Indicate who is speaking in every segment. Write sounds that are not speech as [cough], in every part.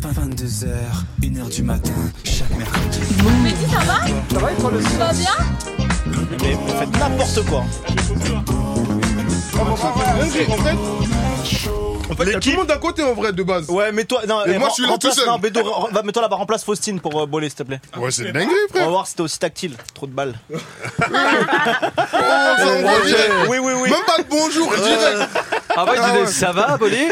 Speaker 1: 22h, 1h du matin, chaque mercredi.
Speaker 2: Mais dis, ça va
Speaker 3: Ça va, il prend le
Speaker 2: Tout va bien
Speaker 4: Mais vous faites n'importe quoi. En fait,
Speaker 5: Il y a tout le monde à côté en vrai de base.
Speaker 4: Ouais, mais toi, non,
Speaker 5: Et
Speaker 4: eh,
Speaker 5: moi,
Speaker 4: rem-
Speaker 5: je suis là
Speaker 4: remplace-
Speaker 5: tout seul.
Speaker 4: Non, Bédo, re- va, mets-toi là-bas, remplace Faustine pour euh, boler, s'il te plaît.
Speaker 5: Ouais, c'est dingue,
Speaker 4: On va
Speaker 5: frère.
Speaker 4: voir si t'es aussi tactile. Trop de balles.
Speaker 5: Ça, on voit direct.
Speaker 4: Oui, oui, oui.
Speaker 5: Même pas de bonjour, direct.
Speaker 6: Ah ouais,
Speaker 5: Ah
Speaker 6: tu dis,
Speaker 5: ouais.
Speaker 6: ça va, Bolé
Speaker 5: Ouais,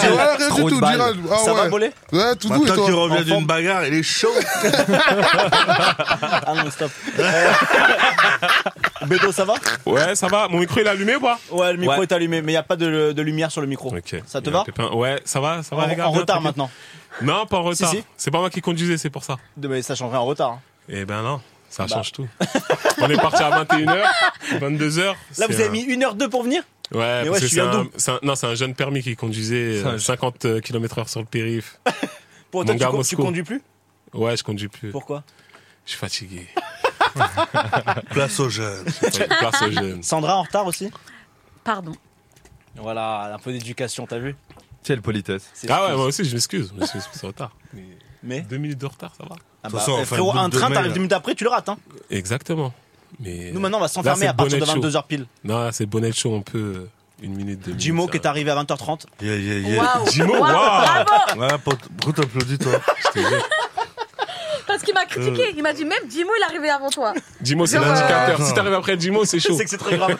Speaker 5: c'est- ouais, rien du
Speaker 6: Trop de
Speaker 5: tout,
Speaker 6: balles.
Speaker 5: direct. Ah
Speaker 4: Ça va,
Speaker 5: ouais.
Speaker 4: boler
Speaker 5: Ouais, tout doux et
Speaker 7: Maintenant qu'il
Speaker 5: toi.
Speaker 4: En
Speaker 7: revient
Speaker 4: forme.
Speaker 7: d'une bagarre, il est chaud.
Speaker 4: Ah non, stop. Euh, Bédo, ça va
Speaker 8: Ouais, ça va. Mon micro il est allumé ou pas
Speaker 4: Ouais, le micro
Speaker 8: Ouais.
Speaker 4: est allumé, mais il n'y a pas de, de lumière sur le micro.
Speaker 8: Ok.
Speaker 4: Ça te
Speaker 8: Il y a
Speaker 4: va
Speaker 8: un pépin. Ouais, ça va, ça va
Speaker 4: En,
Speaker 8: les gars.
Speaker 4: en
Speaker 8: bien,
Speaker 4: retard
Speaker 8: tranquille.
Speaker 4: maintenant.
Speaker 8: Non, pas en retard.
Speaker 4: Si, si.
Speaker 8: C'est pas moi qui conduisais, c'est pour ça.
Speaker 4: De- Mais ça changerait en retard. hein.
Speaker 8: Eh ben non, ça
Speaker 4: Bah.
Speaker 8: change tout. On est parti à 21h, 22h.
Speaker 4: Là, vous avez mis 1h02 pour venir
Speaker 8: Ouais,
Speaker 4: Mais ouais,
Speaker 8: parce
Speaker 4: je
Speaker 8: que
Speaker 4: suis
Speaker 8: c'est
Speaker 4: un
Speaker 8: un,
Speaker 4: double.
Speaker 8: c'est un- non, c'est un jeune permis qui conduisait euh,
Speaker 6: C'est un jeune.
Speaker 8: 50 km/h sur le périph.
Speaker 4: Pour
Speaker 8: Mon
Speaker 4: toi, tu,
Speaker 8: gars,
Speaker 4: con- tu
Speaker 8: Moscou.
Speaker 4: conduis plus
Speaker 8: Ouais, je conduis plus.
Speaker 4: Pourquoi
Speaker 8: Je
Speaker 4: [laughs]
Speaker 8: suis fatigué.
Speaker 7: Place aux jeunes.
Speaker 8: Place aux jeunes.
Speaker 4: Sandra en retard aussi
Speaker 2: Pardon.
Speaker 4: Voilà, un peu d'éducation, t'as vu
Speaker 6: Quelle politesse.
Speaker 4: C'est-
Speaker 8: Ah ouais, moi aussi, je m'excuse. Je m'excuse pour ce retard.
Speaker 4: Mais
Speaker 8: Deux minutes de retard, ça va.
Speaker 4: Ah
Speaker 7: toute
Speaker 4: bah,
Speaker 7: façon, on
Speaker 4: eh,
Speaker 7: fait un
Speaker 4: frérot,
Speaker 7: bout de
Speaker 4: un train,
Speaker 7: demain,
Speaker 4: t'arrives
Speaker 7: là.
Speaker 4: deux minutes après, tu le rates. Hein.
Speaker 8: Exactement. Mais
Speaker 4: Nous, maintenant, on va s'enfermer
Speaker 8: c'est
Speaker 4: à partir de
Speaker 8: bonnet chaud.
Speaker 4: 22h pile.
Speaker 8: Non, c'est bonnet chaud, on peut. euh, Une minute, deux minutes.
Speaker 4: Jimo
Speaker 8: ça
Speaker 4: qui est
Speaker 8: va.
Speaker 4: arrivé à 20h30.
Speaker 7: Yeah, yeah, yeah.
Speaker 2: Waouh
Speaker 8: Jimo, waouh
Speaker 2: Bravo
Speaker 7: Ouais, pour- pourquoi t'applaudis, toi
Speaker 2: Parce qu'il m'a critiqué. Il m'a dit, même Jimo, il est arrivé avant toi.
Speaker 8: Jimo, c'est
Speaker 2: Genre,
Speaker 8: l'indicateur.
Speaker 7: euh,
Speaker 8: Si t'arrives après Jimo, c'est chaud.
Speaker 4: C'est que c'est très grave.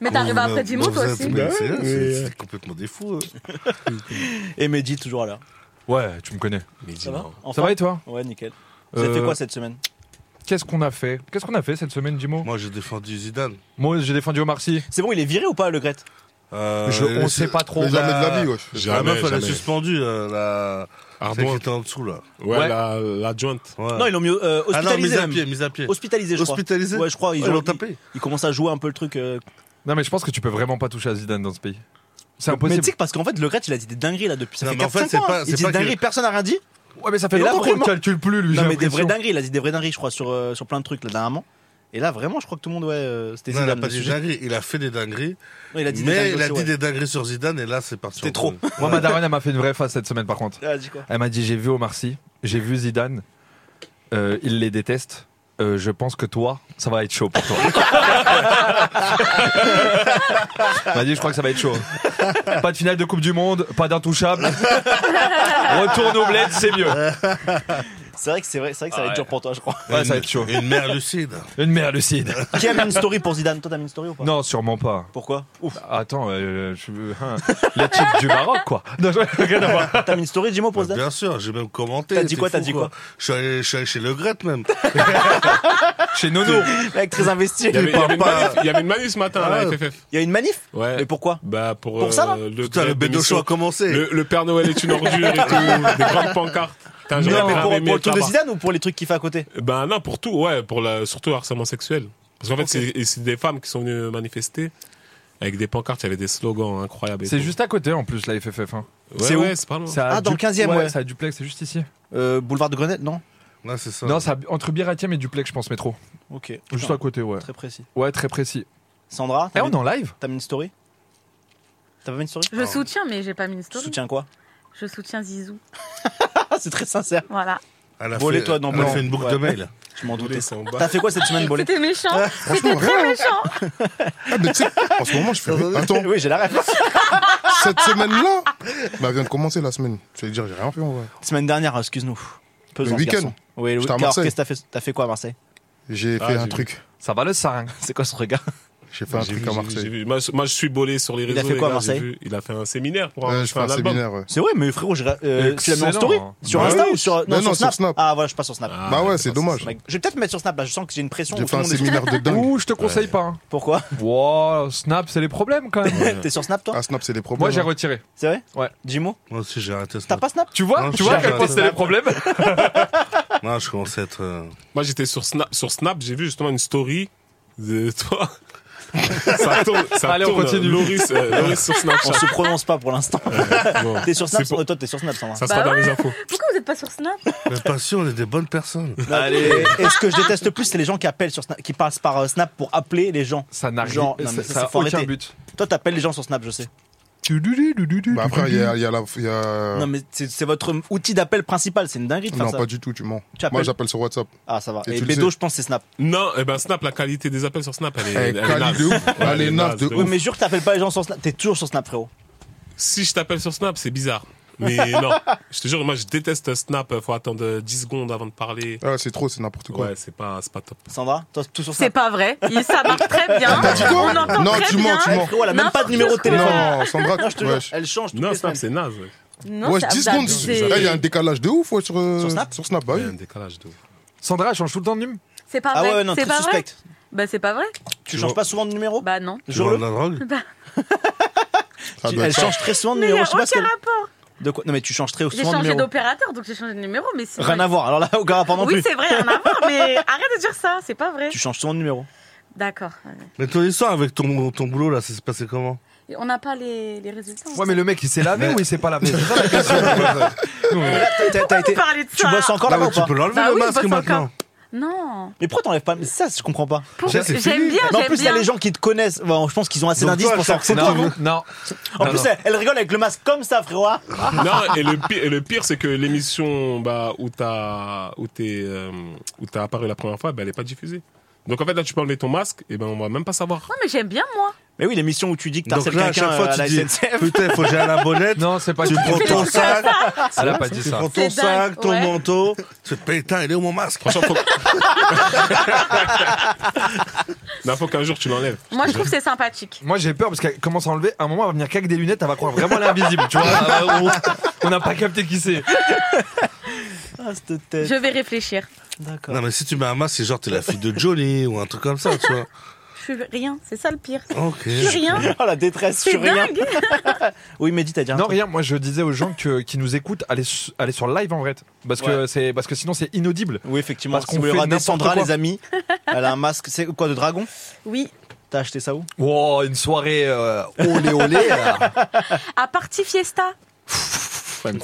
Speaker 2: Mais t'es arrivé
Speaker 7: Vous-
Speaker 2: après Jimo,
Speaker 7: vous-
Speaker 2: toi
Speaker 7: vous
Speaker 2: aussi.
Speaker 7: êtes- mais c'est- C'est c'est complètement des fous. hein.
Speaker 4: Et Mehdi, toujours à l'heure.
Speaker 6: Ouais, tu me connais.
Speaker 8: Mais dis
Speaker 4: Ça va
Speaker 8: non.
Speaker 4: En
Speaker 6: Ça
Speaker 4: forme
Speaker 6: va et toi
Speaker 4: Ouais, nickel. Vous avez
Speaker 6: Euh,
Speaker 4: fait quoi cette semaine
Speaker 6: Qu'est-ce qu'on a fait Qu'est-ce qu'on a fait cette semaine, Jimo
Speaker 7: Moi, j'ai défendu Zidane.
Speaker 6: Moi, j'ai défendu Omar Sy.
Speaker 4: C'est bon, il est viré ou pas, le Gret
Speaker 7: Euh,
Speaker 6: Je- on
Speaker 7: les-
Speaker 6: sait pas trop.
Speaker 5: Mais jamais de la vie, wesh.
Speaker 7: La meuf,
Speaker 8: Jamais,
Speaker 7: elle a
Speaker 8: jamais.
Speaker 7: suspendu, euh, la. Celle qui
Speaker 8: Ardouin.
Speaker 7: était en dessous, là.
Speaker 8: Ouais,
Speaker 6: Ouais.
Speaker 8: la, la jointe.
Speaker 7: Ouais.
Speaker 4: Non, ils l'ont mis euh,
Speaker 7: Ah non, mise
Speaker 4: hospitalisé.
Speaker 7: à
Speaker 4: même.
Speaker 7: pied, mise à pied.
Speaker 4: Hospitalisé, je crois.
Speaker 7: Hospitalisé
Speaker 4: Ouais, je crois. Ils,
Speaker 7: Ils
Speaker 4: ont-
Speaker 7: l'ont tapé.
Speaker 4: ils commencent à jouer un peu le truc. euh,
Speaker 6: Non, mais je pense que tu peux vraiment pas toucher à Zidane dans ce pays. C'est
Speaker 4: Mais
Speaker 6: impossible.
Speaker 4: tu sais que parce qu'en fait, le Gret, il a dit des dingueries là depuis. Ça
Speaker 7: Non,
Speaker 4: fait
Speaker 7: mais en
Speaker 4: 4
Speaker 7: fait, c'est
Speaker 4: ans.
Speaker 7: pas-
Speaker 4: hein.
Speaker 7: c'est
Speaker 4: Il dit
Speaker 7: pas
Speaker 4: des
Speaker 7: que-
Speaker 4: dingueries, personne n'a rien dit.
Speaker 6: ouais, mais ça fait
Speaker 4: Et là,
Speaker 6: longtemps qu'on
Speaker 4: vraiment-
Speaker 6: le calcule plus, lui.
Speaker 4: Non,
Speaker 6: j'ai
Speaker 4: mais des vraies
Speaker 6: l'impression.
Speaker 4: dingueries. Il a dit des vraies dingueries, je crois, sur, euh, sur plein de trucs là dernièrement. Et là, vraiment, je crois que tout le monde, ouais, euh, c'était
Speaker 7: Non, il a
Speaker 4: Zidane.
Speaker 7: pas
Speaker 4: le
Speaker 7: dit
Speaker 4: sujet.
Speaker 7: dingueries, il a fait des dingueries.
Speaker 4: Non, il a dit des
Speaker 7: mais
Speaker 4: dingueries
Speaker 7: il a
Speaker 4: aussi,
Speaker 7: dit
Speaker 4: ouais.
Speaker 7: des dingueries sur Zidane et là c'est parti.
Speaker 4: C'était
Speaker 7: en
Speaker 4: trop. [laughs]
Speaker 7: couille.
Speaker 6: Moi, ma daronne, elle m'a fait une vraie face cette semaine, par contre.
Speaker 4: Elle a dit quoi
Speaker 6: Elle m'a dit J'ai vu Omar Sy, j'ai vu Zidane, euh, il les déteste. Euh, je pense que toi, ça va être chaud pour toi. Elle m'a dit Je crois que ça va être chaud. Pas de finale de Coupe du Monde, pas d'intouchable. Retourne au bled, c'est mieux.
Speaker 4: C'est vrai que c'est vrai, c'est vrai que ça va être dur pour toi, je crois.
Speaker 6: Ouais, ça va être chaud.
Speaker 7: Une mère lucide.
Speaker 6: Une mère lucide.
Speaker 4: Qui a mis une story pour Zidane Toi, t'as mis une story ou pas
Speaker 6: [laughs] Non, sûrement pas.
Speaker 4: Pourquoi Ouf.
Speaker 6: Attends, euh, je, hein, les types du Maroc, quoi. Non, je- rien à voir.
Speaker 4: T'as mis une story, dis-moi pour Zidane
Speaker 7: Bah, Bien sûr, j'ai même commenté.
Speaker 4: T'as dit
Speaker 7: t'es
Speaker 4: quoi, t'as
Speaker 7: fou,
Speaker 4: dit
Speaker 7: Je suis allé, je suis allé chez Le Gret même.
Speaker 6: Chez Nono.
Speaker 4: Mec, très investi.
Speaker 8: Il y avait, il y avait une
Speaker 7: pas.
Speaker 8: manif, il y avait une manif ce matin à
Speaker 7: Ah
Speaker 8: la FFF.
Speaker 4: Il y a une manif
Speaker 8: Ouais.
Speaker 4: Mais pourquoi
Speaker 8: Bah pour,
Speaker 4: Pour ça, là
Speaker 8: le,
Speaker 7: Putain, le bédocho a commencé.
Speaker 8: le, le Père Noël est une ordure et tout, des grandes pancartes. Putain, j'aurais
Speaker 4: Non, mais
Speaker 8: grave
Speaker 4: pour,
Speaker 8: aimé
Speaker 4: pour le truc de
Speaker 8: là-bas.
Speaker 4: Zidane ou pour les trucs qu'il fait à côté
Speaker 8: Ben non, pour tout, ouais, pour la, surtout le harcèlement sexuel. Parce qu'en fait, c'est- et c'est des femmes qui sont venues manifester avec des pancartes, il y avait des slogans incroyables. et
Speaker 6: C'est
Speaker 8: tout.
Speaker 6: juste à côté en plus, la FFF. hein.
Speaker 8: Ouais,
Speaker 4: c'est
Speaker 8: ouais,
Speaker 4: où
Speaker 8: c'est pas loin.
Speaker 6: C'est à
Speaker 4: Ah, dans le 15e, ouais.
Speaker 6: C'est à Duplex, c'est juste ici.
Speaker 4: euh, Boulevard de Grenette, non
Speaker 7: Ouais, c'est ça.
Speaker 6: Non, c'est à- entre Biratium et Duplex, je pense, métro.
Speaker 4: Ok.
Speaker 6: Juste à côté, ouais.
Speaker 4: Très précis.
Speaker 6: Ouais, très précis.
Speaker 4: Sandra,
Speaker 6: Eh,
Speaker 4: t'as
Speaker 6: on
Speaker 4: mis,
Speaker 6: est en live
Speaker 4: t'as mis une story T'as pas mis une story
Speaker 2: Je soutiens, mais j'ai pas mis une
Speaker 4: Tu
Speaker 2: story.
Speaker 4: soutiens quoi
Speaker 2: Je soutiens Zizou.
Speaker 4: Ah, c'est très sincère.
Speaker 2: Voilà.
Speaker 7: Elle a
Speaker 4: Bolé,
Speaker 7: fait,
Speaker 4: toi, non,
Speaker 7: elle a
Speaker 4: non.
Speaker 7: fait une boucle
Speaker 4: Ouais.
Speaker 7: de mail.
Speaker 4: Je m'en doutais.
Speaker 8: C'est en bas.
Speaker 4: T'as fait quoi cette semaine, Bolé
Speaker 2: C'était méchant. C'était très méchant.
Speaker 5: Ah, mais tu sais, en ce moment, je fais. Attends,
Speaker 4: [laughs] Oui, j'ai la ref.
Speaker 5: cette semaine-là, bah, elle vient de commencer la semaine. Je vais dire, j'ai rien fait en vrai.
Speaker 4: Semaine dernière, excuse-nous. Pesant,
Speaker 5: Le
Speaker 4: ce
Speaker 5: week-end.
Speaker 4: garçon. Oui, le
Speaker 5: J'étais
Speaker 4: week-end.
Speaker 5: à
Speaker 4: Alors,
Speaker 5: Marseille.
Speaker 4: qu'est-ce que t'as fait T'as fait quoi à Marseille
Speaker 5: J'ai
Speaker 8: Ah,
Speaker 5: fait
Speaker 8: j'ai
Speaker 5: un
Speaker 8: vu.
Speaker 5: truc.
Speaker 6: Ça va le sarin
Speaker 4: C'est quoi ce regard
Speaker 5: J'ai fait un
Speaker 8: J'ai
Speaker 5: truc
Speaker 8: vu,
Speaker 5: à
Speaker 8: j'ai vu, j'ai
Speaker 5: Marseille.
Speaker 8: vu. Moi, je- moi, je suis bolé sur les
Speaker 4: Il a
Speaker 8: réseaux.
Speaker 4: fait
Speaker 8: les
Speaker 4: quoi à
Speaker 8: gars, j'ai
Speaker 4: Marseille
Speaker 8: vu. Il a fait un séminaire pour
Speaker 5: Ouais,
Speaker 8: un,
Speaker 5: je fais un
Speaker 8: album.
Speaker 5: séminaire. ouais.
Speaker 4: C'est vrai, mais frérot, je, ra- euh, tu l'as mis en
Speaker 6: Excellent,
Speaker 4: story
Speaker 6: hein.
Speaker 4: Sur
Speaker 8: Bah
Speaker 4: Insta
Speaker 8: oui.
Speaker 4: ou sur,
Speaker 5: Mais non,
Speaker 4: sur,
Speaker 5: sur
Speaker 4: Snap.
Speaker 5: Snap.
Speaker 4: Ah, voilà, je suis pas sur Snap.
Speaker 8: Ah,
Speaker 5: Bah ouais, c'est
Speaker 8: putain,
Speaker 5: dommage.
Speaker 4: Mec, Je vais peut-être me mettre sur Snap là, je sens que j'ai une pression.
Speaker 5: J'ai
Speaker 4: où tout
Speaker 5: fait
Speaker 4: le
Speaker 5: un
Speaker 4: monde est sur-
Speaker 5: séminaire de dingue.
Speaker 6: Ouh, je te conseille pas. hein.
Speaker 4: Pourquoi
Speaker 6: Wow, Snap, c'est les problèmes quand même.
Speaker 4: T'es sur Snap toi
Speaker 5: À Snap, c'est des problèmes.
Speaker 6: Moi, j'ai
Speaker 5: hein.
Speaker 6: retiré.
Speaker 4: C'est vrai
Speaker 6: Ouais.
Speaker 4: Jimo
Speaker 7: Moi aussi, j'ai arrêté
Speaker 4: T'as
Speaker 7: ça.
Speaker 4: pas Snap
Speaker 6: Tu vois
Speaker 7: Non,
Speaker 6: Tu
Speaker 7: je
Speaker 6: vois à
Speaker 7: cherche
Speaker 6: quel
Speaker 7: un
Speaker 6: point c'était les
Speaker 4: Snap.
Speaker 6: problèmes
Speaker 7: Non, je commence à être. euh,
Speaker 8: Moi, j'étais sur Snap, sur Snap, j'ai vu justement une story de
Speaker 5: [laughs]
Speaker 8: toi. ça tourne, ça
Speaker 6: Allez, on
Speaker 8: tourne.
Speaker 6: continue.
Speaker 8: Loris, euh,
Speaker 5: [laughs]
Speaker 8: Loris sur
Speaker 4: On
Speaker 8: Snapchat.
Speaker 4: se prononce pas pour l'instant.
Speaker 8: Bon.
Speaker 4: T'es sur Snap
Speaker 8: C'est pour-
Speaker 4: euh, Toi, t'es sur Snap, Sandra.
Speaker 8: Ça sera
Speaker 2: Bah
Speaker 8: dans les infos.
Speaker 2: Pourquoi vous êtes pas sur Snap
Speaker 7: Mais pas si, on est des
Speaker 4: [laughs]
Speaker 7: bonnes personnes.
Speaker 4: Allez. Et ce que je déteste le plus, c'est les gens qui appellent sur Snap, qui passent par euh, Snap pour appeler les gens.
Speaker 6: Ça n'a
Speaker 4: Genre,
Speaker 6: rien.
Speaker 4: non, mais
Speaker 6: Ça
Speaker 4: ça,
Speaker 6: ça a
Speaker 4: faut
Speaker 6: aucun
Speaker 4: arrêter.
Speaker 6: but.
Speaker 4: Toi, t'appelles les gens sur Snap, je sais.
Speaker 5: Bah après, il y a, il y a la. il Y a...
Speaker 4: Non, mais c'est c'est votre outil d'appel principal, c'est une dinguerie de faire
Speaker 5: Non,
Speaker 4: ça.
Speaker 5: pas du tout, tu mens.
Speaker 4: Tu appelles-
Speaker 5: Moi, j'appelle sur WhatsApp.
Speaker 4: Ah, ça va.
Speaker 5: Et
Speaker 4: Et,
Speaker 5: tu le
Speaker 4: Bédo,
Speaker 5: sais.
Speaker 4: je pense, c'est Snap.
Speaker 8: Non, eh ben Snap, la qualité des appels sur Snap, elle est,
Speaker 5: Elle
Speaker 8: elle est
Speaker 5: quali
Speaker 8: naze.
Speaker 5: de ouf. Elle est naze de
Speaker 4: Oui,
Speaker 5: Ouf.
Speaker 4: mais jure que t'appelles pas les gens sur Snap. T'es toujours sur Snap, frérot.
Speaker 8: Si je t'appelle sur Snap, c'est bizarre. Mais non, je te jure, moi je déteste Snap. Faut attendre 10 secondes avant de parler.
Speaker 5: Ah, c'est trop, c'est n'importe quoi.
Speaker 8: Ouais, c'est pas, c'est pas top.
Speaker 4: Sandra, toi, tout sur
Speaker 2: C'est
Speaker 4: Snap.
Speaker 2: pas vrai. Il- Ça marche très bien.
Speaker 5: T'as dit quoi
Speaker 2: On entend
Speaker 5: Non,
Speaker 2: très
Speaker 5: tu mens,
Speaker 2: bien.
Speaker 5: tu mens.
Speaker 4: Frérot, elle a même pas
Speaker 2: N'importe
Speaker 4: de numéro de
Speaker 2: quoi.
Speaker 4: téléphone.
Speaker 5: Non, Sandra,
Speaker 4: Non, je te
Speaker 5: tu-
Speaker 4: jure,
Speaker 5: wesh.
Speaker 4: elle change toutes
Speaker 8: Non,
Speaker 4: les
Speaker 8: Snap,
Speaker 4: semaines.
Speaker 8: c'est naze. ouais.
Speaker 2: Non,
Speaker 5: Wesh,
Speaker 2: c'est
Speaker 5: 10 secondes.
Speaker 2: abusé.
Speaker 5: Là, il y a un décalage de ouf, ouais, sur, euh,
Speaker 4: Sur Snap
Speaker 5: Sur Snap, bah
Speaker 8: Il
Speaker 5: oui.
Speaker 8: y a un décalage de ouf.
Speaker 6: Sandra, elle change tout le temps de nume.
Speaker 2: C'est pas
Speaker 4: Ah ouais,
Speaker 2: vrai.
Speaker 4: ouais, non,
Speaker 2: c'est
Speaker 4: très
Speaker 2: pas vrai.
Speaker 4: suspect.
Speaker 2: Bah c'est pas vrai.
Speaker 4: Tu changes pas souvent de numéro
Speaker 2: Bah non.
Speaker 7: Tu vends de
Speaker 4: Jure-le.
Speaker 7: la drogue
Speaker 2: Bah.
Speaker 5: Ça
Speaker 4: Tu-
Speaker 5: doit
Speaker 4: Elle
Speaker 5: être ça.
Speaker 4: change très souvent de
Speaker 2: Mais il n'y
Speaker 4: numéro.
Speaker 2: a
Speaker 4: Je sais pas ce
Speaker 2: aucun
Speaker 4: qu'elle-
Speaker 2: rapport.
Speaker 4: De quoi Non, mais tu changes très
Speaker 2: J'ai
Speaker 4: souvent de
Speaker 2: changé
Speaker 4: numéro.
Speaker 2: d'opérateur, donc j'ai changé de numéro, mais c'est
Speaker 4: Rien à voir. Alors là, au gars, pendant
Speaker 2: Oui,
Speaker 4: plus.
Speaker 2: c'est vrai, rien à voir, mais arrête de dire ça, c'est pas vrai.
Speaker 4: Tu changes souvent de numéro.
Speaker 2: D'accord.
Speaker 7: Mais ton histoire avec ton, ton boulot là, ça s'est passé comment
Speaker 2: Et On n'a pas les, les résultats.
Speaker 6: Ouais, mais le mec, il s'est lavé ou il s'est pas lavé C'est ça la question. [laughs]
Speaker 4: Mais là, t'as- t'as- t'as été-
Speaker 2: parler de
Speaker 4: Tu
Speaker 2: ça
Speaker 4: bosses encore
Speaker 7: Non,
Speaker 4: là-bas ou
Speaker 7: mais Ah Tu
Speaker 4: pas
Speaker 7: peux l'enlever
Speaker 2: Bah
Speaker 7: le
Speaker 2: oui,
Speaker 7: masque
Speaker 2: parce qu'encore-
Speaker 7: maintenant.
Speaker 2: Non.
Speaker 4: Mais pourquoi t'enlèves pas Mais ça, je comprends pas.
Speaker 2: Pour-
Speaker 7: Ça, c'est
Speaker 2: J'aime
Speaker 7: fini.
Speaker 2: bien,
Speaker 4: Mais en
Speaker 2: j'aime
Speaker 4: plus, il y a
Speaker 2: bien.
Speaker 4: les gens qui te connaissent. Bon, je pense qu'ils ont assez
Speaker 7: Donc
Speaker 4: d'indices
Speaker 7: toi,
Speaker 4: pour savoir que c'est toi.
Speaker 6: Non, non.
Speaker 4: En
Speaker 6: Non,
Speaker 4: plus,
Speaker 6: non.
Speaker 4: elle, elle rigole avec le masque comme ça, frérot. hein.
Speaker 8: Non, et le pire, et le pire c'est que l'émission bah, où t'as où t'es, euh, où t'as apparu la première fois, ben, elle est pas diffusée. Donc en fait, là, tu peux enlever ton masque, et ben on va même pas savoir.
Speaker 2: Non, mais j'aime bien, moi.
Speaker 4: Mais oui, l'émission où tu dis que t'as
Speaker 7: Donc
Speaker 4: quelqu'un
Speaker 7: là, à chaque fois,
Speaker 4: euh, à
Speaker 7: tu
Speaker 4: la
Speaker 7: dis
Speaker 4: SNCF.
Speaker 7: Putain, faut que j'aille à la bonnette.
Speaker 6: Non, c'est pas
Speaker 7: Tu
Speaker 6: du
Speaker 7: prends ton sac,
Speaker 6: [laughs] Elle a pas dit
Speaker 7: tu
Speaker 6: ça.
Speaker 7: prends ton
Speaker 2: C'est dingue,
Speaker 7: sac, ton
Speaker 2: ouais.
Speaker 7: manteau. [laughs] Tu fais putain, il est où mon masque
Speaker 8: Franchement, faut, [laughs] Non, faut qu'un jour tu l'enlèves.
Speaker 2: Moi, je trouve que c'est sympathique.
Speaker 6: Moi j'ai peur parce qu'elle commence à enlever. À un moment, elle va venir qu'avec des lunettes, elle va croire vraiment l'invisible. Tu vois, Euh, on on n'a pas capté qui c'est.
Speaker 4: Ah, cette tête.
Speaker 2: Je vais réfléchir.
Speaker 4: D'accord.
Speaker 7: Non, mais si tu mets un masque, c'est genre t'es la fille de Johnny ou un truc comme ça, tu vois.
Speaker 2: Je suis rien, c'est ça le pire.
Speaker 7: [laughs] Ok.
Speaker 2: Je suis rien.
Speaker 4: [laughs] Oh, la détresse
Speaker 2: C'est
Speaker 4: sur rien.
Speaker 2: dingue.
Speaker 4: [laughs] Oui, Mehdi, t'as dit un
Speaker 6: Non,
Speaker 4: truc.
Speaker 6: rien, moi je disais aux gens que- qui nous écoutent, allez, su- allez sur le live en vrai. Parce que, c'est parce que sinon c'est inaudible.
Speaker 4: Oui, effectivement.
Speaker 6: Parce
Speaker 4: Parce
Speaker 6: qu'on
Speaker 4: qu'on
Speaker 6: fait
Speaker 4: verra
Speaker 6: n'importe
Speaker 4: descendra,
Speaker 6: quoi.
Speaker 4: les amis. Elle a un masque. C'est quoi, de dragon
Speaker 2: Oui,
Speaker 4: T'as acheté ça où
Speaker 6: Wow, une soirée euh, olé olé. euh.
Speaker 2: à partie fiesta.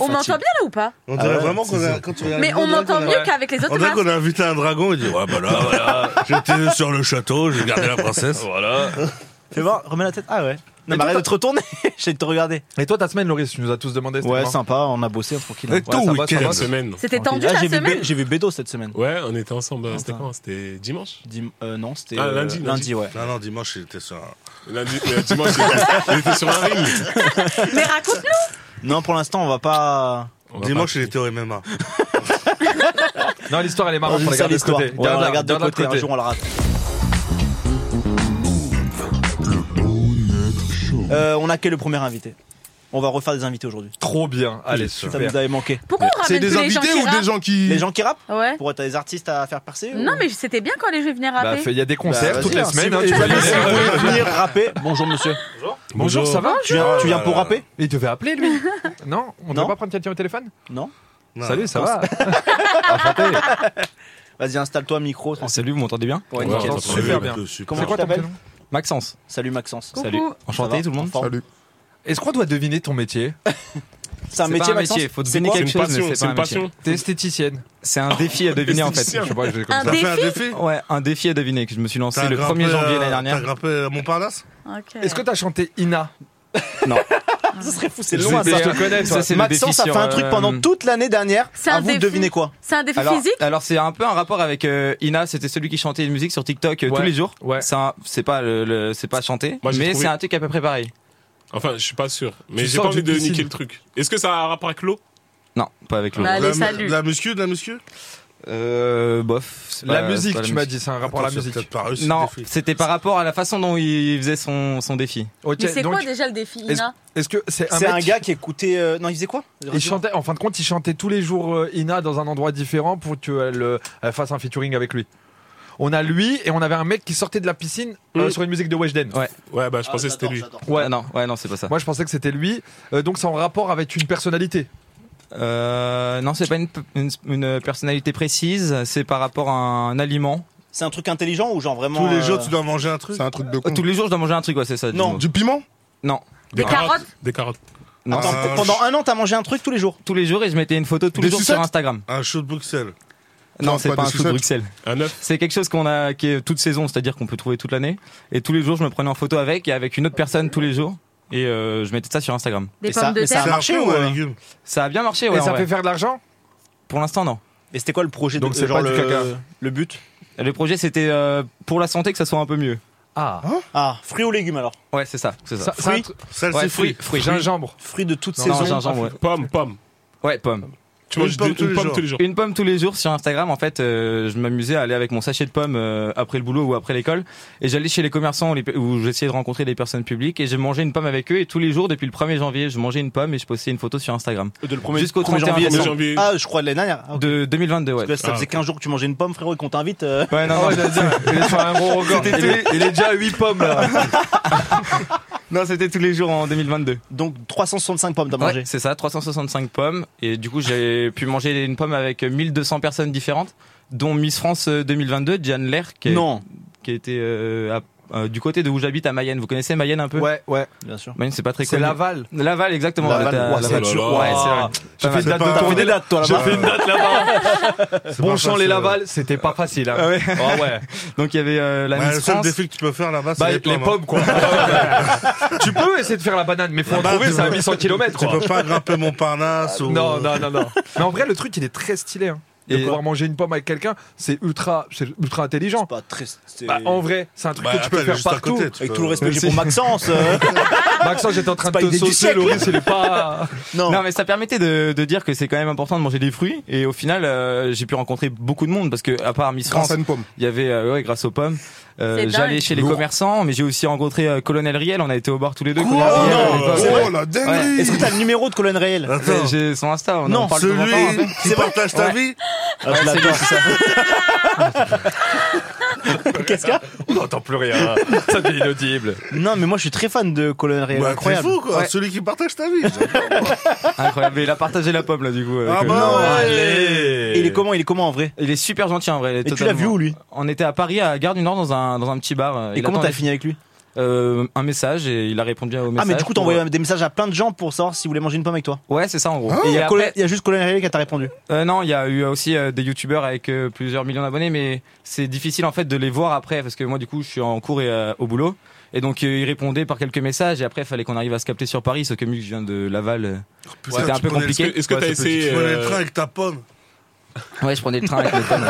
Speaker 2: On m'entend bien là ou pas
Speaker 7: On
Speaker 4: Ah
Speaker 7: dirait
Speaker 4: ouais,
Speaker 7: vraiment qu'on a, quand tu regardes
Speaker 2: Mais
Speaker 7: le
Speaker 2: on
Speaker 7: monde,
Speaker 2: m'entend
Speaker 7: qu'on a-
Speaker 2: mieux qu'avec les autres
Speaker 7: On dirait
Speaker 2: masques.
Speaker 7: qu'on a invité un dragon, il dit Ouais, bah là, voilà, [laughs] j'étais sur le château, j'ai gardé la princesse. Voilà.
Speaker 4: Fais voir, remets la tête. Ah ouais. Non, mais arrête de te retourner. [laughs] J'ai de te regarder.
Speaker 6: Et toi, ta semaine, Loris, tu nous as tous demandé. c'était
Speaker 4: Ouais,
Speaker 6: comment
Speaker 4: sympa. On a bossé tranquille.
Speaker 7: Et
Speaker 6: ça
Speaker 7: ton
Speaker 6: va, ça
Speaker 7: week-end
Speaker 6: va,
Speaker 8: Une semaine.
Speaker 2: C'était
Speaker 4: Tranquille.
Speaker 2: tendu
Speaker 4: Euh, Ah,
Speaker 2: la
Speaker 4: j'ai vu
Speaker 2: semaine.
Speaker 4: Bé- J'ai vu Bédo cette semaine.
Speaker 8: Ouais, on était ensemble. euh, C'était
Speaker 4: Attends.
Speaker 8: quand C'était dimanche.
Speaker 4: Dim- euh, non, c'était
Speaker 8: Ah,
Speaker 4: euh,
Speaker 8: lundi, lundi.
Speaker 4: ouais.
Speaker 7: Non, non, dimanche, j'étais sur un.
Speaker 8: Lundi, euh, dimanche, il était- il était sur un ring.
Speaker 2: Mais raconte-nous.
Speaker 4: Non, pour l'instant, on va pas.
Speaker 8: On va
Speaker 7: Dimanche, j'étais au MMA.
Speaker 6: Non, l'histoire elle est
Speaker 4: On
Speaker 6: marrante, Ah, on la
Speaker 4: sale
Speaker 6: garde de
Speaker 4: histoire.
Speaker 6: côté.
Speaker 4: Ouais, on la garde de côté. Un jour, on la rate. Euh, on a quel le premier invité On va refaire des invités aujourd'hui.
Speaker 6: Trop bien, allez,
Speaker 4: Ça
Speaker 6: super.
Speaker 4: nous avait manqué.
Speaker 2: Pourquoi on
Speaker 5: C'est
Speaker 2: ramène
Speaker 5: des
Speaker 2: tous les gens
Speaker 5: invités
Speaker 2: qui
Speaker 5: ou des
Speaker 2: rappent
Speaker 5: gens qui.
Speaker 4: Les gens qui rappent
Speaker 2: Ouais.
Speaker 4: Pourquoi t'as des artistes à faire percer ou-
Speaker 2: Non, mais c'était bien quand les gens venaient
Speaker 6: Bah,
Speaker 2: rapper.
Speaker 6: fait- il y a des concerts
Speaker 4: Bah,
Speaker 6: toutes
Speaker 4: vas-y,
Speaker 6: les
Speaker 4: hein,
Speaker 6: semaines.
Speaker 4: si
Speaker 6: hein,
Speaker 4: vous-
Speaker 6: tu vas
Speaker 4: si
Speaker 6: les-
Speaker 4: vous voulez venir rapper. Bonjour monsieur.
Speaker 6: Bonjour, ça va
Speaker 4: Tu viens, tu viens pour rapper
Speaker 6: Il devait appeler lui. [laughs] Non, on ne
Speaker 4: Non.
Speaker 6: doit pas prendre quelqu'un au téléphone
Speaker 4: Non
Speaker 7: Non.
Speaker 6: Salut, ça va [laughs] Enchanté.
Speaker 4: Vas-y, installe-toi micro. tranquille.
Speaker 3: Salut, vous m'entendez bien
Speaker 4: Ouais,
Speaker 6: on
Speaker 4: nickel.
Speaker 6: t'entend super bien.
Speaker 4: Comment
Speaker 6: C'est
Speaker 4: tu
Speaker 6: quoi ton
Speaker 4: t'appelles
Speaker 6: prénom
Speaker 3: Maxence.
Speaker 4: Salut Maxence.
Speaker 2: Coucou.
Speaker 3: Salut.
Speaker 4: Ça
Speaker 3: Enchanté
Speaker 4: va
Speaker 3: tout le monde.
Speaker 4: En forme
Speaker 5: Salut.
Speaker 6: Est-ce qu'on doit deviner ton métier
Speaker 4: C'est un
Speaker 3: C'est
Speaker 4: métier
Speaker 3: pas un métier,
Speaker 4: Maxence
Speaker 3: faut
Speaker 4: C'est
Speaker 3: deviner
Speaker 4: quoi
Speaker 8: C'est
Speaker 3: quelque
Speaker 8: une
Speaker 3: chose, mais
Speaker 8: passion, c'est
Speaker 3: c'est pas
Speaker 8: une
Speaker 3: un métier.
Speaker 8: passion.
Speaker 6: T'es esthéticienne.
Speaker 3: C'est un défi
Speaker 8: Oh,
Speaker 3: à deviner en fait.
Speaker 8: esthéticien.
Speaker 3: Je sais pas, je l'ai comme
Speaker 2: Un
Speaker 3: ça.
Speaker 7: T'as fait un
Speaker 2: défi
Speaker 7: défi
Speaker 3: Ouais, un défi à deviner que je me suis lancé
Speaker 7: T'as
Speaker 3: le
Speaker 7: grimpé,
Speaker 3: 1er janvier l'année
Speaker 7: euh, T'as
Speaker 3: dernière.
Speaker 7: grimpé euh, Montparnasse
Speaker 2: Ok.
Speaker 6: [laughs] Est-ce que t'as chanté Ina
Speaker 4: Ça serait fou, c'est
Speaker 3: Je
Speaker 4: loin
Speaker 3: vais
Speaker 4: ça.
Speaker 3: te connais, toi. Ça, c'est le
Speaker 4: Maxence
Speaker 3: défi
Speaker 4: a fait
Speaker 3: sur,
Speaker 4: un truc
Speaker 3: euh,
Speaker 4: pendant toute l'année dernière.
Speaker 2: C'est un
Speaker 4: À vous de
Speaker 2: défi.
Speaker 4: deviner quoi
Speaker 2: C'est un défi
Speaker 3: Alors,
Speaker 2: physique
Speaker 3: alors c'est un peu un rapport avec euh, Ina, c'était celui qui chantait une musique sur TikTok euh,
Speaker 6: Ouais.
Speaker 3: tous les jours.
Speaker 6: Ouais.
Speaker 3: C'est un- C'est pas le, le- c'est pas chanté,
Speaker 8: Moi, j'ai
Speaker 3: mais
Speaker 8: trouvé-
Speaker 3: c'est un truc à peu près pareil.
Speaker 8: Enfin, je suis pas sûr. Mais
Speaker 6: Tu
Speaker 8: j'ai
Speaker 6: sors
Speaker 8: pas
Speaker 6: d'une
Speaker 8: envie de
Speaker 6: piscine.
Speaker 8: niquer le truc. Est-ce que ça a un rapport avec l'eau
Speaker 3: Non, pas avec le.
Speaker 2: Bah, allez,
Speaker 7: De la mu-
Speaker 2: salut.
Speaker 7: De la muscu, de la muscu
Speaker 3: Euh, bof. c'est
Speaker 6: La
Speaker 3: pas- c'est
Speaker 6: musique,
Speaker 3: pas la
Speaker 6: tu m'as dit, c'est un rapport à la
Speaker 7: Attends, c'est
Speaker 6: musique.
Speaker 7: peut-être pas réussi,
Speaker 3: Non,
Speaker 7: le défi.
Speaker 3: c'était par rapport à la façon dont il faisait son, son défi.
Speaker 6: Ok,
Speaker 2: Mais c'est
Speaker 6: donc,
Speaker 2: quoi déjà le défi, Ina
Speaker 6: est-ce que c'est un
Speaker 4: C'est
Speaker 6: mec
Speaker 4: un
Speaker 6: qui-
Speaker 4: gars qui écoutait. euh, Non, il faisait quoi
Speaker 6: il chantait, en fin de compte, il chantait tous les jours euh, Ina dans un endroit différent pour qu'elle euh, elle fasse un featuring avec lui. On a lui et on avait un mec qui sortait de la piscine euh,
Speaker 8: Mm.
Speaker 6: sur une musique de Weshden.
Speaker 3: Ouais.
Speaker 8: Ouais, bah je pensais que c'était lui.
Speaker 3: Ah non, ouais, non, c'est pas ça.
Speaker 6: Moi, je pensais que c'était lui. Euh, donc, c'est en rapport avec une personnalité.
Speaker 3: Euh, non, c'est pas une, une, une personnalité précise, c'est par rapport à un aliment.
Speaker 4: C'est un truc intelligent ou genre vraiment.
Speaker 7: Tous les jours,
Speaker 4: euh,
Speaker 7: tu dois manger un truc
Speaker 5: C'est un truc de
Speaker 3: Oh,
Speaker 5: con.
Speaker 3: tous les jours, je dois manger un truc, ouais, c'est ça. dis-moi.
Speaker 4: Non,
Speaker 5: Mmh. Du piment
Speaker 3: non.
Speaker 8: Des
Speaker 3: Non.
Speaker 2: carottes.
Speaker 8: Des carottes.
Speaker 3: Non.
Speaker 4: Attends,
Speaker 7: Ah,
Speaker 4: pendant un an, t'as mangé un truc tous les jours.
Speaker 3: Tous les jours, et je mettais une photo tous les
Speaker 5: Des
Speaker 3: jours
Speaker 5: sucettes
Speaker 3: sur Instagram.
Speaker 7: Un show de Bruxelles.
Speaker 3: Non,
Speaker 5: Non,
Speaker 3: c'est
Speaker 5: pas
Speaker 3: pas
Speaker 5: des
Speaker 3: un shoot
Speaker 5: sucettes.
Speaker 3: Bruxelles.
Speaker 8: Un œuf.
Speaker 3: C'est quelque chose qu'on a, qui est toute saison, c'est-à-dire qu'on peut trouver toute l'année. Et tous les jours, je me prenais en photo avec et avec une autre personne tous les jours.
Speaker 9: Et euh, je mettais ça sur Instagram.
Speaker 2: Des
Speaker 4: Et
Speaker 2: pommes
Speaker 4: ça-
Speaker 2: de
Speaker 4: mais ça
Speaker 2: terre.
Speaker 4: a marché ou euh,
Speaker 7: légumes
Speaker 9: Ça a bien marché, ouais.
Speaker 6: Et
Speaker 9: en
Speaker 6: ça
Speaker 9: vrai.
Speaker 6: fait faire de l'argent
Speaker 9: Pour l'instant, non.
Speaker 4: Et c'était quoi le projet
Speaker 6: Donc
Speaker 4: de
Speaker 6: c'est
Speaker 4: genre
Speaker 6: pas du
Speaker 4: le,
Speaker 6: caca.
Speaker 4: le but
Speaker 9: Le projet, c'était euh, pour la santé que ça soit un peu mieux.
Speaker 6: Ah,
Speaker 4: Ah, fruits ou légumes alors
Speaker 9: Ouais, c'est ça. C'est
Speaker 6: ça,
Speaker 9: ça.
Speaker 6: ça,
Speaker 4: Fruits
Speaker 7: Ça,
Speaker 9: Ouais,
Speaker 7: c'est
Speaker 9: fruits,
Speaker 7: fruit.
Speaker 9: fruits.
Speaker 6: gingembre.
Speaker 4: Fruits de toute
Speaker 9: Non,
Speaker 4: saison.
Speaker 9: non, gingembre, ouais.
Speaker 8: Pomme, pomme.
Speaker 9: Ouais, pomme.
Speaker 8: Tu
Speaker 7: Une
Speaker 8: manges
Speaker 7: pomme
Speaker 8: des-
Speaker 7: tous
Speaker 8: une
Speaker 7: les
Speaker 8: pomme
Speaker 7: jours.
Speaker 8: tous les jours.
Speaker 9: Une pomme tous les jours sur Instagram. En fait, euh, je m'amusais à aller avec mon sachet de pommes euh, après le boulot ou après l'école. Et j'allais chez les commerçants où, les pe- où j'essayais de rencontrer des personnes publiques. Et j'ai mangé une pomme avec eux. Et tous les jours, depuis le 1er janvier, je mangeais une pomme et je postais une photo sur Instagram.
Speaker 4: De le premier-
Speaker 9: Jusqu'au
Speaker 4: premier
Speaker 9: 31
Speaker 8: 1er
Speaker 9: décembre.
Speaker 8: janvier.
Speaker 4: Ah, je crois de l'année dernière. Ah, ok.
Speaker 9: De 2022, ouais.
Speaker 4: Parce que ça
Speaker 8: Ah,
Speaker 4: faisait
Speaker 8: ok.
Speaker 4: 15 jours que tu mangeais une pomme, frérot, et qu'on t'invite. euh,
Speaker 9: Ouais, non, non.
Speaker 6: Oh, Il est sur un gros record. Il est, il est déjà à 8 pommes là.
Speaker 9: [laughs] Non, c'était tous les jours en 2022.
Speaker 4: Donc 365 pommes t'as
Speaker 9: Ouais,
Speaker 4: mangé.
Speaker 9: c'est ça, 365 pommes. Et du coup, j'ai [laughs] pu manger une pomme avec 1200 personnes différentes, dont Miss France euh, 2022, Diane Lair, qui, est-
Speaker 4: Non,
Speaker 9: qui était euh, à- euh, du côté de où j'habite à Mayenne. Vous connaissez Mayenne un peu
Speaker 6: Ouais, ouais.
Speaker 4: bien sûr.
Speaker 9: Mayenne, c'est pas très
Speaker 6: C'est
Speaker 9: connu.
Speaker 6: Laval.
Speaker 9: Laval, exactement.
Speaker 4: Laval,
Speaker 9: T'as-
Speaker 4: ouah,
Speaker 8: c'est dur.
Speaker 9: Ouais, c'est vrai.
Speaker 6: J'ai
Speaker 9: Pas
Speaker 6: fait une
Speaker 7: mal.
Speaker 6: date de
Speaker 7: T'as
Speaker 6: tournée.
Speaker 4: dates, toi,
Speaker 6: J'ai fait une date là-bas. Bonchamp les Laval, c'était pas facile. hein.
Speaker 9: Ah ouais.
Speaker 6: Ah ouais.
Speaker 9: Donc il y avait euh, la
Speaker 7: Ouais,
Speaker 9: Miss
Speaker 7: le seul
Speaker 9: France.
Speaker 7: défi que tu peux faire là-bas, c'est
Speaker 6: Bah,
Speaker 7: les pommes. hein.
Speaker 6: quoi. tu peux essayer de faire la banane, mais faut en
Speaker 7: Bah,
Speaker 6: trouver,
Speaker 7: tu
Speaker 6: c'est à
Speaker 7: peux-
Speaker 6: 800 km
Speaker 7: Tu
Speaker 6: quoi.
Speaker 7: peux pas grimper Montparnasse ou.
Speaker 6: Non, non, non, non. [laughs] Mais en vrai, le truc, il est très stylé. Hein. De
Speaker 9: Et-
Speaker 6: pouvoir manger une pomme avec quelqu'un, c'est ultra, c'est ultra intelligent.
Speaker 4: C'est pas très. c'est-
Speaker 6: Bah, en vrai, c'est un truc
Speaker 7: Bah,
Speaker 6: que tu peux
Speaker 7: attends,
Speaker 6: faire
Speaker 7: juste à
Speaker 6: partout. Bah,
Speaker 7: côté, tu
Speaker 4: Avec
Speaker 7: peux-
Speaker 4: tout le respect que j'ai
Speaker 9: Merci.
Speaker 4: pour Maxence. euh,
Speaker 6: Maxence, j'étais en
Speaker 4: C'est
Speaker 6: train de
Speaker 4: pas
Speaker 6: te
Speaker 4: idée du
Speaker 6: saucer,
Speaker 4: siècle.
Speaker 6: Loris, il est [laughs] pas.
Speaker 4: Non.
Speaker 9: Non mais ça permettait de, de dire que c'est quand même important de manger des fruits et au final euh, j'ai pu rencontrer beaucoup de monde parce que à part Miss France
Speaker 5: Grâce à une pomme.
Speaker 9: Il y avait, euh, ouais, grâce aux pommes. Euh,
Speaker 2: C'est dingue.
Speaker 9: J'allais chez les
Speaker 5: Lourd.
Speaker 9: commerçants, mais j'ai aussi rencontré euh, Colonel Riel. On a été au bar tous les deux. Colonel
Speaker 7: Oh
Speaker 9: Riel,
Speaker 7: non,
Speaker 9: à l'époque.
Speaker 7: c'est
Speaker 5: Oh la dinguerie
Speaker 4: Est-ce que t'as le numéro de Colonne Réel
Speaker 9: Mais
Speaker 7: Attends,
Speaker 9: J'ai son Insta. On en
Speaker 4: Non,
Speaker 9: parle de temps en temps,
Speaker 7: celui
Speaker 9: après.
Speaker 7: qui partage ta vie
Speaker 4: Ah, Je l'adore. Qu'est-ce qu'il y a
Speaker 6: On n'entend plus rien. Ça devient inaudible.
Speaker 4: Non, mais moi je suis très fan de Colonel Réel.
Speaker 7: Bah, C'est
Speaker 4: incroyable.
Speaker 7: fou quoi,
Speaker 9: Ouais.
Speaker 7: celui qui partage ta vie.
Speaker 9: Incroyable. Et Il a partagé la pomme là du coup. avec,
Speaker 7: Ah
Speaker 9: euh,
Speaker 7: bah
Speaker 4: Et il est comment Il est comment en vrai
Speaker 9: Il est super gentil en vrai. il est
Speaker 4: Et tu l'as
Speaker 9: totalement-
Speaker 4: vu où lui
Speaker 9: On était à Paris, à Gare du Nord, dans un dans un petit bar. euh,
Speaker 4: Et
Speaker 9: il
Speaker 4: comment t'as
Speaker 9: attendait-
Speaker 4: fini avec lui
Speaker 9: euh, Un message et il a répondu au message.
Speaker 4: Ah, mais du coup, t'as
Speaker 9: pour- euh,
Speaker 4: envoyé des messages à plein de gens pour savoir si vous voulez manger une pomme avec toi.
Speaker 9: Ouais, c'est ça en gros.
Speaker 5: Hein
Speaker 9: Et il y
Speaker 4: Il
Speaker 9: a-
Speaker 4: y a juste Colonel Réel qui t'a répondu.
Speaker 9: Euh, non, il y a eu aussi euh, des youtubeurs avec euh, plusieurs millions d'abonnés, mais c'est difficile en fait de les voir après parce que moi du coup je suis en cours et euh, au boulot. Et donc euh, ils répondaient par quelques messages et après il fallait qu'on arrive à se capter sur Paris, sauf que vu que je viens de Laval, euh,
Speaker 7: Putain,
Speaker 9: c'était un
Speaker 7: tu
Speaker 9: peu
Speaker 7: prenais le-
Speaker 9: compliqué.
Speaker 8: Est-ce que
Speaker 9: Ouais,
Speaker 8: t'as
Speaker 9: c'est
Speaker 8: essayé,
Speaker 7: Tu
Speaker 8: euh,
Speaker 7: prenais le train avec ta pomme.
Speaker 9: petit. Ouais, je prenais le hein. train avec les pommes.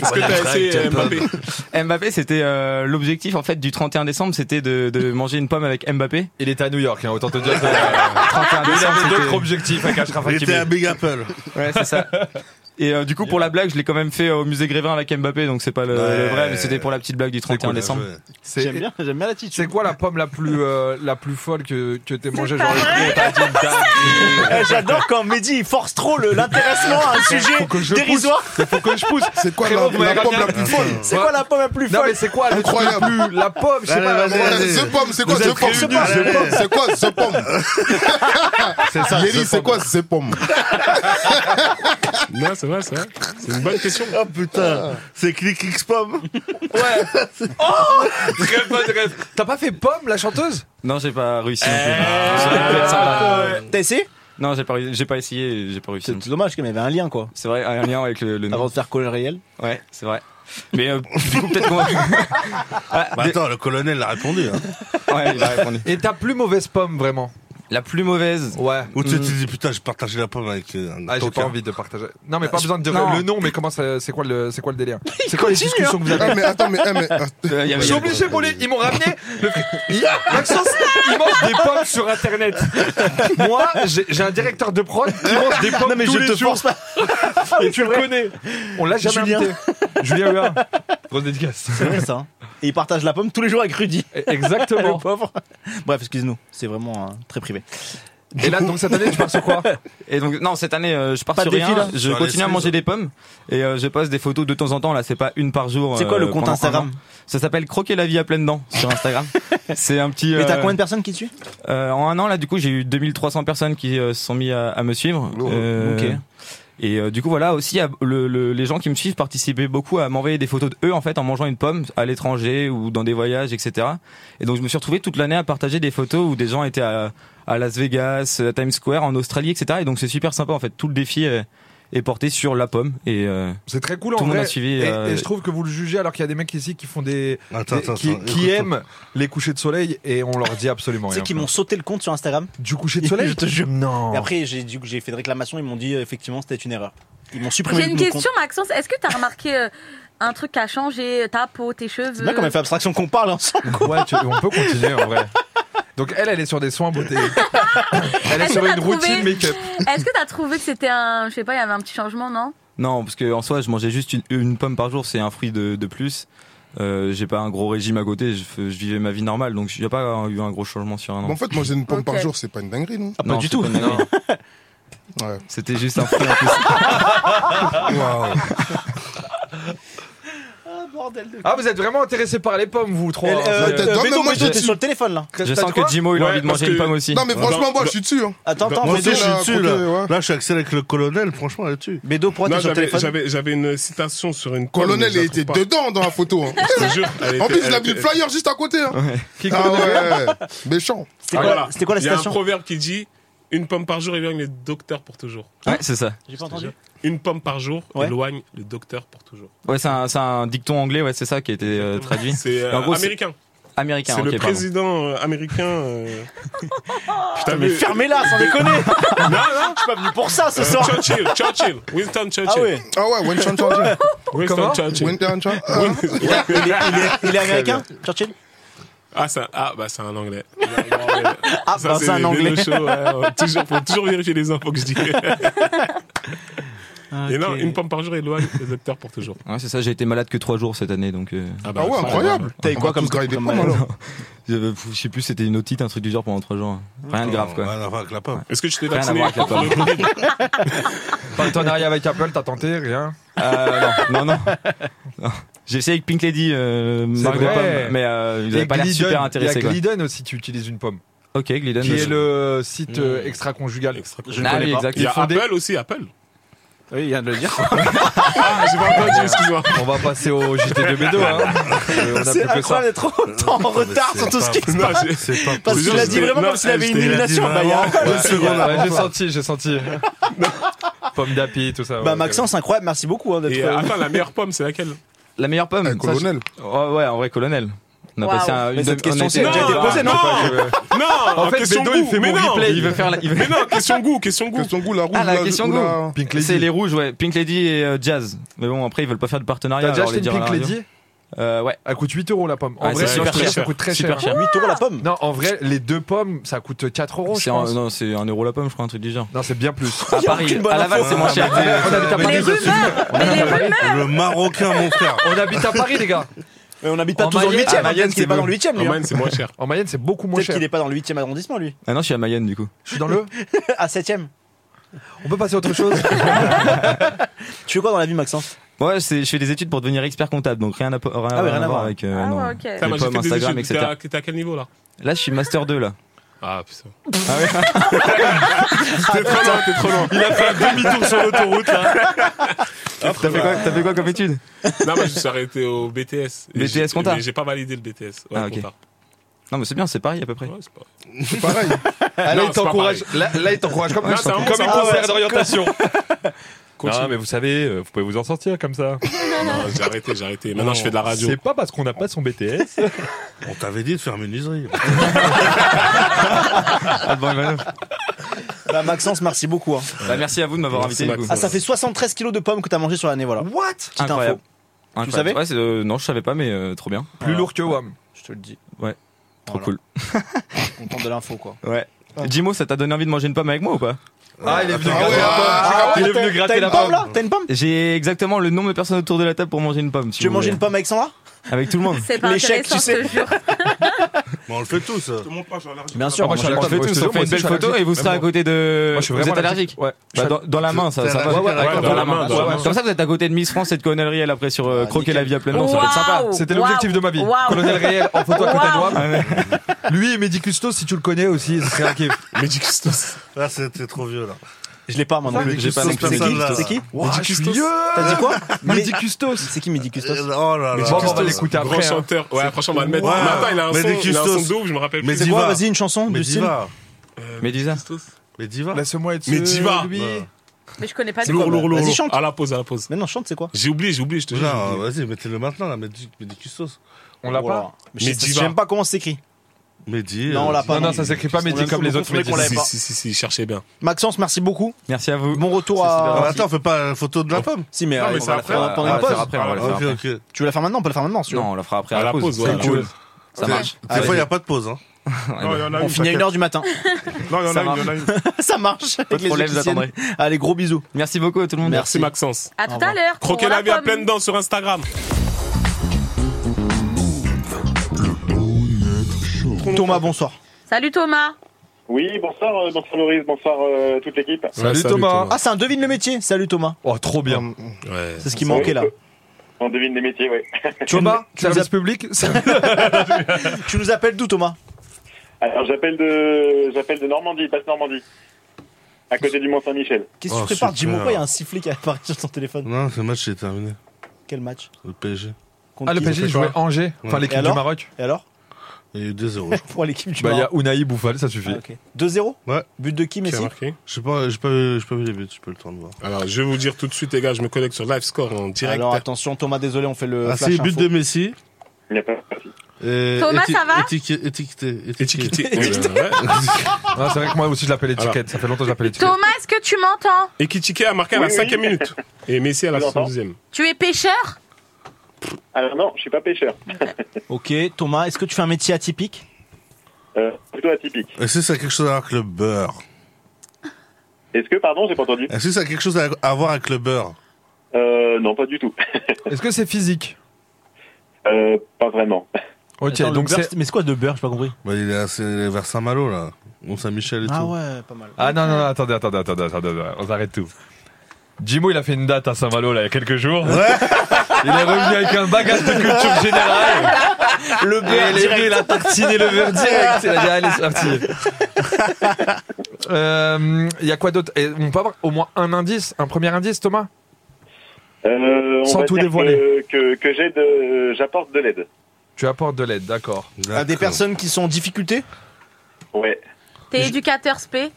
Speaker 8: est-ce que t'as essayé euh, Mbappé
Speaker 9: [laughs] Mbappé, c'était euh, l'objectif en fait du 31 décembre, c'était de, de manger une pomme avec Mbappé.
Speaker 6: Il était à New York, hein, autant te
Speaker 9: [laughs]
Speaker 6: dire. que, euh,
Speaker 9: 31
Speaker 6: Il
Speaker 9: décembre,
Speaker 6: avait
Speaker 9: c'était-
Speaker 6: d'autres objectifs avec Ashraf
Speaker 7: Il était
Speaker 6: Hakimi.
Speaker 7: à Big Apple.
Speaker 9: Ouais,
Speaker 6: [laughs]
Speaker 9: c'est ça. Et euh, du coup pour la blague, je l'ai quand même fait au musée Grévin avec Mbappé, donc c'est pas le,
Speaker 7: Ouais.
Speaker 9: le vrai, mais c'était pour la petite blague du 31 décembre.
Speaker 6: C'est-
Speaker 4: J'aime bien, j'aime
Speaker 6: [laughs]
Speaker 4: bien l'attitude.
Speaker 6: C'est quoi la pomme la plus, euh, la plus folle que, que t'aies mangée genre
Speaker 2: pas
Speaker 6: le
Speaker 2: vrai.
Speaker 6: jour où t'as dit une dame
Speaker 4: Eh, J'adore quand Mehdi il force trop le- l'intéressement à un sujet
Speaker 6: que je
Speaker 4: dérisoire.
Speaker 6: Faut que je pousse
Speaker 5: C'est quoi
Speaker 6: Frérot,
Speaker 5: la,
Speaker 6: vous m'avez
Speaker 5: la pomme la
Speaker 6: regardé
Speaker 5: plus folle
Speaker 4: C'est quoi la pomme la plus
Speaker 6: Non mais
Speaker 4: folle
Speaker 6: c'est quoi le truc
Speaker 5: Incroyable.
Speaker 6: le plus- La pomme, je sais
Speaker 7: Allez,
Speaker 6: pas
Speaker 7: vas-y,
Speaker 6: la-
Speaker 7: allez.
Speaker 5: The pomme, c'est quoi
Speaker 7: Vous
Speaker 5: The
Speaker 7: êtes
Speaker 5: pomme
Speaker 7: réunis, allez.
Speaker 5: C'est quoi The pomme
Speaker 6: C'est ça,
Speaker 5: Yéli,
Speaker 6: ce
Speaker 5: c'est
Speaker 6: pomme.
Speaker 5: quoi The pomme
Speaker 8: Non, c'est vrai, c'est vrai. C'est une bonne question.
Speaker 7: Oh putain, c'est Click X Pomme.
Speaker 6: Ouais Oh Très bonne rêve T'as pas fait pomme la chanteuse
Speaker 9: Non, j'ai pas réussi. non plus. J'aurais pu être sympa.
Speaker 4: T'as essayé
Speaker 9: Non, j'ai pas, réussi- j'ai pas essayé, j'ai pas réussi. non
Speaker 4: C'est dommage qu'il y avait un lien quoi.
Speaker 9: C'est vrai, un lien avec le, le nom.
Speaker 4: Avant de faire Colonel Réel.
Speaker 9: Ah Ouais, c'est vrai. Mais euh, du coup, peut-être qu'on va. Ah,
Speaker 7: Bah,
Speaker 9: dé-
Speaker 7: attends, le colonel l'a répondu. Hein.
Speaker 9: [laughs] ouais, il a répondu.
Speaker 6: Et ta plus mauvaise pomme vraiment
Speaker 9: La plus mauvaise.
Speaker 6: Ouais
Speaker 7: Ou tu
Speaker 9: Hmm.
Speaker 7: te dis putain, j'ai partagé la pomme avec euh, un
Speaker 6: ah, j'ai pas
Speaker 7: tocard.
Speaker 6: envie de partager. Non, mais pas besoin de dire
Speaker 9: non.
Speaker 6: le nom, mais comment ça, c'est quoi le, c'est quoi le délire C'est quoi les discussions que vous avez
Speaker 5: Ah, mais attends, mais. eh, mais ah,
Speaker 9: Euh, il y avait-
Speaker 6: Je suis obligé, bon, les- ils m'ont ramené. Le... Il- Maxence, il mange des pommes sur internet. Moi, j'ai j'ai un directeur de prod qui mange des
Speaker 4: [laughs]
Speaker 6: pommes
Speaker 4: Non mais
Speaker 6: tous
Speaker 4: je
Speaker 6: les
Speaker 4: te
Speaker 6: jours.
Speaker 4: force pas.
Speaker 6: Et tu le connais. On l'a jamais
Speaker 4: Julien.
Speaker 6: invité. Julien Huard. Grosse dédicace.
Speaker 4: C'est vrai ça. hein. Et il partage la pomme tous les jours avec Rudy. Le
Speaker 6: Exactement.
Speaker 4: pauvre. Bref, excuse-nous. C'est vraiment euh, très privé.
Speaker 6: Et là, donc cette année, tu pars sur quoi
Speaker 9: Et donc, non, cette année, euh, je pars
Speaker 4: Pas
Speaker 9: sur
Speaker 4: de hein. défi,
Speaker 9: rien.
Speaker 4: là
Speaker 9: je
Speaker 7: Sur
Speaker 9: continue
Speaker 7: les
Speaker 9: à manger
Speaker 7: cerises.
Speaker 9: des pommes et euh, je poste des photos de temps en temps. Là, c'est pas une par jour.
Speaker 4: C'est quoi le
Speaker 9: euh,
Speaker 4: compte
Speaker 9: pendant un
Speaker 4: Instagram
Speaker 9: an. Ça s'appelle Croquer la vie à pleines dents sur
Speaker 4: [laughs]
Speaker 9: Instagram. c'est un petit.
Speaker 4: Mais t'as
Speaker 9: euh,
Speaker 4: combien de personnes qui te suivent
Speaker 9: Euh, en un an, là, du coup, j'ai eu 2300 personnes qui euh, se sont mis à, à me suivre.
Speaker 6: Oh,
Speaker 5: Lourd.
Speaker 9: Euh,
Speaker 4: Ok.
Speaker 9: Et euh, du coup, voilà, aussi, à- le- le- les gens qui me suivent participaient beaucoup à m'envoyer des photos d'eux, en fait, en mangeant une pomme à l'étranger ou dans des voyages, etc. Et donc, je me suis retrouvé toute l'année à partager des photos où des gens étaient à, à Las Vegas, à Times Square, en Australie, etc. Et donc, c'est super sympa, en fait, tout le défi. euh, et porté sur la pomme. Et euh,
Speaker 6: C'est très cool en
Speaker 9: Tout le monde
Speaker 6: vrai.
Speaker 9: a suivi,
Speaker 6: et,
Speaker 9: euh,
Speaker 6: et je trouve que vous le jugez alors qu'il y a des mecs ici qui font des,
Speaker 7: Attends,
Speaker 6: des-
Speaker 7: attends,
Speaker 6: qui,
Speaker 7: attends,
Speaker 6: qui
Speaker 7: écoute,
Speaker 6: aiment les couchers de soleil et on leur dit absolument
Speaker 4: Tu sais
Speaker 6: rien.
Speaker 4: qu'ils m'ont sauté le compte sur Instagram.
Speaker 6: Du coucher de soleil
Speaker 4: Je te jure.
Speaker 6: Non.
Speaker 4: Et après, j'ai du coup, j'ai fait une réclamation. Ils m'ont dit euh, effectivement c'était une erreur. Ils m'ont supprimé
Speaker 2: J'ai
Speaker 4: le
Speaker 2: une
Speaker 4: mon
Speaker 2: question,
Speaker 4: compte.
Speaker 2: Maxence. Est-ce que t'as remarqué euh, un truc qui a changé euh, ta peau, tes cheveux
Speaker 4: C'est bien comme elle fait abstraction qu'on parle ensemble.
Speaker 6: Ouais, tu- on peut continuer en vrai. Donc elle, elle est sur des soins [laughs] beauté. elle est
Speaker 2: Est-ce
Speaker 6: sur
Speaker 2: que
Speaker 6: une
Speaker 2: t'as trouvé
Speaker 6: routine make-up.
Speaker 2: Est-ce que t'as trouvé que c'était un. Je sais pas, il y avait un petit changement, non
Speaker 9: non, parce que en soi, je mangeais juste une, une pomme par jour, c'est un fruit de, de plus. Euh, j'ai pas un gros régime à côté, je, je vivais ma vie normale, donc il n'y a pas eu un gros changement sur un an.
Speaker 5: Bon, en fait, manger une pomme
Speaker 2: Ok.
Speaker 5: par jour, c'est pas une dinguerie, non
Speaker 4: Ah, pas
Speaker 9: Non,
Speaker 4: du
Speaker 9: c'est
Speaker 4: tout.
Speaker 9: pas une dinguerie.
Speaker 5: Ouais.
Speaker 9: C'était juste un fruit en plus.
Speaker 5: Waouh.
Speaker 4: Ah [laughs] bordel de.
Speaker 6: Ah, vous êtes vraiment intéressé par les pommes, vous trois.
Speaker 4: Euh,
Speaker 6: hein.
Speaker 5: la
Speaker 6: [laughs]
Speaker 5: tête
Speaker 4: euh,
Speaker 5: d'homme,
Speaker 4: Bédo,
Speaker 5: mais moi,
Speaker 4: moi
Speaker 5: je
Speaker 4: j'étais
Speaker 5: suis-
Speaker 4: sur le téléphone là.
Speaker 9: Je
Speaker 6: T'as
Speaker 9: sens
Speaker 6: de
Speaker 9: que
Speaker 6: quoi
Speaker 9: Jimo, il a
Speaker 8: Ouais,
Speaker 9: envie de
Speaker 8: parce
Speaker 9: manger une
Speaker 8: que-
Speaker 9: pomme aussi.
Speaker 5: Non, mais franchement, moi, je suis dessus. Hein.
Speaker 4: Attends, attends,
Speaker 7: Moi aussi,
Speaker 4: Bédo,
Speaker 7: je suis
Speaker 5: là,
Speaker 7: dessus,
Speaker 5: côté,
Speaker 7: là.
Speaker 5: ouais.
Speaker 7: Là, je suis axé avec le colonel, franchement, là-dessus.
Speaker 4: Bédo, pourquoi
Speaker 8: Non,
Speaker 4: t'es sur le
Speaker 8: j'avais-
Speaker 4: téléphone
Speaker 8: j'avais j'avais une citation sur une pomme, mais
Speaker 5: Colonel,
Speaker 8: je la
Speaker 5: il
Speaker 8: trouve
Speaker 5: était
Speaker 8: pas.
Speaker 5: dedans dans la photo. hein.
Speaker 8: Je te jure, elle
Speaker 5: En
Speaker 8: était-
Speaker 5: plus, il
Speaker 8: elle
Speaker 5: a mis
Speaker 8: était-
Speaker 5: le flyer juste à côté.
Speaker 9: [laughs]
Speaker 5: Hein.
Speaker 6: Qui
Speaker 5: Ah
Speaker 6: connaît-
Speaker 5: ouais, méchant.
Speaker 4: C'était
Speaker 8: Ah,
Speaker 4: quoi,
Speaker 8: voilà.
Speaker 4: c'était quoi la
Speaker 8: Il y a un
Speaker 4: citation
Speaker 8: proverbe qui dit une pomme par jour éloigne le docteur pour toujours.
Speaker 9: Ouais, c'est ça.
Speaker 4: J'ai pas entendu.
Speaker 8: Une pomme par jour
Speaker 4: Ouais.
Speaker 8: éloigne le docteur pour toujours.
Speaker 9: Ouais, c'est un, c'est un dicton anglais, ouais, c'est ça qui a été euh, traduit.
Speaker 8: C'est euh,
Speaker 9: En gros, c'est-
Speaker 8: américain.
Speaker 9: Américain,
Speaker 8: C'est
Speaker 9: ok,
Speaker 8: le
Speaker 9: pardon.
Speaker 8: président euh, américain. euh, Je
Speaker 4: Mais
Speaker 8: t'avais-
Speaker 4: fermez-la, sans déconner
Speaker 8: Non, non,
Speaker 4: Je suis pas venu pour ça ce soir
Speaker 8: Euh, Churchill, Churchill, Winston Churchill.
Speaker 4: Ah ouais
Speaker 5: Ah ouais, Wen Chan Chan Chan.
Speaker 8: Winston
Speaker 6: Comment
Speaker 8: Churchill.
Speaker 5: Wen Chan Chan. Ah,
Speaker 4: il, est- il est, il est- il est américain Churchill
Speaker 8: Ah, c'est un- ah, bah, c'est
Speaker 4: [laughs]
Speaker 8: un anglais. ah,
Speaker 4: Ah, bah, c'est un anglais
Speaker 8: toujours, faut toujours vérifier les
Speaker 4: [laughs]
Speaker 8: infos que je dis. Et non, une pomme par jour éloigne le docteur pour toujours.
Speaker 9: Ouais, c'est ça, j'ai été malade que trois jours cette année, donc euh,
Speaker 8: bah,
Speaker 5: Ah ouais,
Speaker 8: ça,
Speaker 5: incroyable.
Speaker 4: T'as eu
Speaker 5: On
Speaker 4: quoi
Speaker 5: va
Speaker 4: comme-
Speaker 5: tous grailler des
Speaker 4: comme-
Speaker 5: pommes, alors.
Speaker 9: je je sais plus, c'était une otite, un truc du genre pendant trois jours. Rien
Speaker 7: Oh,
Speaker 9: de grave, quoi.
Speaker 7: Rien à voir avec la pomme.
Speaker 8: Est-ce que tu t'es
Speaker 9: Rien à
Speaker 8: vacciné
Speaker 9: voir avec la
Speaker 8: contre le Covid
Speaker 6: Partenariat avec Apple, t'as tenté rien.
Speaker 9: Euh, non, non, non. Non. J'ai essayé avec Pink Lady, euh, marque de
Speaker 6: vrai.
Speaker 9: pomme, mais euh, ils
Speaker 6: Et
Speaker 9: avaient pas l'air
Speaker 6: Glidden,
Speaker 9: super
Speaker 6: Il
Speaker 9: intéressés,
Speaker 6: y a
Speaker 9: quoi.
Speaker 6: Glidden aussi, tu utilises une pomme.
Speaker 9: Ok, Glidden.
Speaker 6: Qui
Speaker 9: je-
Speaker 6: est le site euh,
Speaker 4: Mmh.
Speaker 6: extra-conjugal.
Speaker 4: Je
Speaker 9: Ah
Speaker 4: connais
Speaker 9: oui,
Speaker 4: pas.
Speaker 9: exact.
Speaker 8: Il y a
Speaker 6: Ils font des-
Speaker 8: Apple aussi, Apple.
Speaker 4: Oui, il vient de le
Speaker 6: [laughs]
Speaker 4: dire.
Speaker 8: Ah, j'ai pas entendu, excuse-moi.
Speaker 6: On va passer au JT de Bédo. Hein.
Speaker 9: Bah,
Speaker 6: Euh, on a
Speaker 4: C'est
Speaker 6: plus que ça.
Speaker 4: incroyable d'être autant en retard sur tout ce qui se
Speaker 8: Non,
Speaker 4: passe
Speaker 8: j'ai-
Speaker 7: C'est pas
Speaker 4: Parce
Speaker 8: que
Speaker 4: qu'il
Speaker 8: je
Speaker 4: a
Speaker 8: l'ai
Speaker 4: dit vraiment
Speaker 8: non,
Speaker 4: comme s'il avait une
Speaker 7: il a dit
Speaker 4: illumination bah, il y a-
Speaker 7: vraiment, ouais.
Speaker 6: Ouais, j'ai senti, j'ai senti. Pomme d'api, tout ça.
Speaker 4: Bah
Speaker 6: ouais,
Speaker 4: Maxence, incroyable, merci beaucoup hein, d'être...
Speaker 8: Et euh, attends, la meilleure pomme, c'est laquelle
Speaker 9: La meilleure pomme.
Speaker 5: Eh,
Speaker 9: ça,
Speaker 5: colonel.
Speaker 9: je- Oh, ouais, en vrai, colonel. On a
Speaker 2: Waouh.
Speaker 9: passé un,
Speaker 4: Mais cette
Speaker 9: demi-
Speaker 4: question,
Speaker 9: on a
Speaker 4: c'est
Speaker 9: été-
Speaker 4: déjà été
Speaker 9: Non,
Speaker 4: posée,
Speaker 8: non
Speaker 6: ok. Ouais, ouais.
Speaker 8: Non,
Speaker 6: En fait,
Speaker 8: question
Speaker 6: Bédo,
Speaker 8: goût.
Speaker 6: il fait
Speaker 8: mais
Speaker 6: mon
Speaker 8: non.
Speaker 6: replay.
Speaker 9: Ah, Il veut faire la, il veut-
Speaker 8: Mais non, question goût, question goût.
Speaker 5: Question goût, la rouge.
Speaker 9: Ah, la question
Speaker 5: ou
Speaker 9: goût.
Speaker 5: la-
Speaker 6: Pink
Speaker 9: C'est
Speaker 6: Lady.
Speaker 9: les rouges, ouais. Pink Lady et euh, Jazz. Mais bon, après, ils veulent pas faire de partenariat.
Speaker 6: T'as déjà
Speaker 9: alors
Speaker 6: acheté
Speaker 9: on les
Speaker 6: une
Speaker 9: dira à
Speaker 6: Pink
Speaker 9: la radio.
Speaker 6: Lady
Speaker 9: Euh, ouais.
Speaker 6: Elle coûte 8 euros la pomme. En
Speaker 9: Ouais,
Speaker 6: vrai,
Speaker 8: c'est
Speaker 6: je
Speaker 8: super
Speaker 6: trouve que
Speaker 8: cher.
Speaker 6: ça coûte très
Speaker 9: Super
Speaker 6: cher.
Speaker 9: cher.
Speaker 4: 8 euros la pomme
Speaker 6: Non, en vrai, les deux pommes, ça coûte 4 euros,
Speaker 9: C'est
Speaker 6: Oh, je
Speaker 9: un,
Speaker 6: pense.
Speaker 9: non, c'est un euro la pomme, je crois, un truc du genre.
Speaker 6: Non, c'est bien plus. Eh,
Speaker 9: À Paris,
Speaker 4: aucune bonne
Speaker 9: à Laval,
Speaker 4: info.
Speaker 9: c'est
Speaker 6: Ah,
Speaker 9: moins cher.
Speaker 6: On habite
Speaker 7: Mais
Speaker 6: à
Speaker 2: Les
Speaker 6: Paris.
Speaker 7: les
Speaker 2: rumeurs Mais les rumeurs
Speaker 7: [laughs] Le marocain, mon frère.
Speaker 6: On habite à Paris, les gars.
Speaker 4: Mais on n'habite pas
Speaker 6: En
Speaker 4: tous dans le
Speaker 6: Mayenne-
Speaker 4: 8
Speaker 6: à
Speaker 4: e
Speaker 6: Mayenne,
Speaker 4: Mayenne, il
Speaker 6: c'est
Speaker 4: est pas
Speaker 6: bon.
Speaker 4: dans le 8 e
Speaker 8: En
Speaker 4: lui hein.
Speaker 8: Mayenne, c'est moins cher.
Speaker 6: En Mayenne, c'est beaucoup moins
Speaker 4: Peut-être
Speaker 6: cher.
Speaker 4: qu'il est pas dans le 8 e arrondissement lui
Speaker 9: Ah non, je suis à Mayenne, du coup.
Speaker 6: Je suis dans le.
Speaker 4: À 7 e
Speaker 6: [laughs] On peut passer à autre chose
Speaker 4: Tu fais quoi dans la vie Maxence
Speaker 9: Ouais, c'est- je fais des études pour devenir expert comptable, donc rien à, po- rien
Speaker 4: Ah ouais,
Speaker 9: à
Speaker 4: rien à
Speaker 9: voir
Speaker 4: voir.
Speaker 9: avec euh,
Speaker 2: Ah
Speaker 9: non.
Speaker 2: ouais, ok.
Speaker 9: les
Speaker 8: T'as
Speaker 9: pommes,
Speaker 8: moi, j'ai fait des
Speaker 9: Instagram,
Speaker 8: études.
Speaker 9: etc.
Speaker 8: T'as- T'es à quel niveau là
Speaker 9: Là, je suis master 2 là.
Speaker 8: Ah putain.
Speaker 4: T'es trop loin, t'es trop loin
Speaker 8: Demi-tour sur l'autoroute là.
Speaker 9: [laughs] T'as fait, quoi- t'as fait quoi comme étude
Speaker 8: Non, moi je suis arrêté au BTS. Et
Speaker 9: BTS
Speaker 8: j'ai-
Speaker 9: compta.
Speaker 8: Mais j'ai pas validé le BTS. Ouais,
Speaker 9: Ah, ok.
Speaker 8: compta.
Speaker 9: Non, mais c'est bien, c'est pareil à peu près.
Speaker 8: Ouais, c'est pas-
Speaker 5: C'est pareil.
Speaker 8: Non,
Speaker 6: Là, il
Speaker 8: c'est pas
Speaker 6: t'encourage. Là, là, il t'encourage comme
Speaker 8: Non, c'est un
Speaker 6: comme
Speaker 8: bon
Speaker 6: une
Speaker 8: savoir.
Speaker 6: conseillère d'orientation.
Speaker 8: Continue.
Speaker 6: mais vous savez, euh, vous pouvez vous en sortir comme ça.
Speaker 8: Non, j'ai arrêté, j'ai arrêté. Maintenant, je fais de la radio.
Speaker 6: pas parce qu'on n'a pas son BTS.
Speaker 7: On t'avait dit de faire menuiserie.
Speaker 9: Ah,
Speaker 4: Bah Maxence, merci beaucoup hein.
Speaker 9: Bah, merci à vous de m'avoir
Speaker 8: Merci,
Speaker 9: invité du coup.
Speaker 4: Ah
Speaker 8: Max.
Speaker 4: ça fait 73 kilos de pommes que t'as mangé sur l'année voilà
Speaker 6: What
Speaker 4: Petite info
Speaker 9: Incroyable.
Speaker 4: savais
Speaker 9: ouais, c'est, euh, Non, je savais pas, mais euh, trop bien.
Speaker 6: Plus lourd que WAM.
Speaker 4: Je te le dis
Speaker 9: Trop
Speaker 4: Voilà.
Speaker 9: cool.
Speaker 4: Content de l'info quoi
Speaker 9: Ouais. Jimo, ça t'a donné envie de manger une pomme avec moi ou pas
Speaker 6: Ah, il est venu
Speaker 5: Ah
Speaker 6: gratter
Speaker 5: ouais,
Speaker 6: la pomme.
Speaker 5: ah,
Speaker 6: Il est venu
Speaker 4: T'as
Speaker 6: gratter
Speaker 4: une
Speaker 6: la
Speaker 4: pomme
Speaker 6: pomme.
Speaker 4: là T'as une pomme
Speaker 9: J'ai exactement le nombre de personnes autour de la table pour manger une pomme. si
Speaker 4: Tu veux
Speaker 9: vous
Speaker 4: manger
Speaker 9: voulez.
Speaker 4: une pomme avec Sandra
Speaker 9: Avec tout le monde.
Speaker 2: C'est pas
Speaker 4: L'échec,
Speaker 2: intéressant,
Speaker 4: tu sais.
Speaker 2: je te jure.
Speaker 7: Mais on le fait tous.
Speaker 4: Bien
Speaker 7: euh.
Speaker 6: Ah, moi, je suis
Speaker 9: On
Speaker 6: allergique. Moi, je te jure,
Speaker 9: fait tous, on fait
Speaker 6: moi
Speaker 9: une
Speaker 6: aussi,
Speaker 9: belle
Speaker 6: je suis
Speaker 9: photo et vous serez à côté de.
Speaker 6: Moi, je suis
Speaker 9: vous
Speaker 6: vraiment
Speaker 9: êtes allergique
Speaker 6: Ouais.
Speaker 9: Bah, dans, dans la main, ça, ça va.
Speaker 6: Ouais, ouais,
Speaker 8: Ouais, dans la main, dans la
Speaker 6: Ouais,
Speaker 8: main.
Speaker 6: ouais.
Speaker 9: Comme ça, vous êtes à côté de Miss France et de Colonel Riel après sur euh,
Speaker 4: Ah,
Speaker 9: Croquer
Speaker 4: nickel.
Speaker 9: la vie à pleine dent. Ça va être sympa.
Speaker 2: Waouh,
Speaker 6: C'était l'objectif
Speaker 2: waouh,
Speaker 6: de ma vie.
Speaker 2: waouh.
Speaker 6: Colonel Réel en photo à côté de
Speaker 2: Waouh.
Speaker 9: Ah,
Speaker 6: WAM. Lui et Mehdi Custo, si tu le connais aussi, ce serait un
Speaker 9: [laughs]
Speaker 6: kiff.
Speaker 8: Magic Stos.
Speaker 7: Là, c'était Ah, trop vieux, là.
Speaker 4: Je l'ai pas moi non plus.
Speaker 9: J'ai pas non
Speaker 4: C'est
Speaker 9: plus.
Speaker 4: qui
Speaker 7: Personne, là.
Speaker 4: C'est qui
Speaker 6: Wow, je suis vieux.
Speaker 4: T'as dit quoi
Speaker 6: Mehdi Custos.
Speaker 4: C'est qui Midi Custos
Speaker 7: Oh là là.
Speaker 6: Bon, on va l'écouter
Speaker 8: Grand
Speaker 6: après. hein.
Speaker 8: chanteur. Ouais, franchement, on va le mettre.
Speaker 7: Ouais.
Speaker 8: Mais attends, il a un
Speaker 7: Mais
Speaker 8: son,
Speaker 7: des
Speaker 8: il a un son
Speaker 7: Custos.
Speaker 8: de ouf, je me rappelle
Speaker 7: Mais
Speaker 8: plus. Euh,
Speaker 4: C'est
Speaker 7: Diva.
Speaker 4: quoi Vas-y une chanson
Speaker 7: Mais
Speaker 4: du style
Speaker 7: diva.
Speaker 9: Mais dis ça.
Speaker 7: Mais diva.
Speaker 6: Laisse-moi être
Speaker 8: Mais Diva.
Speaker 6: celui-
Speaker 7: Ouais.
Speaker 2: Mais je connais pas
Speaker 8: C'est
Speaker 2: du
Speaker 8: lourd,
Speaker 2: tout.
Speaker 8: lourd, lourd.
Speaker 4: Vas-y,
Speaker 8: lourd.
Speaker 4: chante.
Speaker 8: À la pause, à la pause.
Speaker 4: Mais non, chante, c'est quoi
Speaker 8: J'ai oublié, j'ai oublié, je te jure. j'ai
Speaker 7: Non,
Speaker 8: oublié.
Speaker 7: vas-y, mettez-le maintenant, là, mets du, mets du Custos.
Speaker 6: On l'a
Speaker 4: Voilà.
Speaker 6: pas
Speaker 4: Mais je
Speaker 8: Mais
Speaker 4: sais
Speaker 8: Diva.
Speaker 4: même pas comment c'est écrit.
Speaker 7: Mais dis.
Speaker 4: Non, on l'a pas.
Speaker 6: Non, non, ça s'écrit pas
Speaker 4: On
Speaker 6: Mehdi
Speaker 4: aime
Speaker 6: comme
Speaker 4: tout,
Speaker 6: les
Speaker 4: on
Speaker 6: autres
Speaker 4: connaît
Speaker 6: Mehdi.
Speaker 4: qu'on l'avait
Speaker 8: Si,
Speaker 4: pas.
Speaker 8: si, si, si, cherchez bien.
Speaker 4: Maxence, merci beaucoup.
Speaker 3: Merci à vous.
Speaker 4: Bon retour
Speaker 7: Ah,
Speaker 4: à.
Speaker 7: attends, on fait pas la photo de la pomme Ah,
Speaker 4: Si, mais
Speaker 8: Non, mais
Speaker 4: euh, on
Speaker 8: c'est
Speaker 4: va la
Speaker 8: après,
Speaker 4: faire
Speaker 8: on va
Speaker 4: pendant
Speaker 3: on
Speaker 4: la
Speaker 3: va
Speaker 4: pause.
Speaker 3: faire après, on va le faire
Speaker 7: Ok,
Speaker 3: après.
Speaker 7: ok.
Speaker 4: Tu veux la faire maintenant On peut la faire maintenant, si tu veux.
Speaker 3: Non, on la fera après
Speaker 8: À
Speaker 3: à
Speaker 8: la
Speaker 3: la
Speaker 8: pause,
Speaker 3: pause.
Speaker 8: ouais.
Speaker 3: c'est cool. Ça
Speaker 7: Des-
Speaker 3: marche.
Speaker 7: Des fois, il n'y a pas de pause. Hein.
Speaker 8: Non, il y en a
Speaker 4: On
Speaker 8: une.
Speaker 4: finit à
Speaker 8: t'inquiète.
Speaker 4: 1h du matin.
Speaker 8: Non, il y en
Speaker 3: Ça
Speaker 8: a une, il y en a une.
Speaker 4: Ça marche. Avec
Speaker 3: de
Speaker 4: les
Speaker 3: problème, vous
Speaker 4: opticiennes.
Speaker 3: attendrez.
Speaker 4: Allez, gros bisous.
Speaker 3: Merci beaucoup à tout le monde.
Speaker 8: Merci Maxence.
Speaker 2: À tout à l'heure. pour
Speaker 8: Croquez la vie à
Speaker 2: pomme.
Speaker 8: pleines dents sur Instagram.
Speaker 4: Thomas, bonsoir.
Speaker 2: Salut Thomas.
Speaker 9: Oui, bonsoir, euh, bonsoir Maurice, bonsoir euh, toute l'équipe.
Speaker 6: Salut, Thomas.
Speaker 4: Ah, c'est un devine le métier. Salut Thomas.
Speaker 6: Oh, trop
Speaker 5: Ah,
Speaker 6: bien.
Speaker 5: Hum,
Speaker 8: Ouais.
Speaker 4: C'est ce qui manquait là.
Speaker 9: On devine les métiers, oui.
Speaker 6: Thomas,
Speaker 4: tu nous,
Speaker 6: service public [laughs]
Speaker 4: app- tu nous appelles d'où Thomas
Speaker 9: Alors j'appelle de j'appelle de Normandie, basse Normandie, à côté du Mont Saint-Michel.
Speaker 4: Qu'est-ce que
Speaker 7: Oh,
Speaker 4: tu prépares Dis-moi
Speaker 7: super.
Speaker 4: pas, il y a un sifflet qui apparaît sur ton téléphone.
Speaker 7: Non, ce match est terminé.
Speaker 4: Quel match
Speaker 7: Le PSG.
Speaker 4: Contre
Speaker 6: Ah, le
Speaker 4: qui
Speaker 6: PSG jouait Angers, enfin
Speaker 7: Ouais.
Speaker 6: l'équipe
Speaker 4: Et
Speaker 6: du
Speaker 4: alors
Speaker 6: Maroc.
Speaker 4: hein. Et alors
Speaker 7: Il y a eu 2-0. je crois.
Speaker 4: Pour l'équipe du
Speaker 6: Bah, il y
Speaker 4: Maroc.
Speaker 6: a Unai Bouffal, ça suffit.
Speaker 4: Ah, ok. 2-0
Speaker 7: Ouais.
Speaker 4: But de qui,
Speaker 8: Qui a
Speaker 4: Messi
Speaker 8: marqué
Speaker 7: J'ai pas, j'ai pas, vu- j'ai pas vu les buts, je peux le temps de voir.
Speaker 8: Alors, je vais vous dire tout de suite, les gars, je me connecte sur Live Score en direct.
Speaker 4: Alors attention Thomas, désolé, on fait le
Speaker 7: Ah,
Speaker 4: Euh, flash
Speaker 7: si, but
Speaker 4: info.
Speaker 7: de Messi.
Speaker 9: Il n'y a pas de souci.
Speaker 7: Et
Speaker 2: Thomas, ça va
Speaker 7: étiqueté, étiqueté,
Speaker 8: Étiqueté.
Speaker 4: [laughs]
Speaker 8: Ouais.
Speaker 6: Ah, c'est vrai que moi aussi je l'appelle étiquette, ça fait longtemps que je l'appelle étiquette.
Speaker 2: Thomas, est-ce que tu m'entends
Speaker 8: Et Kitike a marqué à la
Speaker 9: Oui, oui.
Speaker 8: cinquième minute. Et Messi à la
Speaker 9: Je l'entends.
Speaker 8: 62e.
Speaker 2: Tu es pêcheur
Speaker 9: Alors non, je suis pas pêcheur,
Speaker 4: Ok, Thomas, est-ce que tu fais un métier atypique
Speaker 9: euh, plutôt atypique.
Speaker 7: Est-ce que ça a quelque chose à voir avec le beurre
Speaker 9: Est-ce que, pardon, j'ai pas entendu
Speaker 7: Est-ce que ça a quelque chose à à voir avec le beurre
Speaker 9: euh, Non, pas du tout.
Speaker 6: Est-ce que c'est physique
Speaker 9: Euh, pas vraiment.
Speaker 6: Ok,
Speaker 4: Attends, le
Speaker 6: donc
Speaker 4: beurre,
Speaker 6: c'est.
Speaker 4: Mais c'est quoi de beurre J'ai pas compris.
Speaker 7: bah, Il est assez vers Saint-Malo, là. Mont Saint-Michel et
Speaker 4: Ah
Speaker 7: tout.
Speaker 4: ouais, pas mal.
Speaker 6: Ah non, non, non, attendez, attendez, attendez, attendez, attendez, on s'arrête tout. Jimo, il a fait une date à Saint-Malo, là, il y a quelques jours. Il est revenu avec un bagage de culture générale.
Speaker 4: Le
Speaker 6: Et il est venu, il a tartiné le beurre direct. Il a dit, allez, c'est parti. Euh, Il y a quoi d'autre Et On peut avoir au moins un indice, un premier indice, Thomas
Speaker 9: Euh, on
Speaker 6: Sans
Speaker 9: va
Speaker 6: tout
Speaker 9: dire
Speaker 6: dévoiler.
Speaker 9: Que, que, que j'aide, euh, j'apporte de l'aide.
Speaker 6: Tu apportes de l'aide, d'accord.
Speaker 4: À des
Speaker 7: D'accord.
Speaker 4: personnes qui sont en difficulté
Speaker 9: Ouais,
Speaker 2: T'es éducateur spé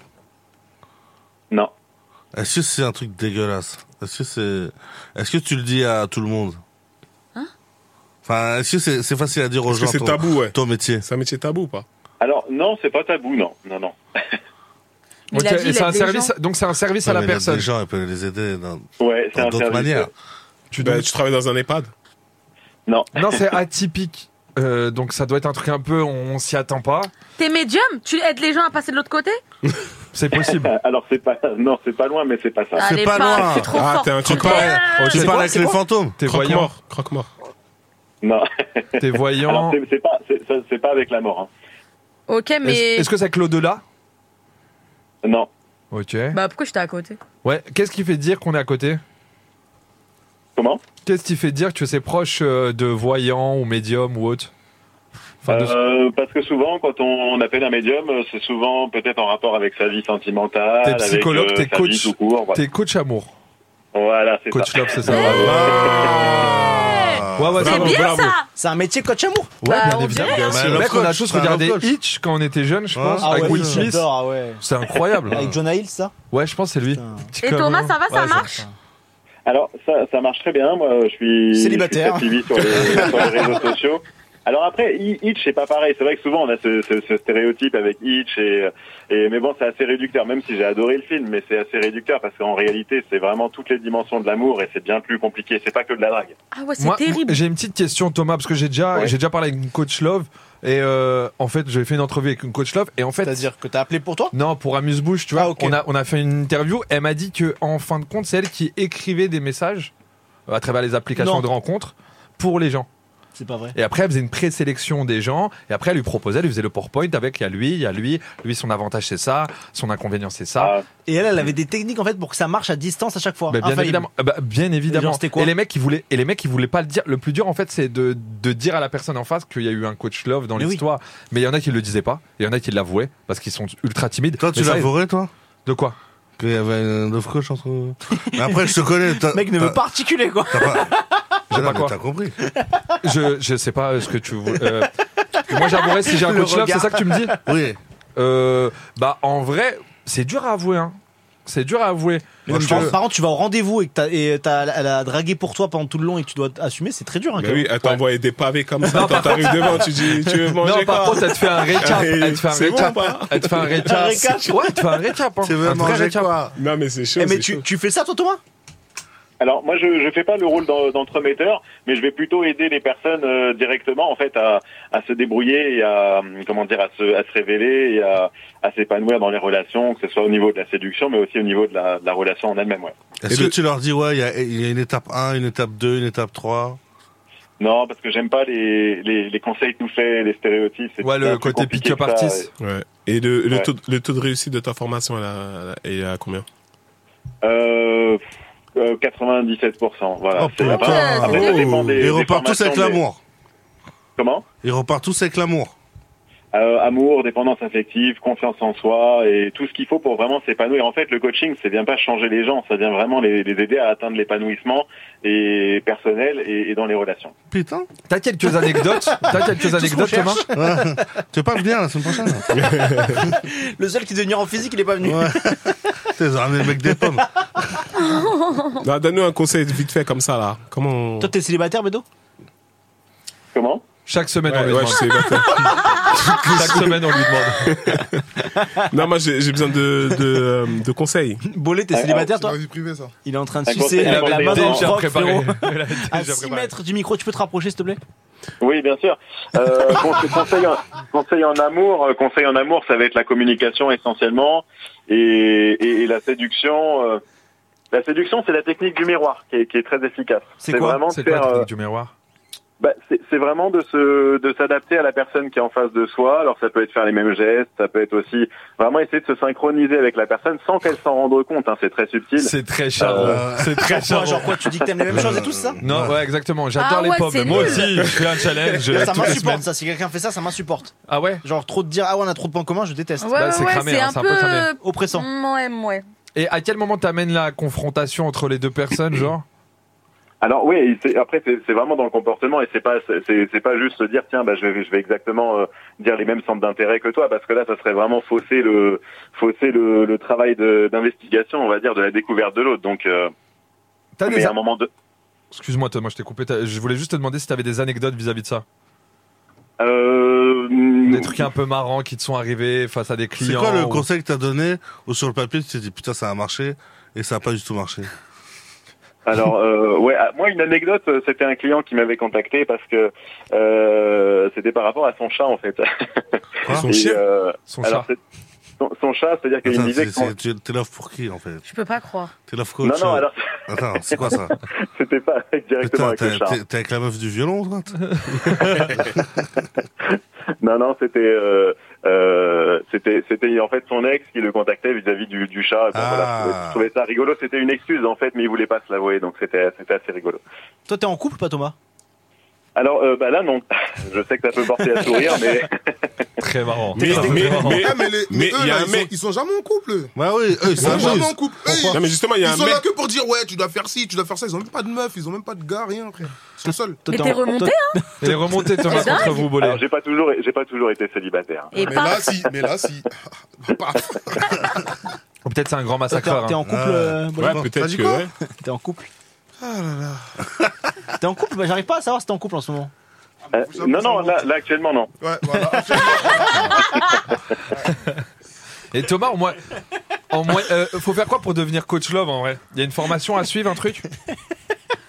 Speaker 9: non.
Speaker 7: Est-ce que c'est un truc dégueulasse Est-ce que c'est. Est-ce que tu le dis à tout le monde Enfin, est-ce que c'est c'est facile à dire aux
Speaker 8: Est-ce que
Speaker 7: gens
Speaker 8: c'est
Speaker 7: ton-
Speaker 8: tabou, ouais
Speaker 7: Ton métier.
Speaker 8: C'est un métier tabou ou pas
Speaker 9: Alors non, c'est pas tabou, non, non, non.
Speaker 2: Il a
Speaker 6: Ok,
Speaker 2: dit,
Speaker 6: et
Speaker 2: il
Speaker 6: c'est
Speaker 2: a
Speaker 6: un
Speaker 2: des
Speaker 6: service,
Speaker 2: gens.
Speaker 6: donc c'est un service à
Speaker 7: Non,
Speaker 6: la
Speaker 7: mais les-
Speaker 6: personne.
Speaker 7: Les gens, ils peuvent les aider dans
Speaker 9: Ouais, c'est
Speaker 7: dans
Speaker 9: un
Speaker 7: d'autres
Speaker 9: service.
Speaker 7: manières.
Speaker 6: Tu
Speaker 8: Bah,
Speaker 6: dois-
Speaker 8: Tu travailles dans un EHPAD
Speaker 9: Non,
Speaker 6: Non, c'est atypique. Euh, donc ça doit être un truc un peu, on, on s'y attend pas.
Speaker 2: T'es médium Tu aides les gens à passer de l'autre côté
Speaker 6: C'est possible.
Speaker 9: [laughs] alors c'est pas, non, c'est pas loin, mais c'est pas ça.
Speaker 2: Allez,
Speaker 7: pas loin.
Speaker 2: C'est trop
Speaker 8: Ah,
Speaker 2: fort.
Speaker 8: t'es un
Speaker 2: Trop
Speaker 8: truc pas-
Speaker 2: fort.
Speaker 7: Tu
Speaker 6: C'est
Speaker 7: parles
Speaker 6: quoi,
Speaker 7: avec
Speaker 6: c'est
Speaker 7: les
Speaker 6: quoi
Speaker 7: fantômes
Speaker 6: T'es voyant,
Speaker 8: Croque-mort. Croque-mort.
Speaker 9: Non,
Speaker 6: t'es
Speaker 9: alors
Speaker 6: voyant.
Speaker 9: c'est- c'est pas, c'est ça- c'est pas avec la mort.
Speaker 2: Ok, mais.
Speaker 6: Est-ce est-ce que c'est avec l'au-delà
Speaker 9: hein. Non.
Speaker 6: Ok.
Speaker 2: Bah, pourquoi j'étais à côté
Speaker 6: Ouais. Qu'est-ce qui fait dire qu'on est à côté
Speaker 9: Comment
Speaker 6: Qu'est-ce qui fait dire que c'est proche euh, de voyant ou médium ou autre Enfin, de-
Speaker 9: Euh, parce que souvent, quand on appelle un médium, euh, c'est souvent peut-être en rapport avec sa vie sentimentale.
Speaker 6: T'es psychologue,
Speaker 9: avec, euh,
Speaker 6: t'es
Speaker 9: sa
Speaker 6: coach,
Speaker 9: vie tout court, voilà.
Speaker 6: T'es coach amour.
Speaker 9: Voilà, c'est ça.
Speaker 6: Coach love, c'est ça.
Speaker 2: Ouais.
Speaker 6: Ouais,
Speaker 7: Ah
Speaker 6: ouais,
Speaker 2: C'est
Speaker 6: ouais, ouais,
Speaker 8: Bravo,
Speaker 2: bien
Speaker 8: bravo.
Speaker 2: ça
Speaker 4: C'est un métier coach amour
Speaker 2: Bah,
Speaker 6: bien
Speaker 2: on
Speaker 6: évidemment.
Speaker 2: dirait, hein.
Speaker 7: Bah,
Speaker 6: C'est
Speaker 7: love
Speaker 6: vrai qu'on a
Speaker 7: coach,
Speaker 6: tous
Speaker 7: c'est un
Speaker 6: regardé
Speaker 7: love coach. Ah,
Speaker 6: Hitch quand on était jeune, je
Speaker 7: Ouais.
Speaker 6: pense, avec Will Smith.
Speaker 4: j'adore, ah ouais.
Speaker 6: C'est incroyable.
Speaker 4: Avec Jonah Hill, ça
Speaker 6: Ouais, je pense que c'est lui.
Speaker 4: Putain.
Speaker 6: Petit
Speaker 2: Et
Speaker 6: comme-
Speaker 2: Thomas, ça va,
Speaker 6: Ouais,
Speaker 2: ça marche
Speaker 9: Alors, ça, ça marche très bien. Moi, je suis
Speaker 4: Célibataire.
Speaker 9: je suis très suivi sur les, sur les réseaux sociaux. Alors après, Hi- Hitch, c'est pas pareil. C'est vrai que souvent on a ce, ce- ce stéréotype avec Hitch, et, et mais bon, c'est assez réducteur. Même si j'ai adoré le film, mais c'est assez réducteur parce qu'en réalité, c'est vraiment toutes les dimensions de l'amour et c'est bien plus compliqué. C'est pas que de la drague.
Speaker 2: Ah ouais, c'est
Speaker 6: Moi,
Speaker 2: terrible.
Speaker 6: j'ai une petite question, Thomas, parce que j'ai déjà,
Speaker 9: Ouais.
Speaker 6: j'ai déjà parlé avec une coach love. Et euh, en fait, j'ai fait une entrevue avec une coach love. Et en fait,
Speaker 4: C'est-à-dire que t'as appelé pour toi
Speaker 6: non, pour Amuse-Bouche, tu vois,
Speaker 4: Ah, ok.
Speaker 6: on, a, on a fait une interview. Elle m'a dit que en fin de compte, c'est elle qui écrivait des messages euh, à travers les applications
Speaker 4: Non.
Speaker 6: de rencontres pour les gens.
Speaker 4: C'est pas vrai.
Speaker 6: Et après, elle faisait une présélection des gens. Et après, elle lui proposait, elle lui faisait le PowerPoint avec il y a lui, il y a lui, lui, son avantage c'est ça, son inconvénient c'est ça.
Speaker 9: Ah,
Speaker 4: Et elle, elle avait des techniques en fait pour que ça marche à distance à chaque fois.
Speaker 6: Bah, bien
Speaker 4: Infaillible.
Speaker 6: évidemment, Ah, bah, bien évidemment.
Speaker 4: c'était quoi
Speaker 6: et les mecs qui voulaient, et les mecs qui voulaient pas le dire. Le plus dur en fait, c'est de, de dire à la personne en face qu'il y a eu un coach love dans
Speaker 4: Mais oui.
Speaker 6: l'histoire. Mais il y en a qui le disaient pas, il y en a qui l'avouaient parce qu'ils sont ultra timides.
Speaker 7: Toi, tu
Speaker 6: Mais ça,
Speaker 7: l'as voré, toi
Speaker 6: De quoi
Speaker 7: Qu'il y avait un love coach entre vous Mais après, je te connais.
Speaker 4: Le mec ne veut pas articuler quoi.
Speaker 7: T'as pas.
Speaker 6: pas
Speaker 7: Non, mais
Speaker 6: quoi.
Speaker 7: T'as compris.
Speaker 6: Je je sais pas euh, ce que tu. vou-
Speaker 4: [laughs]
Speaker 6: Euh, moi j'avouerais si j'ai un
Speaker 4: Le
Speaker 6: coach love, c'est
Speaker 4: regard.
Speaker 6: ça que tu me dis
Speaker 7: Oui.
Speaker 6: Euh, Bah en vrai, c'est dur à avouer. Hein. C'est dur à avouer.
Speaker 4: Mais
Speaker 5: je
Speaker 4: par,
Speaker 5: te-
Speaker 4: par contre, tu vas au rendez-vous et que t'as, et t'as- elle a dragué pour toi pendant tout le long et que tu dois assumer, c'est très dur. hein,
Speaker 8: Mais
Speaker 4: quand
Speaker 8: Bah oui,
Speaker 4: même.
Speaker 8: elle t'a envoyé des
Speaker 4: [laughs]
Speaker 8: pavés comme ça. Quand t'arrives devant, tu dis, tu veux manger
Speaker 6: non, par
Speaker 8: quoi
Speaker 6: contre, elle te fait un récap. Elle te fait un
Speaker 8: C'est bon,
Speaker 6: récap.
Speaker 8: pas
Speaker 6: elle te fait un récap.
Speaker 4: Un récap.
Speaker 6: Ouais, elle te fait un récap. hein.
Speaker 7: Tu
Speaker 6: Un
Speaker 7: veux
Speaker 6: vrai
Speaker 7: manger
Speaker 6: récap.
Speaker 7: quoi
Speaker 8: Non, mais c'est chaud.
Speaker 4: Eh, mais
Speaker 8: c'est
Speaker 4: tu,
Speaker 8: chaud.
Speaker 4: tu fais ça, toi, Thomas
Speaker 9: Alors moi je je fais pas le rôle d'en- d'entremetteur, mais je vais plutôt aider les personnes euh, directement en fait à, à se débrouiller et à hum, comment dire à se à se révéler et à, à s'épanouir dans les relations, que ce soit au niveau de la séduction mais aussi au niveau de la, de la relation en elle-même. Ouais.
Speaker 7: Est-ce
Speaker 8: Et
Speaker 7: que
Speaker 8: le-
Speaker 7: tu leur dis, ouais, il y a, il y a une étape 1, une étape 2, une étape 3
Speaker 9: Non parce que j'aime pas les, les les conseils tout faits, les stéréotypes. c'est
Speaker 6: Ouais,
Speaker 9: bien
Speaker 6: le
Speaker 9: plus
Speaker 6: côté
Speaker 9: compliqué
Speaker 6: pick-up
Speaker 9: que ça,
Speaker 6: artist.
Speaker 8: Ouais. Et le, le
Speaker 9: Ouais.
Speaker 8: taux, de- le taux de réussite de ta formation, elle a- elle est à combien [laughs]
Speaker 9: ouais. Euh, euh, 97%. Voilà.
Speaker 7: Oh,
Speaker 9: Ah, C'est-
Speaker 7: putain.
Speaker 9: après, après,
Speaker 8: Oh.
Speaker 9: ça dépend des,
Speaker 7: Ils
Speaker 9: des
Speaker 7: repartent tous avec
Speaker 9: formations, mais-
Speaker 7: l'amour.
Speaker 9: Comment
Speaker 7: Ils repartent tous avec l'amour.
Speaker 9: Euh, amour, dépendance affective, confiance en soi et tout ce qu'il faut pour vraiment s'épanouir. En fait, le coaching, ça vient pas changer les gens, ça vient vraiment les, les aider à atteindre l'épanouissement et personnel et, et dans les relations.
Speaker 7: Putain.
Speaker 6: T'as quelques anecdotes T'as quelques anecdotes, Thomas
Speaker 7: Ouais. tu parles bien la semaine prochaine.
Speaker 4: Le seul qui devait venir en physique, il est pas venu.
Speaker 7: Ouais. [laughs] T'es ramené le mec des pommes. [laughs]
Speaker 8: Non, Donne-nous un conseil vite fait comme ça, là. Comment on-
Speaker 4: Toi, t'es célibataire, Bédo
Speaker 9: Comment
Speaker 6: Chaque semaine, on
Speaker 8: Ouais,
Speaker 6: lui
Speaker 8: ouais,
Speaker 6: demande.
Speaker 8: je sais pas.
Speaker 6: Chaque semaine, on [laughs] lui demande.
Speaker 8: Non, moi, j'ai j'ai besoin de, de, euh, de conseils.
Speaker 4: Bolé, t'es
Speaker 9: Ah,
Speaker 4: célibataire,
Speaker 5: C'est la
Speaker 4: toi
Speaker 5: vie privée, ça.
Speaker 4: Il est en train de
Speaker 9: Un
Speaker 4: sucer
Speaker 9: conseil, un
Speaker 4: avec la
Speaker 9: conseil.
Speaker 4: main dans le
Speaker 9: Déjà
Speaker 4: froc, frérot.
Speaker 6: Elle a [laughs] déjà
Speaker 4: À 6
Speaker 6: préparé.
Speaker 4: mètres du micro, tu peux te rapprocher, s'il te plaît
Speaker 9: Oui, bien sûr. Euh, conse- conseil, en, conseil en amour, euh, conseil en amour, ça va être la communication essentiellement et, et- et la séduction. euh, la séduction, c'est la technique du miroir qui est, qui est très efficace.
Speaker 4: C'est quoi
Speaker 9: vraiment
Speaker 6: C'est quoi
Speaker 9: faire,
Speaker 6: la
Speaker 9: euh,
Speaker 6: technique du miroir
Speaker 9: Bah, c'est c'est vraiment de se de s'adapter à la personne qui est en face de soi. Alors ça peut être faire les mêmes gestes, ça peut être aussi vraiment essayer de se synchroniser avec la personne sans qu'elle s'en rende compte. hein, c'est très subtil.
Speaker 6: C'est très charmant.
Speaker 7: Euh,
Speaker 6: C'est très
Speaker 4: Quoi,
Speaker 6: charmant.
Speaker 4: Genre quoi, tu dis que t'aimes les mêmes choses et tout, c'est ça
Speaker 6: Non, ouais, exactement. J'adore
Speaker 2: Ah
Speaker 6: les
Speaker 2: ouais,
Speaker 6: pommes.
Speaker 2: c'est
Speaker 6: Moi
Speaker 2: nul.
Speaker 6: aussi, je fais un challenge. euh,
Speaker 4: Ça
Speaker 6: toutes les
Speaker 4: m'insupporte,
Speaker 6: semaines.
Speaker 4: ça. Si quelqu'un fait ça, ça m'insupporte.
Speaker 6: Ah ouais
Speaker 4: Genre, trop de dire, ah ouais, on a trop de points communs, je déteste.
Speaker 2: Ah Ouais,
Speaker 6: Bah,
Speaker 2: ouais,
Speaker 6: c'est
Speaker 2: ouais,
Speaker 6: cramé,
Speaker 2: c'est
Speaker 6: hein,
Speaker 2: un
Speaker 6: c'est un
Speaker 2: peu.
Speaker 6: peu cramé.
Speaker 2: euh,
Speaker 4: Oppressant.
Speaker 2: Ouais, ouais.
Speaker 6: Et à quel moment t'amènes la confrontation entre les deux personnes, genre
Speaker 9: Alors oui, c'est- après c'est c'est vraiment dans le comportement et c'est pas c'est- c'est c'est pas juste se dire tiens bah je vais je vais exactement euh, dire les mêmes centres d'intérêt que toi parce que là ça serait vraiment fausser le fausser le, le travail de- d'investigation on va dire de la découverte de l'autre. Donc euh,
Speaker 6: T'as
Speaker 9: mais
Speaker 6: des.
Speaker 9: à un moment de
Speaker 6: Excuse-moi, Thomas, je t'ai coupé. T'as- Je voulais juste te demander si t'avais des anecdotes vis-à-vis de ça.
Speaker 9: euh,
Speaker 6: Des trucs un peu marrants qui te sont arrivés face à des
Speaker 7: C'est
Speaker 6: clients.
Speaker 7: quoi le
Speaker 6: ou-
Speaker 7: conseil que t'as donné ou sur le papier tu t'es dit putain ça a marché et ça a pas du tout marché
Speaker 9: Alors euh, ouais, ah, moi une anecdote, euh, c'était un client qui m'avait contacté parce que euh, c'était par rapport à son chat en fait.
Speaker 7: Quoi
Speaker 8: Son
Speaker 9: Et,
Speaker 8: chien
Speaker 9: euh,
Speaker 6: Son
Speaker 9: alors,
Speaker 6: chat.
Speaker 9: c'est- son, son chat, c'est-à-dire qu'il
Speaker 7: Attends,
Speaker 9: me disait
Speaker 7: c'est-
Speaker 9: que
Speaker 7: c'est- tu- T'es love pour qui en fait
Speaker 2: Je peux pas croire.
Speaker 7: T'es love coach
Speaker 9: non non
Speaker 7: euh,
Speaker 9: alors [laughs]
Speaker 7: Attends, c'est quoi [laughs] ça
Speaker 9: c'était pas directement
Speaker 7: Putain,
Speaker 9: avec le
Speaker 7: t'es
Speaker 9: chat.
Speaker 7: t'es- t'es avec la meuf du violon toi t-
Speaker 9: Non non c'était euh, euh, c'était c'était en fait son ex qui le contactait vis-à-vis du, du chat. Bon,
Speaker 7: Ah.
Speaker 9: voilà, je trouvais- je trouvais ça rigolo. C'était une excuse en fait, mais il voulait pas se l'avouer, donc c'était c'était assez rigolo.
Speaker 4: Toi, t'es en couple ou pas, Thomas
Speaker 9: Alors euh, bah là non, [laughs] je sais que ça peut porter à sourire, mais
Speaker 6: Très marrant.
Speaker 8: Mais- mais- mais-
Speaker 5: Ah, mais les, mais
Speaker 8: Mais
Speaker 5: eux,
Speaker 8: il y a
Speaker 5: là,
Speaker 8: un
Speaker 5: ils, sont,
Speaker 8: mec-
Speaker 5: ils sont jamais en couple. eux.
Speaker 7: Bah oui, eux, ils
Speaker 5: Ils sont jamais en
Speaker 7: s'amusent.
Speaker 5: couple. Eux,
Speaker 8: Non, mais justement, il y
Speaker 5: ils
Speaker 8: a un
Speaker 5: sont
Speaker 8: mec.
Speaker 5: là que pour dire ouais, tu dois faire ci, tu dois faire ça. Ils ont même pas de meuf, ils ont même pas de gars, rien. frère. Ils sont seuls.
Speaker 4: Toi,
Speaker 2: Mais
Speaker 4: en-
Speaker 2: t'es remonté, hein?
Speaker 4: toi-
Speaker 6: Et les remontées, Thomas,
Speaker 2: C'est dingue.
Speaker 6: contre vous, Bolé.
Speaker 9: alors j'ai pas toujours j'ai pas toujours été célibataire.
Speaker 2: Et
Speaker 5: mais
Speaker 2: pas.
Speaker 5: là, si, mais là, si. Paf.
Speaker 6: Ou peut-être c'est un grand
Speaker 4: toi,
Speaker 6: massacre.
Speaker 4: T'es t'es en couple,
Speaker 7: Ah.
Speaker 4: euh,
Speaker 8: Ouais,
Speaker 4: Bolé
Speaker 5: T'as
Speaker 8: peut-être
Speaker 5: dit
Speaker 8: que.
Speaker 5: quoi
Speaker 8: ouais.
Speaker 4: T'es en couple. T'es en couple Bah, J'arrive pas à savoir si t'es en couple en ce moment.
Speaker 9: Euh,
Speaker 5: Vous savez,
Speaker 9: non
Speaker 5: ils sont
Speaker 9: non
Speaker 5: en
Speaker 9: là, là actuellement non.
Speaker 5: Ouais,
Speaker 2: [laughs]
Speaker 5: voilà.
Speaker 6: Et Thomas, au moins, au moins, euh, faut faire quoi pour devenir coach love en vrai Il y a une formation à suivre, un truc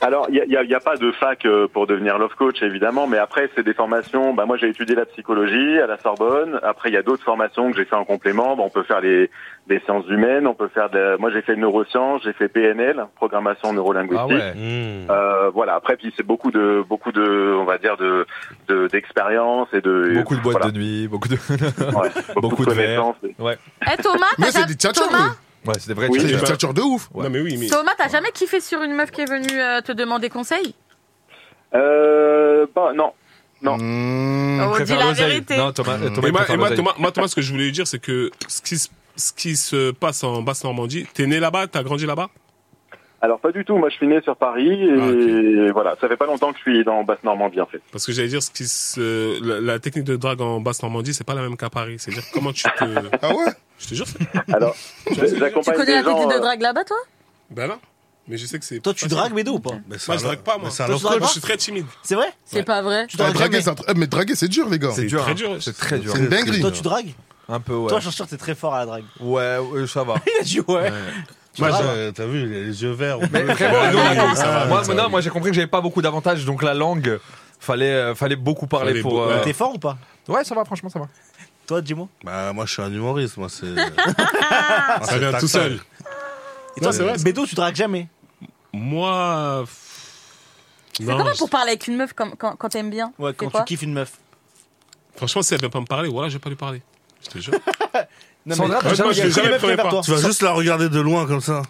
Speaker 9: Alors, il n'y a, il y a- il y a pas de fac euh, pour devenir love coach, évidemment, mais après, c'est des formations. Bah, moi, j'ai étudié la psychologie à la Sorbonne. Après, il y a d'autres formations que j'ai fait en complément. Bah, on peut faire les, des sciences humaines, on peut faire de la- Moi, j'ai fait neurosciences, j'ai fait PNL, programmation
Speaker 6: Ah
Speaker 9: neurolinguistique.
Speaker 6: ouais.
Speaker 7: Mmh.
Speaker 9: Euh, voilà. Après, puis c'est beaucoup de, beaucoup de, on va dire de, de- d'expérience et de
Speaker 6: Beaucoup de boîtes
Speaker 9: voilà.
Speaker 6: de nuit, beaucoup de. [laughs]
Speaker 9: Ouais, beaucoup,
Speaker 6: beaucoup
Speaker 9: de
Speaker 6: de verres.
Speaker 9: connaissances.
Speaker 2: Eh, Thomas,
Speaker 5: Mais
Speaker 2: t'as
Speaker 5: c'est
Speaker 2: ja-
Speaker 5: des tchatchers,
Speaker 2: Thomas,
Speaker 6: Ouais, c'est des vrais
Speaker 9: Oui,
Speaker 5: C'est
Speaker 6: trucs.
Speaker 5: des
Speaker 8: bah-
Speaker 5: tchatchers de ouf.
Speaker 8: Non, mais oui, mais.
Speaker 2: Thomas, t'as jamais kiffé sur une meuf qui est venue euh, te demander conseil
Speaker 9: Euh, bah, non. Non.
Speaker 5: Mmh.
Speaker 2: On dit
Speaker 6: Préfère
Speaker 2: Oh, la
Speaker 6: l'oseille.
Speaker 2: vérité.
Speaker 6: Non, Thomas, euh, Thomas,
Speaker 8: Et
Speaker 6: il
Speaker 8: Mm. moi,
Speaker 6: préfère
Speaker 8: et moi,
Speaker 6: l'oseille.
Speaker 8: Thomas, moi, Thomas, ce que je voulais dire, c'est que ce qui, se- ce qui se passe en Basse-Normandie, t'es né là-bas, t'as grandi là-bas
Speaker 9: Alors pas du tout, moi je suis né sur Paris et
Speaker 8: Ah, ok.
Speaker 9: voilà, ça fait pas longtemps que je suis dans Basse-Normandie en fait.
Speaker 8: Parce que j'allais dire, ce qui se- la, la technique de drague en Basse-Normandie, c'est pas la même qu'à Paris. C'est-à-dire, comment tu te.
Speaker 5: Ah ouais
Speaker 8: Je te jure, c'est.
Speaker 9: Alors, je-
Speaker 2: Tu
Speaker 9: j'accompagne
Speaker 2: connais
Speaker 9: des
Speaker 2: la
Speaker 9: gens...
Speaker 2: technique de
Speaker 9: euh,
Speaker 2: drague là-bas, toi
Speaker 8: Ben non. Mais je sais que c'est.
Speaker 4: Toi, tu
Speaker 8: pas
Speaker 4: dragues Médo ou pas
Speaker 7: Mais c'est
Speaker 8: Moi,
Speaker 7: un
Speaker 8: je
Speaker 7: lo-
Speaker 8: drague pas, moi.
Speaker 7: mais c'est un
Speaker 4: Toi,
Speaker 7: love
Speaker 4: tu dragues
Speaker 8: Je
Speaker 7: coach.
Speaker 8: suis très timide.
Speaker 4: C'est vrai
Speaker 2: C'est pas vrai.
Speaker 4: Tu
Speaker 5: Ah,
Speaker 4: dragues
Speaker 5: draguer,
Speaker 4: jamais
Speaker 5: c'est un truc- eh, Mais draguer, c'est dur, les gars.
Speaker 6: C'est dur.
Speaker 8: très
Speaker 6: hein.
Speaker 8: dur.
Speaker 6: C'est très dur.
Speaker 5: C'est une dinguerie.
Speaker 4: Toi, tu dragues
Speaker 6: Un peu, ouais.
Speaker 4: Toi, je suis sûr que t'es très fort à la drague. [laughs]
Speaker 6: Ouais, ouais,
Speaker 8: [laughs]
Speaker 6: ça va.
Speaker 4: Il a dit ouais.
Speaker 7: Moi,
Speaker 4: dragues.
Speaker 7: j'ai- t'as vu, il a les yeux verts.
Speaker 6: Mais
Speaker 7: bleu.
Speaker 6: frérot, non,
Speaker 8: oui,
Speaker 6: attends,
Speaker 8: ça va,
Speaker 6: moi,
Speaker 8: ça
Speaker 6: non,
Speaker 8: va.
Speaker 6: moi j'ai compris que j'avais pas beaucoup d'avantages, donc la langue, fallait, euh, fallait beaucoup parler
Speaker 8: Fallait
Speaker 6: pour.
Speaker 8: beaucoup,
Speaker 6: euh,
Speaker 4: T'es fort ou pas
Speaker 6: Ouais, ça va, franchement, ça va.
Speaker 4: Toi, dis-moi.
Speaker 7: Bah, moi, je suis un humoriste, moi,
Speaker 2: [laughs]
Speaker 7: c'est.
Speaker 8: Ça vient tout seul.
Speaker 4: Et
Speaker 8: Non,
Speaker 4: toi,
Speaker 8: c'est vrai.
Speaker 4: Bédo, tu dragues jamais.
Speaker 8: Moi. pff,
Speaker 2: C'est
Speaker 8: Non,
Speaker 2: comment
Speaker 8: je-
Speaker 2: pour parler avec une meuf comme- quand, quand t'aimes bien
Speaker 4: Ouais,
Speaker 2: C'est
Speaker 4: quand tu
Speaker 2: quoi
Speaker 4: kiffes une meuf.
Speaker 8: franchement, si elle veut pas me parler, voilà, je vais pas lui parler. Je te jure.
Speaker 4: Non,
Speaker 6: Sandra,
Speaker 4: mais-
Speaker 6: t'as
Speaker 4: Sandra,
Speaker 6: jamais-
Speaker 4: il y a
Speaker 8: je l'ai
Speaker 4: que les
Speaker 8: jamais
Speaker 4: meufs qui viennent
Speaker 8: fait
Speaker 4: vers toi.
Speaker 7: Tu vas juste la regarder de loin comme ça.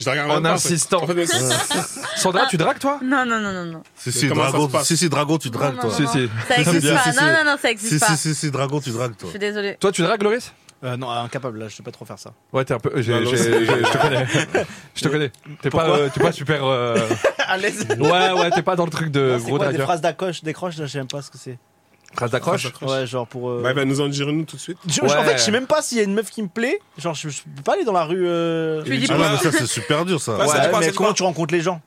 Speaker 8: Je la regarde
Speaker 6: En
Speaker 8: même pas,
Speaker 6: insistant.
Speaker 8: fait. En fait, Ah.
Speaker 6: Sandra, tu dragues toi
Speaker 2: Non, non, non, non, non.
Speaker 7: Si,
Speaker 8: Mais
Speaker 7: si,
Speaker 8: comment ça se
Speaker 7: Drago,
Speaker 8: passe
Speaker 7: si, si, Drago, tu dragues,
Speaker 2: Non,
Speaker 7: toi.
Speaker 2: non,
Speaker 7: Si,
Speaker 2: non.
Speaker 6: si.
Speaker 2: Ça existe
Speaker 7: bien,
Speaker 2: pas.
Speaker 7: si, si.
Speaker 2: Non, non, non, ça existe
Speaker 7: si,
Speaker 2: pas.
Speaker 7: si, si, si, Drago, tu dragues, toi.
Speaker 2: Je suis désolée.
Speaker 6: Toi, tu dragues, Loris
Speaker 4: Euh, non, incapable, là, je sais pas trop faire ça.
Speaker 6: Ouais, t'es un peu. euh, j'ai-
Speaker 8: Non, non,
Speaker 6: j'ai-
Speaker 8: c'est-
Speaker 6: j'ai- Je
Speaker 7: [laughs]
Speaker 6: te connais. Je te connais. T'es pas,
Speaker 4: Pourquoi
Speaker 6: euh, t'es pas super. euh,
Speaker 4: [laughs] À l'aise.
Speaker 6: Ouais, ouais, t'es pas dans le truc de
Speaker 4: Non, C'est
Speaker 6: Euh, gros
Speaker 4: quoi des
Speaker 6: dragueur.
Speaker 4: phrases d'accroche, décroche, je sais même pas ce que c'est.
Speaker 6: Phrase d'accroche
Speaker 4: Ouais, genre pour. euh,
Speaker 8: Bah, il va nous en dire une tout de suite.
Speaker 4: je-
Speaker 6: Ouais.
Speaker 4: En fait, je sais même pas s'il y a une meuf qui me plaît. Genre, je, je peux pas aller dans la rue. euh,
Speaker 2: Tu lui dis
Speaker 7: Ah
Speaker 2: pas.
Speaker 8: bah,
Speaker 7: non, mais ça, Bah, c'est super dur, ça.
Speaker 8: Ouais, ça,
Speaker 4: ouais,
Speaker 8: tu crois,
Speaker 4: mais
Speaker 8: ça, tu
Speaker 4: comment
Speaker 8: crois.
Speaker 4: tu rencontres les gens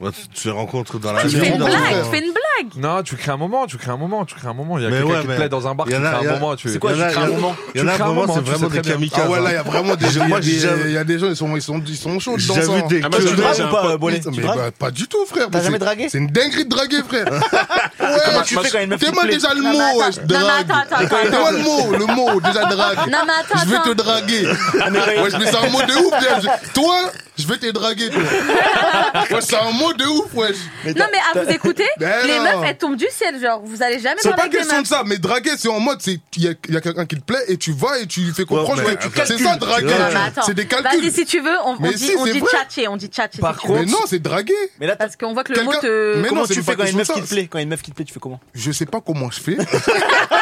Speaker 7: Ouais, tu, tu les rencontres dans la
Speaker 2: Tu fais une
Speaker 7: dans-
Speaker 2: blague, tu fais une blague.
Speaker 6: Non, tu crées un moment, tu crées un moment, tu crées un moment. Il y a
Speaker 7: Mais
Speaker 6: quelqu'un
Speaker 7: ouais,
Speaker 6: qui te
Speaker 7: mais
Speaker 6: plaît dans un bar, tu
Speaker 7: y en
Speaker 6: crées
Speaker 7: a- y
Speaker 6: un
Speaker 7: a-
Speaker 6: moment. Tu...
Speaker 4: C'est quoi,
Speaker 7: Il y en a-
Speaker 4: je crée un
Speaker 7: il y en a-
Speaker 4: moment
Speaker 7: Il y en a
Speaker 6: Tu
Speaker 7: un
Speaker 6: crames un
Speaker 7: moment,
Speaker 6: moment,
Speaker 7: c'est
Speaker 6: tu sais
Speaker 7: vraiment
Speaker 6: très
Speaker 7: des
Speaker 6: bien.
Speaker 7: kamikazes.
Speaker 5: Ah ouais, là, il y a vraiment [laughs] des gens.
Speaker 7: Moi,
Speaker 5: il y a
Speaker 7: j'ai
Speaker 5: des-
Speaker 7: jamais-
Speaker 5: Il y a des gens, ils sont, ils sont, ils sont chauds
Speaker 7: J'ai
Speaker 5: dedans.
Speaker 7: jamais
Speaker 5: ça,
Speaker 7: des
Speaker 8: Ah,
Speaker 7: queues
Speaker 8: moi,
Speaker 7: de
Speaker 8: je
Speaker 4: Tu dragues
Speaker 8: j'ai
Speaker 4: ou
Speaker 8: un
Speaker 4: pas,
Speaker 8: pote-
Speaker 4: Bolé Tu
Speaker 5: Mais
Speaker 4: dragues
Speaker 5: bah, pas du tout, frère.
Speaker 4: T'as
Speaker 5: mais
Speaker 4: jamais
Speaker 5: c'est-
Speaker 4: dragué
Speaker 5: C'est une dinguerie de draguer, frère. [laughs]
Speaker 4: Comment
Speaker 5: ouais,
Speaker 4: tu fais quand une meuf qui
Speaker 5: t'es
Speaker 4: te
Speaker 5: moi
Speaker 4: plaît
Speaker 5: déjà le
Speaker 2: Non, mais
Speaker 5: mot, ouais,
Speaker 2: attends,
Speaker 5: je
Speaker 2: non, mais attends,
Speaker 5: drague.
Speaker 2: attends, attends.
Speaker 5: T'es moi le mot, le mot, déjà drague. Ah,
Speaker 2: Non, mais attends,
Speaker 5: Je vais te
Speaker 2: attends.
Speaker 5: draguer. Ouais, je mets ça un mot de ouf, bien. Je- Toi, je vais te draguer,
Speaker 2: [laughs]
Speaker 5: toi. Ouais, c'est un mot de ouf, wesh.
Speaker 2: Non, mais à vous écouter,
Speaker 5: [laughs] Ben
Speaker 2: les
Speaker 5: non.
Speaker 2: meufs, elles tombent du ciel. Genre, vous allez jamais
Speaker 5: C'est
Speaker 2: parler
Speaker 5: pas
Speaker 2: avec des
Speaker 5: question
Speaker 2: meufs.
Speaker 5: de ça, mais draguer, c'est en mode, c'est, il y a, il y a quelqu'un qui te plaît et tu vas et tu lui fais comprendre.
Speaker 7: Ouais, mais tu
Speaker 5: ouais, c'est ça, draguer.
Speaker 2: Non, mais attends.
Speaker 5: C'est des
Speaker 2: Vas-y,
Speaker 5: calculs.
Speaker 2: si tu veux, on, on
Speaker 5: Mais
Speaker 2: dit,
Speaker 5: si,
Speaker 2: on
Speaker 5: c'est
Speaker 2: dit
Speaker 5: vrai.
Speaker 2: tchatcher, on dit tchatcher.
Speaker 6: Par
Speaker 2: si tu veux.
Speaker 5: Mais non, c'est draguer.
Speaker 4: Mais là,
Speaker 2: Parce qu'on voit que le mot
Speaker 5: Quelqu'un-
Speaker 2: te.
Speaker 5: Mais non,
Speaker 4: comment
Speaker 5: c'est
Speaker 4: tu
Speaker 5: pas
Speaker 4: fais quand une
Speaker 5: question de
Speaker 4: meuf qui
Speaker 5: ça.
Speaker 4: te plaît Quand une meuf qui te plaît, tu fais comment
Speaker 5: Je sais pas comment je fais, [laughs]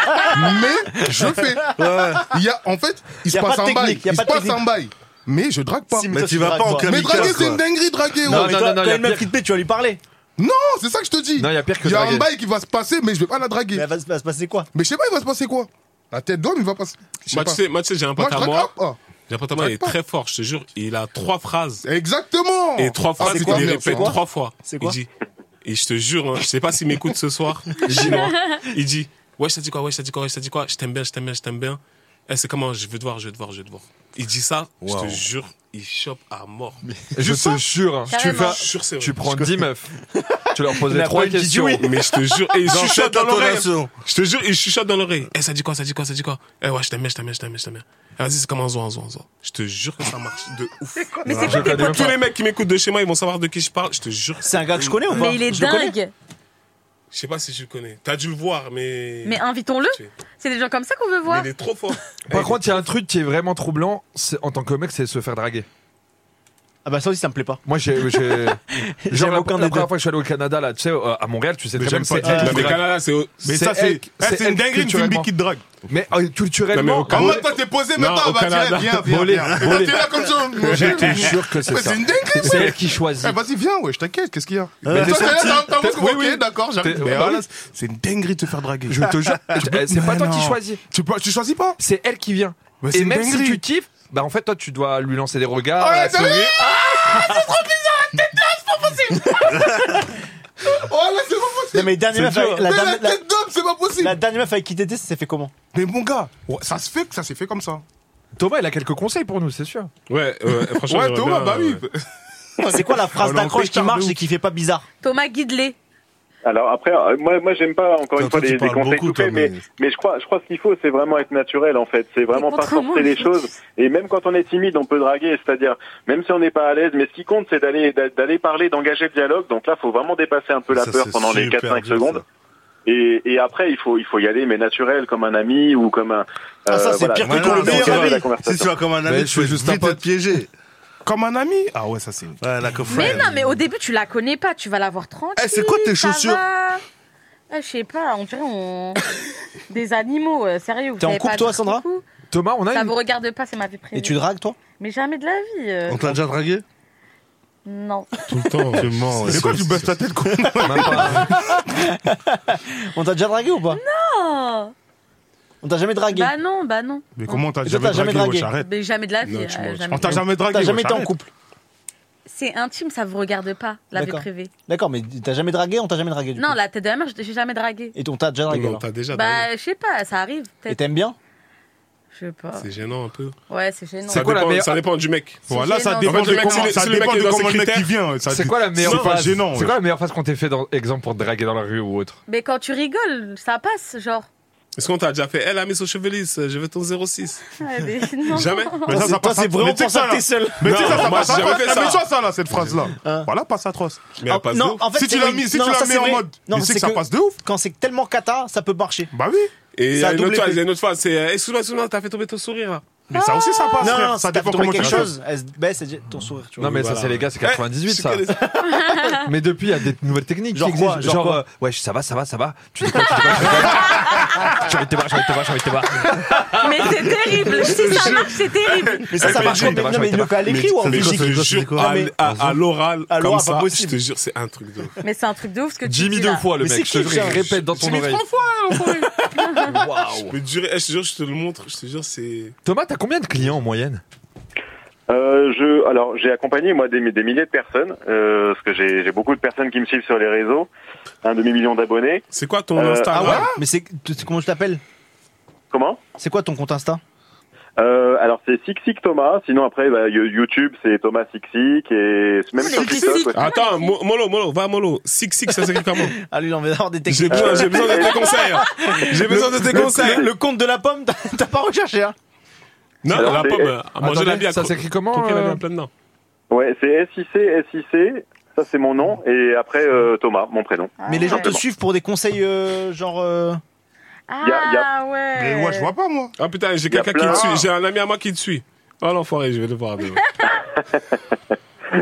Speaker 5: mais je fais. Il y a, en fait, il
Speaker 4: Y
Speaker 5: se
Speaker 4: a
Speaker 5: passe
Speaker 4: pas de
Speaker 5: un bail.
Speaker 4: technique, y a
Speaker 5: Il se
Speaker 4: pas de
Speaker 5: passe
Speaker 4: technique.
Speaker 5: un bail. Mais je drague pas.
Speaker 4: Si,
Speaker 7: Mais
Speaker 4: toi,
Speaker 7: tu vas
Speaker 4: dragues,
Speaker 7: pas en
Speaker 4: toi.
Speaker 5: Mais draguer,
Speaker 7: kamikaze,
Speaker 5: c'est une
Speaker 7: quoi.
Speaker 5: dinguerie, draguer.
Speaker 4: Non,
Speaker 5: ouais.
Speaker 4: mais
Speaker 6: non,
Speaker 4: toi,
Speaker 6: non,
Speaker 4: quand
Speaker 6: y a
Speaker 4: une meuf
Speaker 6: pire.
Speaker 4: qui te plaît, tu vas lui parler.
Speaker 5: Non, c'est ça que je te dis.
Speaker 6: Non, il y a pire que
Speaker 5: Il y a un
Speaker 6: draguer.
Speaker 5: bail qui va se passer, mais je vais pas la
Speaker 4: Mais
Speaker 5: draguer.
Speaker 4: elle va se- va se passer quoi
Speaker 5: Mais je sais pas, il va se passer quoi La tête d'homme, il va passer. Je sais
Speaker 8: Moi,
Speaker 5: pas.
Speaker 8: tu sais, moi, tu sais, j'ai un
Speaker 5: Moi,
Speaker 8: pote
Speaker 5: je
Speaker 8: à
Speaker 5: drague
Speaker 8: moi.
Speaker 5: pas.
Speaker 8: J'ai un pote à moi, il est
Speaker 5: Drague pas.
Speaker 8: très fort, je te jure. Il a trois phrases.
Speaker 5: Exactement. Ah,
Speaker 8: Et trois
Speaker 5: fois
Speaker 8: phrases qu'il les répète trois fois.
Speaker 4: C'est quoi
Speaker 8: Il dit, et je te jure, hein, je sais pas s'il m'écoute ce soir. Il dit, moi, il dit, ouais, je t'ai dit quoi, ouais, je t'ai dit quoi, ouais, je t'ai dit quoi, je t'aime bien, je t'aime bien, je t'aime bien. Eh, c'est comment, je veux te voir, je veux te voir, je veux te voir. Il dit ça, je
Speaker 7: Wow.
Speaker 8: te jure, il chope à mort.
Speaker 6: Je te jure, hein, tu,
Speaker 2: Carrément.
Speaker 6: fais-
Speaker 8: Jure, c'est vrai.
Speaker 6: tu prends 10 meufs, tu leur poses les
Speaker 4: Mais
Speaker 6: trois
Speaker 4: après, il dit
Speaker 6: questions.
Speaker 4: oui.
Speaker 8: Mais je te jure, et il
Speaker 7: Dans
Speaker 8: chuchote
Speaker 7: cette
Speaker 8: dans l'oreille.
Speaker 7: intonation.
Speaker 8: Je te jure, il chuchote dans l'oreille. Eh, ça dit quoi, ça dit quoi, ça dit quoi Eh, ouais, je t'aime bien, je t'aime bien, je t'aime bien, je t'aime bien. Eh, Vas-y, c'est comment, on se voit, on se voit, on se voit. Je te jure que ça marche de ouf.
Speaker 2: Mais
Speaker 4: Ah,
Speaker 2: c'est
Speaker 6: Je
Speaker 2: quoi tes
Speaker 6: connais même
Speaker 2: potes
Speaker 8: Tous les mecs qui m'écoutent de chez moi, ils vont savoir de qui je parle. Je te jure,
Speaker 4: C'est un gars que je connais ou pas
Speaker 2: Mais il est
Speaker 4: Je le connais.
Speaker 2: dingue.
Speaker 8: je sais pas si je le connais. T'as dû le voir, mais.
Speaker 2: Mais invitons-le.
Speaker 8: Tu-
Speaker 2: C'est des gens comme ça qu'on veut
Speaker 8: Mais
Speaker 2: voir.
Speaker 8: il est trop fort.
Speaker 6: Par contre, il y a un truc qui est vraiment troublant c'est- en tant que mec, c'est se faire draguer.
Speaker 4: Ah bah ça aussi, ça me plaît pas.
Speaker 6: Moi,
Speaker 4: [laughs]
Speaker 6: j'ai. j'ai- Genre, la,
Speaker 4: aucun
Speaker 6: la
Speaker 4: des
Speaker 6: première
Speaker 4: deux.
Speaker 6: fois que je suis allé au Canada, là, tu sais, euh, à Montréal, tu sais très bien que c'est
Speaker 4: dire-
Speaker 6: elle
Speaker 8: Non,
Speaker 6: qui
Speaker 8: Bah, mais
Speaker 6: drague.
Speaker 8: Canada, c'est.
Speaker 6: Mais ça, c'est. Ah, c'est une dinguerie, une fille qui drague. Mais euh,
Speaker 8: Non, mais au
Speaker 6: culturellement.
Speaker 8: Canada-
Speaker 5: Comment toi t'es posé
Speaker 8: Non,
Speaker 5: maintenant
Speaker 8: au
Speaker 5: Bah
Speaker 8: Canada.
Speaker 5: tiens, viens, viens.
Speaker 6: Volé,
Speaker 5: viens.
Speaker 6: volé.
Speaker 5: T'es là comme [laughs] ça.
Speaker 6: Je te jure que c'est
Speaker 5: Mais
Speaker 6: ça.
Speaker 5: c'est une dinguerie,
Speaker 6: C'est elle qui choisit.
Speaker 5: Eh, vas-y, viens, ouais, je t'inquiète, qu'est-ce qu'il y a
Speaker 6: Mais
Speaker 5: Mais
Speaker 6: t'es
Speaker 5: toi, Euh, t'es là,
Speaker 6: sorti.
Speaker 5: t'as- t'as
Speaker 6: T'es-
Speaker 5: t'as-
Speaker 6: oui,
Speaker 5: ok,
Speaker 6: oui.
Speaker 5: d'accord, j'arrive.
Speaker 6: T'es-
Speaker 5: oh, Mais
Speaker 6: voilà.
Speaker 5: voilà, C'est une dinguerie de te faire draguer.
Speaker 6: [laughs] Je te jure, eh, c'est pas
Speaker 5: Mais
Speaker 6: toi qui
Speaker 5: non.
Speaker 6: choisis,
Speaker 5: Tu, peux- tu choisis pas
Speaker 6: c'est elle qui vient.
Speaker 5: Mais c'est
Speaker 6: Et
Speaker 5: une
Speaker 6: même si
Speaker 5: dinguerie.
Speaker 6: tu kiffes, bah en fait, toi, tu dois lui lancer des regards.
Speaker 5: Ouais, Ah,
Speaker 6: la
Speaker 5: c'est
Speaker 6: sourire.
Speaker 5: vrai. [laughs] Oh là, c'est pas possible
Speaker 4: Non, mais dernière meuf, avec- la
Speaker 5: Mais la
Speaker 4: dernière- la-
Speaker 5: tête d'homme, c'est pas possible
Speaker 4: la dernière meuf avec qui t'étais, ça s'est
Speaker 2: [laughs]
Speaker 4: fait comment
Speaker 5: Mais mon gars, ouais, ça se fait que ça s'est fait comme ça.
Speaker 6: Thomas, il a quelques conseils pour nous, c'est sûr.
Speaker 8: Ouais, euh, [laughs] franchement.
Speaker 5: Ouais,
Speaker 8: j'aimerais
Speaker 5: Thomas,
Speaker 8: bien,
Speaker 5: bah oui.
Speaker 8: euh,
Speaker 4: C'est quoi la phrase
Speaker 5: On est en
Speaker 4: d'accroche qui
Speaker 5: pétard de
Speaker 4: marche
Speaker 5: ouf.
Speaker 4: et qui fait pas bizarre
Speaker 2: Thomas, guide-les.
Speaker 9: Alors après, euh, moi, moi j'aime pas encore une
Speaker 7: Toi,
Speaker 9: fois
Speaker 7: tu
Speaker 9: les, les
Speaker 7: parles
Speaker 9: conseils
Speaker 7: beaucoup,
Speaker 9: coupés,
Speaker 7: toi,
Speaker 9: mais,
Speaker 7: mais-
Speaker 9: mais je crois, je crois ce qu'il faut, c'est vraiment être naturel en fait. C'est vraiment
Speaker 2: Mais
Speaker 9: pas
Speaker 2: contrairement,
Speaker 9: forcer
Speaker 2: il
Speaker 9: les
Speaker 2: faut-
Speaker 9: choses. Et même quand on est timide, on peut draguer, c'est-à-dire même si on n'est pas à l'aise, mais ce qui compte, c'est d'aller d'a- d'aller parler, d'engager le dialogue. Donc là, faut vraiment dépasser un peu la
Speaker 7: Ça,
Speaker 9: peur
Speaker 7: c'est
Speaker 9: pendant les
Speaker 7: super
Speaker 9: 4-5
Speaker 7: dur,
Speaker 9: secondes.
Speaker 7: ça.
Speaker 9: Et, et après, il faut il faut y aller, mais naturel, comme un ami ou comme un. euh,
Speaker 4: Ah, ça, c'est pire que
Speaker 7: Ouais,
Speaker 4: ton
Speaker 7: non,
Speaker 9: dans
Speaker 4: le
Speaker 7: mais
Speaker 4: meilleur
Speaker 7: tu
Speaker 9: cadre
Speaker 7: vois,
Speaker 9: de
Speaker 4: ami.
Speaker 9: la
Speaker 7: Si tu
Speaker 9: conversation.
Speaker 7: vas comme un
Speaker 6: Mais
Speaker 7: ami,
Speaker 6: je
Speaker 7: tu
Speaker 6: suis
Speaker 7: peux
Speaker 6: juste
Speaker 7: juste
Speaker 6: un
Speaker 7: vite
Speaker 6: pote.
Speaker 7: être piégé.
Speaker 5: Comme un ami Ah ouais, ça c'est.
Speaker 7: Ouais, like a
Speaker 2: Mais
Speaker 7: friend.
Speaker 2: non, mais au début, tu la connais pas. Tu vas la voir tranquille.
Speaker 7: Eh, c'est quoi tes
Speaker 2: ça
Speaker 7: chaussures
Speaker 2: va. Ah, Je sais pas, on dirait
Speaker 5: [laughs]
Speaker 2: on... des animaux, euh, sérieux. vous
Speaker 4: T'es en
Speaker 2: savez
Speaker 4: couple,
Speaker 2: pas
Speaker 4: toi,
Speaker 2: du
Speaker 4: Sandra Ah,
Speaker 2: tout.
Speaker 6: Thomas, on a
Speaker 2: Ça
Speaker 6: une.
Speaker 2: vous regarde pas, c'est ma vie privée.
Speaker 4: Et tu dragues, toi
Speaker 2: Mais jamais de la vie. euh.
Speaker 7: On t'a déjà dragué
Speaker 2: Non.
Speaker 8: Tout le temps.
Speaker 7: Tu mens, ouais.
Speaker 8: C'est quoi,
Speaker 7: tu
Speaker 8: tu baisses
Speaker 7: ta tête, con
Speaker 6: Même pas.
Speaker 4: On t'a déjà dragué ou pas
Speaker 2: Oh.
Speaker 4: On t'a jamais dragué
Speaker 2: Bah non, bah non.
Speaker 10: Mais comment t'as
Speaker 4: Toi,
Speaker 10: jamais
Speaker 4: t'as jamais
Speaker 10: dragué,
Speaker 4: dragué.
Speaker 10: wesh, arrête.
Speaker 2: Mais jamais de la vie.
Speaker 8: Non, tu
Speaker 2: euh,
Speaker 8: mens, tu
Speaker 2: jamais.
Speaker 10: On t'a jamais dragué,
Speaker 4: T'as jamais
Speaker 10: wesh,
Speaker 4: été en
Speaker 10: arrête.
Speaker 4: couple
Speaker 2: C'est intime, ça vous regarde pas, la vie
Speaker 4: D'accord.
Speaker 2: privée.
Speaker 4: D'accord, mais t'as jamais dragué, on t'a jamais dragué du
Speaker 2: Non,
Speaker 4: coup.
Speaker 2: la tête de la mère, je j'ai jamais dragué.
Speaker 4: Et on t'a déjà dragué
Speaker 8: Non,
Speaker 4: alors.
Speaker 8: t'as déjà. dragué.
Speaker 2: Bah, je sais pas, ça arrive,
Speaker 4: Et
Speaker 2: peut-être.
Speaker 4: t'aimes bien
Speaker 2: Je sais pas.
Speaker 8: C'est gênant un peu.
Speaker 2: Ouais, c'est gênant.
Speaker 8: Ça
Speaker 6: quoi la
Speaker 8: dépend-
Speaker 6: meilleure-
Speaker 8: ça dépend du mec.
Speaker 10: Voilà, ça
Speaker 2: gênant.
Speaker 10: dépend
Speaker 8: En fait,
Speaker 10: de
Speaker 8: le mec,
Speaker 10: comment
Speaker 8: c'est-
Speaker 10: ça
Speaker 8: c'est le mec
Speaker 10: dépend
Speaker 8: qui est
Speaker 10: de
Speaker 8: dans
Speaker 10: comment
Speaker 8: ses
Speaker 10: le mec qui
Speaker 8: critères.
Speaker 10: vient. ça
Speaker 6: C'est
Speaker 10: dé-
Speaker 6: quoi la meilleure
Speaker 10: C'est pas
Speaker 6: phrase
Speaker 10: gênant.
Speaker 6: C'est
Speaker 10: ouais.
Speaker 6: quoi la meilleure phrase qu'on t'ait fait dans exemple pour te draguer dans la rue ou autre
Speaker 2: Mais quand tu rigoles, ça passe, genre.
Speaker 8: Est-ce qu'on t'a déjà fait Eh, Elle a mis son chevelisse, euh, je veux ton 06.
Speaker 2: Ouais, mais non.
Speaker 8: Jamais.
Speaker 10: Mais ça, ça
Speaker 4: Toi,
Speaker 10: passe
Speaker 4: c'est
Speaker 10: à-
Speaker 4: vraiment
Speaker 10: mais tu sais
Speaker 4: pour
Speaker 10: que
Speaker 4: ça
Speaker 10: ça,
Speaker 4: que
Speaker 10: là-
Speaker 4: t'es seul.
Speaker 10: Mais tu sais, ça, ça
Speaker 8: Non, moi,
Speaker 10: passe
Speaker 8: j'ai
Speaker 10: atroce.
Speaker 8: jamais fait
Speaker 10: Eh, Mais
Speaker 8: ça.
Speaker 10: toi, ça, là, cette phrase-là.
Speaker 4: Hein
Speaker 10: Voilà, passe atroce.
Speaker 8: Mais elle passe de
Speaker 4: Ah, Non,
Speaker 8: ouf.
Speaker 4: en fait,
Speaker 10: Si tu
Speaker 4: c'est-
Speaker 10: la
Speaker 4: oui,
Speaker 10: mets, si
Speaker 4: non,
Speaker 10: tu
Speaker 4: ça,
Speaker 10: la
Speaker 4: c'est
Speaker 10: mets en
Speaker 4: vrai.
Speaker 10: mode,
Speaker 4: Non,
Speaker 10: tu sais
Speaker 4: c'est
Speaker 10: que ça
Speaker 4: que-
Speaker 10: passe de ouf.
Speaker 4: Quand c'est tellement cata, ça peut marcher.
Speaker 10: Bah oui.
Speaker 8: Et il y
Speaker 4: ça a
Speaker 8: a une autre
Speaker 4: doublé
Speaker 8: phrase,
Speaker 4: le
Speaker 8: il y a une autre phrase, c'est euh, excuse-moi, excuse-moi, t'as fait tomber ton sourire là.
Speaker 10: Mais ça aussi, ça passe.
Speaker 4: Ah. Non,
Speaker 10: frère.
Speaker 4: non,
Speaker 10: ça
Speaker 4: si t'as
Speaker 10: dépend
Speaker 4: trouvé
Speaker 10: comment tu
Speaker 4: quelque
Speaker 10: le fais.
Speaker 4: chose, elle se baisse, elle dit ton sourire, tu vois.
Speaker 6: Non mais ça
Speaker 8: voilà.
Speaker 6: c'est les gars c'est 98 ça.
Speaker 8: [laughs] Eh, je suis
Speaker 6: [laughs] Mais depuis il y a des nouvelles techniques.
Speaker 4: Genre
Speaker 6: qui existent.
Speaker 4: quoi, genre quoi
Speaker 6: euh, ouais ça va ça va ça va. Tu dis quoi tu dis quoi, tu dis quoi J'ai envie de te voir j'ai envie de te voir j'ai envie de te voir.
Speaker 2: [laughs] Mais c'est terrible. Si ça marche, c'est terrible.
Speaker 4: Mais ça, ça
Speaker 6: Mais
Speaker 4: marche.
Speaker 6: je-
Speaker 4: Mais non, mais il le fait à l'écrit ou en
Speaker 7: ça dit
Speaker 8: Mais
Speaker 7: quoi,
Speaker 4: musique
Speaker 7: ça
Speaker 8: je
Speaker 7: dit
Speaker 8: te
Speaker 7: quoi, ça dit
Speaker 8: jure,
Speaker 7: quoi
Speaker 8: à l- Ah, à à l'oral,
Speaker 4: À
Speaker 8: comme
Speaker 4: l'oral, pas
Speaker 8: ça, je
Speaker 4: possible.
Speaker 8: te jure, c'est un truc de ouf.
Speaker 2: Mais c'est un truc de ouf ce que tu
Speaker 6: Jimmy
Speaker 2: dis
Speaker 6: deux
Speaker 2: là. Ah,
Speaker 6: fois le
Speaker 4: Mais
Speaker 6: mec.
Speaker 4: c'est
Speaker 6: Je te
Speaker 4: qui, ça
Speaker 6: répète dans ton
Speaker 8: mis
Speaker 6: oreille.
Speaker 8: Je peux te jurer, eh, je te jure, je te le montre, je te jure, c'est.
Speaker 6: Thomas t'as combien de clients en moyenne
Speaker 9: Euh, je, alors j'ai accompagné moi des, des milliers de personnes, euh, parce que j'ai j'ai beaucoup de personnes qui me suivent sur les réseaux, un demi-million d'abonnés.
Speaker 8: C'est quoi ton
Speaker 9: Euh,
Speaker 4: Ah ouais
Speaker 8: Instagram
Speaker 4: Mais c'est tu- tu- comment je t'appelle
Speaker 9: Comment
Speaker 4: C'est quoi ton compte Insta
Speaker 9: euh, Alors c'est Six Six Thomas, sinon après bah, You- YouTube c'est Thomas Six Six et même
Speaker 2: Mais
Speaker 9: sur
Speaker 2: Six
Speaker 9: TikTok.
Speaker 2: Six.
Speaker 9: ouais.
Speaker 8: Attends, Mo- Molo, Molo, va Molo. Six Six, ça s'écrit comment
Speaker 4: Ah lui, il en va avoir des
Speaker 8: J'ai
Speaker 4: techniques.
Speaker 8: besoin, j'ai besoin
Speaker 10: Euh,
Speaker 8: de tes conseils. hein. J'ai besoin de tes conseils.
Speaker 4: Le compte de la pomme, t'as t'as pas recherché, hein
Speaker 8: Non,
Speaker 9: Alors,
Speaker 8: la
Speaker 9: c'est-
Speaker 8: pomme, euh, moi je
Speaker 6: Attendez,
Speaker 8: l'aime bien.
Speaker 6: Ça
Speaker 8: cro-
Speaker 6: s'écrit comment
Speaker 8: croquer la
Speaker 6: euh,
Speaker 8: vie en plein dedans.
Speaker 9: Ouais, c'est SIC SIC, ça c'est mon nom et après euh, Thomas, mon prénom.
Speaker 4: Mais les gens te
Speaker 9: Exactement.
Speaker 4: suivent pour des conseils euh, genre. euh,
Speaker 9: Y a- y
Speaker 2: Ah ouais.
Speaker 10: Mais ouais, je vois pas, moi.
Speaker 8: Ah putain, j'ai
Speaker 9: Y a
Speaker 8: quelqu'un qui
Speaker 9: plein.
Speaker 8: te suit, j'ai un ami à moi qui te suit. Oh l'enfoiré, je vais le voir. avec vous.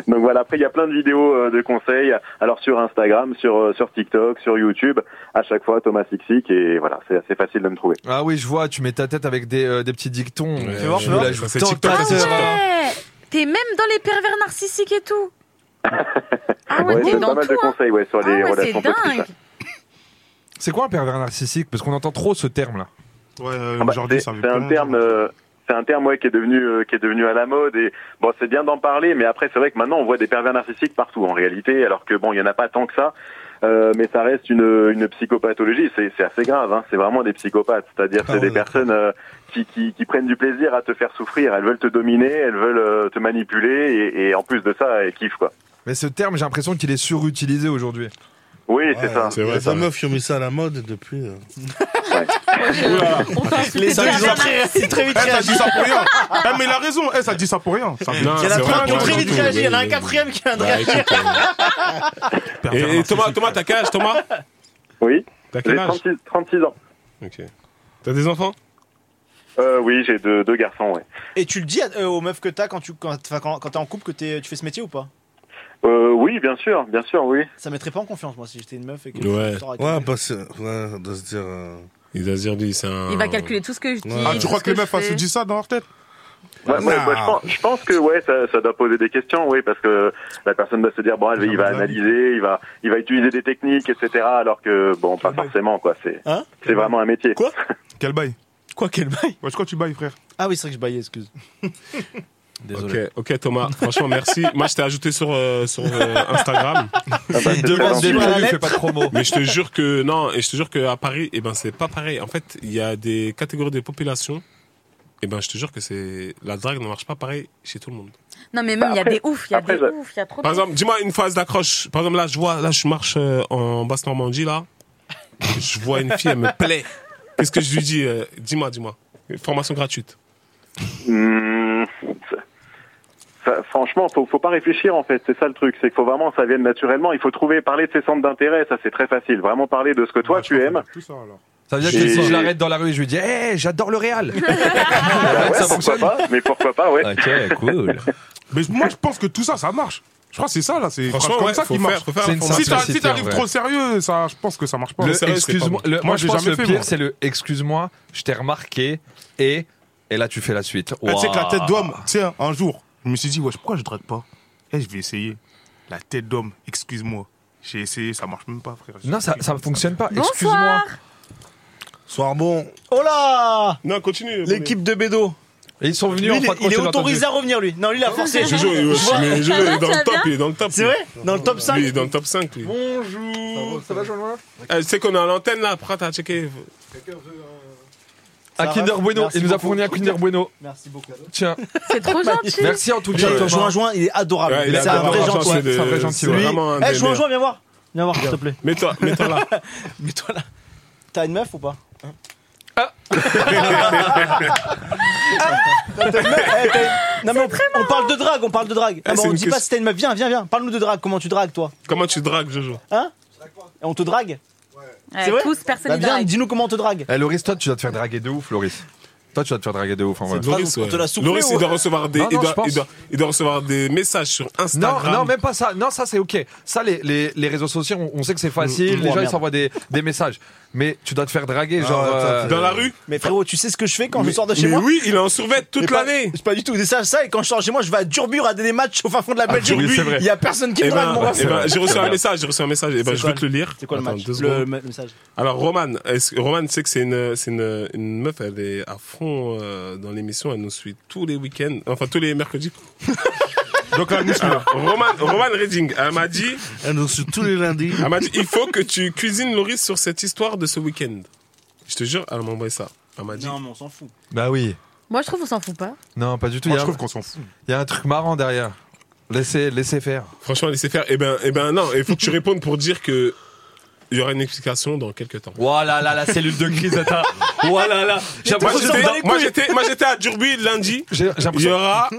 Speaker 9: Donc voilà, après il y a plein de vidéos euh, de conseils, alors sur Instagram, sur euh, sur TikTok, sur YouTube, à chaque fois Thomas Six Six et voilà, c'est assez facile de me trouver.
Speaker 6: Ah oui je vois tu mets ta tête avec des euh, des petits dictons.
Speaker 8: Ouais,
Speaker 6: Tu vois,
Speaker 8: je
Speaker 6: je
Speaker 8: vois.
Speaker 6: la joue
Speaker 8: Ça, c'est
Speaker 6: tant
Speaker 8: TikTok, ça,
Speaker 6: qu'à
Speaker 8: c'est
Speaker 6: faire.
Speaker 8: TikTok.
Speaker 2: Ah, Ouais. T'es même dans les pervers narcissiques et tout. Ah ouais,
Speaker 9: Ouais, je
Speaker 2: t'es
Speaker 9: donne
Speaker 2: dans
Speaker 9: pas mal de
Speaker 2: tout. hein.
Speaker 9: conseils ouais, sur
Speaker 2: Ah
Speaker 9: les
Speaker 2: ouais, c'est
Speaker 9: relations toxiques.
Speaker 2: dingue.
Speaker 6: C'est quoi un pervers narcissique parce qu'on entend trop ce terme là.
Speaker 10: Ouais, euh,
Speaker 9: Ah bah,
Speaker 10: aujourd'hui,
Speaker 9: c'est
Speaker 10: ça veut
Speaker 9: c'est
Speaker 10: pas
Speaker 9: un
Speaker 10: dire.
Speaker 9: terme, euh, c'est un terme ouais, qui est devenu euh, qui est devenu à la mode et bon c'est bien d'en parler, mais après c'est vrai que maintenant on voit des pervers narcissiques partout en réalité, alors que bon il y en a pas tant que ça. Euh, mais ça reste une, une psychopathologie, c'est c'est assez grave, hein. c'est vraiment des psychopathes, c'est-à-dire
Speaker 7: Ah
Speaker 9: c'est
Speaker 7: ouais,
Speaker 9: des personnes euh, qui, qui, qui prennent du plaisir à te faire souffrir, elles veulent te dominer, elles veulent euh, te manipuler et, et en plus de ça elles kiffent quoi.
Speaker 6: Mais ce terme j'ai l'impression qu'il est surutilisé aujourd'hui.
Speaker 9: Oui
Speaker 7: Ouais,
Speaker 9: c'est ça.
Speaker 8: c'est
Speaker 7: Il y
Speaker 8: vrai,
Speaker 7: a
Speaker 8: ça,
Speaker 7: des meufs qui ont mis ça à la mode et depuis. euh,
Speaker 2: On t'en fout,
Speaker 4: Les
Speaker 2: t'es
Speaker 4: hommes, ils ont
Speaker 2: pervers
Speaker 4: très, très vite
Speaker 10: Eh, ça
Speaker 4: réagi.
Speaker 10: dit ça pour rien. Eh, mais il a raison. Eh, ça dit ça pour rien. Ça me-
Speaker 8: Non,
Speaker 4: Il y en
Speaker 8: c'est
Speaker 4: a trois
Speaker 8: vrai,
Speaker 4: qui ont
Speaker 8: ouais,
Speaker 4: très
Speaker 8: ouais,
Speaker 4: vite
Speaker 8: ouais,
Speaker 4: réagi. Il y en a
Speaker 8: ouais,
Speaker 4: un quatrième qui vient de
Speaker 8: Bah,
Speaker 4: réagir.
Speaker 8: écoute, euh,
Speaker 10: Pervers
Speaker 8: Et et Thomas,
Speaker 10: narcissique.
Speaker 8: Thomas, t'as quel âge, Thomas
Speaker 9: Oui,
Speaker 8: T'as
Speaker 9: j'ai
Speaker 8: quel âge
Speaker 9: 36, 36 ans.
Speaker 8: Ok. T'as des enfants
Speaker 9: Euh, oui j'ai deux, deux garçons ouais.
Speaker 4: Et tu le dis à- euh, aux meufs que t'as quand tu quand, enfin, quand, quand t'es en couple que t'es- tu fais ce métier ou pas
Speaker 9: Euh, oui bien sûr, bien sûr oui.
Speaker 4: Ça mettrait pas en confiance moi si j'étais une meuf et que
Speaker 8: Ouais.
Speaker 4: je sors avec
Speaker 7: Ouais,
Speaker 4: quelqu'un.
Speaker 7: parce que. Ouais, de se dire. euh,
Speaker 8: Il va se dire, lui, c'est un.
Speaker 2: Il va calculer tout ce que je dis.
Speaker 7: Ah,
Speaker 10: Ah, tu
Speaker 2: tout
Speaker 10: crois
Speaker 2: ce
Speaker 10: que les meufs,
Speaker 2: je
Speaker 10: elles se
Speaker 2: fais.
Speaker 10: disent ça dans leur tête
Speaker 9: Ouais, ouais,
Speaker 7: non.
Speaker 9: bah, je, pense, je pense que ouais, ça, ça doit poser des questions, oui, parce que la personne doit se dire bon, elle, il va analyser, il va, il va utiliser des techniques, etc. Alors que bon, pas forcément quoi. C'est,
Speaker 4: Hein
Speaker 9: c'est vraiment un métier.
Speaker 4: Quoi
Speaker 10: Quel bail
Speaker 4: Quoi quel bail
Speaker 10: Ouais, je crois que tu bailles, frère.
Speaker 4: Ah oui c'est vrai que je baillais excuse.
Speaker 8: Ok, ok, Thomas, franchement, [laughs] merci. Moi, je t'ai ajouté sur, euh, sur euh, Instagram.
Speaker 9: Ah, bah, c'est très
Speaker 6: Demande des
Speaker 9: gentil.
Speaker 4: sur la
Speaker 6: menus,
Speaker 4: lettre.
Speaker 6: fais pas de promo.
Speaker 8: Mais je te jure que non, et je te jure que à Paris, eh ben c'est pas pareil. En fait, il y a des catégories de population. Et ben je te jure que c'est la drague ne marche pas pareil chez tout le monde.
Speaker 2: Non, mais même, il y a
Speaker 9: Après-
Speaker 2: des ouf, il y a
Speaker 9: après,
Speaker 2: des
Speaker 9: je-
Speaker 2: ouf, il y a trop de.
Speaker 8: Par exemple, dis-moi une phase d'accroche. Par exemple là, je vois là je marche euh, en basse Normandie là. Je vois une fille, elle me plaît. Qu'est-ce que je lui dis euh, Dis-moi, dis-moi. Formation gratuite.
Speaker 9: Hum, ça- ça- franchement, faut, faut pas réfléchir en fait. C'est ça le truc, c'est qu'il faut vraiment que ça vienne naturellement. Il faut trouver, parler de ses centres d'intérêt, ça c'est très facile. Vraiment parler de ce que toi
Speaker 10: Ouais, je
Speaker 9: tu
Speaker 10: crois
Speaker 9: aimes.
Speaker 10: qu'on a Tout ça, alors.
Speaker 6: Ça veut dire que
Speaker 9: Et-
Speaker 6: si je l'arrête dans la rue, je lui dis Hé, j'adore le Real
Speaker 3: Ah,
Speaker 9: Bah ouais,
Speaker 6: Ça
Speaker 9: pourquoi
Speaker 6: fonctionne
Speaker 9: pas Mais pourquoi pas Ouais.
Speaker 10: [laughs]
Speaker 6: Ok, cool.
Speaker 10: Mais moi, je pense que tout ça, ça marche. Je crois que c'est ça, là. C'est
Speaker 8: Franchement,
Speaker 10: comme
Speaker 8: ouais,
Speaker 10: ça
Speaker 8: faut
Speaker 10: qui
Speaker 8: faire,
Speaker 10: marche.
Speaker 8: faut faire
Speaker 6: C'est
Speaker 8: la
Speaker 6: une
Speaker 8: formation.
Speaker 10: Si t'as- si
Speaker 6: Sincérité, en
Speaker 10: t'arrives
Speaker 6: vrai.
Speaker 10: trop sérieux, ça, je pense que ça marche pas.
Speaker 8: Le- sérieux, c'est pas
Speaker 6: Excuse-moi,
Speaker 8: bon.
Speaker 6: le-
Speaker 10: Moi,
Speaker 6: moi
Speaker 10: j'ai
Speaker 6: je pense
Speaker 10: jamais
Speaker 6: le
Speaker 10: fait,
Speaker 6: pire,
Speaker 10: moi.
Speaker 6: c'est le Excuse-moi, je t'ai remarqué et. Et là, tu fais la suite.
Speaker 10: Eh, Tu sais que la
Speaker 6: Waouh.
Speaker 10: tête d'homme, tu sais, un jour, je me suis dit, ouais, pourquoi je drague pas Eh, je vais essayer. La tête d'homme, excuse-moi. J'ai essayé, ça marche même pas, frère.
Speaker 6: Non, ça, ça fonctionne pas.
Speaker 10: Bonsoir.
Speaker 6: Excuse-moi.
Speaker 7: Soir bon.
Speaker 4: Oh là
Speaker 8: Non, continue.
Speaker 4: L'équipe de Bédo.
Speaker 6: Et ils sont venus
Speaker 4: Lui,
Speaker 6: en
Speaker 4: il,
Speaker 6: fin de
Speaker 4: est-
Speaker 6: compte,
Speaker 4: il est
Speaker 6: j'ai entendu.
Speaker 4: autorisé à revenir, lui. Non, lui,
Speaker 8: Ah
Speaker 4: il a forcé.
Speaker 8: Jojo, il est aussi- mais Jojo, il est dans le top, il est dans le top.
Speaker 4: C'est vrai Dans le top 5
Speaker 8: Lui, il est dans le top 5, lui.
Speaker 6: Bonjour. Ça va, Jean-Noël
Speaker 8: Euh, tu sais qu'on est à l'antenne, là, prête à checker.
Speaker 6: Un
Speaker 4: Ça
Speaker 6: Kinder
Speaker 4: va
Speaker 6: Bueno.
Speaker 4: Merci
Speaker 6: Il nous a
Speaker 4: beaucoup.
Speaker 6: fourni un Kinder Bueno.
Speaker 4: Merci beaucoup.
Speaker 6: Tiens.
Speaker 2: C'est trop gentil.
Speaker 6: Merci en tout cas.
Speaker 4: J'ai-
Speaker 6: Thomas.
Speaker 4: Join Join, il est adorable.
Speaker 8: Ouais, il est
Speaker 4: c'est un
Speaker 8: adorable,
Speaker 4: vrai
Speaker 8: franchement,
Speaker 4: gentil.
Speaker 8: de-
Speaker 6: C'est un vrai gentil,
Speaker 8: c'est
Speaker 6: ouais.
Speaker 8: vraiment un
Speaker 4: Eh,
Speaker 8: des
Speaker 4: Join
Speaker 8: meilleurs.
Speaker 4: Join, viens voir. Viens voir, s'il te plaît.
Speaker 8: Mets-toi, mets-toi là.
Speaker 4: Mets-toi là. T'as une meuf ou pas Hein Ah T'as une meuf Eh, t'as une- Non mais on, on parle de drague, on parle de drague. Ah,
Speaker 8: Eh,
Speaker 4: bah,
Speaker 8: c'est
Speaker 4: on
Speaker 8: une
Speaker 4: dit pas
Speaker 8: question.
Speaker 4: si t'as une meuf. Viens, viens, viens. Parle-nous de drague. Comment tu dragues toi
Speaker 8: Comment tu dragues, Jojo
Speaker 4: Hein Et on te drague
Speaker 2: Ouais,
Speaker 4: C'est vrai
Speaker 2: Tous, personne
Speaker 4: Bah
Speaker 2: n'y
Speaker 4: viens,
Speaker 2: drague.
Speaker 4: dis-nous comment on te drague.
Speaker 6: Eh, Loris, toi, tu vas te faire draguer de ouf, Loris. Toi, tu vas te faire draguer de ouf, en vrai.
Speaker 4: de-
Speaker 8: Loris,
Speaker 4: on
Speaker 8: ouais.
Speaker 4: te l'a soufflé
Speaker 8: Loris,
Speaker 4: ou-
Speaker 8: il doit recevoir des,
Speaker 6: Non,
Speaker 8: il
Speaker 6: non,
Speaker 8: doit-
Speaker 6: je pense.
Speaker 8: il doit- il doit recevoir des messages sur
Speaker 6: Non,
Speaker 8: Instagram.
Speaker 6: non, même pas ça. Non, ça c'est ok. Ça, les, les, les réseaux sociaux, on, on sait que c'est facile.
Speaker 4: Mm,
Speaker 6: les
Speaker 4: oh,
Speaker 6: gens ils
Speaker 4: merde.
Speaker 6: s'envoient des, des messages. Mais tu dois te faire draguer,
Speaker 7: Ah,
Speaker 6: genre.
Speaker 7: attends,
Speaker 6: euh,
Speaker 8: Dans la rue
Speaker 4: Mais frérot, tu sais ce que je fais quand
Speaker 8: mais,
Speaker 4: je sors de chez
Speaker 8: mais
Speaker 4: moi
Speaker 8: oui, il est en survêt
Speaker 4: Mais
Speaker 8: toute
Speaker 4: pas-
Speaker 8: l'année.
Speaker 4: C'est pas du tout. C'est ça, ça. Et quand je sors de chez moi, je vais à Durbure à des matchs au fin fond de la Belgique.
Speaker 8: Durbure, c'est vrai.
Speaker 4: Il y a personne qui me
Speaker 8: Eh
Speaker 4: drague,
Speaker 8: ben,
Speaker 4: mon gars.
Speaker 8: eh ben, j'ai reçu un message, j'ai reçu un message. Eh ben,
Speaker 4: C'est
Speaker 8: je
Speaker 4: quoi
Speaker 8: veux te le lire.
Speaker 4: C'est quoi le
Speaker 8: Attends,
Speaker 4: match
Speaker 8: deux secondes.
Speaker 4: Le me- message.
Speaker 8: Alors, Roman, est-ce- Roman sait que c'est une, c'est une, une meuf, elle est à fond euh, dans l'émission, elle nous suit tous les week-ends, enfin tous
Speaker 7: [laughs]
Speaker 8: les mercredis. Donc là, nous Alors, Roman, Roman Redding, elle m'a dit,
Speaker 7: [laughs] Elle nous suit tous les lundis.
Speaker 8: elle m'a dit, il faut que tu cuisines Loris sur cette histoire de ce week-end. Je te jure, elle m'a envoyé ça. Elle m'a dit,
Speaker 4: Non, mais on s'en fout.
Speaker 6: Bah oui.
Speaker 2: Moi, je trouve qu'on s'en fout pas.
Speaker 6: Non, pas du tout. Il
Speaker 10: Moi,
Speaker 6: y,
Speaker 10: je
Speaker 6: a un-
Speaker 10: trouve qu'on s'en fout.
Speaker 6: il y a un truc marrant derrière. Laissez, laissez faire.
Speaker 8: franchement, laissez faire. Eh ben, eh ben, non, il faut que tu répondes pour dire que il y aura une explication dans quelques temps.
Speaker 3: Voilà, là, la cellule de crise, attends. Voilà, là. J'ai
Speaker 8: Moi,
Speaker 3: l'impression que
Speaker 8: j'étais-
Speaker 3: c'est dans-
Speaker 8: moi, j'étais, moi, j'étais à Durby lundi.
Speaker 6: J'ai j'ai
Speaker 8: Il y
Speaker 6: l'impression que
Speaker 8: aura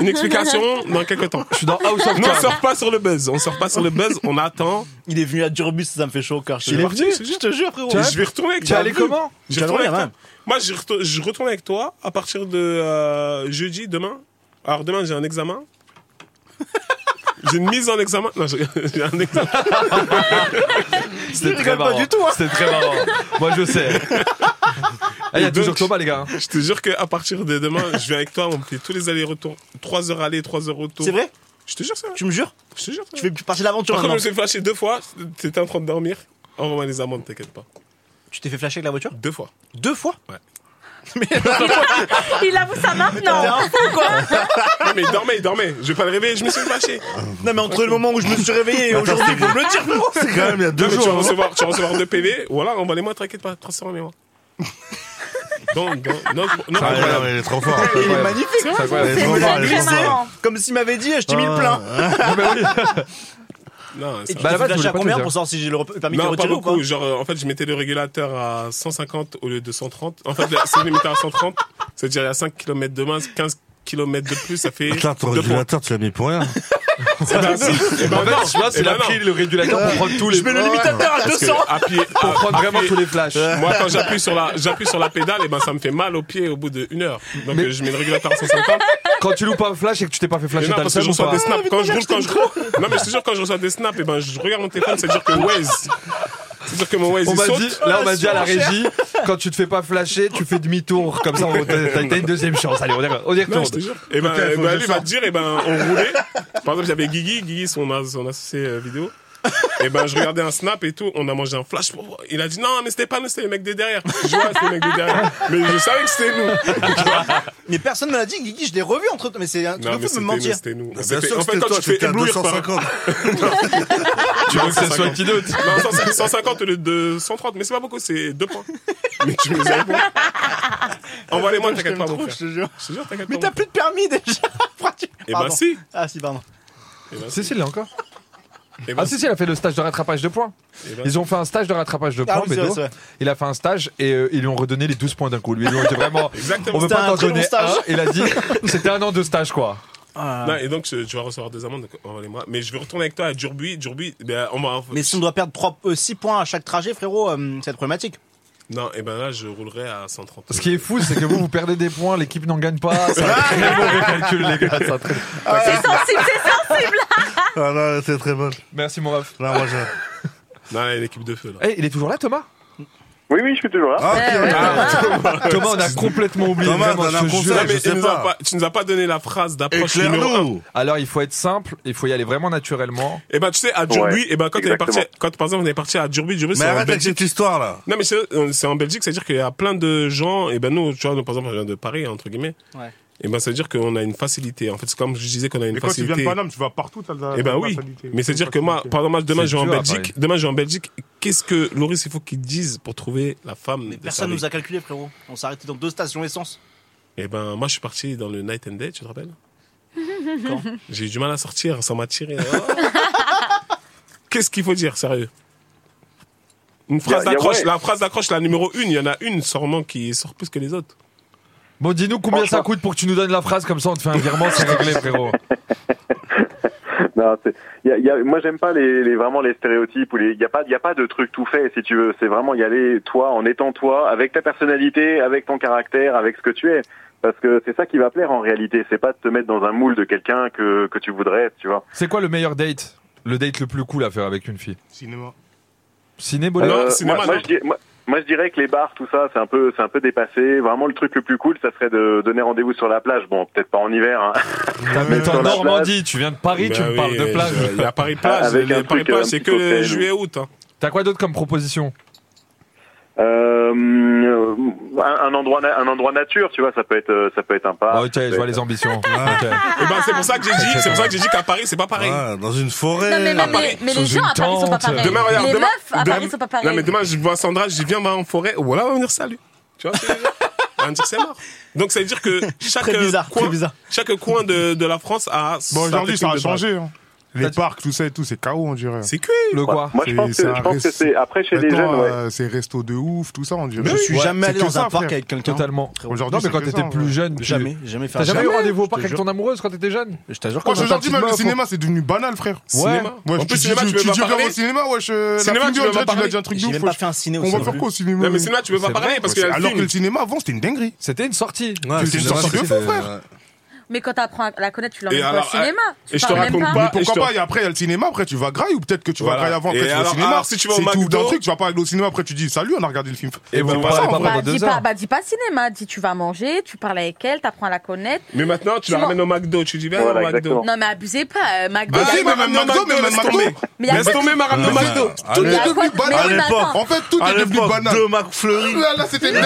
Speaker 8: une explication dans quelques temps.
Speaker 6: je suis dans House
Speaker 8: Non,
Speaker 6: of
Speaker 8: on
Speaker 6: Cards.
Speaker 8: sort pas sur le buzz. On sort pas sur le buzz. On attend.
Speaker 4: Il est venu à Durbus, ça me fait chaud au cœur. je te
Speaker 6: Il est
Speaker 4: jure.
Speaker 6: venu
Speaker 4: Je te jure, frérot.
Speaker 6: Tu
Speaker 8: Et
Speaker 6: vois
Speaker 8: je vais retourner avec
Speaker 6: Tu es
Speaker 8: toi.
Speaker 6: allé comment
Speaker 8: Je vais retourner
Speaker 4: Calendrier,
Speaker 8: avec
Speaker 6: hein.
Speaker 8: toi.
Speaker 4: ouais.
Speaker 8: Moi, je retourne, je retourne avec toi à partir de euh, jeudi, demain. Alors, demain, j'ai un examen. J'ai une mise en examen. Non, j'ai j'ai un examen.
Speaker 6: C'était
Speaker 4: rigole pas du tout, hein.
Speaker 6: C'était très marrant. Moi, je sais. Eh, Il y a
Speaker 8: Et donc-
Speaker 6: toujours Thomas, les gars. hein.
Speaker 8: Je te jure qu'à partir de demain, je vais avec toi. On fait tous les allers-retours. 3 heures aller, 3 heures retour.
Speaker 4: C'est vrai
Speaker 8: Je te jure ça.
Speaker 4: Tu me jures
Speaker 8: Je te jure ça.
Speaker 4: Tu fais partie de l'aventure
Speaker 8: Par contre, je
Speaker 4: maintenant.
Speaker 8: me suis fâché deux fois. T'étais en train de dormir. Envoie-moi les amendes, t'inquiète pas.
Speaker 4: Tu t'es fait flasher avec la voiture
Speaker 8: Deux fois.
Speaker 4: Deux fois
Speaker 2: Il avoue ça
Speaker 4: T'es
Speaker 2: maintenant.
Speaker 4: un fou, quoi
Speaker 8: Non, mais il dormait, il dormait. Je vais pas le réveiller, je me suis fâché.
Speaker 4: Non, mais entre le moment où je me suis réveillé et aujourd'hui, il faut me le dire, frérot.
Speaker 7: C'est quand même il y a
Speaker 8: Non,
Speaker 7: deux
Speaker 8: mais tu vas
Speaker 7: jours. hein.
Speaker 8: recevoir, tu vas recevoir deux PV. Voilà, on va les moi, t'inquiète pas, transformez-moi. Non, non, non, non,
Speaker 7: Ah, ouais,
Speaker 8: non.
Speaker 7: non, mais il est trop
Speaker 8: [laughs]
Speaker 7: fort.
Speaker 4: Il est magnifique.
Speaker 6: Ça, quoi,
Speaker 7: C'est
Speaker 2: C'est
Speaker 7: vraiment
Speaker 2: très,
Speaker 7: les
Speaker 2: très
Speaker 7: gens.
Speaker 2: marrant.
Speaker 4: Comme s'il m'avait dit, je t'ai mis le plein.
Speaker 8: Non,
Speaker 4: Ah. Et
Speaker 8: ça-
Speaker 4: tu
Speaker 6: Bah,
Speaker 4: t'es
Speaker 6: là-bas, je
Speaker 4: flashé
Speaker 6: voulais
Speaker 4: à
Speaker 6: pas te
Speaker 4: combien
Speaker 6: dire.
Speaker 4: pour savoir si j'ai le rep- permis de
Speaker 8: non, pas
Speaker 4: retirer ou pas
Speaker 8: beaucoup. Genre, euh, en fait, je mettais le régulateur à 150 au lieu de 130. En fait, là, si je le mettais à 130, c'est-à-dire il y a 5 km de moins, 15 km de plus, ça fait.
Speaker 7: Attends, ton
Speaker 8: deux points.
Speaker 7: régulateur, tu l'as mis pour rien.
Speaker 8: Eh ben, si. Eh ben,
Speaker 6: En
Speaker 8: non.
Speaker 6: fait, tu vois,
Speaker 8: Eh
Speaker 6: c'est
Speaker 8: ben,
Speaker 6: la
Speaker 8: non.
Speaker 6: pile, le régulateur pour prendre tous les.
Speaker 4: Je mets le limitateur à
Speaker 8: Parce que
Speaker 4: 200.
Speaker 8: appuyer-
Speaker 6: Pour prendre vraiment
Speaker 8: appuyer-
Speaker 6: tous les flashs.
Speaker 8: Moi, quand j'appuie sur la, j'appuie sur la pédale, et ben, ça me fait mal au pied au bout d'une heure. Donc,
Speaker 6: Mais-
Speaker 8: euh, je mets le régulateur à 150.
Speaker 6: Quand tu loupes un flash et que tu t'es pas fait
Speaker 8: Mais
Speaker 6: flasher,
Speaker 8: non,
Speaker 6: t'as le
Speaker 8: parce que
Speaker 6: seum
Speaker 8: je
Speaker 6: ou
Speaker 8: reçois
Speaker 6: pas
Speaker 8: des snaps. Quand je roule, quand je roule. Non, mais je te jure, quand je reçois des snaps, et ben, je regarde mon téléphone, c'est-à-dire que Waze. C'est-à-dire que mon Waze,
Speaker 6: On
Speaker 8: il
Speaker 6: m'a
Speaker 8: saute.
Speaker 6: dit, là, on m'a dit à la régie, quand tu te fais pas flasher, tu fais demi-tour. Comme ça, on- t'as t'as une deuxième chance. Allez, on y, on y
Speaker 8: Non,
Speaker 6: retourne.
Speaker 8: je te jure. Et ben,
Speaker 7: Ok, faut
Speaker 8: eh ben,
Speaker 7: que je
Speaker 8: lui va
Speaker 7: sorte.
Speaker 8: te dire, et ben, on roulait. Par exemple, j'avais Guigui, Guigui, son, as- son associé euh, vidéo. Et ben, je regardais un snap et tout. On a mangé un flash. Il a dit, non, mais c'était pas nous, c'était les mecs des derrière. Je vois, c'était les mecs des derrière. Mais je savais que c'était nous.
Speaker 4: Mais personne me l'a dit, Guigui, je l'ai revu entre temps. Mais c'est un
Speaker 8: Non,
Speaker 4: truc de
Speaker 8: mais
Speaker 4: fou de
Speaker 8: c'était
Speaker 4: me
Speaker 8: nous,
Speaker 4: mentir.
Speaker 8: c'était nous. On s'est
Speaker 7: Bien
Speaker 8: fait-
Speaker 7: sûr,
Speaker 8: en fait,
Speaker 7: c'était
Speaker 8: quand
Speaker 7: toi,
Speaker 8: tu te fais
Speaker 7: t'étais à
Speaker 8: éblouir par-
Speaker 7: 250.
Speaker 8: Tu veux que
Speaker 6: Ça soit antidote.
Speaker 8: Non, 150, 150 au lieu de 130, mais c'est pas beaucoup, c'est 2 points. [laughs] Mais tu nous as répondu. Envoie-les-moi, t'inquiète pas, mon frère.
Speaker 4: Je te jure.
Speaker 8: Je te jure, t'inquiète
Speaker 4: Mais
Speaker 8: pas.
Speaker 4: t'as
Speaker 8: mon
Speaker 4: plus de permis [laughs] déjà. Pourquoi tu-
Speaker 8: frère. Eh ben
Speaker 4: Pardon.
Speaker 8: si.
Speaker 4: Ah si, pardon.
Speaker 8: Eh ben si.
Speaker 6: Cécile, là encore
Speaker 8: Eh ben
Speaker 6: Ah, si, si, elle a fait le stage de rattrapage de points.
Speaker 8: Eh ben-
Speaker 6: Ils ont fait un stage de rattrapage de
Speaker 4: Ah
Speaker 6: points,
Speaker 4: oui, c'est vrai,
Speaker 6: Bédo.
Speaker 4: c'est vrai.
Speaker 6: Il a fait un stage et euh, ils lui ont redonné les 12 points d'un coup. Lui, ils lui ont dit vraiment,
Speaker 8: Exactement.
Speaker 6: on veut
Speaker 4: C'était
Speaker 6: pas
Speaker 4: un
Speaker 6: t'en
Speaker 4: très bon
Speaker 6: donner
Speaker 4: stage.
Speaker 6: un. Il a dit, c'était un an de stage, quoi.
Speaker 4: Ah.
Speaker 8: Non, et donc, je- tu vas recevoir des amendes, donc envoie-les-moi. Mais je vais retourner avec toi à Durbuy. Durbuy, ben, on m'a.
Speaker 4: Mais si on doit perdre 6 points à chaque trajet, frérot, euh, c'est problématique.
Speaker 8: Non, et ben là, je roulerai à 130.
Speaker 6: Ce qui est fou, c'est que vous, vous perdez des points, l'équipe n'en gagne pas. C'est un très mauvais calcul, les gars. c'est un très-
Speaker 2: C'est sensible, c'est sensible.
Speaker 7: [laughs] Ah non, c'est très bon.
Speaker 6: Merci, mon ref.
Speaker 7: Là, moi, je...
Speaker 8: Non, là, l'équipe de feu, là.
Speaker 6: Eh, il est toujours là, Thomas
Speaker 9: oui, Oui, oui, je suis toujours là.
Speaker 7: Ah,
Speaker 2: Eh,
Speaker 8: Ah,
Speaker 6: [laughs] Thomas, on a complètement oublié.
Speaker 7: Thomas,
Speaker 6: vraiment,
Speaker 7: donne un
Speaker 6: je te
Speaker 7: conseil,
Speaker 6: jure.
Speaker 8: Non, mais tu nous as pas- tu nous as pas donné la phrase d'approche numéro 1.
Speaker 6: Alors, il faut être simple, il faut y aller vraiment naturellement.
Speaker 8: Et ben tu sais, à Durbuy,
Speaker 9: Ouais,
Speaker 8: et ben quand on est parti,
Speaker 9: exactement.
Speaker 8: quand par exemple on est parti à Durbuy, Durbuy
Speaker 7: Mais
Speaker 8: c'est en
Speaker 7: arrête avec
Speaker 8: Belgique.
Speaker 7: cette histoire là.
Speaker 8: Non mais c'est euh, c'est en Belgique, c'est-à-dire qu'il y a plein de gens, et ben nous, tu vois, nous, par exemple, on vient de Paris, entre guillemets.
Speaker 4: Ouais.
Speaker 8: Et ben c'est-à-dire qu'on a une facilité. En fait, c'est comme je disais qu'on a une
Speaker 10: Mais quand tu viens de
Speaker 8: facilité.
Speaker 10: Paname, tu vas partout, t'as la
Speaker 8: Eh ben
Speaker 10: la
Speaker 8: oui,
Speaker 10: mentalité.
Speaker 8: mais c'est-à-dire que moi, par exemple, demain
Speaker 6: C'est
Speaker 8: je vais en
Speaker 6: dur à
Speaker 8: Belgique,
Speaker 6: Paris.
Speaker 8: demain je vais en Belgique, qu'est-ce que Loris il faut qu'il dise pour trouver la femme
Speaker 4: Mais
Speaker 8: de
Speaker 4: personne
Speaker 8: sa
Speaker 4: nous
Speaker 8: vie
Speaker 4: a calculé, frérot. On s'est arrêté dans deux stations essence.
Speaker 8: Eh ben moi je suis parti dans le night and day, tu te rappelles
Speaker 4: [laughs] Quand
Speaker 8: J'ai eu du mal à sortir, ça m'a tiré.
Speaker 4: [laughs]
Speaker 8: Oh. Qu'est-ce qu'il faut dire, sérieux Une phrase
Speaker 9: Y a- y a
Speaker 8: d'accroche,
Speaker 9: ouais.
Speaker 8: la phrase d'accroche, la numéro une, il y en a une sûrement qui sort plus que les autres.
Speaker 6: Bon, dis-nous combien ça
Speaker 9: Franchement.
Speaker 6: coûte pour que tu nous donnes la phrase, comme ça on te fait un virement, c'est [laughs] réglé, frérot.
Speaker 9: Non, c'est- y a- y a- moi j'aime pas les, les- vraiment les stéréotypes ou les il y a pas il y a pas de truc tout fait si tu veux c'est vraiment y aller toi en étant toi avec ta personnalité avec ton caractère avec ce que tu es parce que c'est ça qui va plaire en réalité c'est pas de te mettre dans un moule de quelqu'un que que tu voudrais être tu vois
Speaker 6: C'est quoi le meilleur date Le date le plus cool à faire avec une fille
Speaker 10: Cinéma.
Speaker 6: Ciné,
Speaker 8: Non,
Speaker 6: Bola
Speaker 9: Euh,
Speaker 8: cinéma,
Speaker 9: moi, moi,
Speaker 8: non.
Speaker 9: je dirais, moi- moi, je dirais que les bars, tout ça, c'est un peu, c'est un peu dépassé. Vraiment, le truc le plus cool, ça serait de donner rendez-vous sur la plage. Bon, peut-être pas en hiver, hein. [laughs]
Speaker 6: T'as
Speaker 9: mais
Speaker 6: mis
Speaker 9: sur
Speaker 6: en
Speaker 9: la
Speaker 6: Normandie, tu viens de Paris, tu
Speaker 8: Bah
Speaker 6: me
Speaker 8: oui,
Speaker 6: parles de plage.
Speaker 8: je- Il y a Paris plage,
Speaker 9: Avec
Speaker 8: les
Speaker 9: un
Speaker 8: Paris
Speaker 9: truc, euh,
Speaker 8: plage,
Speaker 9: un
Speaker 8: c'est
Speaker 9: petit
Speaker 8: que le
Speaker 9: cocktail ou-
Speaker 8: juillet août. hein.
Speaker 6: T'as quoi d'autre comme proposition
Speaker 9: Euh, euh, un, un endroit, na- un endrois nature, tu vois, ça peut être, euh, ça peut être un parc.
Speaker 6: Ah, Ok, je vois les ambitions. Ok.
Speaker 8: Et ben c'est pour ça que j'ai dit, c'est pour ça que j'ai dit qu'à Paris c'est pas pareil.
Speaker 7: Ouais, dans une forêt.
Speaker 2: Non, mais
Speaker 7: à
Speaker 2: même
Speaker 7: Paris.
Speaker 2: les, mais les
Speaker 6: Sous
Speaker 2: gens
Speaker 6: une
Speaker 2: à Paris sont pas
Speaker 6: tente.
Speaker 2: pareils.
Speaker 8: Demain, regarde,
Speaker 2: les
Speaker 8: demain-
Speaker 2: meufs à
Speaker 8: demain-
Speaker 2: Paris sont pas pareils.
Speaker 8: Non mais demain je vois Sandra, je dis viens on va en forêt, Oh, voilà on va venir salut. Tu vois, c'est- on va me dire c'est mort. Donc ça veut dire que chaque
Speaker 4: Très bizarre,
Speaker 8: coin,
Speaker 4: très bizarre.
Speaker 8: chaque coin de, de la France a. sa
Speaker 10: Bon, aujourd'hui, ça a
Speaker 8: technique de drague.
Speaker 10: changé. hein.
Speaker 6: T'as
Speaker 10: Les
Speaker 6: dit-
Speaker 10: parcs, tout ça et tout, c'est KO, on dirait.
Speaker 8: C'est que
Speaker 6: Le quoi
Speaker 9: Moi, je
Speaker 10: C'est-
Speaker 9: pense
Speaker 10: c'est
Speaker 9: que,
Speaker 10: un
Speaker 9: je pense que
Speaker 10: risque.
Speaker 9: c'est, après, chez les
Speaker 10: Maintenant,
Speaker 9: jeunes, ouais.
Speaker 10: euh, c'est resto de ouf, tout ça, on dirait.
Speaker 4: Je suis
Speaker 10: Ouais,
Speaker 4: jamais
Speaker 10: c'est
Speaker 4: allé
Speaker 10: que
Speaker 4: dans
Speaker 10: ça,
Speaker 4: un parc
Speaker 10: frère.
Speaker 4: avec quelqu'un.
Speaker 6: Totalement.
Speaker 10: Aujourd'hui,
Speaker 6: Non, mais quand
Speaker 10: c'est que
Speaker 6: t'étais
Speaker 10: ça,
Speaker 5: euh,
Speaker 6: plus
Speaker 10: ouais.
Speaker 6: jeune, tu-
Speaker 4: Jamais, jamais fait
Speaker 6: T'as
Speaker 4: un
Speaker 6: jamais eu
Speaker 4: jamais.
Speaker 6: rendez-vous au
Speaker 4: je
Speaker 6: parc
Speaker 4: te
Speaker 6: avec ton amoureuse quand t'étais jeune
Speaker 4: Je te jure
Speaker 10: Wesh,
Speaker 4: quand
Speaker 10: Aujourd'hui,
Speaker 4: t'as un
Speaker 10: même
Speaker 4: petit
Speaker 10: le
Speaker 4: meuf,
Speaker 10: cinéma, c'est devenu banal, frère.
Speaker 8: cinéma.
Speaker 10: Ouais,
Speaker 8: en plus,
Speaker 10: tu-
Speaker 8: cinéma, tu,
Speaker 10: tu,
Speaker 8: veux
Speaker 10: tu dis
Speaker 8: pas
Speaker 10: viens
Speaker 8: parler.
Speaker 10: au cinéma, wesh. euh,
Speaker 8: Cinéma,
Speaker 10: la fille,
Speaker 8: tu veux
Speaker 10: déjà,
Speaker 8: pas
Speaker 10: tu l'as
Speaker 8: parler.
Speaker 10: dit un truc de
Speaker 4: J'ai
Speaker 10: ouf.
Speaker 4: même pas
Speaker 10: wesh.
Speaker 4: fait un ciné
Speaker 10: On
Speaker 4: aussi.
Speaker 10: va faire quoi au cinéma
Speaker 8: Non mais
Speaker 10: ouais.
Speaker 8: cinéma tu peux pas
Speaker 6: C'est
Speaker 8: parler
Speaker 6: vrai,
Speaker 8: parce qu'il y a le
Speaker 10: Alors que
Speaker 8: film.
Speaker 10: le cinéma, avant, c'était une dinguerie.
Speaker 6: C'était une sortie.
Speaker 7: Ouais,
Speaker 10: Tu
Speaker 7: c'est
Speaker 10: t'es
Speaker 7: vrai, euh,
Speaker 10: sorti de
Speaker 7: c'est-
Speaker 10: fou, frère.
Speaker 2: Mais quand t'apprends à la connaître, tu
Speaker 8: Et
Speaker 2: l'emmènes pas au
Speaker 8: alors,
Speaker 2: cinéma.
Speaker 8: et
Speaker 2: Tu
Speaker 8: je te
Speaker 2: parles même
Speaker 8: raconte
Speaker 2: pas.
Speaker 8: pas-
Speaker 10: Mais
Speaker 8: et je te-
Speaker 10: pourquoi pas Et après, il y a le cinéma, après, tu vas graille ou peut-être que tu
Speaker 8: Voilà.
Speaker 10: vas graille avant, après,
Speaker 8: Et
Speaker 10: tu vas au
Speaker 8: alors-
Speaker 10: cinéma.
Speaker 8: alors, si tu vas au
Speaker 10: C'est tout
Speaker 8: McDo-
Speaker 10: d'un truc, tu vas pas aller au cinéma, après, tu dis salut, on a regardé le film.
Speaker 6: Et
Speaker 10: vous
Speaker 6: vous
Speaker 10: pas
Speaker 6: parlez
Speaker 10: ça,
Speaker 6: pas
Speaker 10: en vrai.
Speaker 2: Bah,
Speaker 6: deux
Speaker 2: dis
Speaker 6: heures.
Speaker 2: pas, bah, dis pas cinéma, dis tu vas manger, tu parles avec elle, t'apprends à la connaître.
Speaker 8: Mais maintenant tu la
Speaker 2: Sinon-
Speaker 8: ramènes au McDo, tu dis viens
Speaker 9: Voilà,
Speaker 8: au McDo.
Speaker 9: exactement.
Speaker 2: Non, mais abusez pas, euh, McDo.
Speaker 8: Bah,
Speaker 2: y a
Speaker 10: si,
Speaker 8: si,
Speaker 2: quoi-
Speaker 10: mais même
Speaker 8: non,
Speaker 10: McDo, mais même
Speaker 8: laisse
Speaker 10: McDo.
Speaker 8: tomber.
Speaker 2: Mais y a
Speaker 8: Laisse
Speaker 2: quoi-
Speaker 8: tomber, m'a ramené au McDo.
Speaker 7: À
Speaker 10: Tout
Speaker 2: y a
Speaker 10: est
Speaker 2: quoi-
Speaker 10: devenu
Speaker 2: mais
Speaker 10: banal.
Speaker 2: oui, mais
Speaker 7: l'époque,
Speaker 2: attends.
Speaker 10: En fait, tout
Speaker 7: Ah, À
Speaker 10: est devenu
Speaker 7: l'époque,
Speaker 10: banal.
Speaker 7: deux Mac Fleury.
Speaker 8: Ah,
Speaker 10: Là, là, c'était dingue.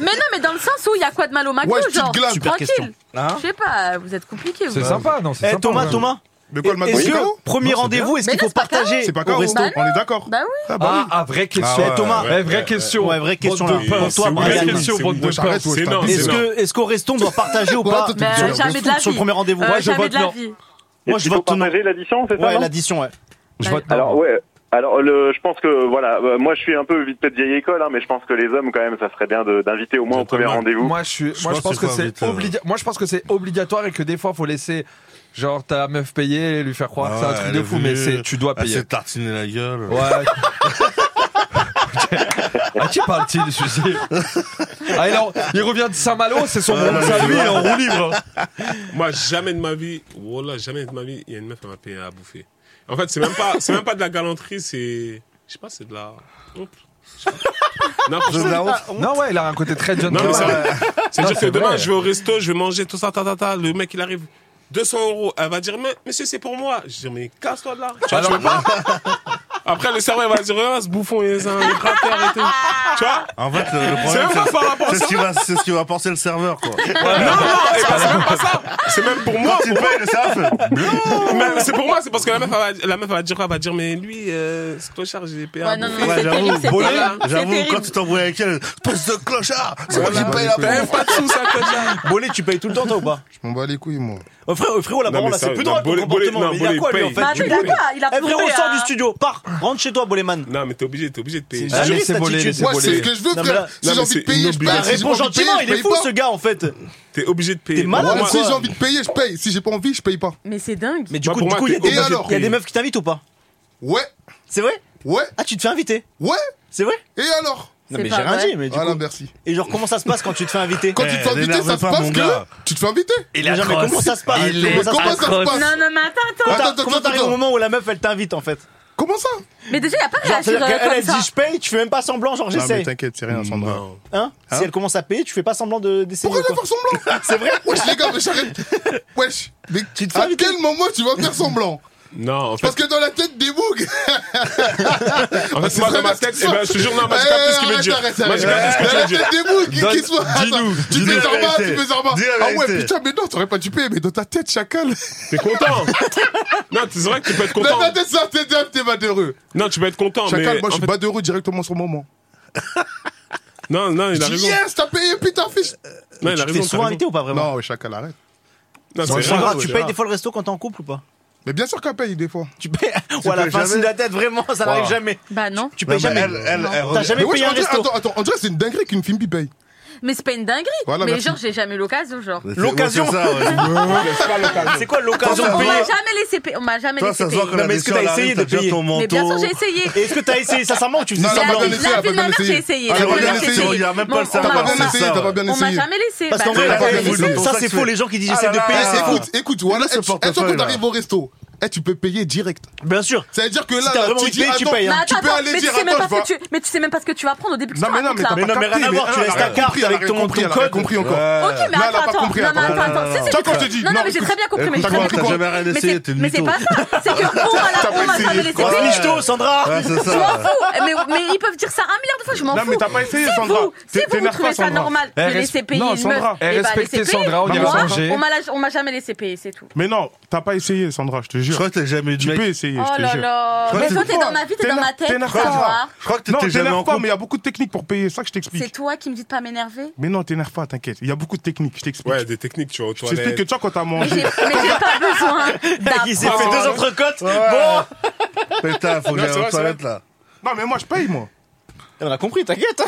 Speaker 2: Mais non, mais dans le sens où il y a quoi de mal au McDo,
Speaker 10: Ouais, petite
Speaker 2: genre
Speaker 10: glace.
Speaker 4: Super question.
Speaker 2: Tranquille.
Speaker 7: Hein
Speaker 2: Je sais pas, vous êtes compliqué.
Speaker 6: C'est
Speaker 2: vous.
Speaker 6: sympa, non C'est
Speaker 4: Eh
Speaker 6: sympa,
Speaker 4: Thomas,
Speaker 6: ouais.
Speaker 4: Thomas,
Speaker 10: Mais quoi, le
Speaker 4: est-ce
Speaker 10: McDo
Speaker 4: que premier
Speaker 6: Non, c'est
Speaker 4: rendez-vous, est-ce
Speaker 2: Mais
Speaker 4: qu'il
Speaker 2: non,
Speaker 4: faut
Speaker 2: c'est pas
Speaker 4: partager
Speaker 10: C'est pas
Speaker 4: au
Speaker 10: KO,
Speaker 4: resto
Speaker 10: on est d'accord.
Speaker 2: Bah oui.
Speaker 10: Ah bah
Speaker 6: Ah, ah, vraie question.
Speaker 7: Ah ouais.
Speaker 4: Eh, Thomas,
Speaker 6: Eh, vraie question.
Speaker 4: Ouais, vraie question,
Speaker 6: Bande
Speaker 4: là.
Speaker 6: de
Speaker 4: Pour
Speaker 6: pinces.
Speaker 4: toi,
Speaker 6: C'est
Speaker 4: Brian.
Speaker 6: vraie question,
Speaker 8: C'est
Speaker 6: bande
Speaker 8: ouf.
Speaker 6: de
Speaker 10: Wesh, arrête,
Speaker 6: pinces.
Speaker 10: wesh,
Speaker 8: C'est
Speaker 10: t'as-
Speaker 8: énorme.
Speaker 4: Est-ce que- est-ce qu'au resto, on doit partager ou pas
Speaker 10: Ouais,
Speaker 2: Mais
Speaker 10: Sur
Speaker 2: euh,
Speaker 10: le
Speaker 2: jamais de la vie.
Speaker 4: Sur le premier rendez-vous.
Speaker 2: Euh,
Speaker 4: Ouais, je
Speaker 2: jamais
Speaker 4: vote
Speaker 2: de la
Speaker 4: non.
Speaker 2: vie.
Speaker 4: Moi,
Speaker 9: Est-ce
Speaker 4: je
Speaker 9: qu'il faut
Speaker 4: vote non.
Speaker 9: partager l'addition, c'est ça,
Speaker 4: Ouais,
Speaker 9: non
Speaker 4: l'addition, ouais.
Speaker 6: Je vote non.
Speaker 9: Alors ouais. Alors le, je pense que voilà, euh, moi je suis un peu vite fait de vieille école, hein, mais je pense que les hommes quand même, ça serait bien de- d'inviter au moins au premier
Speaker 7: Gentleman.
Speaker 9: rendez-vous.
Speaker 6: Moi, je, suis, moi, je pense que
Speaker 7: pas
Speaker 6: c'est
Speaker 7: invité, ouais.
Speaker 6: obligatoire. Moi, je pense que c'est obligatoire et que des fois, faut laisser genre ta meuf payer et lui faire croire
Speaker 7: Ah
Speaker 6: que c'est un
Speaker 7: ouais,
Speaker 6: truc
Speaker 7: elle
Speaker 6: de
Speaker 7: est
Speaker 6: fou, mais
Speaker 7: venue,
Speaker 6: c'est tu dois
Speaker 7: Elle
Speaker 6: payer.
Speaker 7: s'est tartinée Ah, la gueule.
Speaker 6: Ouais. [laughs] à qui parle-t-il, celui-ci ah, il, en- il revient de Saint-Malo, c'est son monde, ça lui, il est en roue libre.
Speaker 8: Moi, jamais de ma vie, voilà, jamais de ma vie, il y a une meuf qui m'a payé à bouffer. En fait, c'est même pas, c'est même pas de la galanterie, c'est, je sais pas, c'est de la, honte. Je sais pas. Non, franchement,
Speaker 6: hein. Non, ouais, il a un côté très John
Speaker 8: Non, mais
Speaker 6: Thomas.
Speaker 8: c'est-à-dire
Speaker 6: Non,
Speaker 8: que
Speaker 6: c'est
Speaker 8: demain,
Speaker 6: vrai.
Speaker 8: je vais au resto, je vais manger tout ça, ta, ta, ta, le mec, il arrive, 200 euros, elle va dire, mais, monsieur, c'est pour moi. Je dis, mais casse-toi de là. Tu vois, tu veux pas Après, le serveur, il va dire, ah, ce bouffon, il est un gratteur et tout. Tu vois?
Speaker 7: En fait, le, le
Speaker 8: C'est
Speaker 7: problème,
Speaker 8: même pas par rapport à
Speaker 7: c'est
Speaker 8: ça.
Speaker 7: ce qui va, c'est ce qui va penser le serveur, quoi.
Speaker 8: Non, non, eh ben, c'est même pas ça. C'est même pour moi,
Speaker 7: Tu payes le serveur.
Speaker 8: Mais c'est pour moi, c'est parce que la meuf, elle va, la meuf, elle va dire quoi Elle va dire, mais lui, euh, c'est clochard, j'ai payé. un
Speaker 2: Ouais, non,
Speaker 8: bout.
Speaker 2: non, c'est terrible, c'est
Speaker 7: Bolé,
Speaker 2: terrible. C'est
Speaker 7: j'avoue,
Speaker 2: terrible.
Speaker 7: quand tu t'embrouilles avec elle, pousse de clochard. C'est moi qui
Speaker 10: Voilà.
Speaker 7: paye la
Speaker 8: T'as même
Speaker 7: paix.
Speaker 8: pas de sous, ça, clochard.
Speaker 4: Bolé, tu payes tout le temps, toi ou pas
Speaker 10: Je m'en bats les couilles, moi.
Speaker 4: Oh, frérot, frérot, la
Speaker 8: Non,
Speaker 4: parole,
Speaker 8: mais
Speaker 4: là,
Speaker 8: ça,
Speaker 4: c'est plus
Speaker 8: non,
Speaker 4: droit ton
Speaker 8: Bolé- Bolé-
Speaker 4: comportement. Mais il y a
Speaker 8: non,
Speaker 4: quoi, lui, en
Speaker 8: Bolé,
Speaker 4: fait
Speaker 2: Bah,
Speaker 8: paye.
Speaker 4: Tu
Speaker 2: mais
Speaker 8: Tu
Speaker 2: il
Speaker 4: payes.
Speaker 2: a pas, il a
Speaker 4: Eh, frérot,
Speaker 2: prouvé,
Speaker 4: sors du
Speaker 2: hein.
Speaker 4: studio, pars, rentre chez toi, Boléman.
Speaker 8: Non, mais t'es obligé, t'es obligé de payer.
Speaker 4: C'est
Speaker 8: Je
Speaker 4: jamais
Speaker 8: jure.
Speaker 6: laissez
Speaker 4: cette
Speaker 6: voler,
Speaker 4: attitude.
Speaker 6: laissez
Speaker 10: Moi,
Speaker 6: voler.
Speaker 10: c'est ce que je veux,
Speaker 4: Non, mais là-
Speaker 10: frère. Si
Speaker 8: non,
Speaker 10: j'ai
Speaker 8: mais
Speaker 10: envie de
Speaker 8: c'est
Speaker 10: payer, je
Speaker 8: inoubliable.
Speaker 10: paye.
Speaker 4: Bah,
Speaker 10: Si j'ai pas
Speaker 4: réponds
Speaker 10: envie de payer,
Speaker 4: gentiment,
Speaker 10: je
Speaker 4: il est
Speaker 10: paye
Speaker 4: fou,
Speaker 10: pas.
Speaker 4: ce gars, en fait.
Speaker 8: T'es obligé de payer.
Speaker 4: T'es malade,
Speaker 8: Pour
Speaker 10: Moi,
Speaker 8: moi,
Speaker 10: si
Speaker 4: quoi.
Speaker 10: j'ai envie de payer, je paye. Si j'ai pas envie, je paye pas.
Speaker 2: Mais c'est dingue.
Speaker 4: Mais du
Speaker 8: Bah,
Speaker 4: coup,
Speaker 8: pour
Speaker 4: du
Speaker 8: moi,
Speaker 4: coup, il y a-
Speaker 8: t'es
Speaker 4: il y a-
Speaker 10: obligé de
Speaker 4: il y a des
Speaker 8: payer.
Speaker 4: meufs qui t'invitent ou pas
Speaker 10: Ouais,
Speaker 4: C'est vrai
Speaker 10: ouais,
Speaker 4: Ah, tu te fais inviter
Speaker 10: ouais.
Speaker 4: C'est vrai
Speaker 10: Et alors
Speaker 4: Non,
Speaker 2: C'est
Speaker 4: mais
Speaker 2: pas
Speaker 4: j'ai rien
Speaker 2: vrai.
Speaker 4: dit,
Speaker 5: Ah,
Speaker 4: mais du
Speaker 10: Voilà,
Speaker 4: coup.
Speaker 10: merci.
Speaker 4: Et genre, comment ça se passe quand tu te fais inviter
Speaker 10: Quand tu te fais
Speaker 7: Eh,
Speaker 10: inviter,
Speaker 7: l'énerve
Speaker 10: ça se
Speaker 7: pas,
Speaker 10: passe
Speaker 7: mon
Speaker 10: que
Speaker 7: gars.
Speaker 10: tu te fais inviter.
Speaker 4: Il a Ah, comment ça se passe
Speaker 10: Mais comment ça se
Speaker 2: Non,
Speaker 10: passe
Speaker 2: non, mais attends, attends.
Speaker 10: Attends,
Speaker 4: Comment
Speaker 10: attends,
Speaker 4: t'arrives au
Speaker 10: attends.
Speaker 4: moment où la meuf elle t'invite en fait
Speaker 11: Comment ça
Speaker 2: Mais déjà, il a pas
Speaker 4: Genre,
Speaker 2: réagi
Speaker 4: c'est-à-dire
Speaker 2: euh,
Speaker 4: qu'elle,
Speaker 2: comme
Speaker 4: elle
Speaker 2: ça.
Speaker 4: dit je paye, tu fais même pas semblant, genre
Speaker 5: Non,
Speaker 4: j'essaie.
Speaker 5: mais t'inquiète, c'est rien, Sandra.
Speaker 4: Hein,
Speaker 5: Hein
Speaker 4: Si elle commence à payer, tu fais pas semblant de- d'essayer.
Speaker 11: Pourquoi
Speaker 4: quoi.
Speaker 11: faire semblant
Speaker 4: C'est vrai
Speaker 11: Wesh, les gars, mais j'arrête. Wesh, mais tu à quel moment tu vas faire semblant
Speaker 8: Non, en fait,
Speaker 11: Parce que dans la tête des bougs.
Speaker 8: en fait moi, dans ma tête, eh ben, je te jure, non, moi, je capte tout ce
Speaker 5: Eh,
Speaker 8: qu'il veut dire. Moi, je capte tout ce
Speaker 11: Dans
Speaker 8: qu'il veut
Speaker 11: la
Speaker 8: dire.
Speaker 11: tête des bougs, qui-
Speaker 8: Donne-
Speaker 11: qui soit.
Speaker 8: dis-nous,
Speaker 11: Attends, Tu
Speaker 8: dis-nous
Speaker 11: fais
Speaker 8: la
Speaker 11: Zarba, tu
Speaker 8: vérité.
Speaker 11: fais Zarba.
Speaker 8: Dis la
Speaker 11: Ah ouais,
Speaker 8: vérité.
Speaker 11: putain, mais non, t'aurais pas dû payer, mais dans ta tête, chacal.
Speaker 8: T'es content Non, c'est vrai que tu peux être
Speaker 11: Dans
Speaker 8: content.
Speaker 11: ta tête, ça, t'es t'es malheureux.
Speaker 8: Non, tu peux être content, mais.
Speaker 11: Chacal, moi,
Speaker 8: en
Speaker 11: je suis
Speaker 8: fait-
Speaker 11: malheureux directement sur le moment.
Speaker 8: Non, non,
Speaker 11: Je
Speaker 8: il a
Speaker 11: dis
Speaker 8: raison.
Speaker 11: yes, t'as payé, putain, fiche.
Speaker 8: Non, il a raison. t'as raison.
Speaker 4: ou pas vraiment
Speaker 11: Non, ouais, chacal, arrête.
Speaker 8: Non,
Speaker 4: Bon,
Speaker 8: c'est
Speaker 4: c'est
Speaker 8: rare,
Speaker 4: grave,
Speaker 8: c'est
Speaker 4: tu payes
Speaker 8: rare.
Speaker 4: des fois le resto quand t'es en couple ou pas
Speaker 11: Mais bien sûr qu'elle paye, des fois.
Speaker 4: Tu payes Ou à la
Speaker 5: payes
Speaker 4: fin,
Speaker 5: jamais
Speaker 4: signe la tête, vraiment, ça n'arrive
Speaker 5: Wow.
Speaker 4: jamais.
Speaker 2: Bah non.
Speaker 4: Tu payes jamais.
Speaker 5: Elle, elle, elle
Speaker 4: T'as jamais
Speaker 11: Mais wesh,
Speaker 4: payé un
Speaker 11: André,
Speaker 4: resto.
Speaker 11: attends, attends, André, c'est une dinguerie qu'une fille paye.
Speaker 2: Mais c'est pas une dinguerie.
Speaker 11: Voilà,
Speaker 2: mais
Speaker 11: merci.
Speaker 2: genre, j'ai jamais eu l'occasion, genre.
Speaker 7: C'est-
Speaker 4: L'occasion.
Speaker 7: ouais, c'est ça, ouais.
Speaker 4: C'est quoi l'occasion
Speaker 2: On
Speaker 4: de
Speaker 2: m'a
Speaker 4: payer
Speaker 2: jamais laissé payer. On m'a jamais
Speaker 7: Toi,
Speaker 2: laissé
Speaker 7: ça se
Speaker 2: payer.
Speaker 7: voit que
Speaker 4: Non,
Speaker 7: la
Speaker 4: mais est-ce que
Speaker 7: blessure,
Speaker 4: t'as
Speaker 7: elle
Speaker 4: essayé
Speaker 7: arrive, t'as
Speaker 4: de
Speaker 7: déjà
Speaker 4: payer
Speaker 7: ton
Speaker 2: Mais bien sûr,
Speaker 7: manteau.
Speaker 2: j'ai essayé.
Speaker 4: Et Est-ce que t'as essayé sincèrement ou tu faisais
Speaker 11: Non,
Speaker 2: La,
Speaker 11: non,
Speaker 4: semblant
Speaker 11: pas bien essayé,
Speaker 2: la
Speaker 11: elle a
Speaker 2: vie de
Speaker 11: pas bien
Speaker 2: ma mère, j'ai
Speaker 11: essayé.
Speaker 2: essayé.
Speaker 7: Ah,
Speaker 2: La
Speaker 7: elle
Speaker 2: vie de ma
Speaker 7: a bien
Speaker 2: mère, j'ai
Speaker 7: essayé,
Speaker 2: essayé.
Speaker 7: il y a
Speaker 2: Bon,
Speaker 7: même pas le
Speaker 2: on
Speaker 11: T'as
Speaker 7: salaire.
Speaker 2: m'a-
Speaker 11: pas
Speaker 7: Ah,
Speaker 11: bien
Speaker 7: ça,
Speaker 11: essayé, t'as
Speaker 7: ouais.
Speaker 11: pas bien
Speaker 2: On m'a
Speaker 11: essayé.
Speaker 2: jamais laissé.
Speaker 4: Parce
Speaker 2: Bah,
Speaker 4: qu'en vrai,
Speaker 2: t'as
Speaker 4: la
Speaker 2: pas
Speaker 4: vérité,
Speaker 2: laissé.
Speaker 4: ça c'est faux, les gens qui disent j'essaie de payer, c'est faux.
Speaker 11: Écoute, écoute, voilà,
Speaker 4: ce
Speaker 11: et tu- et toi quand
Speaker 4: portefeuille, là.
Speaker 11: t'arrives au resto, eh, tu peux payer direct.
Speaker 4: Bien sûr.
Speaker 11: Ça veut dire que là,
Speaker 4: t'as
Speaker 11: là,
Speaker 4: vraiment
Speaker 11: tu
Speaker 4: envie de
Speaker 11: dis,
Speaker 4: payer, tu
Speaker 11: attends,
Speaker 4: payes, hein.
Speaker 2: Mais attends,
Speaker 11: peux
Speaker 2: attends,
Speaker 11: aller
Speaker 2: mais tu
Speaker 11: dire,
Speaker 2: sais même
Speaker 11: attends,
Speaker 2: pas
Speaker 11: je vais-
Speaker 2: ce que tu- mais tu sais même pas ce que tu vas prendre au début.
Speaker 11: Non, mais non, mais t'as
Speaker 4: Mais non, mais
Speaker 11: capté,
Speaker 4: rien à voir,
Speaker 11: mais
Speaker 4: tu
Speaker 11: elle
Speaker 4: laisses
Speaker 11: a
Speaker 4: ta
Speaker 11: rien
Speaker 4: carte
Speaker 11: compris, elle a
Speaker 4: avec
Speaker 11: rien
Speaker 4: ton
Speaker 11: compris, elle a rien
Speaker 4: code.
Speaker 11: compris encore.
Speaker 2: Ok, mais
Speaker 11: Là, elle a
Speaker 2: attends,
Speaker 11: pas
Speaker 2: attends.
Speaker 11: compris,
Speaker 2: Non, mais
Speaker 11: attends.
Speaker 2: attends,
Speaker 11: T'as
Speaker 2: attends. Si, si, j'ai
Speaker 11: encore
Speaker 2: très-
Speaker 11: je te dis,
Speaker 2: Non,
Speaker 11: non,
Speaker 2: non, mais j'ai très bien compris, mais j'ai
Speaker 7: Écoute,
Speaker 2: très bien
Speaker 7: toi, t'as
Speaker 2: compris.
Speaker 7: jamais rien
Speaker 2: Mais
Speaker 7: essayé,
Speaker 2: c'est-
Speaker 7: t'es une
Speaker 2: Mais c'est
Speaker 7: mytho.
Speaker 2: pas ça. C'est que on m'a la- on m'a jamais laissé
Speaker 4: Grosse
Speaker 2: payer.
Speaker 4: michto, Sandra
Speaker 7: Ouais, c'est
Speaker 2: Je m'en
Speaker 7: ça.
Speaker 2: fous. Mais, mais ils peuvent dire ça un milliard de fois, je m'en
Speaker 5: Non,
Speaker 2: fous.
Speaker 5: mais t'as pas essayé,
Speaker 2: Si
Speaker 5: Sandra.
Speaker 2: vous, si
Speaker 5: T'es-
Speaker 2: vous,
Speaker 5: t'énerves
Speaker 2: trouvez
Speaker 5: pas,
Speaker 2: ça
Speaker 5: Sandra.
Speaker 2: normal
Speaker 6: Eh,
Speaker 2: de
Speaker 6: res-
Speaker 2: laisser payer
Speaker 6: non,
Speaker 2: une meuf,
Speaker 6: Sandra,
Speaker 2: eh
Speaker 6: eh,
Speaker 2: ben,
Speaker 6: respectez
Speaker 2: laissez payer.
Speaker 6: Sandra, on
Speaker 2: Moi,
Speaker 6: ira manger.
Speaker 2: on m'a la- on m'a jamais laissé payer, c'est tout.
Speaker 5: Mais non, t'as pas essayé, Sandra, je te
Speaker 7: Je
Speaker 5: jure.
Speaker 7: crois que t'as jamais eu de
Speaker 5: Tu
Speaker 7: mec.
Speaker 5: peux essayer,
Speaker 2: Oh
Speaker 5: je te
Speaker 2: là
Speaker 5: jure.
Speaker 2: là.
Speaker 7: Je
Speaker 2: Mais
Speaker 7: crois
Speaker 2: toi,
Speaker 7: que
Speaker 2: t'es dans ma vie, t'es dans ma
Speaker 5: t'énerve-
Speaker 2: tête,
Speaker 5: t'énerve
Speaker 2: ça
Speaker 5: pas.
Speaker 2: se voit.
Speaker 7: Je crois que
Speaker 5: Non,
Speaker 7: t'étais jamais en
Speaker 5: t'énerve pas, mais
Speaker 7: couple.
Speaker 5: il y a beaucoup de techniques pour payer, c'est ça que je
Speaker 2: C'est
Speaker 5: t'explique.
Speaker 2: toi qui me dis de pas m'énerver.
Speaker 5: Mais non, t'énerve pas, t'inquiète. Il y a beaucoup de techniques, je t'explique.
Speaker 8: Ouais, des techniques, tu vois, aux
Speaker 5: Je t'explique que
Speaker 8: toilettes.
Speaker 5: tu vois, quand t'as
Speaker 2: Mais j'ai
Speaker 5: mangé.
Speaker 2: mais j'ai pas besoin d'apprendre.
Speaker 4: Il s'est fait deux entrecôtes. Bon
Speaker 7: Ouais. Putain, faut que
Speaker 8: Non, c'est
Speaker 7: j'aille
Speaker 8: vrai,
Speaker 7: aux
Speaker 8: c'est
Speaker 7: toilettes là.
Speaker 5: Non, mais moi, je paye, moi.
Speaker 4: On a compris, t'inquiète.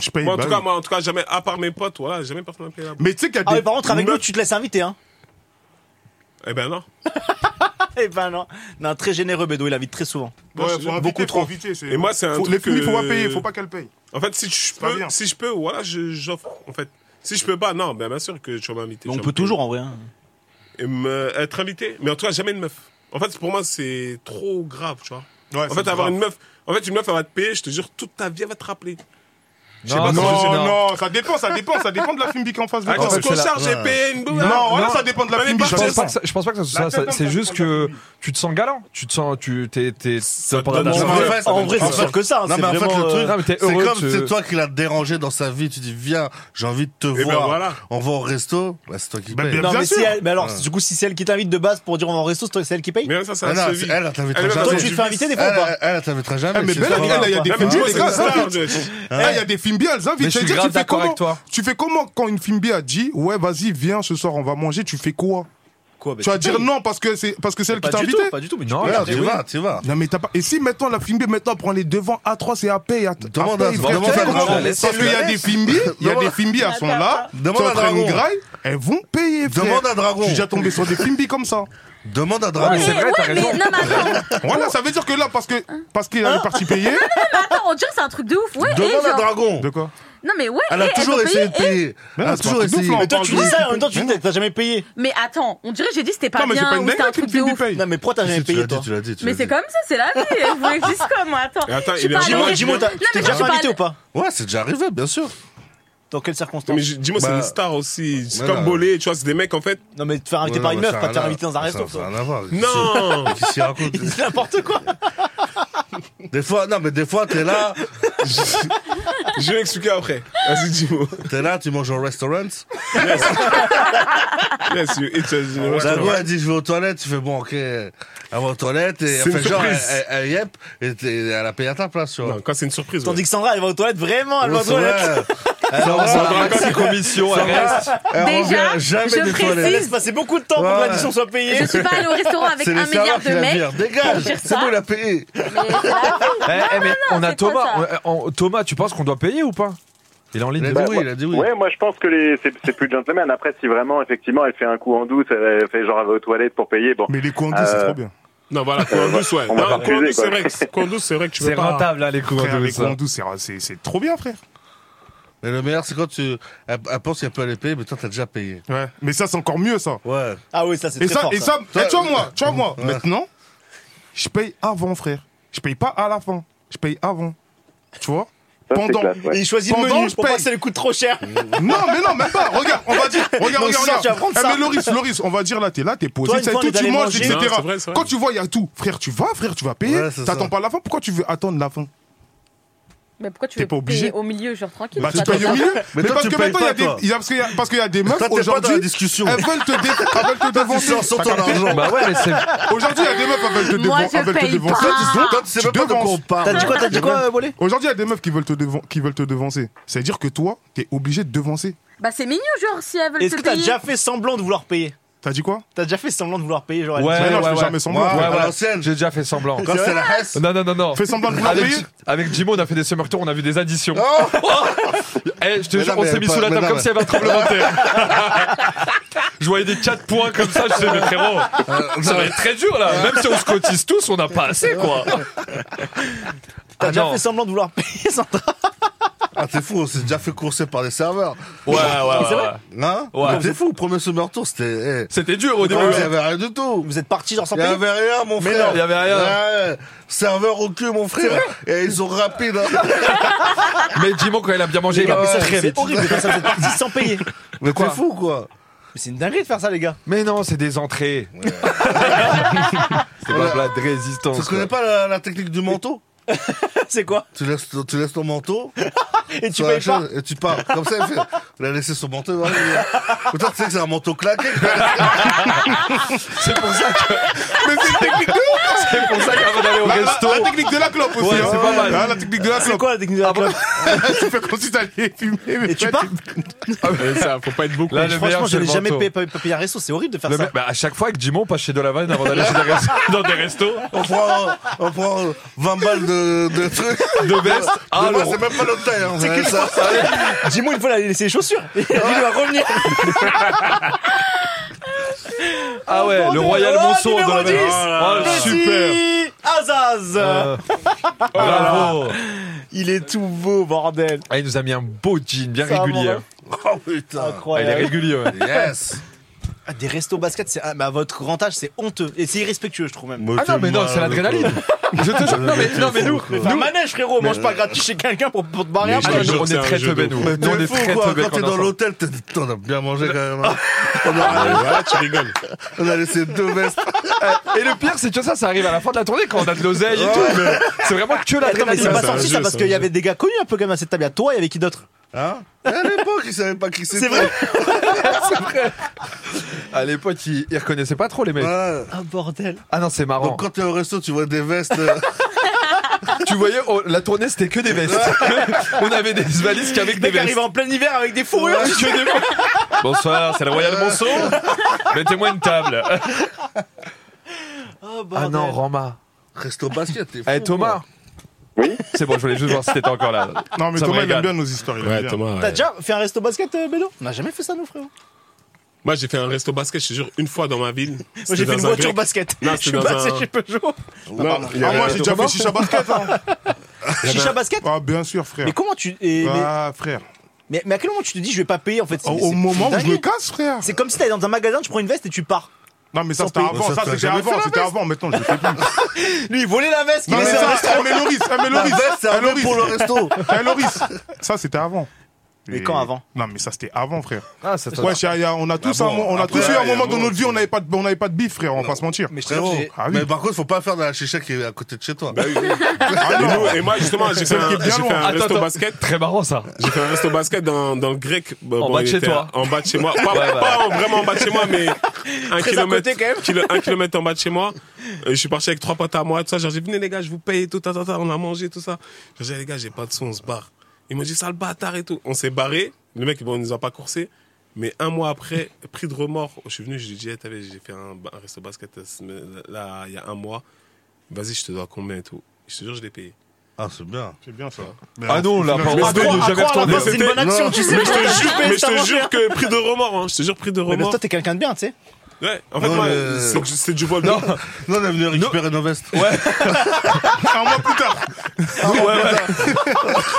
Speaker 5: Je paye.
Speaker 8: Moi, en
Speaker 5: bah
Speaker 8: tout cas,
Speaker 5: oui.
Speaker 8: moi, en tout cas, jamais, à part mes potes, voilà, jamais personne m'a payé là-bas.
Speaker 5: Mais tu sais qu'il y a
Speaker 4: Ah,
Speaker 5: des.
Speaker 4: mais par contre, avec nous,
Speaker 5: meufs-
Speaker 4: tu te laisses inviter, hein.
Speaker 8: Eh ben, non.
Speaker 4: Eh ben non. Non, très généreux, Bédo, il invite très souvent.
Speaker 5: Ouais, faut inviter,
Speaker 4: beaucoup
Speaker 5: faut
Speaker 4: trop.
Speaker 5: inviter, c'est-
Speaker 8: Et moi, c'est un
Speaker 5: Faut- Les
Speaker 8: truc,
Speaker 5: filles, faut pas
Speaker 8: euh,
Speaker 5: payer, faut pas qu'elles payent.
Speaker 8: En fait, si je
Speaker 5: pas
Speaker 8: peux,
Speaker 5: bien.
Speaker 8: si je peux, voilà, je- j'offre, en fait. Si je peux pas, non, ben, bien sûr que tu vas m'inviter.
Speaker 4: Mais on
Speaker 8: tu vas
Speaker 4: peut
Speaker 8: me payer.
Speaker 4: toujours en vrai. hein.
Speaker 8: Et me- être invité, mais en tout cas, jamais une meuf. En fait, pour moi, c'est trop grave, tu vois.
Speaker 5: Ouais,
Speaker 8: en
Speaker 5: Ah, c'est
Speaker 8: fait, avoir
Speaker 5: grave.
Speaker 8: une meuf, en fait, une meuf, elle va te payer, je te jure, toute ta vie, elle va te rappeler.
Speaker 6: Non,
Speaker 5: Non,
Speaker 6: non,
Speaker 5: non,
Speaker 6: non.
Speaker 5: ça dépend, ça dépend, ça dépend de la fumbi qui est en face de
Speaker 8: Ah,
Speaker 5: toi.
Speaker 8: qu'est-ce
Speaker 6: fait,
Speaker 8: qu'on
Speaker 6: c'est la-
Speaker 8: charge, j'ai
Speaker 7: ouais.
Speaker 8: payé une boule.
Speaker 5: Non, voilà, ça dépend de la
Speaker 8: Mais
Speaker 5: fumbi.
Speaker 8: par
Speaker 6: Je
Speaker 5: j'adore
Speaker 8: contre,
Speaker 6: pense,
Speaker 5: ça.
Speaker 6: pas que ça- je pense pas que ça soit
Speaker 5: La
Speaker 6: ça.
Speaker 5: tête
Speaker 6: C'est
Speaker 5: dans le
Speaker 6: juste
Speaker 5: cul, dans
Speaker 6: que
Speaker 5: le cul.
Speaker 6: tu te sens galant. Tu te sens. Tu t'es. t'es-
Speaker 8: Ça
Speaker 6: t'as pas
Speaker 8: te donne
Speaker 6: la-
Speaker 7: Non,
Speaker 8: envie.
Speaker 7: mais en fait, ça
Speaker 4: En
Speaker 7: donne
Speaker 4: vrai,
Speaker 7: pas
Speaker 4: c'est
Speaker 7: ça.
Speaker 4: pire que ça. hein,
Speaker 7: Non,
Speaker 4: c'est
Speaker 7: mais en fait,
Speaker 4: vraiment,
Speaker 7: le
Speaker 4: euh,
Speaker 6: Non, mais
Speaker 7: truc,
Speaker 6: t'es
Speaker 7: c'est
Speaker 6: heureux
Speaker 7: comme
Speaker 6: de se-
Speaker 7: c'est toi qui l'as dérangé dans sa vie. Tu dis, viens, j'ai envie de te
Speaker 8: ben
Speaker 7: voir.
Speaker 8: voilà.
Speaker 7: On va au resto. Bah, c'est toi qui
Speaker 5: Ben,
Speaker 7: paye.
Speaker 5: bien-
Speaker 4: Non, mais,
Speaker 5: sûr.
Speaker 4: si elle- mais alors,
Speaker 7: Ouais.
Speaker 4: du coup, si c'est elle qui t'invite de base pour dire on va en resto, c'est elle qui paye
Speaker 8: Mais ça, ça
Speaker 7: Ah
Speaker 8: se
Speaker 7: non,
Speaker 8: vit.
Speaker 7: c'est elle, elle
Speaker 8: Elle
Speaker 7: t'invitera
Speaker 8: va-
Speaker 7: jamais.
Speaker 4: Toi,
Speaker 8: Attends,
Speaker 4: tu te
Speaker 8: je
Speaker 4: fais inviter des fois ou
Speaker 7: Elle,
Speaker 4: pas
Speaker 7: elle, elle, elle t'invitera jamais.
Speaker 5: Eh, mais
Speaker 7: c'est
Speaker 5: belle,
Speaker 7: pas
Speaker 5: elle,
Speaker 7: grave.
Speaker 5: elle, il y a des
Speaker 8: Non, mais
Speaker 5: fumbi,
Speaker 8: dis-moi,
Speaker 5: les
Speaker 8: c'est
Speaker 5: gars,
Speaker 8: quoi
Speaker 5: elles
Speaker 8: ça,
Speaker 5: invitent.
Speaker 8: je-
Speaker 7: Hein
Speaker 5: Eh, Il y a des filmbi, elles
Speaker 6: Mais
Speaker 5: invitent.
Speaker 6: je suis
Speaker 5: C'est-à-dire,
Speaker 6: grave
Speaker 5: tu fais
Speaker 6: d'accord
Speaker 5: comment
Speaker 6: avec toi.
Speaker 5: Tu fais comment quand une filmbi a dit Ouais, vas-y, viens ce soir, on va manger, tu fais quoi
Speaker 4: Quoi, bah,
Speaker 5: Tu vas dire
Speaker 4: payes.
Speaker 5: non parce que c'est parce que c'est elle qui
Speaker 4: Pas
Speaker 5: t'a
Speaker 4: du
Speaker 5: invité
Speaker 4: tout, pas du tout, mais tu
Speaker 6: Non,
Speaker 4: payes.
Speaker 7: Regarde, tu vas, tu vas.
Speaker 5: Non mais t'as pas. Et si maintenant la filmbi maintenant prend les devants A3 c'est AP et à
Speaker 7: Demande
Speaker 5: à
Speaker 7: à-
Speaker 5: paye,
Speaker 7: demande
Speaker 5: frère,
Speaker 7: à
Speaker 5: tu sais comment-
Speaker 7: Dragon,
Speaker 5: Parce
Speaker 7: laisse-le,
Speaker 5: qu'il y a
Speaker 7: laisse.
Speaker 5: des filmbi, il y a
Speaker 7: Demande à-
Speaker 5: des filmbi elles sont là, tu
Speaker 7: Demande à Dragon.
Speaker 5: graille, elles vont payer. frère.
Speaker 7: Demande à Dragon.
Speaker 5: Je suis déjà tombé sur des filmbi
Speaker 4: [laughs]
Speaker 5: comme ça.
Speaker 7: Demande à
Speaker 2: Ouais,
Speaker 7: Dragon.
Speaker 2: mais-
Speaker 6: vrai, t'as
Speaker 2: ouais, mais-
Speaker 6: raison.
Speaker 2: non, mais attends.
Speaker 5: Voilà, ça veut dire que là parce que parce qu'il y
Speaker 4: Ah.
Speaker 5: a les parties payées.
Speaker 2: Mais attends, on dirait que c'est un truc de ouf. Ouais, et
Speaker 7: Demande à
Speaker 2: genre-
Speaker 7: Dragon.
Speaker 5: De quoi
Speaker 2: Non, mais ouais,
Speaker 7: Elle a
Speaker 2: et
Speaker 7: toujours
Speaker 2: peut
Speaker 7: essayé de
Speaker 2: payer, et-
Speaker 7: payer. Elle a
Speaker 5: c'est
Speaker 7: toujours
Speaker 5: pas tout
Speaker 7: essayé.
Speaker 5: flan.
Speaker 4: Mais toi,
Speaker 5: On
Speaker 4: tu
Speaker 5: parle
Speaker 4: dis
Speaker 5: de-
Speaker 4: ça, en même temps, tu dis que t'as jamais payé.
Speaker 2: Mais attends, on dirait que j'ai dit c'était pas
Speaker 5: Non mais c'est
Speaker 2: bien
Speaker 5: pas une
Speaker 2: ou c'était un
Speaker 5: dinguerie qu'une
Speaker 2: truc de
Speaker 5: filmbi
Speaker 2: ouf.
Speaker 5: paye.
Speaker 4: Non, mais pourquoi t'as
Speaker 7: Si,
Speaker 4: jamais
Speaker 7: Tu l'as
Speaker 4: payé,
Speaker 7: dit,
Speaker 4: toi
Speaker 7: tu l'as dit. tu
Speaker 2: Mais
Speaker 7: l'as
Speaker 2: c'est
Speaker 7: dit.
Speaker 2: comme ça, c'est la vie. Vous voulez que je dise quoi, moi Attends.
Speaker 8: Mais attends,
Speaker 2: Je suis
Speaker 8: il est
Speaker 2: pas
Speaker 8: vraiment-
Speaker 2: allée au-
Speaker 4: Dis-moi,
Speaker 2: Non,
Speaker 4: t'as-
Speaker 2: mais
Speaker 4: t'es
Speaker 2: je
Speaker 4: déjà
Speaker 2: suis
Speaker 4: fait
Speaker 2: pas
Speaker 4: invité
Speaker 2: allée-
Speaker 4: ou pas
Speaker 7: Ouais, c'est déjà arrivé, bien sûr.
Speaker 4: Ah, Dans quelles
Speaker 8: Mais
Speaker 4: circonstances
Speaker 8: je- dis-moi, c'est
Speaker 7: Bah,
Speaker 8: une star aussi. C'est
Speaker 7: voilà.
Speaker 8: comme Bolé, tu vois, c'est des mecs, en fait.
Speaker 4: Non, mais te faire inviter
Speaker 7: Ouais,
Speaker 4: par
Speaker 7: non,
Speaker 4: une
Speaker 7: mais
Speaker 4: meuf,
Speaker 7: ça
Speaker 4: pas
Speaker 7: a
Speaker 4: te faire
Speaker 7: rien
Speaker 4: inviter dans un
Speaker 7: à-
Speaker 4: resto.
Speaker 7: Ça
Speaker 4: toi.
Speaker 7: n'a rien à voir.
Speaker 8: Non
Speaker 7: Qu'est-ce qu'il raconte
Speaker 4: [laughs] Il dit n'importe quoi.
Speaker 7: Des fois, non, mais des fois, t'es là,
Speaker 8: Je vais expliquer après. Vas-y, dis-moi.
Speaker 7: t'es là, tu manges au restaurant.
Speaker 8: Yes, you eat as-
Speaker 7: La go, elle dit, je vais aux toilettes. Tu fais, bon, ok, elle va aux toilettes. Et elle
Speaker 8: C'est
Speaker 7: fait
Speaker 8: une
Speaker 7: genre, elle,
Speaker 8: surprise.
Speaker 7: elle, elle yep, et t'es- elle a payé à ta place, tu vois.
Speaker 8: Non, quand c'est une surprise.
Speaker 4: Tandis
Speaker 8: ouais.
Speaker 4: que Sandra, elle va aux toilettes, vraiment, elle va aux
Speaker 7: Ouais,
Speaker 4: toilettes.
Speaker 7: [laughs] Elle
Speaker 6: Sandra,
Speaker 7: revient-
Speaker 6: Sandra, maxi commission, elle reste.
Speaker 7: elle
Speaker 2: Déjà,
Speaker 7: Eh, revient jamais
Speaker 2: je
Speaker 7: des
Speaker 4: Elle
Speaker 7: toilettes.
Speaker 4: laisse passer beaucoup de temps pour que
Speaker 7: Ouais.
Speaker 4: l'addition soit payée.
Speaker 2: Je suis pas allée au restaurant avec
Speaker 7: C'est
Speaker 2: un
Speaker 7: les
Speaker 2: milliard
Speaker 7: serveurs qui
Speaker 2: de
Speaker 7: la
Speaker 2: mecs.
Speaker 7: virent. Dégage,
Speaker 2: dire
Speaker 7: c'est
Speaker 2: ça.
Speaker 7: bon, il a payé.
Speaker 2: mais c'est la vie.
Speaker 6: Eh, eh, mais on a
Speaker 2: c'est quoi
Speaker 6: Thomas.
Speaker 2: ça
Speaker 6: on- on- Thomas, tu penses qu'on doit payer ou pas Il est en
Speaker 7: Il a
Speaker 6: ligne.
Speaker 7: dit bah oui, il a dit oui.
Speaker 9: Ouais, moi je pense que les c'est c'est plus gentleman. Après, si vraiment effectivement elle fait un coup en douce, elle fait genre elle va aux toilettes pour payer, bon.
Speaker 5: Mais les coups en deux, c'est
Speaker 9: Euh,
Speaker 5: trop bien.
Speaker 8: Non, voilà, coin douce, ouais.
Speaker 9: On va pas
Speaker 8: Non, coin
Speaker 9: refuser,
Speaker 8: douce, c'est
Speaker 9: quoi.
Speaker 8: vrai. que- Coin douce, c'est vrai que tu
Speaker 6: C'est
Speaker 8: veux pas.
Speaker 6: rentable, là, les coups
Speaker 4: Euh,
Speaker 5: Frère,
Speaker 6: de
Speaker 5: les coups en
Speaker 6: ça.
Speaker 5: douce, c'est- c'est c'est trop bien, frère.
Speaker 7: Mais le meilleur, c'est quand tu. Elle, elle pense qu'elle peut aller payer, mais toi, t'as déjà payé.
Speaker 5: Ouais. Mais ça, c'est encore mieux, ça.
Speaker 7: Ouais.
Speaker 4: Ah oui, ça c'est
Speaker 5: Et
Speaker 4: très
Speaker 5: ça,
Speaker 4: fort.
Speaker 5: et
Speaker 4: ça.
Speaker 5: ça, eh, tu vois, moi, tu vois, moi,
Speaker 7: Ouais.
Speaker 5: maintenant, je paye avant, frère. Je paye pas à la fin. Je paye avant. Tu vois
Speaker 4: Ça, c'est classe, ouais. Il choisit le menu pour pas que ça lui coûte trop cher.
Speaker 5: Non, mais non, même pas. Regarde, on va
Speaker 4: [laughs]
Speaker 5: dire. Regarde,
Speaker 4: Donc,
Speaker 5: regarde,
Speaker 4: ça, tu vas
Speaker 5: regarde.
Speaker 4: prendre
Speaker 5: Eh,
Speaker 4: ça.
Speaker 5: mais Loris, Loris, on va dire là, t'es là, t'es posé,
Speaker 4: Toi, une
Speaker 5: ça,
Speaker 4: fois, on
Speaker 5: tout,
Speaker 4: est
Speaker 5: tu
Speaker 4: allé
Speaker 5: manges,
Speaker 4: manger.
Speaker 5: etc.
Speaker 4: Non, c'est vrai, c'est vrai.
Speaker 5: Quand tu vois, il y a tout. Frère, tu vas, frère, tu vas payer.
Speaker 4: Ouais, c'est
Speaker 5: T'attends
Speaker 4: ça.
Speaker 5: pas la fin. Pourquoi tu veux attendre la fin
Speaker 2: Mais pourquoi tu
Speaker 5: T'es
Speaker 2: veux
Speaker 5: pas obligé.
Speaker 2: payer au milieu, genre tranquille
Speaker 5: Bah, tu
Speaker 2: ça,
Speaker 5: payes
Speaker 2: ça.
Speaker 5: au milieu. Mais,
Speaker 4: toi,
Speaker 5: parce
Speaker 4: tu
Speaker 5: que
Speaker 4: payes
Speaker 5: maintenant, il y
Speaker 4: pas,
Speaker 5: a des,
Speaker 4: toi.
Speaker 5: il y a- parce qu'il y a- parce qu'il y a des
Speaker 4: Toi,
Speaker 5: meufs
Speaker 4: t'es pas dans la
Speaker 5: aujourd'hui.
Speaker 4: discussion.
Speaker 5: Elles veulent te, dé- elles veulent te
Speaker 4: Toi, tu
Speaker 5: dévancer.
Speaker 4: sors sans ton
Speaker 5: T'as capté
Speaker 4: argent. Bah ouais, mais c'est-
Speaker 5: Aujourd'hui, il y a des meufs, elles veulent te
Speaker 4: Moi,
Speaker 5: dévan-
Speaker 4: je
Speaker 5: elles veulent te
Speaker 4: paye
Speaker 5: dévancer.
Speaker 4: pas. Toi, tu sais
Speaker 5: Tu
Speaker 4: même pas de quoi
Speaker 5: devances.
Speaker 4: on parle. T'as dit quoi, t'as dit [laughs] quoi, euh, Bolé
Speaker 5: Aujourd'hui, il y a des meufs qui veulent te dévan- qui veulent te dévancer. C'est-à-dire que toi, t'es obligé de devancer.
Speaker 2: Bah, c'est mignon, genre, si elles veulent
Speaker 4: Est-ce
Speaker 2: te
Speaker 4: que t'as
Speaker 2: payer.
Speaker 4: déjà fait semblant de vouloir payer
Speaker 5: T'as dit quoi
Speaker 4: T'as déjà fait semblant de vouloir payer, genre. elle
Speaker 6: Ouais,
Speaker 4: dit,
Speaker 6: ouais,
Speaker 4: non, je fais
Speaker 6: ouais.
Speaker 4: jamais semblant.
Speaker 6: Ouais,
Speaker 4: À
Speaker 6: ouais.
Speaker 4: l'ancienne.
Speaker 6: J'ai déjà fait semblant.
Speaker 4: Quand c'est la
Speaker 7: Hesse.
Speaker 6: Non, non, non, non.
Speaker 5: Fais semblant de vouloir
Speaker 6: avec,
Speaker 5: payer.
Speaker 6: avec Jimo, on a fait des summer tours, on a vu des additions.
Speaker 2: Oh.
Speaker 6: [laughs] Eh, je te
Speaker 7: Mais
Speaker 6: jure,
Speaker 7: non,
Speaker 6: on
Speaker 7: mais
Speaker 6: s'est mis
Speaker 7: pas-
Speaker 6: sous la
Speaker 7: mais
Speaker 6: table
Speaker 7: non,
Speaker 6: comme
Speaker 7: mais-
Speaker 6: s'il y avait un tremblement de terre. [laughs] je voyais des 4 points comme ça, je sais, mais frérot,
Speaker 7: Euh,
Speaker 6: ça va être très dur là. Même si on se cotise tous, on n'a pas assez quoi.
Speaker 4: T'as
Speaker 6: Ah,
Speaker 4: déjà
Speaker 6: non.
Speaker 4: fait semblant de vouloir payer, [laughs] Sandra
Speaker 7: Ah, t'es fou, on s'est déjà fait courser par les serveurs.
Speaker 6: Ouais, ouais, ouais,
Speaker 4: C'est
Speaker 6: ouais.
Speaker 4: vrai
Speaker 7: Hein
Speaker 6: Ouais.
Speaker 7: Mais T'es fou, premier summer tour, c'était. eh.
Speaker 6: C'était dur au début.
Speaker 7: Ah, Il y avait rien du tout.
Speaker 4: Vous êtes partis genre sans
Speaker 7: Il y
Speaker 4: payer
Speaker 7: avait rien, mon
Speaker 6: Mais
Speaker 7: frère.
Speaker 6: non, il y avait rien.
Speaker 7: Ouais. Serveur au cul, mon frère. Et ils ont rapide. hein.
Speaker 6: Mais Jimo, quand il a bien mangé, il a
Speaker 4: mais
Speaker 6: pris
Speaker 4: ça,
Speaker 6: très
Speaker 4: c'est
Speaker 6: vite.
Speaker 4: horrible, ça, vous êtes
Speaker 6: [laughs]
Speaker 4: partis sans payer. Mais
Speaker 7: Mais
Speaker 6: quoi
Speaker 7: t'es fou, quoi.
Speaker 4: c'est une dinguerie de faire ça, les gars.
Speaker 6: Mais non, c'est des entrées. c'est pas un plat de
Speaker 7: Tu
Speaker 6: résistance.
Speaker 7: connais
Speaker 6: quoi.
Speaker 7: pas la, la technique du manteau
Speaker 4: C'est quoi
Speaker 7: tu laisses, tu laisses ton
Speaker 5: [laughs]
Speaker 7: manteau
Speaker 4: Et tu
Speaker 7: sur la
Speaker 4: payes pas
Speaker 7: chaise et tu pars. Comme ça, il fait. Il a laissé son manteau. hein, Voilà, il est- Putain, tu sais que c'est un manteau claqué.
Speaker 5: [laughs]
Speaker 6: C'est pour ça que-
Speaker 5: Mais c'est une technique de ouf.
Speaker 6: c'est pour ça qu'avant d'aller au
Speaker 8: Bah,
Speaker 5: La, la-
Speaker 6: resto.
Speaker 5: la technique de la clope aussi.
Speaker 6: Ouais,
Speaker 5: hein.
Speaker 6: c'est pas mal.
Speaker 5: Ah, La technique de la
Speaker 4: C'est
Speaker 5: clope. Ah, bah,
Speaker 4: quoi la technique de la clope
Speaker 5: [laughs] Tu fais comme si t'allais fumer. mais
Speaker 4: Et tu
Speaker 5: toi,
Speaker 4: pars
Speaker 8: Et ça, faut pas être beaucoup.
Speaker 6: Là, le
Speaker 4: Franchement,
Speaker 6: meilleur,
Speaker 4: je
Speaker 6: c'est
Speaker 4: n'ai
Speaker 6: le
Speaker 4: jamais
Speaker 6: manteau.
Speaker 4: payé, pas- pas payé un resto, c'est horrible de faire
Speaker 6: Le
Speaker 4: ça.
Speaker 6: mec- bah, à chaque fois que Jimon, on passe chez Delavanne avant d'aller chez des restos, dans des restos,
Speaker 7: On prend, on prend 20 balles de, de trucs.
Speaker 6: de veste. Ah,
Speaker 7: Mais moi,
Speaker 6: le-
Speaker 7: c'est même pas notre taille. Hein.
Speaker 4: C'est que
Speaker 7: Ça- ça-
Speaker 4: Dis-moi, il faut la laisser les chaussures. Il va revenir.
Speaker 6: ah ouais, le Royal Monceau de
Speaker 4: numéro
Speaker 6: la
Speaker 4: 10
Speaker 6: veste. Ah, super.
Speaker 4: Azaz
Speaker 6: Euh, Bravo.
Speaker 4: Il est tout beau, bordel.
Speaker 6: Ah, il nous a mis un beau jean, bien
Speaker 4: Ça,
Speaker 6: régulier.
Speaker 4: mon
Speaker 6: hein.
Speaker 7: Oh putain.
Speaker 6: Ah, il est
Speaker 4: Incroyable.
Speaker 6: régulier, ouais.
Speaker 7: Yes.
Speaker 4: Ah, Des restos basket, c'est ah, mais à votre grand âge, c'est honteux. Et c'est irrespectueux, je trouve même.
Speaker 6: Ah non, mais non, c'est l'adrénaline. Je te jure, non, mais, non, mais nous,
Speaker 4: Mais fais un manège, frérot, mange pas gratuit chez quelqu'un pour, pour te barrer
Speaker 8: Mais
Speaker 4: après.
Speaker 6: Ah, nous, on
Speaker 8: c'est
Speaker 6: est
Speaker 8: un
Speaker 6: très
Speaker 8: jeu
Speaker 6: teubés,
Speaker 8: de
Speaker 6: nous.
Speaker 7: Mais
Speaker 6: Nous, on
Speaker 7: t'es
Speaker 6: est
Speaker 7: fou
Speaker 6: très
Speaker 7: quoi,
Speaker 6: teubés
Speaker 7: quand
Speaker 6: quand
Speaker 7: t'es dans
Speaker 6: on est ensemble.
Speaker 7: l'hôtel, t'es- t'es- on a bien mangé quand même. hein.
Speaker 8: Là, tu rigoles.
Speaker 7: On a laissé deux vestes.
Speaker 6: Et le pire, c'est que ça, ça arrive à la fin de la tournée quand on a de l'oseille et tout. mais C'est vraiment que
Speaker 4: Attends, mais
Speaker 6: l'adrénaline.
Speaker 4: c'est pas
Speaker 8: c'est un
Speaker 4: sorti
Speaker 8: jeu,
Speaker 4: ça parce
Speaker 8: c'est un
Speaker 4: qu'il y
Speaker 8: jeu.
Speaker 4: avait des gars connus un peu quand même à cette table. Il y a toi, il y avait qui d'autre
Speaker 7: Hein Et à l'époque, ils savaient pas qui c'était.
Speaker 4: C'est vrai
Speaker 6: À l'époque, ils, ils reconnaissaient pas trop les mecs.
Speaker 7: Ouais.
Speaker 4: Ah bordel.
Speaker 6: Ah non, c'est marrant.
Speaker 7: Hein. Donc quand t'es au resto, tu vois des vestes. euh,
Speaker 6: Tu voyais, oh, la tournée, c'était que des vestes. [laughs] on avait des valises qu'avec
Speaker 4: Le
Speaker 6: des
Speaker 4: mec
Speaker 6: vestes.
Speaker 4: arrive en plein hiver avec des fourrures.
Speaker 6: Bonsoir, c'est le Royal Monceau. Mettez-moi une table.
Speaker 4: Ah,
Speaker 6: Ah
Speaker 4: bordel.
Speaker 6: non, Rama.
Speaker 7: Resto basket, t'es fou.
Speaker 6: Eh Thomas.
Speaker 12: Oui
Speaker 6: C'est bon, je voulais juste voir si t'étais encore là.
Speaker 5: Non, mais
Speaker 6: Ça me
Speaker 5: Thomas, il aime
Speaker 6: régale.
Speaker 5: bien nos histoires. il aime
Speaker 8: Ouais,
Speaker 5: bien.
Speaker 8: Thomas.
Speaker 4: T'as
Speaker 8: ouais.
Speaker 4: déjà fait un resto basket, euh, Bédo On n'a jamais fait ça, nous, frérot.
Speaker 8: Moi, j'ai fait un resto basket, je te jure, une fois dans ma ville.
Speaker 4: Moi, j'ai fait une voiture basket.
Speaker 8: Non,
Speaker 4: je
Speaker 8: c'est
Speaker 4: suis
Speaker 8: dans
Speaker 4: passé
Speaker 8: un-
Speaker 4: chez Peugeot.
Speaker 8: Non, il y
Speaker 5: Ah,
Speaker 8: avait
Speaker 5: moi,
Speaker 8: un-
Speaker 5: j'ai déjà fait chicha basket. hein.
Speaker 4: Chicha basket
Speaker 5: Ah, bien sûr, frère.
Speaker 4: Mais comment tu. et- mais-
Speaker 5: Ah, frère.
Speaker 4: Mais, mais à quel moment tu te dis je vais pas payer en fait c'est-
Speaker 5: Au-
Speaker 4: c'est-
Speaker 5: Au moment
Speaker 4: c'est
Speaker 5: où je me
Speaker 4: dingue.
Speaker 5: casse, frère.
Speaker 4: C'est comme si t'allais dans un magasin, tu prends une veste et tu pars.
Speaker 5: Non, mais ça,
Speaker 4: Sans
Speaker 5: c'était
Speaker 4: payer.
Speaker 5: avant.
Speaker 7: Ça,
Speaker 5: Ça,
Speaker 7: t'as
Speaker 5: c'était
Speaker 7: jamais fait
Speaker 5: avant.
Speaker 7: la
Speaker 5: C'était
Speaker 7: veste
Speaker 5: avant. Maintenant, je le fais plus.
Speaker 4: Lui il volait la veste, il
Speaker 5: Non, mais
Speaker 4: laissait un
Speaker 5: ça,
Speaker 4: resto.
Speaker 5: eh, mais Loris, eh, mais
Speaker 7: La
Speaker 5: Loris.
Speaker 7: veste, c'est
Speaker 5: eh,
Speaker 7: un peu
Speaker 5: Loris.
Speaker 7: pour le resto.
Speaker 5: Eh, Loris. Ça, c'était avant.
Speaker 4: Mais
Speaker 5: Et-
Speaker 4: quand avant
Speaker 5: Non, mais ça, c'était avant, frère.
Speaker 6: Ah, ça, ça-
Speaker 5: Ouais, y a- y a- on a tous,
Speaker 7: bon,
Speaker 5: un mo- on a
Speaker 7: après,
Speaker 5: tous eu
Speaker 7: il y a
Speaker 5: un moment
Speaker 7: un
Speaker 5: dans
Speaker 7: moment
Speaker 5: notre vie, on n'avait pas, de- on n'avait pas de bif, frère, on va pas se mentir.
Speaker 4: Mais je te jure,
Speaker 7: Frérot.
Speaker 4: j'ai-
Speaker 5: Ah oui.
Speaker 7: Mais par contre, faut pas faire de la chicha qui est à côté de chez toi.
Speaker 8: Bah.
Speaker 5: Ah
Speaker 8: Et,
Speaker 5: non.
Speaker 8: nous- et moi, justement, j'ai fait
Speaker 5: Celle
Speaker 8: un,
Speaker 5: qui est bien
Speaker 8: j'ai fait
Speaker 5: loin.
Speaker 8: un
Speaker 5: Attends,
Speaker 8: resto
Speaker 6: attends.
Speaker 8: basket.
Speaker 6: Très marrant ça.
Speaker 8: J'ai fait un resto basket dans, dans le grec. Bah,
Speaker 6: En bas de
Speaker 8: il
Speaker 6: chez
Speaker 8: était
Speaker 6: toi.
Speaker 8: En bas de chez
Speaker 6: [laughs]
Speaker 8: moi. Pas,
Speaker 6: Ouais, ouais.
Speaker 8: pas en- vraiment en bas de chez moi,
Speaker 6: [laughs]
Speaker 8: mais un
Speaker 4: Très à
Speaker 8: kilomètre.
Speaker 4: côté, quand même.
Speaker 8: kilo- un kilomètre en bas de chez moi. Euh, je suis parti avec trois potes à moi, tout ça. Genre, j'ai dit, venez les gars, je vous paye, tout, ta, ta, ta, on a mangé, tout ça. J'ai dit, les gars, j'ai pas de sous, on se barre. Ils m'ont dit, sale bâtard et tout. On s'est barré. Le mec, bon, il nous a pas coursé. Mais un mois après, pris de remords, je suis venu, je lui ai dit, Eh, t'as vu, j'ai fait un, ba- un resto basket euh, la semaine- là, il y a un mois. Vas-y, je te dois combien et tout. Je te jure, je l'ai payé.
Speaker 7: Ah, c'est bien.
Speaker 5: C'est bien ça.
Speaker 6: Ah non, là, par
Speaker 5: Mais
Speaker 6: contre,
Speaker 4: croire- à
Speaker 6: il est jamais
Speaker 4: croire à la
Speaker 6: retourné.
Speaker 4: fin, c'est une bonne action, tu sais.
Speaker 8: Mais je
Speaker 4: T'as
Speaker 8: te jure,
Speaker 4: chopé,
Speaker 8: mais je
Speaker 4: t'as
Speaker 8: te
Speaker 4: mangé.
Speaker 8: jure que pris de remords, hein. Je te jure, pris de
Speaker 4: Mais parce que
Speaker 8: remords.
Speaker 4: toi t'es quelqu'un de bien, tu sais.
Speaker 8: Ouais, en fait,
Speaker 7: Non,
Speaker 8: moi,
Speaker 7: mais-
Speaker 8: c'est du- c'est du vol.
Speaker 7: Non, non, on est venu récupérer nos vestes. Ouais.
Speaker 5: Un mois plus tard.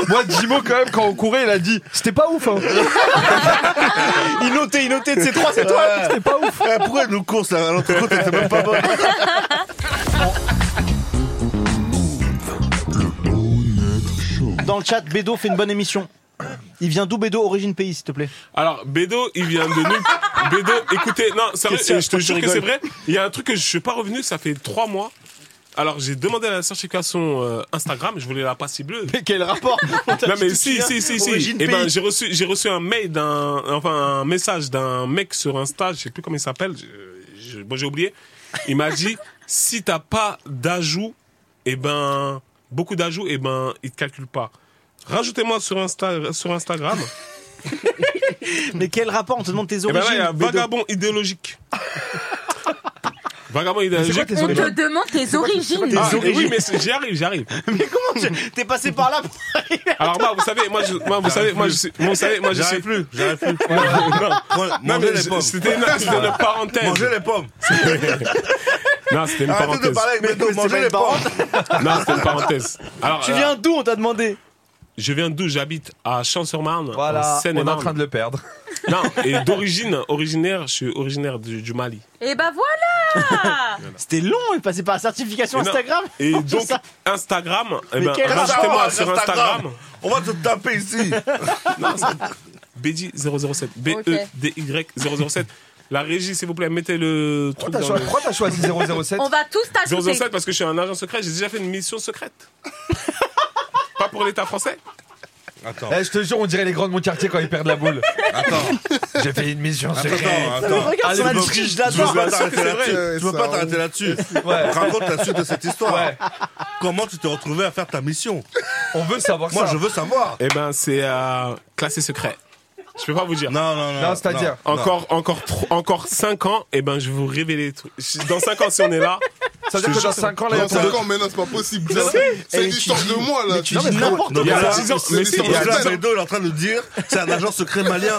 Speaker 6: Moi, Jimo, quand même, quand on courait, il a dit C'était pas ouf, hein.
Speaker 4: Il notait, il notait de ses trois étoiles.
Speaker 7: Eh, C'était pas ouf. Pourquoi elle nous course là à l'entrecôte, elle était même pas bonne.
Speaker 13: Euh, le chat, Bédo fait une bonne émission. Il vient d'où Bédo, origine pays, s'il te plaît
Speaker 8: Alors, Bédo, il vient de nous. Bédo, écoutez, non, sérieux,
Speaker 13: Qu'est-ce que c'est
Speaker 8: je te jure que
Speaker 13: Pourquoi tu
Speaker 8: c'est
Speaker 13: rigoles
Speaker 8: vrai. Il y a un truc que je suis pas revenu, ça fait trois mois. Alors, j'ai demandé la certification euh, Instagram, je voulais la passe bleue.
Speaker 13: Mais quel [laughs] rapport
Speaker 8: Non, mais si,
Speaker 4: hein,
Speaker 8: si, si, si.
Speaker 13: Origine
Speaker 8: Eh ben,
Speaker 13: pays.
Speaker 8: j'ai reçu, j'ai reçu un mail d'un, enfin, un message d'un mec sur Insta, je sais plus comment il s'appelle, je- je- bon, j'ai oublié. Il m'a dit, [laughs] si t'as pas d'ajout, eh ben, beaucoup d'ajouts, eh ben, il te calcule pas. Rajoutez-moi sur Insta, sur Instagram.
Speaker 13: Mais quel rapport On te demande tes
Speaker 8: Eh ben
Speaker 13: origines.
Speaker 8: là, il y a un
Speaker 13: hein, Bédo.
Speaker 8: vagabond idéologique. vagabond idéologique.
Speaker 13: quoi tes origines
Speaker 8: Eh ben-
Speaker 2: demande tes origines.
Speaker 8: Ah, Oui, mais c'est- j'y arrive, j'y arrive.
Speaker 13: Mais comment tu- T'es passé par là pour arriver à
Speaker 8: Alors moi, vous savez, moi, je, moi vous savez, moi, je suis, moi, vous savez, moi, je
Speaker 7: J'arrive
Speaker 8: suis
Speaker 7: plus, j'arrive plus.
Speaker 8: [laughs] Non,
Speaker 7: Prenez-
Speaker 8: non,
Speaker 7: mangez
Speaker 8: mais
Speaker 7: les
Speaker 8: je-
Speaker 7: pommes.
Speaker 8: C'était une, c'était une parenthèse.
Speaker 7: Mangez les pommes.
Speaker 8: [laughs] Non, c'était [laughs] une
Speaker 7: Arrêtez de
Speaker 8: parenthèse.
Speaker 7: parler avec Bédo, mangez les pommes.
Speaker 8: Non, c'était une parenthèse. Alors,
Speaker 13: Tu
Speaker 8: euh,
Speaker 13: viens d'où On t'a demandé.
Speaker 8: je viens d'où J'habite à Champs-sur-Marne,
Speaker 6: Voilà,
Speaker 8: en
Speaker 6: on est en train
Speaker 8: Seine-et-Marne.
Speaker 6: de le perdre.
Speaker 8: Non, et d'origine, originaire, je suis originaire du, du Mali.
Speaker 2: Et bah voilà
Speaker 13: C'était long, il passait par la certification
Speaker 8: Et non.
Speaker 13: Instagram.
Speaker 8: Et
Speaker 13: Tout
Speaker 8: donc,
Speaker 13: ça.
Speaker 8: Instagram, eh
Speaker 13: Mais
Speaker 8: ben,
Speaker 13: quel
Speaker 8: rajoutez-moi
Speaker 7: rapport
Speaker 8: sur
Speaker 7: avec
Speaker 8: Instagram.
Speaker 7: Instagram On va te taper ici.
Speaker 8: Non, c'est BD007. E B-E-D-Y007. La régie, s'il vous plaît, mettez le truc
Speaker 6: Pourquoi t'as
Speaker 8: dans
Speaker 6: choi-
Speaker 8: le...
Speaker 6: Pourquoi t'as choisi 007
Speaker 2: On va tous t'ajouter.
Speaker 8: 007 parce que je suis un agent secret, j'ai déjà fait une mission secrète. Pas pour l'État français
Speaker 7: Attends,
Speaker 6: Eh, je te jure, on dirait les grands de mon quartier quand ils perdent la boule.
Speaker 7: attends,
Speaker 6: J'ai fait une mission secrète.
Speaker 7: attends, attends.
Speaker 13: Regarde sur la
Speaker 7: Allez,
Speaker 13: triche,
Speaker 4: Ah,
Speaker 13: je
Speaker 7: Tu veux
Speaker 13: l'adore.
Speaker 7: pas
Speaker 8: sûr que
Speaker 7: t'arrêter
Speaker 8: c'est
Speaker 7: là-dessus.
Speaker 5: vrai.
Speaker 7: Tu veux pas
Speaker 5: Ça,
Speaker 7: t'arrêter là-dessus.
Speaker 6: Ouais.
Speaker 7: Raconte la suite de cette histoire.
Speaker 6: Ouais.
Speaker 7: Comment tu t'es retrouvé à faire ta mission
Speaker 6: On veut savoir
Speaker 7: Moi,
Speaker 6: ça.
Speaker 7: je veux savoir.
Speaker 8: Eh ben, c'est euh, classé secret. Je peux pas vous dire.
Speaker 7: Non, non, non.
Speaker 6: Non, c'est-à-dire-
Speaker 7: non.
Speaker 8: Encore, encore, tro- encore 5 ans, eh ben, je vais vous révéler. tout. Dans 5 ans, si on est là,
Speaker 6: Ça veut dire que dans 5 ans, là, il y a
Speaker 5: Dans
Speaker 6: ton-
Speaker 5: 5 ans, mais non, c'est pas possible. ça. C'est
Speaker 13: Eh,
Speaker 5: l'histoire
Speaker 13: tu
Speaker 5: de
Speaker 13: dis-
Speaker 5: moi, là.
Speaker 13: mais tu dis n'importe
Speaker 7: Non,
Speaker 8: il y
Speaker 7: mais
Speaker 8: a
Speaker 7: là,
Speaker 8: 10 ans.
Speaker 5: c'est
Speaker 8: Mais
Speaker 5: l'histoire
Speaker 7: Parce
Speaker 8: si, il y a
Speaker 7: que là,
Speaker 5: dix ans.
Speaker 7: Bédo, il est en train de dire c'est un agent secret malien.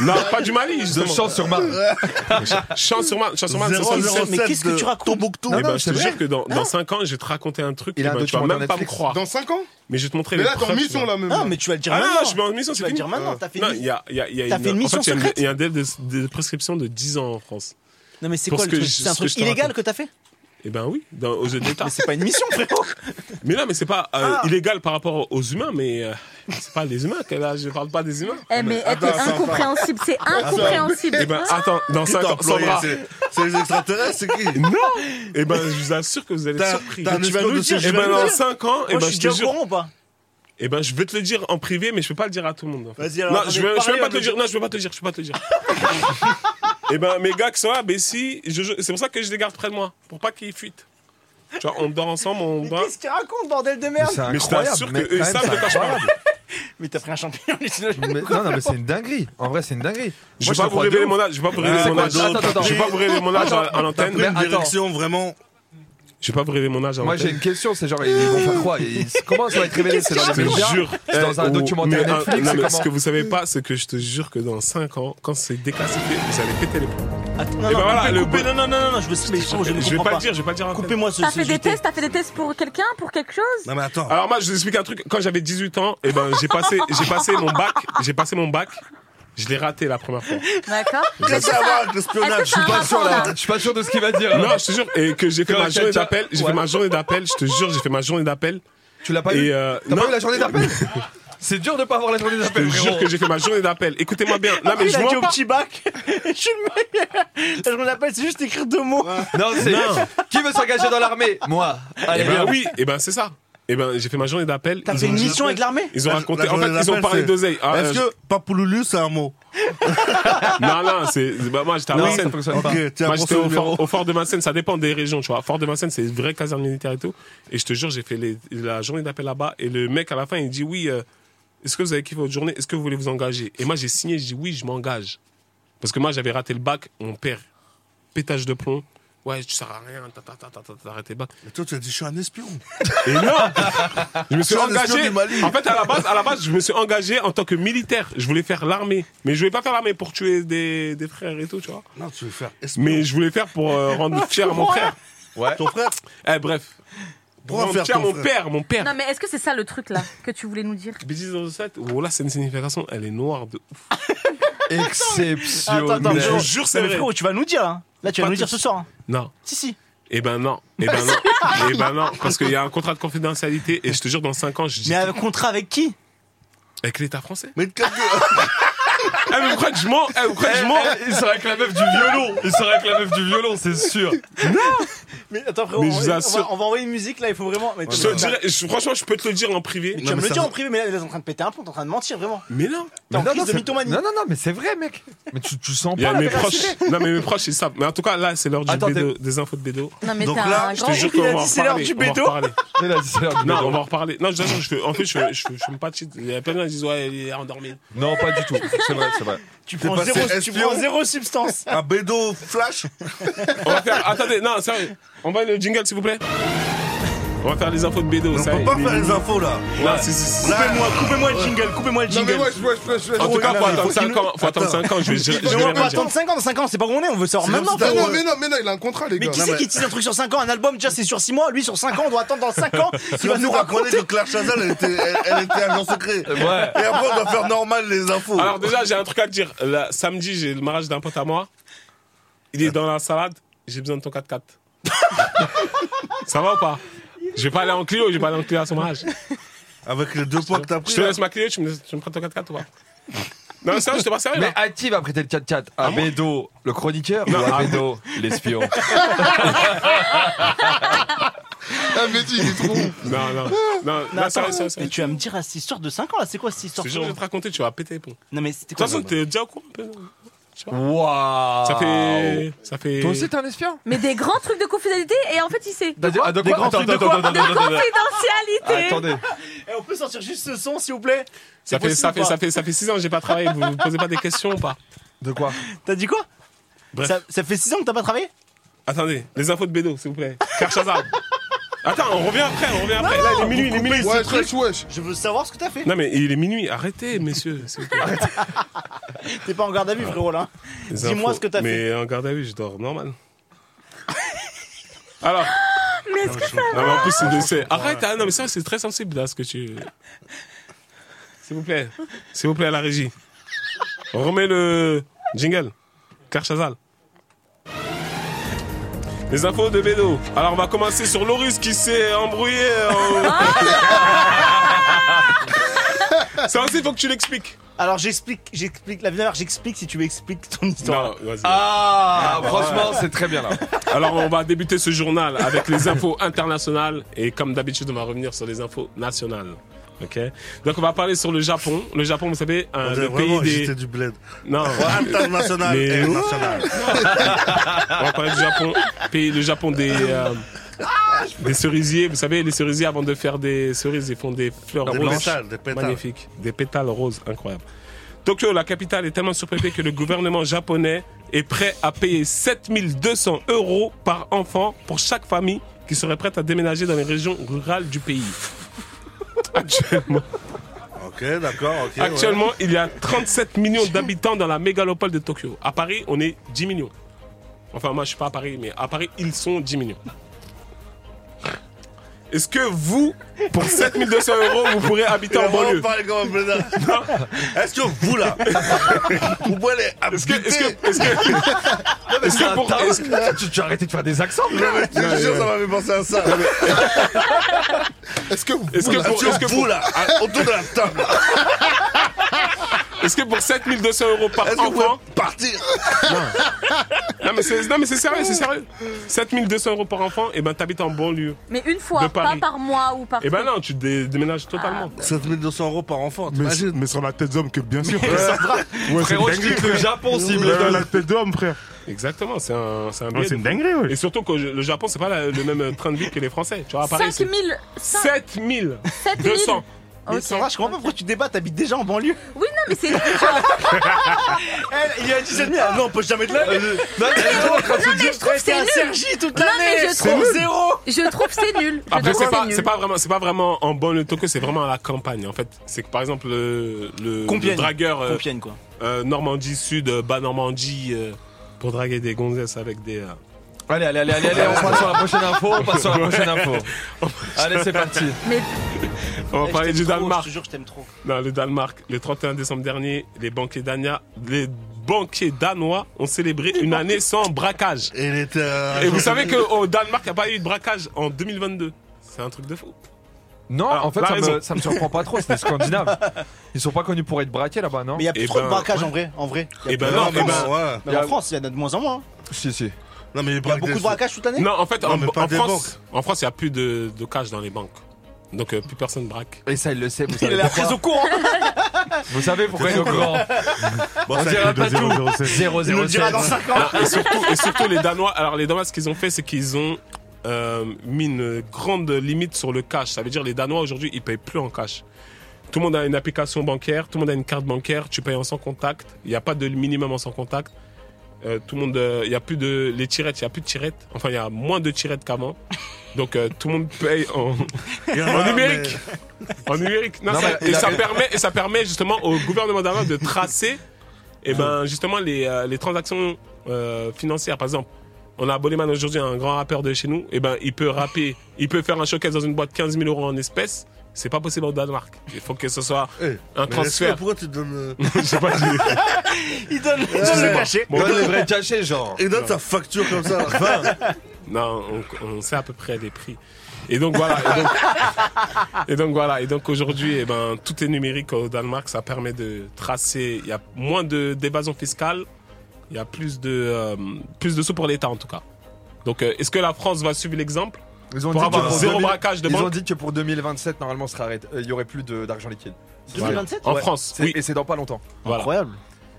Speaker 8: Non, pas du Mali,
Speaker 6: de
Speaker 8: justement.
Speaker 6: chance sur Marne.
Speaker 8: Chant sur Marne, Chant sur Marne,
Speaker 7: 007
Speaker 13: Mais qu'est-ce que tu racontes
Speaker 7: Tombouctou.
Speaker 8: Eh ben, je te jure que dans, dans 5 ans, je vais te raconter un truc,
Speaker 6: Il
Speaker 8: eh
Speaker 6: a un
Speaker 8: ben, tu vas
Speaker 6: documentaire
Speaker 8: même pas me
Speaker 6: Netflix.
Speaker 8: croire.
Speaker 5: Dans 5 ans
Speaker 8: Mais je vais te montrer
Speaker 5: Mais
Speaker 8: les
Speaker 5: là, t'es en
Speaker 8: preuves, tu
Speaker 5: mission,
Speaker 8: vois.
Speaker 5: là, même.
Speaker 13: Non, mais tu vas le dire
Speaker 8: Ah non,
Speaker 13: maintenant. hein.
Speaker 8: je suis en mission, c'est
Speaker 13: Tu vas le dire
Speaker 8: fini.
Speaker 13: maintenant, t'as fait
Speaker 8: Non,
Speaker 13: une-
Speaker 8: il y a, il y a, il y a
Speaker 13: T'as
Speaker 8: une,
Speaker 13: fait une
Speaker 8: en
Speaker 13: mission
Speaker 8: fait, il y a
Speaker 13: secrète
Speaker 8: il y a un délai de, de prescription de 10 ans en France.
Speaker 13: Non, mais c'est
Speaker 8: Pour
Speaker 13: quoi
Speaker 8: ce
Speaker 13: le
Speaker 8: que
Speaker 13: truc
Speaker 8: je-
Speaker 13: C'est un
Speaker 8: ce que je
Speaker 13: truc
Speaker 8: te
Speaker 13: illégal
Speaker 8: raconte.
Speaker 13: que t'as fait
Speaker 8: Eh ben oui, dans, aux yeux de l'État.
Speaker 13: C'est pas une mission, frérot.
Speaker 8: Mais non, mais c'est pas euh,
Speaker 13: Ah.
Speaker 8: illégal par rapport aux humains, mais euh, c'est pas les humains. que Là, je parle pas des humains.
Speaker 2: Eh mais eh, t'es
Speaker 7: Attends, attends,
Speaker 2: incompréhensible, c'est incompréhensible.
Speaker 8: Eh ben, attends, dans 5
Speaker 7: T'as
Speaker 8: ans,
Speaker 7: employé,
Speaker 8: Sandra.
Speaker 7: c'est- C'est les extraterrestres, c'est qui
Speaker 8: Non Eh ben, je vous assure que vous allez être
Speaker 7: T'as-
Speaker 8: surpris.
Speaker 7: t'as un
Speaker 8: Tu vas
Speaker 7: espèce
Speaker 8: nous
Speaker 7: de
Speaker 8: dire,
Speaker 7: sujet
Speaker 8: Eh ben,
Speaker 7: à nous
Speaker 8: dans
Speaker 7: dire.
Speaker 8: 5 ans, eh
Speaker 13: Moi,
Speaker 8: ben,
Speaker 13: je suis
Speaker 8: je te
Speaker 13: déjà au
Speaker 8: jure.
Speaker 13: courant ou pas
Speaker 8: Eh ben, je vais te le dire en privé, mais je peux pas le dire à tout le monde. en fait.
Speaker 13: Vas-y, alors,
Speaker 8: Non,
Speaker 13: attendez,
Speaker 8: je veux, je veux
Speaker 13: parlez,
Speaker 8: pas te le
Speaker 13: on
Speaker 8: dire. Non, je veux pas te le dire. Je peux pas te le dire. [laughs] Eh ben, mes gars qui sont là, ben, si, je- je- c'est pour ça que je les garde près de moi, pour pas qu'ils fuitent. Tu vois, on dort ensemble, on
Speaker 13: Mais
Speaker 8: dort.
Speaker 13: qu'est-ce qu'il raconte, bordel de merde
Speaker 6: C'est
Speaker 8: Mais je
Speaker 6: incroyable.
Speaker 8: t'assure
Speaker 6: mais
Speaker 8: qu'eux,
Speaker 6: quand
Speaker 8: ils
Speaker 6: même,
Speaker 8: savent de
Speaker 6: c'est
Speaker 8: quoi je parle.
Speaker 6: incroyable.
Speaker 13: Mais t'as pris un champignon, [laughs] hallucinogène.
Speaker 6: Mais- Non, non, mais c'est une dinguerie. En vrai, c'est une dinguerie.
Speaker 8: Je
Speaker 6: Moi,
Speaker 8: vais
Speaker 6: te
Speaker 8: pas vous
Speaker 6: crois de
Speaker 8: révéler
Speaker 6: ouf.
Speaker 8: mon âge. Je vais pas vous révéler
Speaker 7: c'est
Speaker 8: mon
Speaker 7: quoi
Speaker 8: âge.
Speaker 7: d'autre
Speaker 6: Attends, attends,
Speaker 8: Je vais pas vous révéler mon âge à à
Speaker 7: T'as
Speaker 8: l'antenne.
Speaker 7: pris une
Speaker 6: Mais attends.
Speaker 7: direction vraiment.
Speaker 8: Je vais pas vous révéler mon âge à
Speaker 6: Moi, j'ai
Speaker 8: l'antenne.
Speaker 6: une question. C'est genre, ils vont faire quoi Ils- Comment ça va être révélé C'est dans les
Speaker 8: Je te
Speaker 6: médias
Speaker 8: jure.
Speaker 6: C'est dans
Speaker 8: Eh,
Speaker 6: un
Speaker 8: ou-
Speaker 6: documentaire
Speaker 8: mais, ah,
Speaker 6: Netflix.
Speaker 8: non,
Speaker 6: c'est
Speaker 8: mais
Speaker 6: comment
Speaker 8: ce que vous savez pas, c'est que je te jure que dans 5 ans, quand c'est déclassifié, vous allez péter les plombs.
Speaker 13: Attends, non,
Speaker 8: Eh ben
Speaker 13: non,
Speaker 8: voilà,
Speaker 13: coupez,
Speaker 8: le
Speaker 13: coupez,
Speaker 8: bo-
Speaker 13: non, non, non, non, non, je veux ce qui
Speaker 4: Oh,
Speaker 13: je ne
Speaker 8: Je vais
Speaker 13: comprends
Speaker 8: pas
Speaker 13: pas.
Speaker 8: le dire, je vais pas le dire à l'antenne.
Speaker 13: Coupez-moi ce
Speaker 2: T'as
Speaker 13: ce
Speaker 2: fait des
Speaker 13: JT.
Speaker 2: tests, t'as fait des tests pour quelqu'un, pour quelque chose
Speaker 7: Non, mais attends.
Speaker 8: Alors moi, je vous explique un truc. Quand j'avais 18 ans, eh ben, j'ai passé, [laughs] j'ai passé mon bac, j'ai passé mon bac. Je l'ai raté la première fois.
Speaker 2: D'accord
Speaker 7: Qu'est-ce que ça va avec
Speaker 2: Est-ce que
Speaker 7: l'espionnage
Speaker 2: c'est un
Speaker 6: Pas sûr,
Speaker 2: rapport,
Speaker 6: là.
Speaker 2: là
Speaker 6: Je suis pas sûr de ce qu'il va dire.
Speaker 8: Non, je te jure, et que j'ai fait
Speaker 6: Que
Speaker 8: ma journée
Speaker 6: quelqu'un-
Speaker 8: d'appel. J'ai fait
Speaker 6: Ouais.
Speaker 8: ma journée d'appel. Je te jure, j'ai fait ma journée d'appel.
Speaker 6: Tu l'as pas
Speaker 8: Et
Speaker 6: eu
Speaker 8: euh,
Speaker 6: T'as
Speaker 8: non,
Speaker 6: pas eu la journée d'appel C'est dur de pas avoir la journée
Speaker 8: je
Speaker 6: d'appel.
Speaker 8: te jure
Speaker 6: frérot.
Speaker 8: que j'ai fait ma journée d'appel. Écoutez-moi bien. Non mais
Speaker 13: Il
Speaker 8: je
Speaker 13: a dit
Speaker 8: mens
Speaker 13: au
Speaker 8: pas.
Speaker 13: petit bac. Je suis le meilleur. Je me rappelle, c'est juste écrire deux mots.
Speaker 6: Non, c'est.
Speaker 8: Non.
Speaker 6: Qui veut s'engager dans l'armée Moi.
Speaker 8: Eh
Speaker 6: Allez,
Speaker 8: ben
Speaker 6: viens.
Speaker 8: oui, eh ben c'est ça. Eh ben j'ai fait ma journée d'appel.
Speaker 13: T'as
Speaker 8: Ils
Speaker 13: fait
Speaker 8: ont
Speaker 13: une
Speaker 8: dit-
Speaker 13: mission avec l'armée
Speaker 8: Ils ont
Speaker 7: La-
Speaker 8: raconté.
Speaker 7: la
Speaker 8: En fait,
Speaker 7: journée
Speaker 8: ils ont
Speaker 7: d'appel,
Speaker 8: parlé
Speaker 7: c'est-
Speaker 8: d'oseille. Ah,
Speaker 7: Est-ce
Speaker 8: euh,
Speaker 7: que Papoululu, c'est un mot
Speaker 8: Non, non, c'est. c'est- bah, moi, j'étais à
Speaker 6: Non, ça
Speaker 8: Vincennes.
Speaker 6: fonctionne pas.
Speaker 7: Ok, tiens,
Speaker 8: Moi,
Speaker 7: prends
Speaker 8: j'étais
Speaker 7: ce
Speaker 8: au,
Speaker 7: numéro.
Speaker 8: fort- au fort de Vincennes, ça dépend des régions, tu vois. Fort de Vincennes, c'est une vraie caserne militaire et tout. Et je te jure, j'ai fait les- la journée d'appel là-bas. Et le mec, à la fin, il dit Oui, euh, est-ce que vous avez kiffé votre journée Est-ce que vous voulez vous engager Et moi, j'ai signé, je dis Oui, je m'engage. Parce que moi, j'avais raté le bac, mon père, pétage de plomb. Ouais, tu sers à rien, ta, ta, ta, ta, ta, t'arrêtes tes bacs.
Speaker 7: Mais toi, tu as dit, je suis un espion.
Speaker 8: Et non Je me suis
Speaker 7: C'est un espion
Speaker 8: engagé.
Speaker 7: du Mali.
Speaker 8: En fait, à la, base, à la base, je me suis engagé en tant que militaire. Je voulais faire l'armée. Mais je voulais pas faire l'armée pour tuer des, des frères et tout, tu vois.
Speaker 7: Non, tu veux faire espion.
Speaker 8: Mais je voulais faire pour euh, rendre fier à mon frère.
Speaker 7: Ton frère
Speaker 8: Eh, bref.
Speaker 7: Pourquoi
Speaker 8: Rendre
Speaker 7: faire
Speaker 8: fier à
Speaker 7: ton
Speaker 8: mon
Speaker 7: frère
Speaker 8: père, mon père.
Speaker 2: Non mais est-ce que c'est ça le truc là que tu voulais nous dire
Speaker 8: B1007, oh là, c'est une signification, elle est noire de ouf.
Speaker 6: Exceptionnel.
Speaker 13: Attends, attends,
Speaker 8: Je vous
Speaker 13: frérot.
Speaker 8: jure, c'est
Speaker 13: Non, mais
Speaker 8: vrai.
Speaker 13: frérot, tu vas nous dire, hein. Là, tu vas
Speaker 8: Pas
Speaker 13: nous dire
Speaker 8: tous.
Speaker 13: ce soir. hein.
Speaker 8: Non.
Speaker 13: Si, si.
Speaker 8: Eh ben non, eh ben non, eh ben non, parce qu'il y a un contrat de confidentialité et je te jure, dans 5 ans, je dis.
Speaker 13: Mais un contrat avec qui
Speaker 8: Avec l'État français.
Speaker 7: Mais
Speaker 8: [laughs] Eh, mais pourquoi tu mens Eh, pourquoi tu mens
Speaker 6: Il sera avec la meuf du violon. Il sera avec la meuf du violon, c'est sûr.
Speaker 13: Mais attends, frérot,
Speaker 8: Mais
Speaker 13: on,
Speaker 8: je vous
Speaker 13: va- on
Speaker 8: assure.
Speaker 13: va, on va envoyer une musique là, il faut vraiment. Mais
Speaker 8: Je
Speaker 13: tu-
Speaker 8: te le dirais, je- franchement, je peux te le dire en privé.
Speaker 13: Mais tu vas me le dire en privé, mais là, t'es en train de péter un pont, t'es en train de mentir vraiment.
Speaker 8: Mais non
Speaker 13: T'es en
Speaker 6: non,
Speaker 13: crise de
Speaker 6: c'est-
Speaker 13: mythomanie.
Speaker 6: non, non, non, mais c'est vrai, mec. Mais tu, tu sens
Speaker 8: Il y
Speaker 6: pas
Speaker 8: a
Speaker 6: la
Speaker 8: mes
Speaker 6: véracité.
Speaker 8: proches. Non, mais mes proches, ils savent. Mais en tout cas, là, c'est l'heure du
Speaker 6: Attends,
Speaker 8: bédo, des infos de Bédo.
Speaker 2: Non, mais
Speaker 7: Donc
Speaker 2: t'es
Speaker 7: là,
Speaker 2: un
Speaker 8: Je te
Speaker 2: grand.
Speaker 8: jure
Speaker 13: il
Speaker 8: qu'on
Speaker 13: a
Speaker 8: va
Speaker 13: dit
Speaker 8: en
Speaker 13: c'est l'heure
Speaker 8: reparler.
Speaker 13: du
Speaker 8: on va en
Speaker 13: bédo. [laughs]
Speaker 8: reparler.
Speaker 6: Mais là, c'est l'heure du
Speaker 8: Non,
Speaker 6: bédo.
Speaker 8: on va en reparler. Non, je, te jure, je fais- en fait, je, fais- je, fais- je fais pas de shit. Il y a plein de gens qui disent, ouais, il est endormi.
Speaker 6: Non, pas du tout. C'est vrai, c'est vrai.
Speaker 13: Tu prends,
Speaker 7: passé
Speaker 13: zéro, tu
Speaker 7: espion.
Speaker 13: prends zéro substance.
Speaker 7: Un Ah, bédo flash
Speaker 8: On va faire. Attendez, non, sérieux. On va le jingle, s'il vous plaît. On va faire les infos de Bédo.
Speaker 7: On
Speaker 8: ça y
Speaker 7: peut
Speaker 8: est.
Speaker 7: pas faire les infos là.
Speaker 8: Non, si, si, si.
Speaker 13: Coupez-moi, coupez-moi le jingle, coupez-moi le
Speaker 5: Non, mais
Speaker 13: jingle.
Speaker 5: moi, je vois, je vois, je vois.
Speaker 8: En tout cas, faut attendre 5
Speaker 7: qu'il
Speaker 8: ans. Faut attendre 5 ans. Je vais je vais-
Speaker 13: Mais
Speaker 8: je
Speaker 5: Mais
Speaker 8: vais
Speaker 13: on peut
Speaker 8: rien dire.
Speaker 13: attendre 5 ans, dans 5 ans, c'est pas qu'on est, on veut savoir
Speaker 7: C'est
Speaker 13: maintenant.
Speaker 7: comme si
Speaker 5: Non,
Speaker 13: frérot.
Speaker 5: non, mais non, mais non, il a un contrat, les
Speaker 13: Mais
Speaker 5: gars.
Speaker 13: qui c'est qui tease un truc sur 5 ans Un album, déjà c'est sur 6 mois, lui sur 5 ans, on doit attendre dans 5
Speaker 8: [laughs]
Speaker 13: ans.
Speaker 7: Tu
Speaker 13: Il
Speaker 7: vas
Speaker 13: va
Speaker 7: nous raconter que Claire Chazal, elle était, elle, elle était agent secret.
Speaker 6: Ouais.
Speaker 7: Et après, on doit faire normal les infos.
Speaker 8: Alors, déjà, j'ai un truc à te dire. Là, samedi, j'ai le mariage d'un pote à moi. Il est dans la salade. J'ai besoin de ton 4x4. Ça va ou pas Je vais pas aller en Clio. Je vais pas aller en Clio à son mariage.
Speaker 7: Avec les deux points que t'as pris.
Speaker 8: Je te
Speaker 7: là.
Speaker 8: laisse ma Clio. Tu me, tu me prends ton 4x4 ou pas Non, sérieux, je te pas sérieux.
Speaker 6: Mais
Speaker 8: là.
Speaker 6: à qui va prêter le 4 4 À Bédo, le chroniqueur
Speaker 8: Non,
Speaker 6: Ou à
Speaker 8: à-
Speaker 6: Bédo, l'espion
Speaker 5: Ah, mais dis, il est trop bon.
Speaker 8: Non, non. Non,
Speaker 13: Mais
Speaker 8: non,
Speaker 13: attends,
Speaker 8: sérieux, sérieux,
Speaker 13: mais
Speaker 8: sérieux.
Speaker 13: tu vas me dire à cette histoire de 5 ans là, c'est quoi cette
Speaker 8: Je
Speaker 13: histoire
Speaker 8: te jure, je vais te raconter, tu vas péter les plombs. De
Speaker 13: Non mais c'était
Speaker 8: toute
Speaker 13: quoi Ah,
Speaker 8: façon, t'es déjà au courant un peu.
Speaker 6: Waouh
Speaker 8: Ça fait.
Speaker 13: oh.
Speaker 8: Ça fait.
Speaker 6: Toi aussi, t'es un espion
Speaker 2: Mais des grands trucs de confidentialité et en fait, il sait.
Speaker 6: T'as dit- ah, de
Speaker 13: Des
Speaker 6: quoi
Speaker 13: grands
Speaker 6: Attends,
Speaker 13: trucs de
Speaker 6: attends,
Speaker 13: quoi
Speaker 6: attends,
Speaker 2: De
Speaker 6: attends, attends,
Speaker 2: confidentialité.
Speaker 6: Attendez.
Speaker 13: Eh, on peut sortir juste ce son s'il vous plaît
Speaker 8: Ça
Speaker 13: C'est
Speaker 8: fait,
Speaker 13: possible
Speaker 8: ça,
Speaker 13: ou
Speaker 8: fait,
Speaker 13: pas
Speaker 8: ça, fait, ça fait 6 ans que j'ai pas travaillé, vous vous posez pas des questions ou pas
Speaker 6: De quoi
Speaker 13: T'as dit quoi
Speaker 8: Bref.
Speaker 13: ça, ça fait 6 ans que t'as pas travaillé
Speaker 8: Attendez, les infos de Bédo, s'il vous plaît. Car Shazam. Attends, on revient après, on revient après. Là, il est minuit, il est minuit.
Speaker 5: Ouais, wesh, wesh.
Speaker 13: Je veux savoir ce que t'as fait.
Speaker 8: Non, mais il est minuit, arrêtez, messieurs. s'il vous plaît.
Speaker 13: T'es pas en garde à
Speaker 8: Ah.
Speaker 13: vue frérot là.
Speaker 8: Les
Speaker 13: Dis-moi
Speaker 8: infos.
Speaker 13: ce que t'as fait.
Speaker 8: Mais en garde à vue, je dors normal. [laughs] Alors,
Speaker 2: Mais est-ce que ça.
Speaker 8: non, Ah, mais en plus, c'est de- c'est. Arrête, ah, non, mais ça, c'est très sensible, là, ce que tu. S'il vous plaît, s'il vous plaît, à la régie. Remets le jingle. Car Shazam. Les infos de Bédo. Alors, on va commencer sur Loris qui s'est embrouillé. euh. en- Ça aussi, il faut que tu l'expliques.
Speaker 13: Alors j'explique, j'explique, la dernière j'explique si tu m'expliques ton histoire.
Speaker 8: Non, vas-y.
Speaker 6: Ah, franchement, c'est très bien là.
Speaker 8: Alors, on va débuter ce journal avec les infos internationales et comme d'habitude, on va revenir sur les infos nationales. Ok. Donc, on va parler sur le Japon. Le Japon, vous savez,
Speaker 7: On
Speaker 8: un,
Speaker 7: dirait
Speaker 8: Euh, le pays
Speaker 7: vraiment
Speaker 8: des.
Speaker 7: j'étais du bled.
Speaker 8: Non.
Speaker 7: International
Speaker 8: Mais- ah,
Speaker 7: et national.
Speaker 8: On va parler du Japon, pays, le Japon des, euh, des cerisiers. Vous savez, les cerisiers, avant de faire des cerises, ils font des fleurs
Speaker 7: Des
Speaker 8: blanches.
Speaker 7: pétales, des pétales.
Speaker 8: Magnifiques. Des pétales roses, incroyable. Tokyo, la capitale, est tellement surpeuplée que le gouvernement japonais est prêt à payer 7200 euros par enfant pour chaque famille qui serait prête à déménager dans les régions rurales du pays. Actuellement,
Speaker 7: Ok, d'accord, ok. ouais.
Speaker 8: actuellement il y a 37 millions d'habitants dans la mégalopole de Tokyo. À Paris, on est 10 millions. Enfin, moi, je suis pas à Paris, mais à Paris, ils sont 10 millions. Est-ce que vous, pour 7200 euros, vous pourrez habiter
Speaker 7: Il a
Speaker 8: en banlieue
Speaker 7: vraiment parlé comme
Speaker 13: [laughs]
Speaker 7: un bled. Est-ce que vous là, vous pouvez aller
Speaker 8: Est-ce que,
Speaker 7: habiter
Speaker 8: est-ce que, est-ce que, est-ce que pour, est-ce que-
Speaker 6: [laughs] tu, tu as arrêté de faire des accents
Speaker 7: Non mais je te jure, ça m'a fait penser à ça.
Speaker 5: Est-ce que vous.
Speaker 8: est-ce que
Speaker 7: Est-ce
Speaker 8: pour, est-ce que
Speaker 7: que
Speaker 8: pour,
Speaker 7: vous là, à- autour de la table,
Speaker 8: est-ce que pour 7200 euros par
Speaker 7: est-ce que vous
Speaker 8: enfant,
Speaker 7: pouvez partir
Speaker 8: non mais c'est, non mais c'est sérieux, c'est sérieux. 7200 euros par enfant, et ben t'habites en banlieue.
Speaker 2: Mais une fois,
Speaker 8: De
Speaker 2: pas
Speaker 8: Paris.
Speaker 2: par mois ou par.
Speaker 8: Et ben non, tu dé- déménages totalement.
Speaker 7: Ah, 7200 euros par enfant,
Speaker 10: Mais,
Speaker 7: t'imagines
Speaker 10: mais sur la tête d'homme, que bien sûr. Ouais,
Speaker 6: Frérot, je
Speaker 10: c'est une
Speaker 6: quitte
Speaker 10: dinguerie,
Speaker 6: le Japon s'il me
Speaker 10: frère.
Speaker 6: donne.
Speaker 10: la tête d'homme, frère.
Speaker 8: Exactement, c'est un, c'est un
Speaker 10: Ouais,
Speaker 8: billet
Speaker 10: c'est
Speaker 8: de
Speaker 10: une
Speaker 8: fou.
Speaker 10: dinguerie, ouais.
Speaker 8: Et surtout que le Japon, c'est pas la- le même euh, train de vie que les Français. Tu vois, à Paris,
Speaker 2: 5000.
Speaker 8: 7200.
Speaker 2: 7200.
Speaker 13: Mais ça va, je comprends pas pourquoi tu débats, t'habites déjà en banlieue.
Speaker 2: Oui, non, mais c'est.
Speaker 13: Elle, il y a 17 000, ah non, on peut jamais de
Speaker 8: Euh,
Speaker 13: la vie.
Speaker 6: Non, mais-
Speaker 13: Non,
Speaker 2: mais je trouve que
Speaker 13: T'es
Speaker 2: c'est
Speaker 13: à
Speaker 2: nul.
Speaker 13: Sergi toute
Speaker 2: Non, mais
Speaker 13: l'année,
Speaker 2: je trouve-
Speaker 13: zéro.
Speaker 2: Je trouve c'est nul. Je
Speaker 8: Après,
Speaker 2: trouve
Speaker 8: c'est pas,
Speaker 2: nul.
Speaker 8: c'est pas vraiment, c'est pas vraiment en banlieue de Tokyo, c'est vraiment à la campagne. En fait, c'est que par exemple le, le,
Speaker 13: Compiègne.
Speaker 8: le dragueur euh,
Speaker 13: Compiègne quoi.
Speaker 8: euh, Normandie Sud, euh, bas Normandie, euh, pour draguer des gonzesses avec des. euh,
Speaker 6: Allez, allez, allez, allez, allez, on passe sur la prochaine info, on passe sur la prochaine info. Allez, c'est parti.
Speaker 8: On va
Speaker 13: Eh, je
Speaker 8: parler
Speaker 13: t'aime
Speaker 8: du
Speaker 13: trop,
Speaker 8: Danemark.
Speaker 13: Je te jure, je t'aime trop.
Speaker 8: Non, le Danemark. Le 31 décembre dernier, les banquiers dania- les banquiers danois ont célébré une année sans braquage.
Speaker 7: euh,
Speaker 8: Et vous savez qu'au Danemark, il n'y a pas eu de braquage en 2022. C'est un truc de fou.
Speaker 6: Non,
Speaker 8: Alors,
Speaker 6: en fait,
Speaker 8: Ah, la
Speaker 6: ça me,
Speaker 8: raison.
Speaker 6: ça me surprend pas trop, c'est des Scandinaves. Ils sont pas connus pour être braqués là-bas, non
Speaker 13: Mais il y a plus trop de braquages en vrai. En vrai. Il y a
Speaker 8: ben, Eh ben
Speaker 13: plus-
Speaker 8: non,
Speaker 13: en
Speaker 8: eh ben,
Speaker 13: France.
Speaker 8: ouais.
Speaker 13: Même
Speaker 8: Y a-
Speaker 13: en France, il y en a de moins en moins.
Speaker 6: Si, si.
Speaker 7: bah, Non, mais
Speaker 13: Il y a beaucoup de braquages toute l'année
Speaker 8: Non, en fait, en, en
Speaker 13: des
Speaker 8: France, en France, il n'y a plus de, de cash dans les banques. Donc, euh, plus personne braque.
Speaker 6: Et ça, il le sait. Vous
Speaker 13: Il a l'air très au courant.
Speaker 6: Vous savez pourquoi il est au courant
Speaker 8: Bon,
Speaker 6: On
Speaker 8: ça,
Speaker 6: dira
Speaker 8: avec le
Speaker 6: pas tout.
Speaker 8: 007.
Speaker 6: 007.
Speaker 8: Il nous le dira dans cinq [laughs]
Speaker 13: Ah.
Speaker 8: ans. et, surtout, et surtout, les Danois, alors les Danois, ce qu'ils ont fait, c'est qu'ils ont euh, mis une grande limite sur le cash. Ça veut dire les Danois aujourd'hui, ils payent plus en cash. Tout le monde a une application bancaire, tout le monde a une carte bancaire, tu payes en sans contact, il n'y a pas de minimum en sans contact. Euh, tout le monde, euh, il n'y a plus de les tirettes, il n'y a plus de tirettes. Enfin, il y a moins de tirettes qu'avant. Donc euh, tout le monde paye en,
Speaker 7: [laughs] Il y en
Speaker 8: en
Speaker 7: a,
Speaker 8: numérique. En numérique. Non,
Speaker 7: Non,
Speaker 8: ça-
Speaker 7: mais
Speaker 8: et,
Speaker 7: il a-
Speaker 8: ça permet, et ça permet justement au gouvernement d'Arabie de tracer et ben, justement les, euh, les transactions euh, financières. Par exemple, on a Boleman aujourd'hui, un grand rappeur de chez nous. Et ben, il peut rapper, il peut faire un showcase dans une boîte 15 000 euros en espèces. C'est pas possible au Danemark. Il faut que ce soit
Speaker 7: Eh,
Speaker 8: un
Speaker 7: mais est-ce
Speaker 8: transfert.
Speaker 7: que- Pourquoi tu donnes.
Speaker 8: Je sais pas.
Speaker 13: Il donne
Speaker 7: Ouais.
Speaker 8: sais pas. Bon,
Speaker 7: Donne
Speaker 8: donne
Speaker 7: les
Speaker 8: les
Speaker 7: vrais
Speaker 6: cachets, genre.
Speaker 7: Et donne sa facture comme ça à la fin.
Speaker 8: Non, on, on sait à peu près les prix. Et donc voilà. Et donc, [laughs] et donc, voilà. Et donc aujourd'hui, eh ben, tout est numérique au Danemark. Ça permet de tracer. Il y a moins de d'évasion fiscale. Il y a plus de euh, plus de sous pour l'État en tout cas. Donc euh, est-ce que la France va suivre l'exemple
Speaker 6: Ils ont
Speaker 8: pour
Speaker 6: dit que
Speaker 8: avoir
Speaker 6: pour
Speaker 8: zéro
Speaker 6: 2000
Speaker 8: braquage de
Speaker 6: Ils ont
Speaker 8: banque
Speaker 6: dit que pour 2027, normalement, ce sera arrêté. Euh, il y aurait plus de- d'argent liquide.
Speaker 8: 2027? En
Speaker 6: Ouais.
Speaker 8: France,
Speaker 6: C'est-
Speaker 8: oui.
Speaker 6: Et c'est dans pas longtemps.
Speaker 8: Voilà. Incroyable.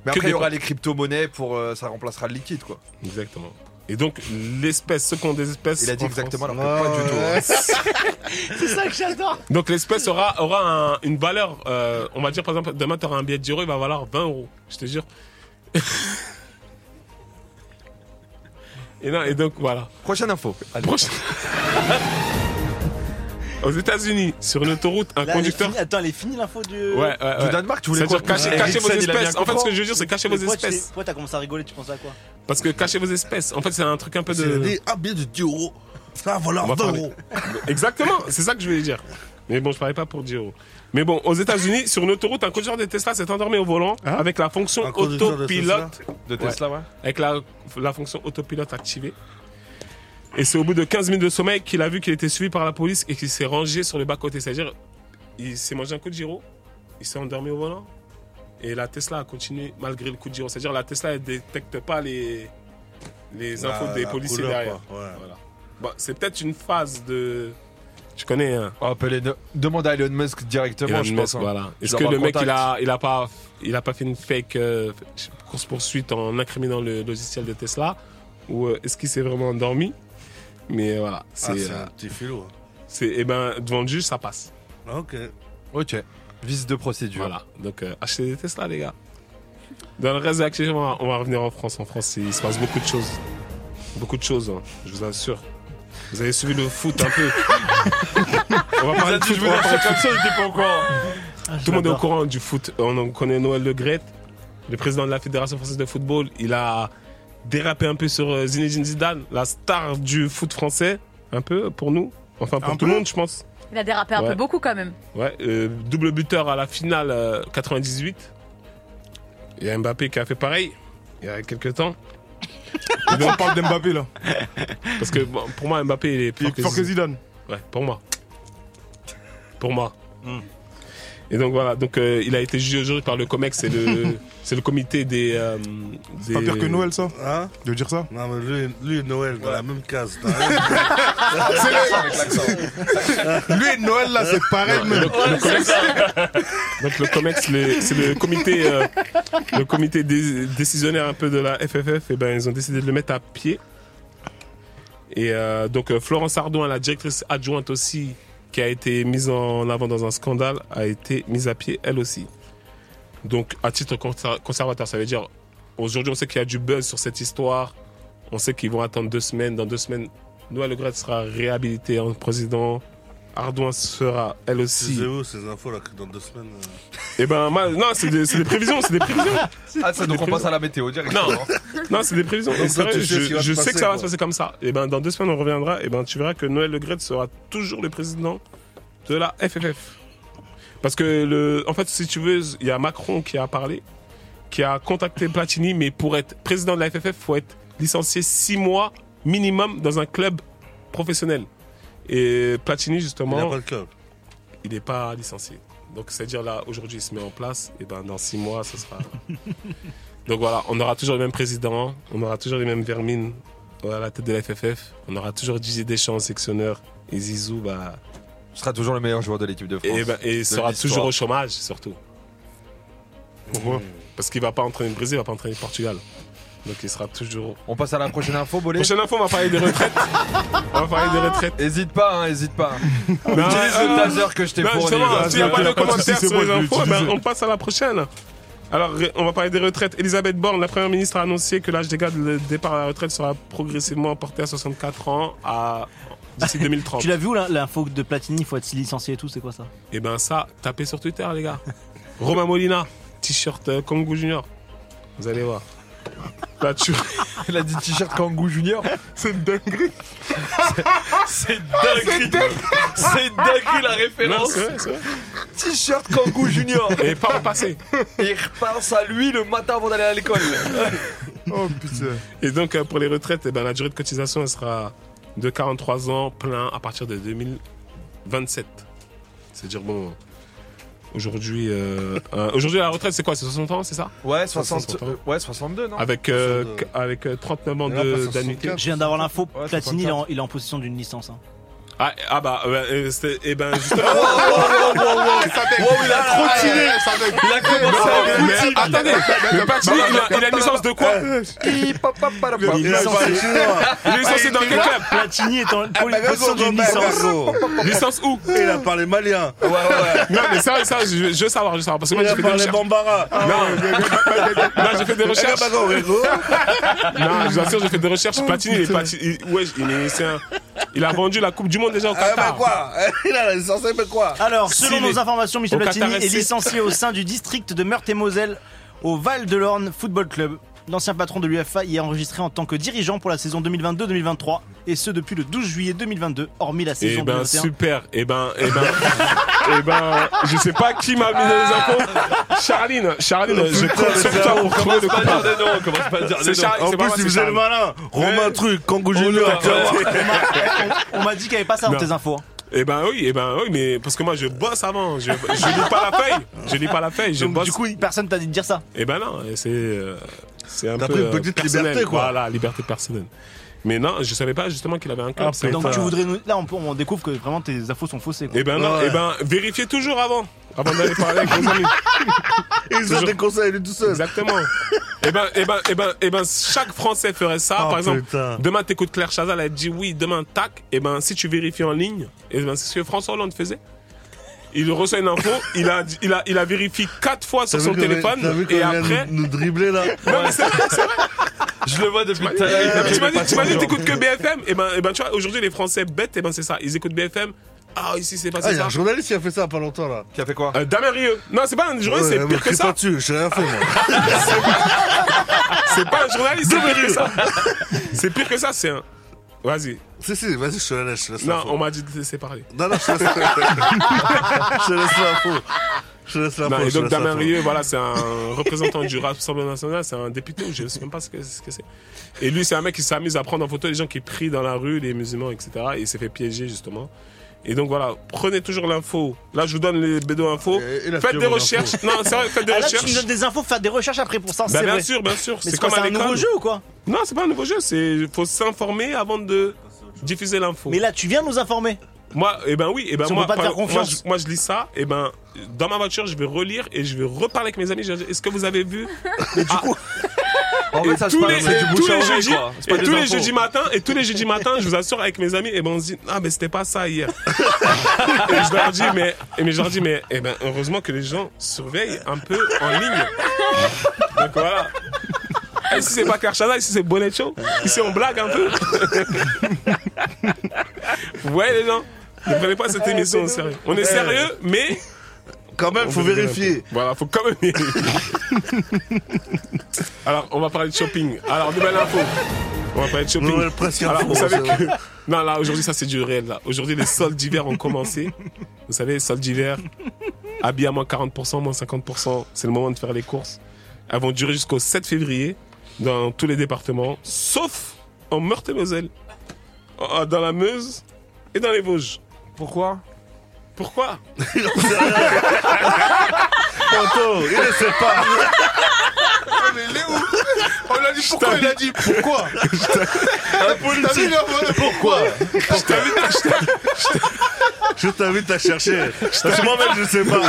Speaker 6: Mais
Speaker 8: Que
Speaker 6: après, il y
Speaker 8: des
Speaker 6: aura
Speaker 8: banques.
Speaker 6: les crypto-monnaies pour. euh, ça remplacera le liquide, quoi.
Speaker 8: Exactement. Et donc l'espèce, ceux qui ont des espèces.
Speaker 6: Il a dit
Speaker 8: en
Speaker 6: exactement
Speaker 8: France-
Speaker 6: alors que pas du tout. hein.
Speaker 13: C'est ça que j'adore.
Speaker 8: Donc l'espèce aura, aura un- une valeur, euh, on va dire par exemple, demain tu auras un billet de 10 euros, il va valoir 20 euros, je te jure. [laughs] et, non, et donc voilà.
Speaker 6: Prochaine info.
Speaker 8: Prochaine- [laughs] Aux États-Unis, sur une autoroute, un
Speaker 13: Là, elle est
Speaker 8: conducteur.
Speaker 13: finie- Attends, elle est finie l'info du.
Speaker 8: Ouais, ouais, ouais. C'est-à-dire cacher,
Speaker 6: Eh,
Speaker 8: cacher vos espèces. En fait, ce que je veux dire, c'est cacher vos
Speaker 13: Mais pourquoi tu
Speaker 8: espèces.
Speaker 13: t'es- Pourquoi t'as commencé à rigoler Tu penses à quoi
Speaker 8: Parce que cacher vos espèces, en fait, c'est un truc un peu
Speaker 7: Il a
Speaker 8: de.
Speaker 7: dit, ah, bien de 10 euros. Ça, voilà,
Speaker 8: On va
Speaker 7: 20
Speaker 8: parler.
Speaker 7: euros.
Speaker 8: Exactement, c'est ça que je voulais dire. Mais bon, je parlais pas pour dire. Mais bon, aux États-Unis, sur une autoroute, un conducteur de Tesla s'est endormi au volant avec la fonction
Speaker 6: Un conducteur de
Speaker 8: autopilote.
Speaker 6: Tesla De Tesla, ouais.
Speaker 8: Avec la, la fonction autopilote activée. Et c'est au bout de 15 minutes de sommeil qu'il a vu qu'il était suivi par la police et qu'il s'est rangé sur le bas-côté. C'est-à-dire, il s'est mangé un coup de giro, il s'est endormi au volant. Et la Tesla a continué malgré le coup de giro. C'est-à-dire, la Tesla, elle détecte pas les, les
Speaker 7: Ah, La-
Speaker 8: infos des
Speaker 7: la
Speaker 8: policiers
Speaker 7: couleur,
Speaker 8: derrière.
Speaker 7: quoi, ouais. Ah,
Speaker 8: Voilà. Bon, c'est peut-être une phase de. Tu connais. Hein.
Speaker 6: Appelez, de- Oh, demande à Elon Musk directement,
Speaker 8: Elon
Speaker 6: je
Speaker 8: Musk,
Speaker 6: pense. hein.
Speaker 8: voilà.
Speaker 6: Je
Speaker 8: Est-ce
Speaker 6: leur
Speaker 8: que le mec,
Speaker 6: recontacte.
Speaker 8: il a, il a pas, il a pas fait une fake euh, course poursuite en incriminant le logiciel de Tesla, ou euh, est-ce qu'il s'est vraiment endormi Mais euh, voilà, c'est,
Speaker 7: Ah, c'est
Speaker 8: euh,
Speaker 7: un petit filou. hein.
Speaker 8: c'est, eh ben, devant le juge, ça passe.
Speaker 7: Ok.
Speaker 6: Ok. Vice de procédure.
Speaker 8: Voilà. Donc, euh, achetez des Tesla, les gars. Dans le reste de l'actu, on va- on va revenir en France. En France, il se passe beaucoup de choses, beaucoup de choses. hein, je vous assure. Vous avez suivi le foot un peu. on va parler de foot. on va parler de foot. Tout le monde est au courant du foot. On en connaît Noël Le Gret, le président de la Fédération française de football. Il a dérapé un peu sur euh, Zinedine Zidane, la star du foot français, un peu pour nous. Enfin, pour
Speaker 2: Un
Speaker 8: tout le monde, je pense.
Speaker 2: Il a dérapé un
Speaker 8: Ouais.
Speaker 2: peu beaucoup quand même.
Speaker 8: Ouais, euh, double buteur à la finale euh, 98. Il y a Mbappé qui a fait pareil il y a quelques temps. Et donc-
Speaker 10: On parle d'Mbappé là.
Speaker 8: Parce que bon, pour moi, Mbappé, il est plus
Speaker 10: Il est plus fort que Zidane.
Speaker 8: Ouais, pour moi. Pour moi.
Speaker 10: Hmm.
Speaker 8: Et donc voilà, donc euh, il a été jugé aujourd'hui par le COMEX, c'est
Speaker 10: [laughs]
Speaker 8: le, c'est le comité des. euh,
Speaker 10: C'est pas
Speaker 8: des-
Speaker 10: pire que Noël ça
Speaker 7: Hein
Speaker 10: De dire ça
Speaker 7: Non, mais lui, lui et Noël, dans la même case. T'as
Speaker 10: Lui et Noël là, c'est pareil, mais.
Speaker 8: Donc le COMEX, le- c'est le comité, euh, le comité dé- décisionnaire un peu de la FFF. Et ben ils ont décidé de le mettre à pied. Et euh, donc euh, Florence Ardouin, la directrice adjointe aussi, qui a été mise en avant dans un scandale, a été mise à pied elle aussi. Donc à titre conser- conservateur, ça veut dire aujourd'hui on sait qu'il y a du buzz sur cette histoire. On sait qu'ils vont attendre deux semaines. Dans deux semaines, Noël Le Gret sera réhabilité en président. Ardouin sera elle aussi.
Speaker 7: C'est où ces infos là que dans deux semaines euh,
Speaker 8: Eh ben, ma- non, c'est des, c'est des prévisions, c'est des prévisions.
Speaker 6: Ah, ça, donc on passe à la météo directement.
Speaker 8: Non. Non, c'est des prévisions.
Speaker 7: Donc,
Speaker 8: Et c'est
Speaker 7: toi,
Speaker 8: vrai,
Speaker 7: tu sais ce qui
Speaker 8: je
Speaker 7: va
Speaker 8: je
Speaker 7: se
Speaker 8: sais
Speaker 7: passer,
Speaker 8: que ça va
Speaker 7: quoi.
Speaker 8: se passer comme ça. Et ben, dans deux semaines, on reviendra. Et ben, tu verras que Noël Le Gret sera toujours le président de la FFF. Parce que, le, en fait, si tu veux, il y a Macron qui a parlé. qui a contacté Platini, mais pour être président de la FFF, faut être licencié six mois minimum dans un club professionnel. Et Platini, justement.
Speaker 7: Il n'a pas le club.
Speaker 8: Il n'est pas licencié. Donc, c'est-à-dire là, aujourd'hui, il se met en place, et ben dans six mois, ce
Speaker 6: [laughs]
Speaker 8: sera. Donc voilà, on aura toujours le même président, on aura toujours les mêmes vermines à la tête de la FFF, on aura toujours Didier Deschamps, sectionneur, et Zizou, bah.
Speaker 6: Ce sera toujours le meilleur joueur de l'équipe de France.
Speaker 8: Et, ben, et
Speaker 6: de
Speaker 8: sera
Speaker 6: l'histoire.
Speaker 8: toujours au chômage, surtout. Pourquoi Parce qu'il va pas entraîner le Brésil, il va pas entraîner le Portugal. Donc il sera toujours.
Speaker 6: On passe à la prochaine info, Bolé.
Speaker 8: Prochaine info, on va parler des retraites. on va parler des retraites.
Speaker 6: Hésite pas, hein, hésite
Speaker 8: [laughs]
Speaker 6: pas. Utilise le taser que je t'ai
Speaker 8: non,
Speaker 6: fourni.
Speaker 8: Ben, euh, Justement, s'il n'y a pas de commentaires
Speaker 6: C'est
Speaker 8: sur
Speaker 6: bon,
Speaker 8: les
Speaker 6: je vais
Speaker 8: infos,
Speaker 6: l'utiliser.
Speaker 8: ben, on passe à la prochaine. Alors, ré- on va parler des retraites. Elisabeth Borne, la première ministre, a annoncé que l'âge légal de départ à la retraite sera progressivement porté à 64 ans à
Speaker 6: [laughs]
Speaker 8: d'ici 2030.
Speaker 13: Tu l'as vu où l'in- l'info de Platini, faut être licencié et tout, c'est quoi ça
Speaker 8: Et ben ça, tapez sur Twitter, les gars. Romain Molina, t-shirt euh, Kangoo Junior. Vous allez voir. Là, tu...
Speaker 6: Il a dit t-shirt Kangoo Junior.
Speaker 8: [laughs] C'est une
Speaker 6: [laughs]
Speaker 8: dinguerie.
Speaker 6: C'est
Speaker 8: dinguerie.
Speaker 6: C'est dinguerie la référence.
Speaker 8: Non, c'est vrai, c'est vrai.
Speaker 6: T-shirt Kangoo Junior.
Speaker 8: Et pas repassé.
Speaker 6: Il repasse à lui le matin avant d'aller à l'école.
Speaker 8: Oh putain. Et donc euh, pour les retraites, eh ben, la durée de cotisation elle sera de 43 ans plein à partir de 2027. C'est-à-dire bon, aujourd'hui, euh, euh, aujourd'hui la retraite c'est quoi C'est 60 ans, c'est ça
Speaker 6: Ouais,
Speaker 8: 60
Speaker 6: 60,
Speaker 8: ans.
Speaker 6: euh, ouais, 62, non
Speaker 8: Avec euh, qu- avec euh, 39 ans de- d'annuité.
Speaker 13: Je viens d'avoir l'info,
Speaker 8: Ouais,
Speaker 13: Platini,
Speaker 8: 64.
Speaker 13: il est en, il est en possession d'une licence. hein.
Speaker 8: Ah, ah bah euh, euh, c'était- eh ben justement.
Speaker 5: il a trottiné. Il a
Speaker 8: commencé à routiner. Attendez, mais Platini, il a- il a une licence de quoi
Speaker 6: Il
Speaker 8: est licencié. Il est
Speaker 4: eh,
Speaker 8: licencié dans quel club Ah, bah,
Speaker 13: Platini est en possession
Speaker 7: raison,
Speaker 13: d'une
Speaker 7: Robert,
Speaker 13: licence.
Speaker 7: gros.
Speaker 8: Licence où
Speaker 7: Il a parlé malien.
Speaker 6: Ouais, ouais.
Speaker 8: Non mais ça, ça je, veux- je veux savoir, je veux savoir parce que moi
Speaker 7: Il
Speaker 8: j'ai
Speaker 7: a
Speaker 8: fait des
Speaker 7: parlé
Speaker 8: recherches.
Speaker 7: bambara. Ah Eh
Speaker 8: Non, j'ai fait des recherches.
Speaker 7: bah
Speaker 8: Non, je vous assure, j'ai fait des recherches. Platini, il est Platini. il- Ouais, il est lycéen. Il a vendu la Coupe du Monde déjà au
Speaker 7: Ah, bah
Speaker 8: Qatar.
Speaker 7: quoi Il a la licence, mais quoi
Speaker 13: Alors,
Speaker 8: Si
Speaker 13: selon
Speaker 8: les-
Speaker 13: nos informations, Michel
Speaker 8: au
Speaker 13: Platini
Speaker 8: Qatar
Speaker 13: est
Speaker 8: FC.
Speaker 13: licencié au sein du district de Meurthe-et-Moselle au Val-de-Lorne Football Club. L'ancien patron de l'UFA y est enregistré en tant que dirigeant pour la saison 2022-2023 et ce depuis le 12 juillet 2022, hormis la
Speaker 8: Eh
Speaker 13: saison
Speaker 8: ben
Speaker 13: 2021.
Speaker 8: super, eh ben, eh ben, [laughs] eh ben, je sais pas qui m'a mis les infos. Charline, Charline, je compte sur toi pour trouver le
Speaker 6: Pas
Speaker 8: coupable.
Speaker 6: dire des noms, commence pas à dire
Speaker 8: C'est
Speaker 6: des noms.
Speaker 8: Charline,
Speaker 7: En
Speaker 8: c'est
Speaker 7: plus,
Speaker 8: Ah, pas moi,
Speaker 7: il faisait
Speaker 8: c'est
Speaker 7: le
Speaker 8: Charline.
Speaker 7: malin. Romain Truc, Kangoo Junior. tu vas voir.
Speaker 13: On m'a dit qu'il n'y avait pas ça dans
Speaker 8: Non.
Speaker 13: tes infos. hein.
Speaker 8: Eh ben oui, eh ben oui, mais parce que moi je bosse avant, je, je lis pas la feuille, je lis pas la feuille, je
Speaker 13: Donc,
Speaker 8: bosse.
Speaker 13: du coup, personne t'a dit de dire ça.
Speaker 8: Eh ben non, c'est euh, c'est un
Speaker 7: T'as
Speaker 8: peu
Speaker 7: pris une
Speaker 8: euh,
Speaker 7: petite
Speaker 8: personnel.
Speaker 7: liberté, quoi.
Speaker 8: Voilà, liberté personnelle. Mais non, je savais pas justement qu'il avait un club. c'est
Speaker 13: Ah, Donc
Speaker 8: pas-
Speaker 13: tu voudrais nous... Là, on, peut- on découvre que vraiment tes infos sont faussées. quoi.
Speaker 8: Eh ben non,
Speaker 7: Ouais.
Speaker 8: eh ben vérifiez toujours avant, avant d'aller parler avec
Speaker 7: [laughs]
Speaker 8: vos amis.
Speaker 7: Ils ont
Speaker 8: Toujours.
Speaker 7: des conseils, lui tout seul.
Speaker 8: Exactement. Eh ben, eh ben, eh ben, eh ben, chaque Français ferait ça.
Speaker 7: Oh,
Speaker 8: Par exemple,
Speaker 7: putain.
Speaker 8: demain t'écoutes Claire Chazal, elle dit oui, demain tac. Eh ben, si tu vérifies en ligne, eh ben, c'est ce que François Hollande faisait. Il reçoit une info, [laughs] il a, il a, il a vérifié quatre fois sur
Speaker 7: T'as
Speaker 8: son
Speaker 7: vu comment-
Speaker 8: téléphone
Speaker 7: t'as vu
Speaker 8: et
Speaker 7: comment il vient
Speaker 8: après.
Speaker 7: nous nous dribbler là
Speaker 8: Non, mais c'est vrai, c'est vrai.
Speaker 6: Je le vois depuis tout à l'heure.
Speaker 8: Tu m'as dit, tu m'as dit,
Speaker 6: toujours.
Speaker 8: t'écoutes que BFM. Eh ben, eh ben, tu vois, aujourd'hui les Français bêtes, eh ben, c'est ça. Ils écoutent BFM. Ah, ici c'est
Speaker 7: Ah,
Speaker 8: passé
Speaker 7: il y a
Speaker 8: ça.
Speaker 7: un journaliste qui a fait ça il y a pas longtemps là.
Speaker 6: Qui a fait quoi
Speaker 8: Euh, Damien Rieu. Non, c'est pas un journaliste, c'est pire que ça.
Speaker 7: Je j'ai rien fait moi.
Speaker 8: C'est pas un journaliste, c'est pire que ça. C'est pire que ça, c'est un. Vas-y.
Speaker 7: Si, si, vas-y, je te la laisse. je te laisse
Speaker 8: Non,
Speaker 7: l'info.
Speaker 8: on m'a dit de laisser parler.
Speaker 7: Non, non, je te laisse Je te laisse l'info. Je te laisse l'info.
Speaker 8: Non, et
Speaker 7: je te
Speaker 8: donc
Speaker 7: laisse
Speaker 8: Damien
Speaker 7: l'info.
Speaker 8: Rieu, voilà, c'est un représentant du Rassemblement National, c'est un député, ou je ne sais même pas ce que ce que c'est. Et lui, c'est un mec qui s'amuse à prendre en photo les gens qui prient dans la rue, les musulmans, etc. Et il s'est fait piéger, justement. Et donc voilà, prenez toujours l'info. Là, je vous donne les bédos infos.
Speaker 7: Et- et la
Speaker 8: Faites
Speaker 7: pire
Speaker 8: des
Speaker 7: info.
Speaker 8: recherches. Non, c'est vrai, faites des
Speaker 13: Ah, là, tu me
Speaker 8: recherches.
Speaker 13: donnes des infos, faut faire des recherches après pour ça,
Speaker 8: Bah,
Speaker 13: c'est
Speaker 8: bien
Speaker 13: vrai.
Speaker 8: sûr, bien sûr.
Speaker 13: Mais
Speaker 8: C'est comme
Speaker 13: quoi,
Speaker 8: à
Speaker 13: un nouveau
Speaker 8: l'école.
Speaker 13: jeu ou quoi
Speaker 8: Non, c'est pas un nouveau jeu. C'est faut s'informer avant de diffuser l'info.
Speaker 13: Mais là, tu viens de nous informer.
Speaker 8: Moi, eh ben oui, eh ben
Speaker 13: Si on
Speaker 8: moi,
Speaker 13: peut pas te
Speaker 8: par-
Speaker 13: faire confiance.
Speaker 8: Moi, je, moi, je lis ça, et ben dans ma voiture, je vais relire et je vais reparler avec mes amis. Je vais dire, Est-ce que vous avez vu
Speaker 6: En
Speaker 8: Et
Speaker 6: fait, ça se
Speaker 8: tous les,
Speaker 6: passe
Speaker 8: et
Speaker 6: du
Speaker 8: tous
Speaker 6: bouche à
Speaker 8: les
Speaker 6: oreille,
Speaker 8: jeudis,
Speaker 6: quoi. C'est
Speaker 8: et
Speaker 6: pas des
Speaker 8: tous les
Speaker 6: infos.
Speaker 8: jeudis matin, et tous les jeudis matin, je vous assure avec mes amis, et ben on se dit ah mais c'était pas ça
Speaker 6: [laughs]
Speaker 8: hier. et je leur dis mais, et mais je leur dis mais, eh ben heureusement que les gens surveillent un peu en ligne. Donc voilà. Et si c'est pas Karchana, ici c'est Bonetcho, ici on blague un peu. [laughs] Vous voyez les gens, ne prenez pas cette émission au sérieux. On est sérieux, mais
Speaker 7: Quand même, faut vérifier.
Speaker 8: voilà, faut quand même. [laughs] Alors, on va parler de shopping. Alors, nouvelle info. On va parler de shopping.
Speaker 7: Nouvelle presque
Speaker 8: Alors,
Speaker 7: info,
Speaker 8: vous savez
Speaker 7: c'est
Speaker 8: que. Non, là, aujourd'hui, ça, c'est du réel, là. Aujourd'hui, les soldes d'hiver ont commencé. Vous savez, les soldes d'hiver, habillés à moins 40%, moins 50%. C'est le moment de faire les courses. Elles vont durer jusqu'au 7 février dans tous les départements, sauf en Meurthe-et-Moselle, en- dans la Meuse et dans les Vosges.
Speaker 6: Pourquoi
Speaker 8: Pourquoi
Speaker 7: Tonto, il ne sait pas.
Speaker 5: Mais il est où On a dit pourquoi Il a dit pourquoi
Speaker 7: Un politique.
Speaker 5: T'as vu, il est en mode, Pourquoi
Speaker 7: Je t'invite à Je t'invite à chercher. Parce que moi-même, je sais pas.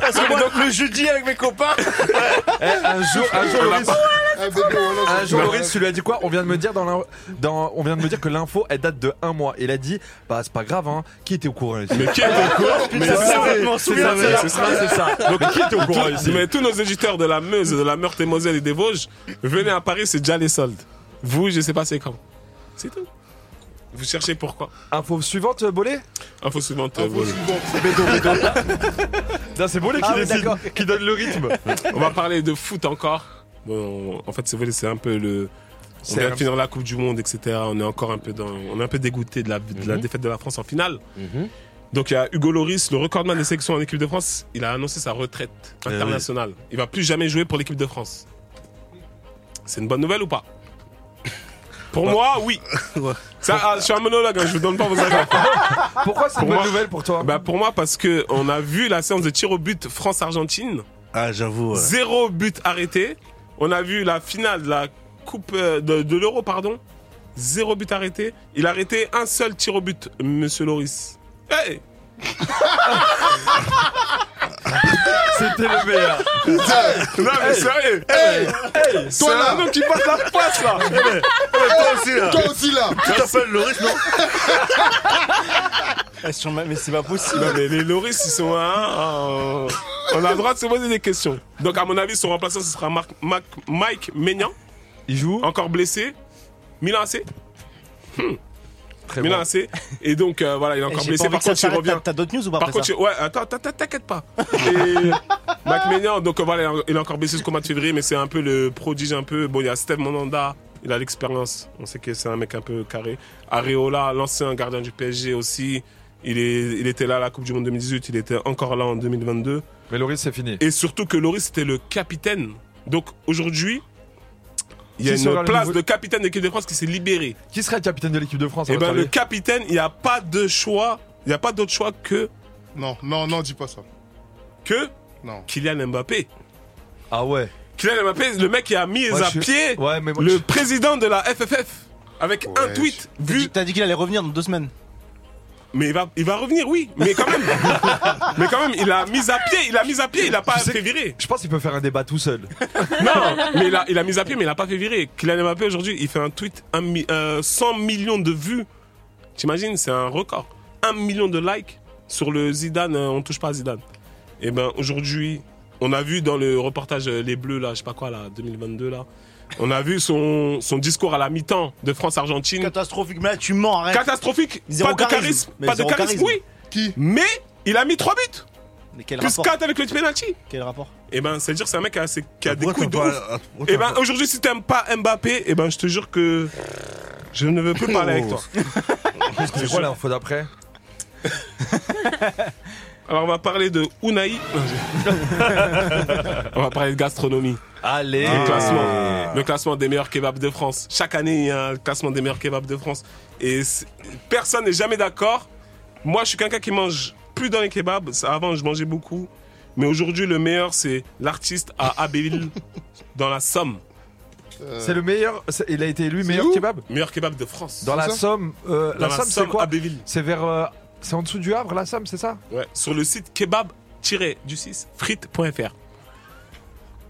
Speaker 13: Parce que moi, donc le jeudi avec mes copains.
Speaker 8: Eh,
Speaker 6: un jour, un jour, Loris,
Speaker 5: Ah, bébé, voilà,
Speaker 6: un
Speaker 5: c'est-
Speaker 6: jour,
Speaker 5: Bah,
Speaker 6: Loris, tu lui as dit quoi On vient de me dire dans, l'in- dans- on vient de me dire que l'info elle date de un mois. Il a dit bah c'est pas grave hein. Qui était au courant ici
Speaker 8: Mais qui est au courant Mais
Speaker 13: Ça,
Speaker 8: c'est-
Speaker 13: je m'en souviens,
Speaker 8: c'est-
Speaker 13: c'est la
Speaker 8: c'est ça.
Speaker 13: phrase.
Speaker 8: Donc, qui est [laughs] au
Speaker 7: courant ici
Speaker 8: Mais tous nos éditeurs de la Meuse, de la Meurthe-et-Moselle et des Vosges, venez à Paris, c'est déjà les soldes. Vous, je sais pas c'est quand. C'est tout. Vous cherchez pourquoi
Speaker 6: Info suivante, euh, Bolé
Speaker 8: Info suivante. euh,
Speaker 5: info
Speaker 8: Vosges.
Speaker 5: suivante.
Speaker 6: Non, c'est Bolé qui
Speaker 13: Ah oui,
Speaker 6: décide,
Speaker 13: d'accord.
Speaker 6: qui donne le rythme.
Speaker 8: On va parler de foot encore. Bon, en fait, c'est vrai, c'est un peu le. On vient de finir la Coupe du Monde, etc. On est encore un peu dans, on est un peu dégoûté de la, de la défaite de la France en finale. Donc il y a Hugo Loris, le recordman des sélections en équipe de France. Il a annoncé sa retraite
Speaker 7: oui.
Speaker 8: internationale. Il va plus jamais jouer pour l'équipe de France. C'est une bonne nouvelle ou pas Pour moi, oui. Ça, ah, je suis un monologue, hein, je vous donne pas vos avis.
Speaker 6: Pourquoi c'est une
Speaker 8: Pour
Speaker 6: bonne
Speaker 8: moi-
Speaker 6: nouvelle pour toi
Speaker 8: Bah pour moi parce que on a vu la séance de tir au but France-Argentine.
Speaker 7: Ah, j'avoue. ouais.
Speaker 8: Zéro but arrêté. On a vu la finale de la Coupe euh, de, de l'Euro, pardon. Zéro but arrêté. Il a arrêté un seul tir au but, monsieur Loris. Hey [laughs]
Speaker 6: C'était le meilleur.
Speaker 8: Non, mais sérieux
Speaker 5: Toi là
Speaker 8: qui passe la passe là
Speaker 7: Toi aussi, là.
Speaker 5: Toi aussi là
Speaker 7: Tu t'appelles Loris, non
Speaker 13: Mais c'est pas possible.
Speaker 8: Non, mais les Loris, ils sont à. on a le droit de se poser des questions. Donc, à mon avis, son remplaçant, ce sera Marc- Mac- Mike Maignan,
Speaker 6: Il joue
Speaker 8: encore blessé. Milan AC.
Speaker 6: Très
Speaker 8: Milan
Speaker 6: bon.
Speaker 8: AC. Et donc, euh, voilà, il est
Speaker 13: Eh,
Speaker 8: encore
Speaker 13: j'ai pas
Speaker 8: blessé.
Speaker 13: envie
Speaker 8: Par
Speaker 13: que ça
Speaker 8: contre, il
Speaker 13: s'arrête.
Speaker 8: revient.
Speaker 13: T'as- T'as d'autres news ou pas
Speaker 8: Par
Speaker 13: après
Speaker 8: contre,
Speaker 13: ça
Speaker 8: tu- ouais, attends, t'in- t'in- t'inquiète pas. Et Mac Maignan, donc euh, voilà, il est encore blessé jusqu'au mois de février, mais c'est un peu le prodige un peu. Bon, il y a Steve Monanda, il a l'expérience. On sait que c'est un mec un peu carré. Areola, l'ancien gardien du PSG aussi. Il, est, il était là à la Coupe du Monde 2018, il était encore là en 2022.
Speaker 6: Mais Loris c'est fini.
Speaker 8: Et surtout que Loris était le capitaine. Donc aujourd'hui, il y a
Speaker 6: Qui sera
Speaker 8: une
Speaker 6: le
Speaker 8: place
Speaker 6: nouveau-
Speaker 8: de capitaine de l'équipe de France qui s'est libérée.
Speaker 6: Qui serait le capitaine de l'équipe de France à
Speaker 8: Et
Speaker 6: votre
Speaker 8: ben le
Speaker 6: avis
Speaker 8: capitaine, il n'y a pas de choix, il n'y a pas d'autre choix que,
Speaker 5: Non, non, non, dis pas ça.
Speaker 8: que
Speaker 5: Non.
Speaker 8: Kylian Mbappé.
Speaker 6: Ah ouais.
Speaker 8: Kylian Mbappé, le mec qui a mis
Speaker 6: Moi,
Speaker 8: à
Speaker 6: je-
Speaker 8: pied
Speaker 6: Ouais, mais moi,
Speaker 8: le
Speaker 6: je-
Speaker 8: président de la FFF avec un
Speaker 5: Ouais,
Speaker 8: tweet
Speaker 13: T'as
Speaker 8: vu.
Speaker 13: dit- T'as dit qu'il allait revenir dans deux semaines.
Speaker 8: Mais il va, il va revenir, oui. Mais quand même, mais quand
Speaker 5: [laughs]
Speaker 8: même, il a mis à pied, il a mis à pied, il a pas
Speaker 6: Tu sais-
Speaker 8: fait virer.
Speaker 6: Je pense qu'il peut faire un débat
Speaker 8: [laughs]
Speaker 6: tout seul.
Speaker 8: Non, mais il a, il a mis à pied, mais il a pas fait virer. Kylian Mbappé aujourd'hui, il fait un tweet un mi- euh, 100 millions de vues. T'imagines, c'est un record. Un million de likes sur le Zidane. euh, on touche pas à Zidane. Et ben aujourd'hui, on a vu dans le reportage euh, les Bleus là, je sais pas quoi là, 2022 là. On a vu son, son discours à la mi-temps de France-Argentine.
Speaker 13: Catastrophique, mais là tu mens, arrête.
Speaker 8: Catastrophique.
Speaker 13: Zéro
Speaker 8: pas de
Speaker 13: charisme.
Speaker 8: charisme.
Speaker 13: Mais
Speaker 8: Pas de
Speaker 13: zéro
Speaker 8: charisme,
Speaker 13: charisme.
Speaker 8: oui.
Speaker 5: Qui
Speaker 8: Mais il a mis 3 buts.
Speaker 13: Mais quel
Speaker 8: Plus
Speaker 13: rapport
Speaker 8: 4 avec le penalty.
Speaker 13: Quel rapport
Speaker 8: Et ben, c'est dire c'est un mec qui a, c'est- qui a des
Speaker 7: Pourquoi
Speaker 8: couilles de
Speaker 7: t'as pas-
Speaker 8: ouf.
Speaker 7: ah, pourquoi
Speaker 8: Et
Speaker 7: t'as
Speaker 8: ben,
Speaker 7: pas-
Speaker 8: aujourd'hui, si t'aimes pas Mbappé, et ben, je te jure que je ne veux plus parler avec toi.
Speaker 6: C'est quoi l'info d'après
Speaker 8: Alors, on va parler de Unai. Non,
Speaker 6: [laughs]
Speaker 8: je- on va parler de gastronomie.
Speaker 6: Allez.
Speaker 8: Le classement.
Speaker 6: Ah.
Speaker 8: Le classement des meilleurs kebabs de France. Chaque année, il y a un classement des meilleurs kebabs de France. Et c'est- personne n'est jamais d'accord. Moi, je suis quelqu'un qui mange plus dans les kebabs. Ça, Avant, je mangeais beaucoup. Mais aujourd'hui, le meilleur, c'est l'artiste à
Speaker 6: [laughs]
Speaker 8: Abbeville, dans la Somme.
Speaker 6: C'est le meilleur. c'est- Il a été élu meilleur
Speaker 5: où
Speaker 6: kebab.
Speaker 8: Meilleur kebab de France.
Speaker 6: Dans la
Speaker 5: ça
Speaker 6: Somme. euh,
Speaker 8: Dans
Speaker 6: la Somme c'est quoi
Speaker 8: Abbeville.
Speaker 6: C'est vers. euh, C'est en dessous du Havre la Somme c'est ça
Speaker 8: Ouais, sur le site kebab-du6 frites.fr.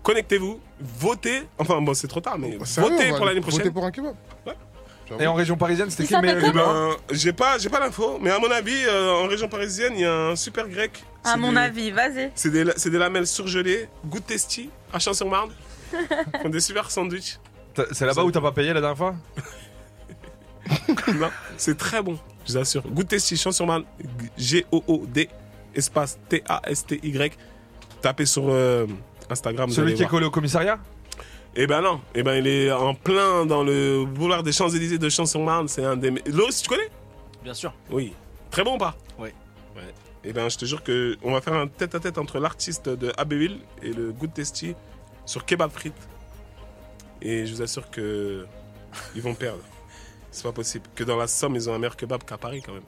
Speaker 8: Connectez-vous, votez. Enfin, bon, c'est trop tard, mais
Speaker 5: Bah, Sérieux, on
Speaker 8: votez
Speaker 5: va
Speaker 8: pour l'année
Speaker 5: Voter
Speaker 8: prochaine.
Speaker 5: pour un kebab
Speaker 6: Et en région parisienne c'était
Speaker 2: Il
Speaker 6: qui le meilleur
Speaker 8: Eh
Speaker 2: s'appelle
Speaker 6: kebab
Speaker 8: ben, j'ai pas, j'ai pas l'info, mais à mon avis, euh, en région parisienne, il y a un super grec.
Speaker 2: À
Speaker 8: C'est
Speaker 2: mon
Speaker 8: des-
Speaker 2: avis, vas-y.
Speaker 8: C'est des, c'est des lamelles surgelées, goût de testi, à Champs-sur-Marne. [laughs] Ils font des super sandwichs.
Speaker 6: T'as- C'est là-bas où t'as pas payé la dernière fois
Speaker 8: Non, Eh ben, c'est très bon, je vous assure. Goût de testi, Champs-sur-Marne, G-O-O-D, espace T-A-S-T-Y. Tapez sur euh, Instagram. vous
Speaker 6: Celui
Speaker 8: allez
Speaker 6: qui est
Speaker 8: voir.
Speaker 6: collé au commissariat
Speaker 8: Eh ben non, eh ben il est en plein dans le boulevard des Champs-Élysées de Champs-sur-Marne. C'est un des. me- Loris, tu connais
Speaker 13: Bien sûr.
Speaker 8: Oui. Très bon ou pas
Speaker 13: Oui.
Speaker 8: Ouais. Eh ben je te jure que on va faire un tête-à-tête entre l'artiste de Abbeville et le Good Testy sur kebab frites. Et je vous assure que ils vont perdre. C'est pas possible. Que dans la Somme, ils ont un meilleur kebab qu'à Paris quand même.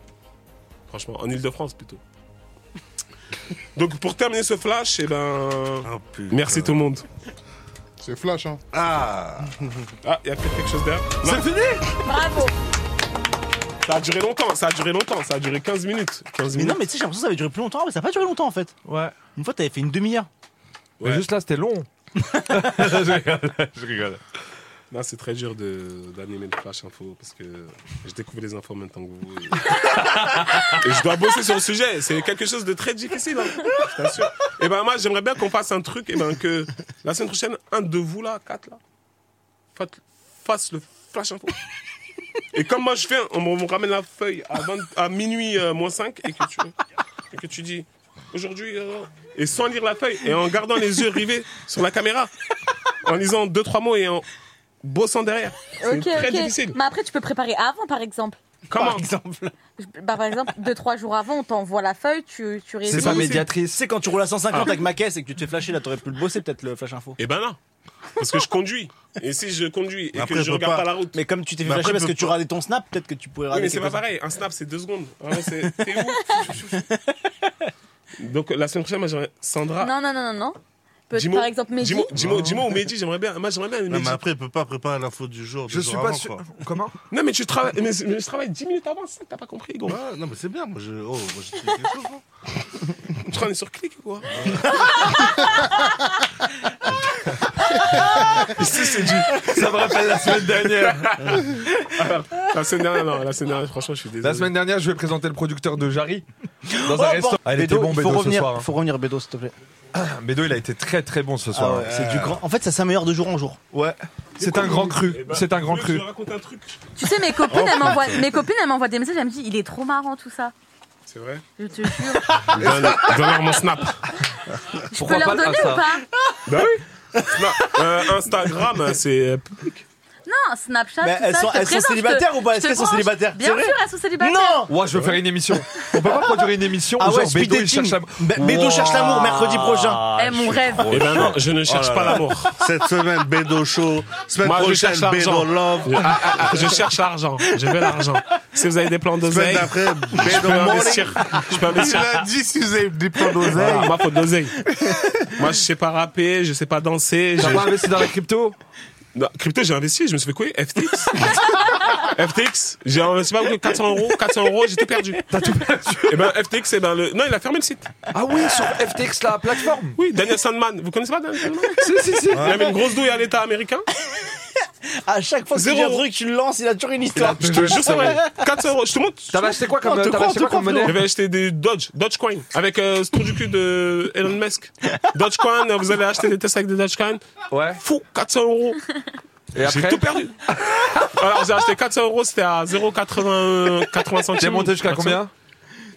Speaker 8: Franchement, en Ile-de-France plutôt. Donc pour terminer ce flash, eh ben,
Speaker 7: Oh,
Speaker 8: merci tout le monde.
Speaker 5: C'est flash, hein.
Speaker 7: Ah
Speaker 8: Ah, il y a peut-être quelque chose derrière.
Speaker 5: C'est
Speaker 8: fini
Speaker 2: Bravo
Speaker 8: Ça a duré longtemps, ça a duré longtemps, ça a duré 15 minutes. 15
Speaker 13: Mais
Speaker 8: minutes.
Speaker 13: non, mais tu sais, j'ai l'impression que ça avait duré plus longtemps, mais ça a pas duré longtemps en fait.
Speaker 6: Ouais.
Speaker 13: Une fois, t'avais fait une demi-heure.
Speaker 6: Mais juste là, c'était long.
Speaker 8: je rigole, je rigole. Non, c'est très dur de- d'animer le flash info parce que je découvre les infos en même temps que vous. Et je dois bosser sur le sujet. C'est quelque chose de très difficile. hein, je t'assure. Et ben moi, j'aimerais bien qu'on fasse un truc. Et ben que la semaine prochaine, un de vous là, quatre là, fat- fasse le flash info. Et comme moi je fais, on me on me ramène la feuille à, 20 à minuit euh, moins 5 et que tu, et que tu dis aujourd'hui. euh, et sans lire la feuille et en gardant les yeux rivés sur la caméra, en lisant deux trois mots et en bossant derrière. C'est
Speaker 2: Ok,
Speaker 8: très
Speaker 2: ok.
Speaker 8: difficile.
Speaker 2: Mais après, tu peux préparer avant, par exemple.
Speaker 8: Comment
Speaker 2: Je- Bah, par exemple, 2-3 jours avant, on t'envoie la feuille, tu, tu révises.
Speaker 13: C'est quand tu roules à 150
Speaker 8: Ah.
Speaker 13: avec ma caisse et que tu te fais flasher, là, t'aurais pu le bosser peut-être le flash info.
Speaker 8: Eh ben non. Parce que je conduis. Et si je conduis et
Speaker 13: Après,
Speaker 8: que
Speaker 13: je
Speaker 8: je
Speaker 13: peux
Speaker 8: regarde
Speaker 13: pas.
Speaker 8: pas. la route.
Speaker 13: Mais comme tu t'es fait
Speaker 8: Mais
Speaker 13: flasher
Speaker 8: après,
Speaker 13: parce
Speaker 8: je
Speaker 13: que
Speaker 8: peux
Speaker 13: tu
Speaker 8: pas.
Speaker 13: ratais ton snap, peut-être que tu pourrais
Speaker 8: Oui,
Speaker 13: rater.
Speaker 8: mais c'est
Speaker 13: quelque
Speaker 8: pas
Speaker 13: chose.
Speaker 8: pareil. Un snap, c'est deux secondes. Vraiment, c'est- t'es où Donc la semaine prochaine, moi, j'aimerais- Sandra.
Speaker 2: Non, non, non, non, non. Peut-
Speaker 8: Jimo-
Speaker 2: par exemple, Mehdi.
Speaker 8: Jimo- Jimo Jimo ou Mehdi, j'aimerais bien. Moi, j'aimerais bien.
Speaker 7: Non,
Speaker 8: Mehdi.
Speaker 7: mais après, il peut pas préparer l'info du jour.
Speaker 8: Je suis pas sûr-
Speaker 6: Comment
Speaker 8: Non, mais tu travailles. Mais, mais je travaille 10 minutes avant, ça, t'as pas compris, gros.
Speaker 7: Ouais, non, mais c'est bien. Moi, je. Oh, moi, je dis quelque chose, non
Speaker 8: Tu traînes sur clic ou quoi Ici, c'est du.
Speaker 6: [laughs] Ça me rappelle la semaine dernière.
Speaker 8: Alors, la semaine dernière, non, la semaine dernière, franchement, je suis désolé.
Speaker 6: La semaine dernière, je vais présenter le producteur de Jarry dans un
Speaker 13: Oh,
Speaker 6: restaurant.
Speaker 13: bon.
Speaker 6: Ah, il était
Speaker 13: Bédo,
Speaker 6: bon,
Speaker 13: il faut
Speaker 6: Bédo, ce
Speaker 13: revenir,
Speaker 6: soir.
Speaker 13: Faut revenir, Bédo, s'il te plaît.
Speaker 6: hein. Bédo, il a été très très bon ce soir.
Speaker 13: Ah ouais, C'est du grand. En fait, ça s'améliore de jour en jour.
Speaker 6: Ouais. C'est un grand
Speaker 8: Eh
Speaker 6: cru.
Speaker 8: ben,
Speaker 6: C'est un grand cru.
Speaker 8: raconte un truc.
Speaker 2: Tu sais, mes copines,
Speaker 6: Oh,
Speaker 2: elles m'envoient,
Speaker 6: putain.
Speaker 2: mes copines, elles m'envoient des messages, elles me disent, il est trop marrant tout ça.
Speaker 8: C'est vrai
Speaker 2: Je te jure.
Speaker 8: Donne-leur mon snap.
Speaker 2: Je peux leur donner
Speaker 13: ah,
Speaker 2: ou pas
Speaker 8: Bah oui. Snap. Euh, Instagram, c'est.
Speaker 2: Non, Snapchat,
Speaker 13: Mais
Speaker 2: tout
Speaker 13: elles
Speaker 2: ça.
Speaker 13: sont-
Speaker 2: je te
Speaker 13: elles sont
Speaker 2: présente, je te-
Speaker 13: célibataires ou pas
Speaker 2: je
Speaker 13: Est-ce
Speaker 2: te
Speaker 13: qu'elles sont
Speaker 2: branche.
Speaker 13: célibataires C'est
Speaker 2: Bien
Speaker 13: vrai
Speaker 2: sûr, elles sont célibataires. Eh,
Speaker 6: Ouais, je vais faire une émission. On peut pas produire une émission
Speaker 13: Ah
Speaker 6: où
Speaker 13: ouais,
Speaker 6: genre
Speaker 13: speed
Speaker 6: Bédo, il
Speaker 13: dating.
Speaker 6: cherche l'amour.
Speaker 13: Bé- Bédo cherche l'amour, mercredi prochain.
Speaker 2: Eh, mon rêve.
Speaker 8: Eh ben non, je ne cherche
Speaker 7: Oh là
Speaker 8: pas
Speaker 7: là.
Speaker 8: l'amour.
Speaker 7: Cette semaine, Bédo Show. Semaine
Speaker 8: Moi, je
Speaker 7: prochaine,
Speaker 8: cherche
Speaker 7: Bédo
Speaker 8: l'argent.
Speaker 7: Love.
Speaker 8: Je- ah, ah, ah, je cherche l'argent. Je veux l'argent. Si vous avez des plans
Speaker 7: Semaine
Speaker 8: d'oseille,
Speaker 7: d'après,
Speaker 8: je
Speaker 7: Bédo
Speaker 8: peux investir.
Speaker 7: Morning.
Speaker 8: Je peux investir.
Speaker 10: Il a dit si vous avez des plans d'oseille.
Speaker 8: Voilà, moi, faut de l'oseille. Moi, je sais pas rapper, je sais pas danser.
Speaker 6: T'as
Speaker 8: je-
Speaker 6: pas investi dans la crypto
Speaker 8: Non, crypto, j'ai investi, je me suis fait couer. FTX. FTX, j'ai investi pas beaucoup, 400 euros, 400 euros, j'étais perdu. T'as tout perdu. Et ben FTX, eh ben le, non, il a fermé le site.
Speaker 6: Ah oui, sur FTX, la plateforme.
Speaker 8: Oui, Daniel Sandman, vous connaissez pas Daniel Sandman
Speaker 6: Si, si, si.
Speaker 8: Il avait une grosse douille à l'État américain.
Speaker 13: À chaque fois que tu
Speaker 8: Zéro.
Speaker 13: dis un truc, tu le lances, il a toujours une histoire.
Speaker 8: Je te jure, c'est vrai. 400 euros, je te montre.
Speaker 6: T'avais acheté quoi comme,
Speaker 13: Non, te
Speaker 6: t'avais
Speaker 13: crois,
Speaker 6: acheté
Speaker 13: te
Speaker 6: quoi comme
Speaker 13: crois,
Speaker 8: [laughs]
Speaker 6: monnaie
Speaker 8: J'avais acheté Eh ben, des Dodge, Dogecoin, avec euh, ce trou du cul de Elon Musk. Dogecoin, euh, vous allez acheter des tests avec des Dogecoin.
Speaker 6: Ouais.
Speaker 8: Fou, 400 euros.
Speaker 6: Et
Speaker 8: J'ai
Speaker 6: après,
Speaker 8: tout
Speaker 6: [laughs]
Speaker 8: perdu. Alors j'ai acheté 400 euros, c'était à 0,80 80 centimes.
Speaker 6: t'es monté jusqu'à combien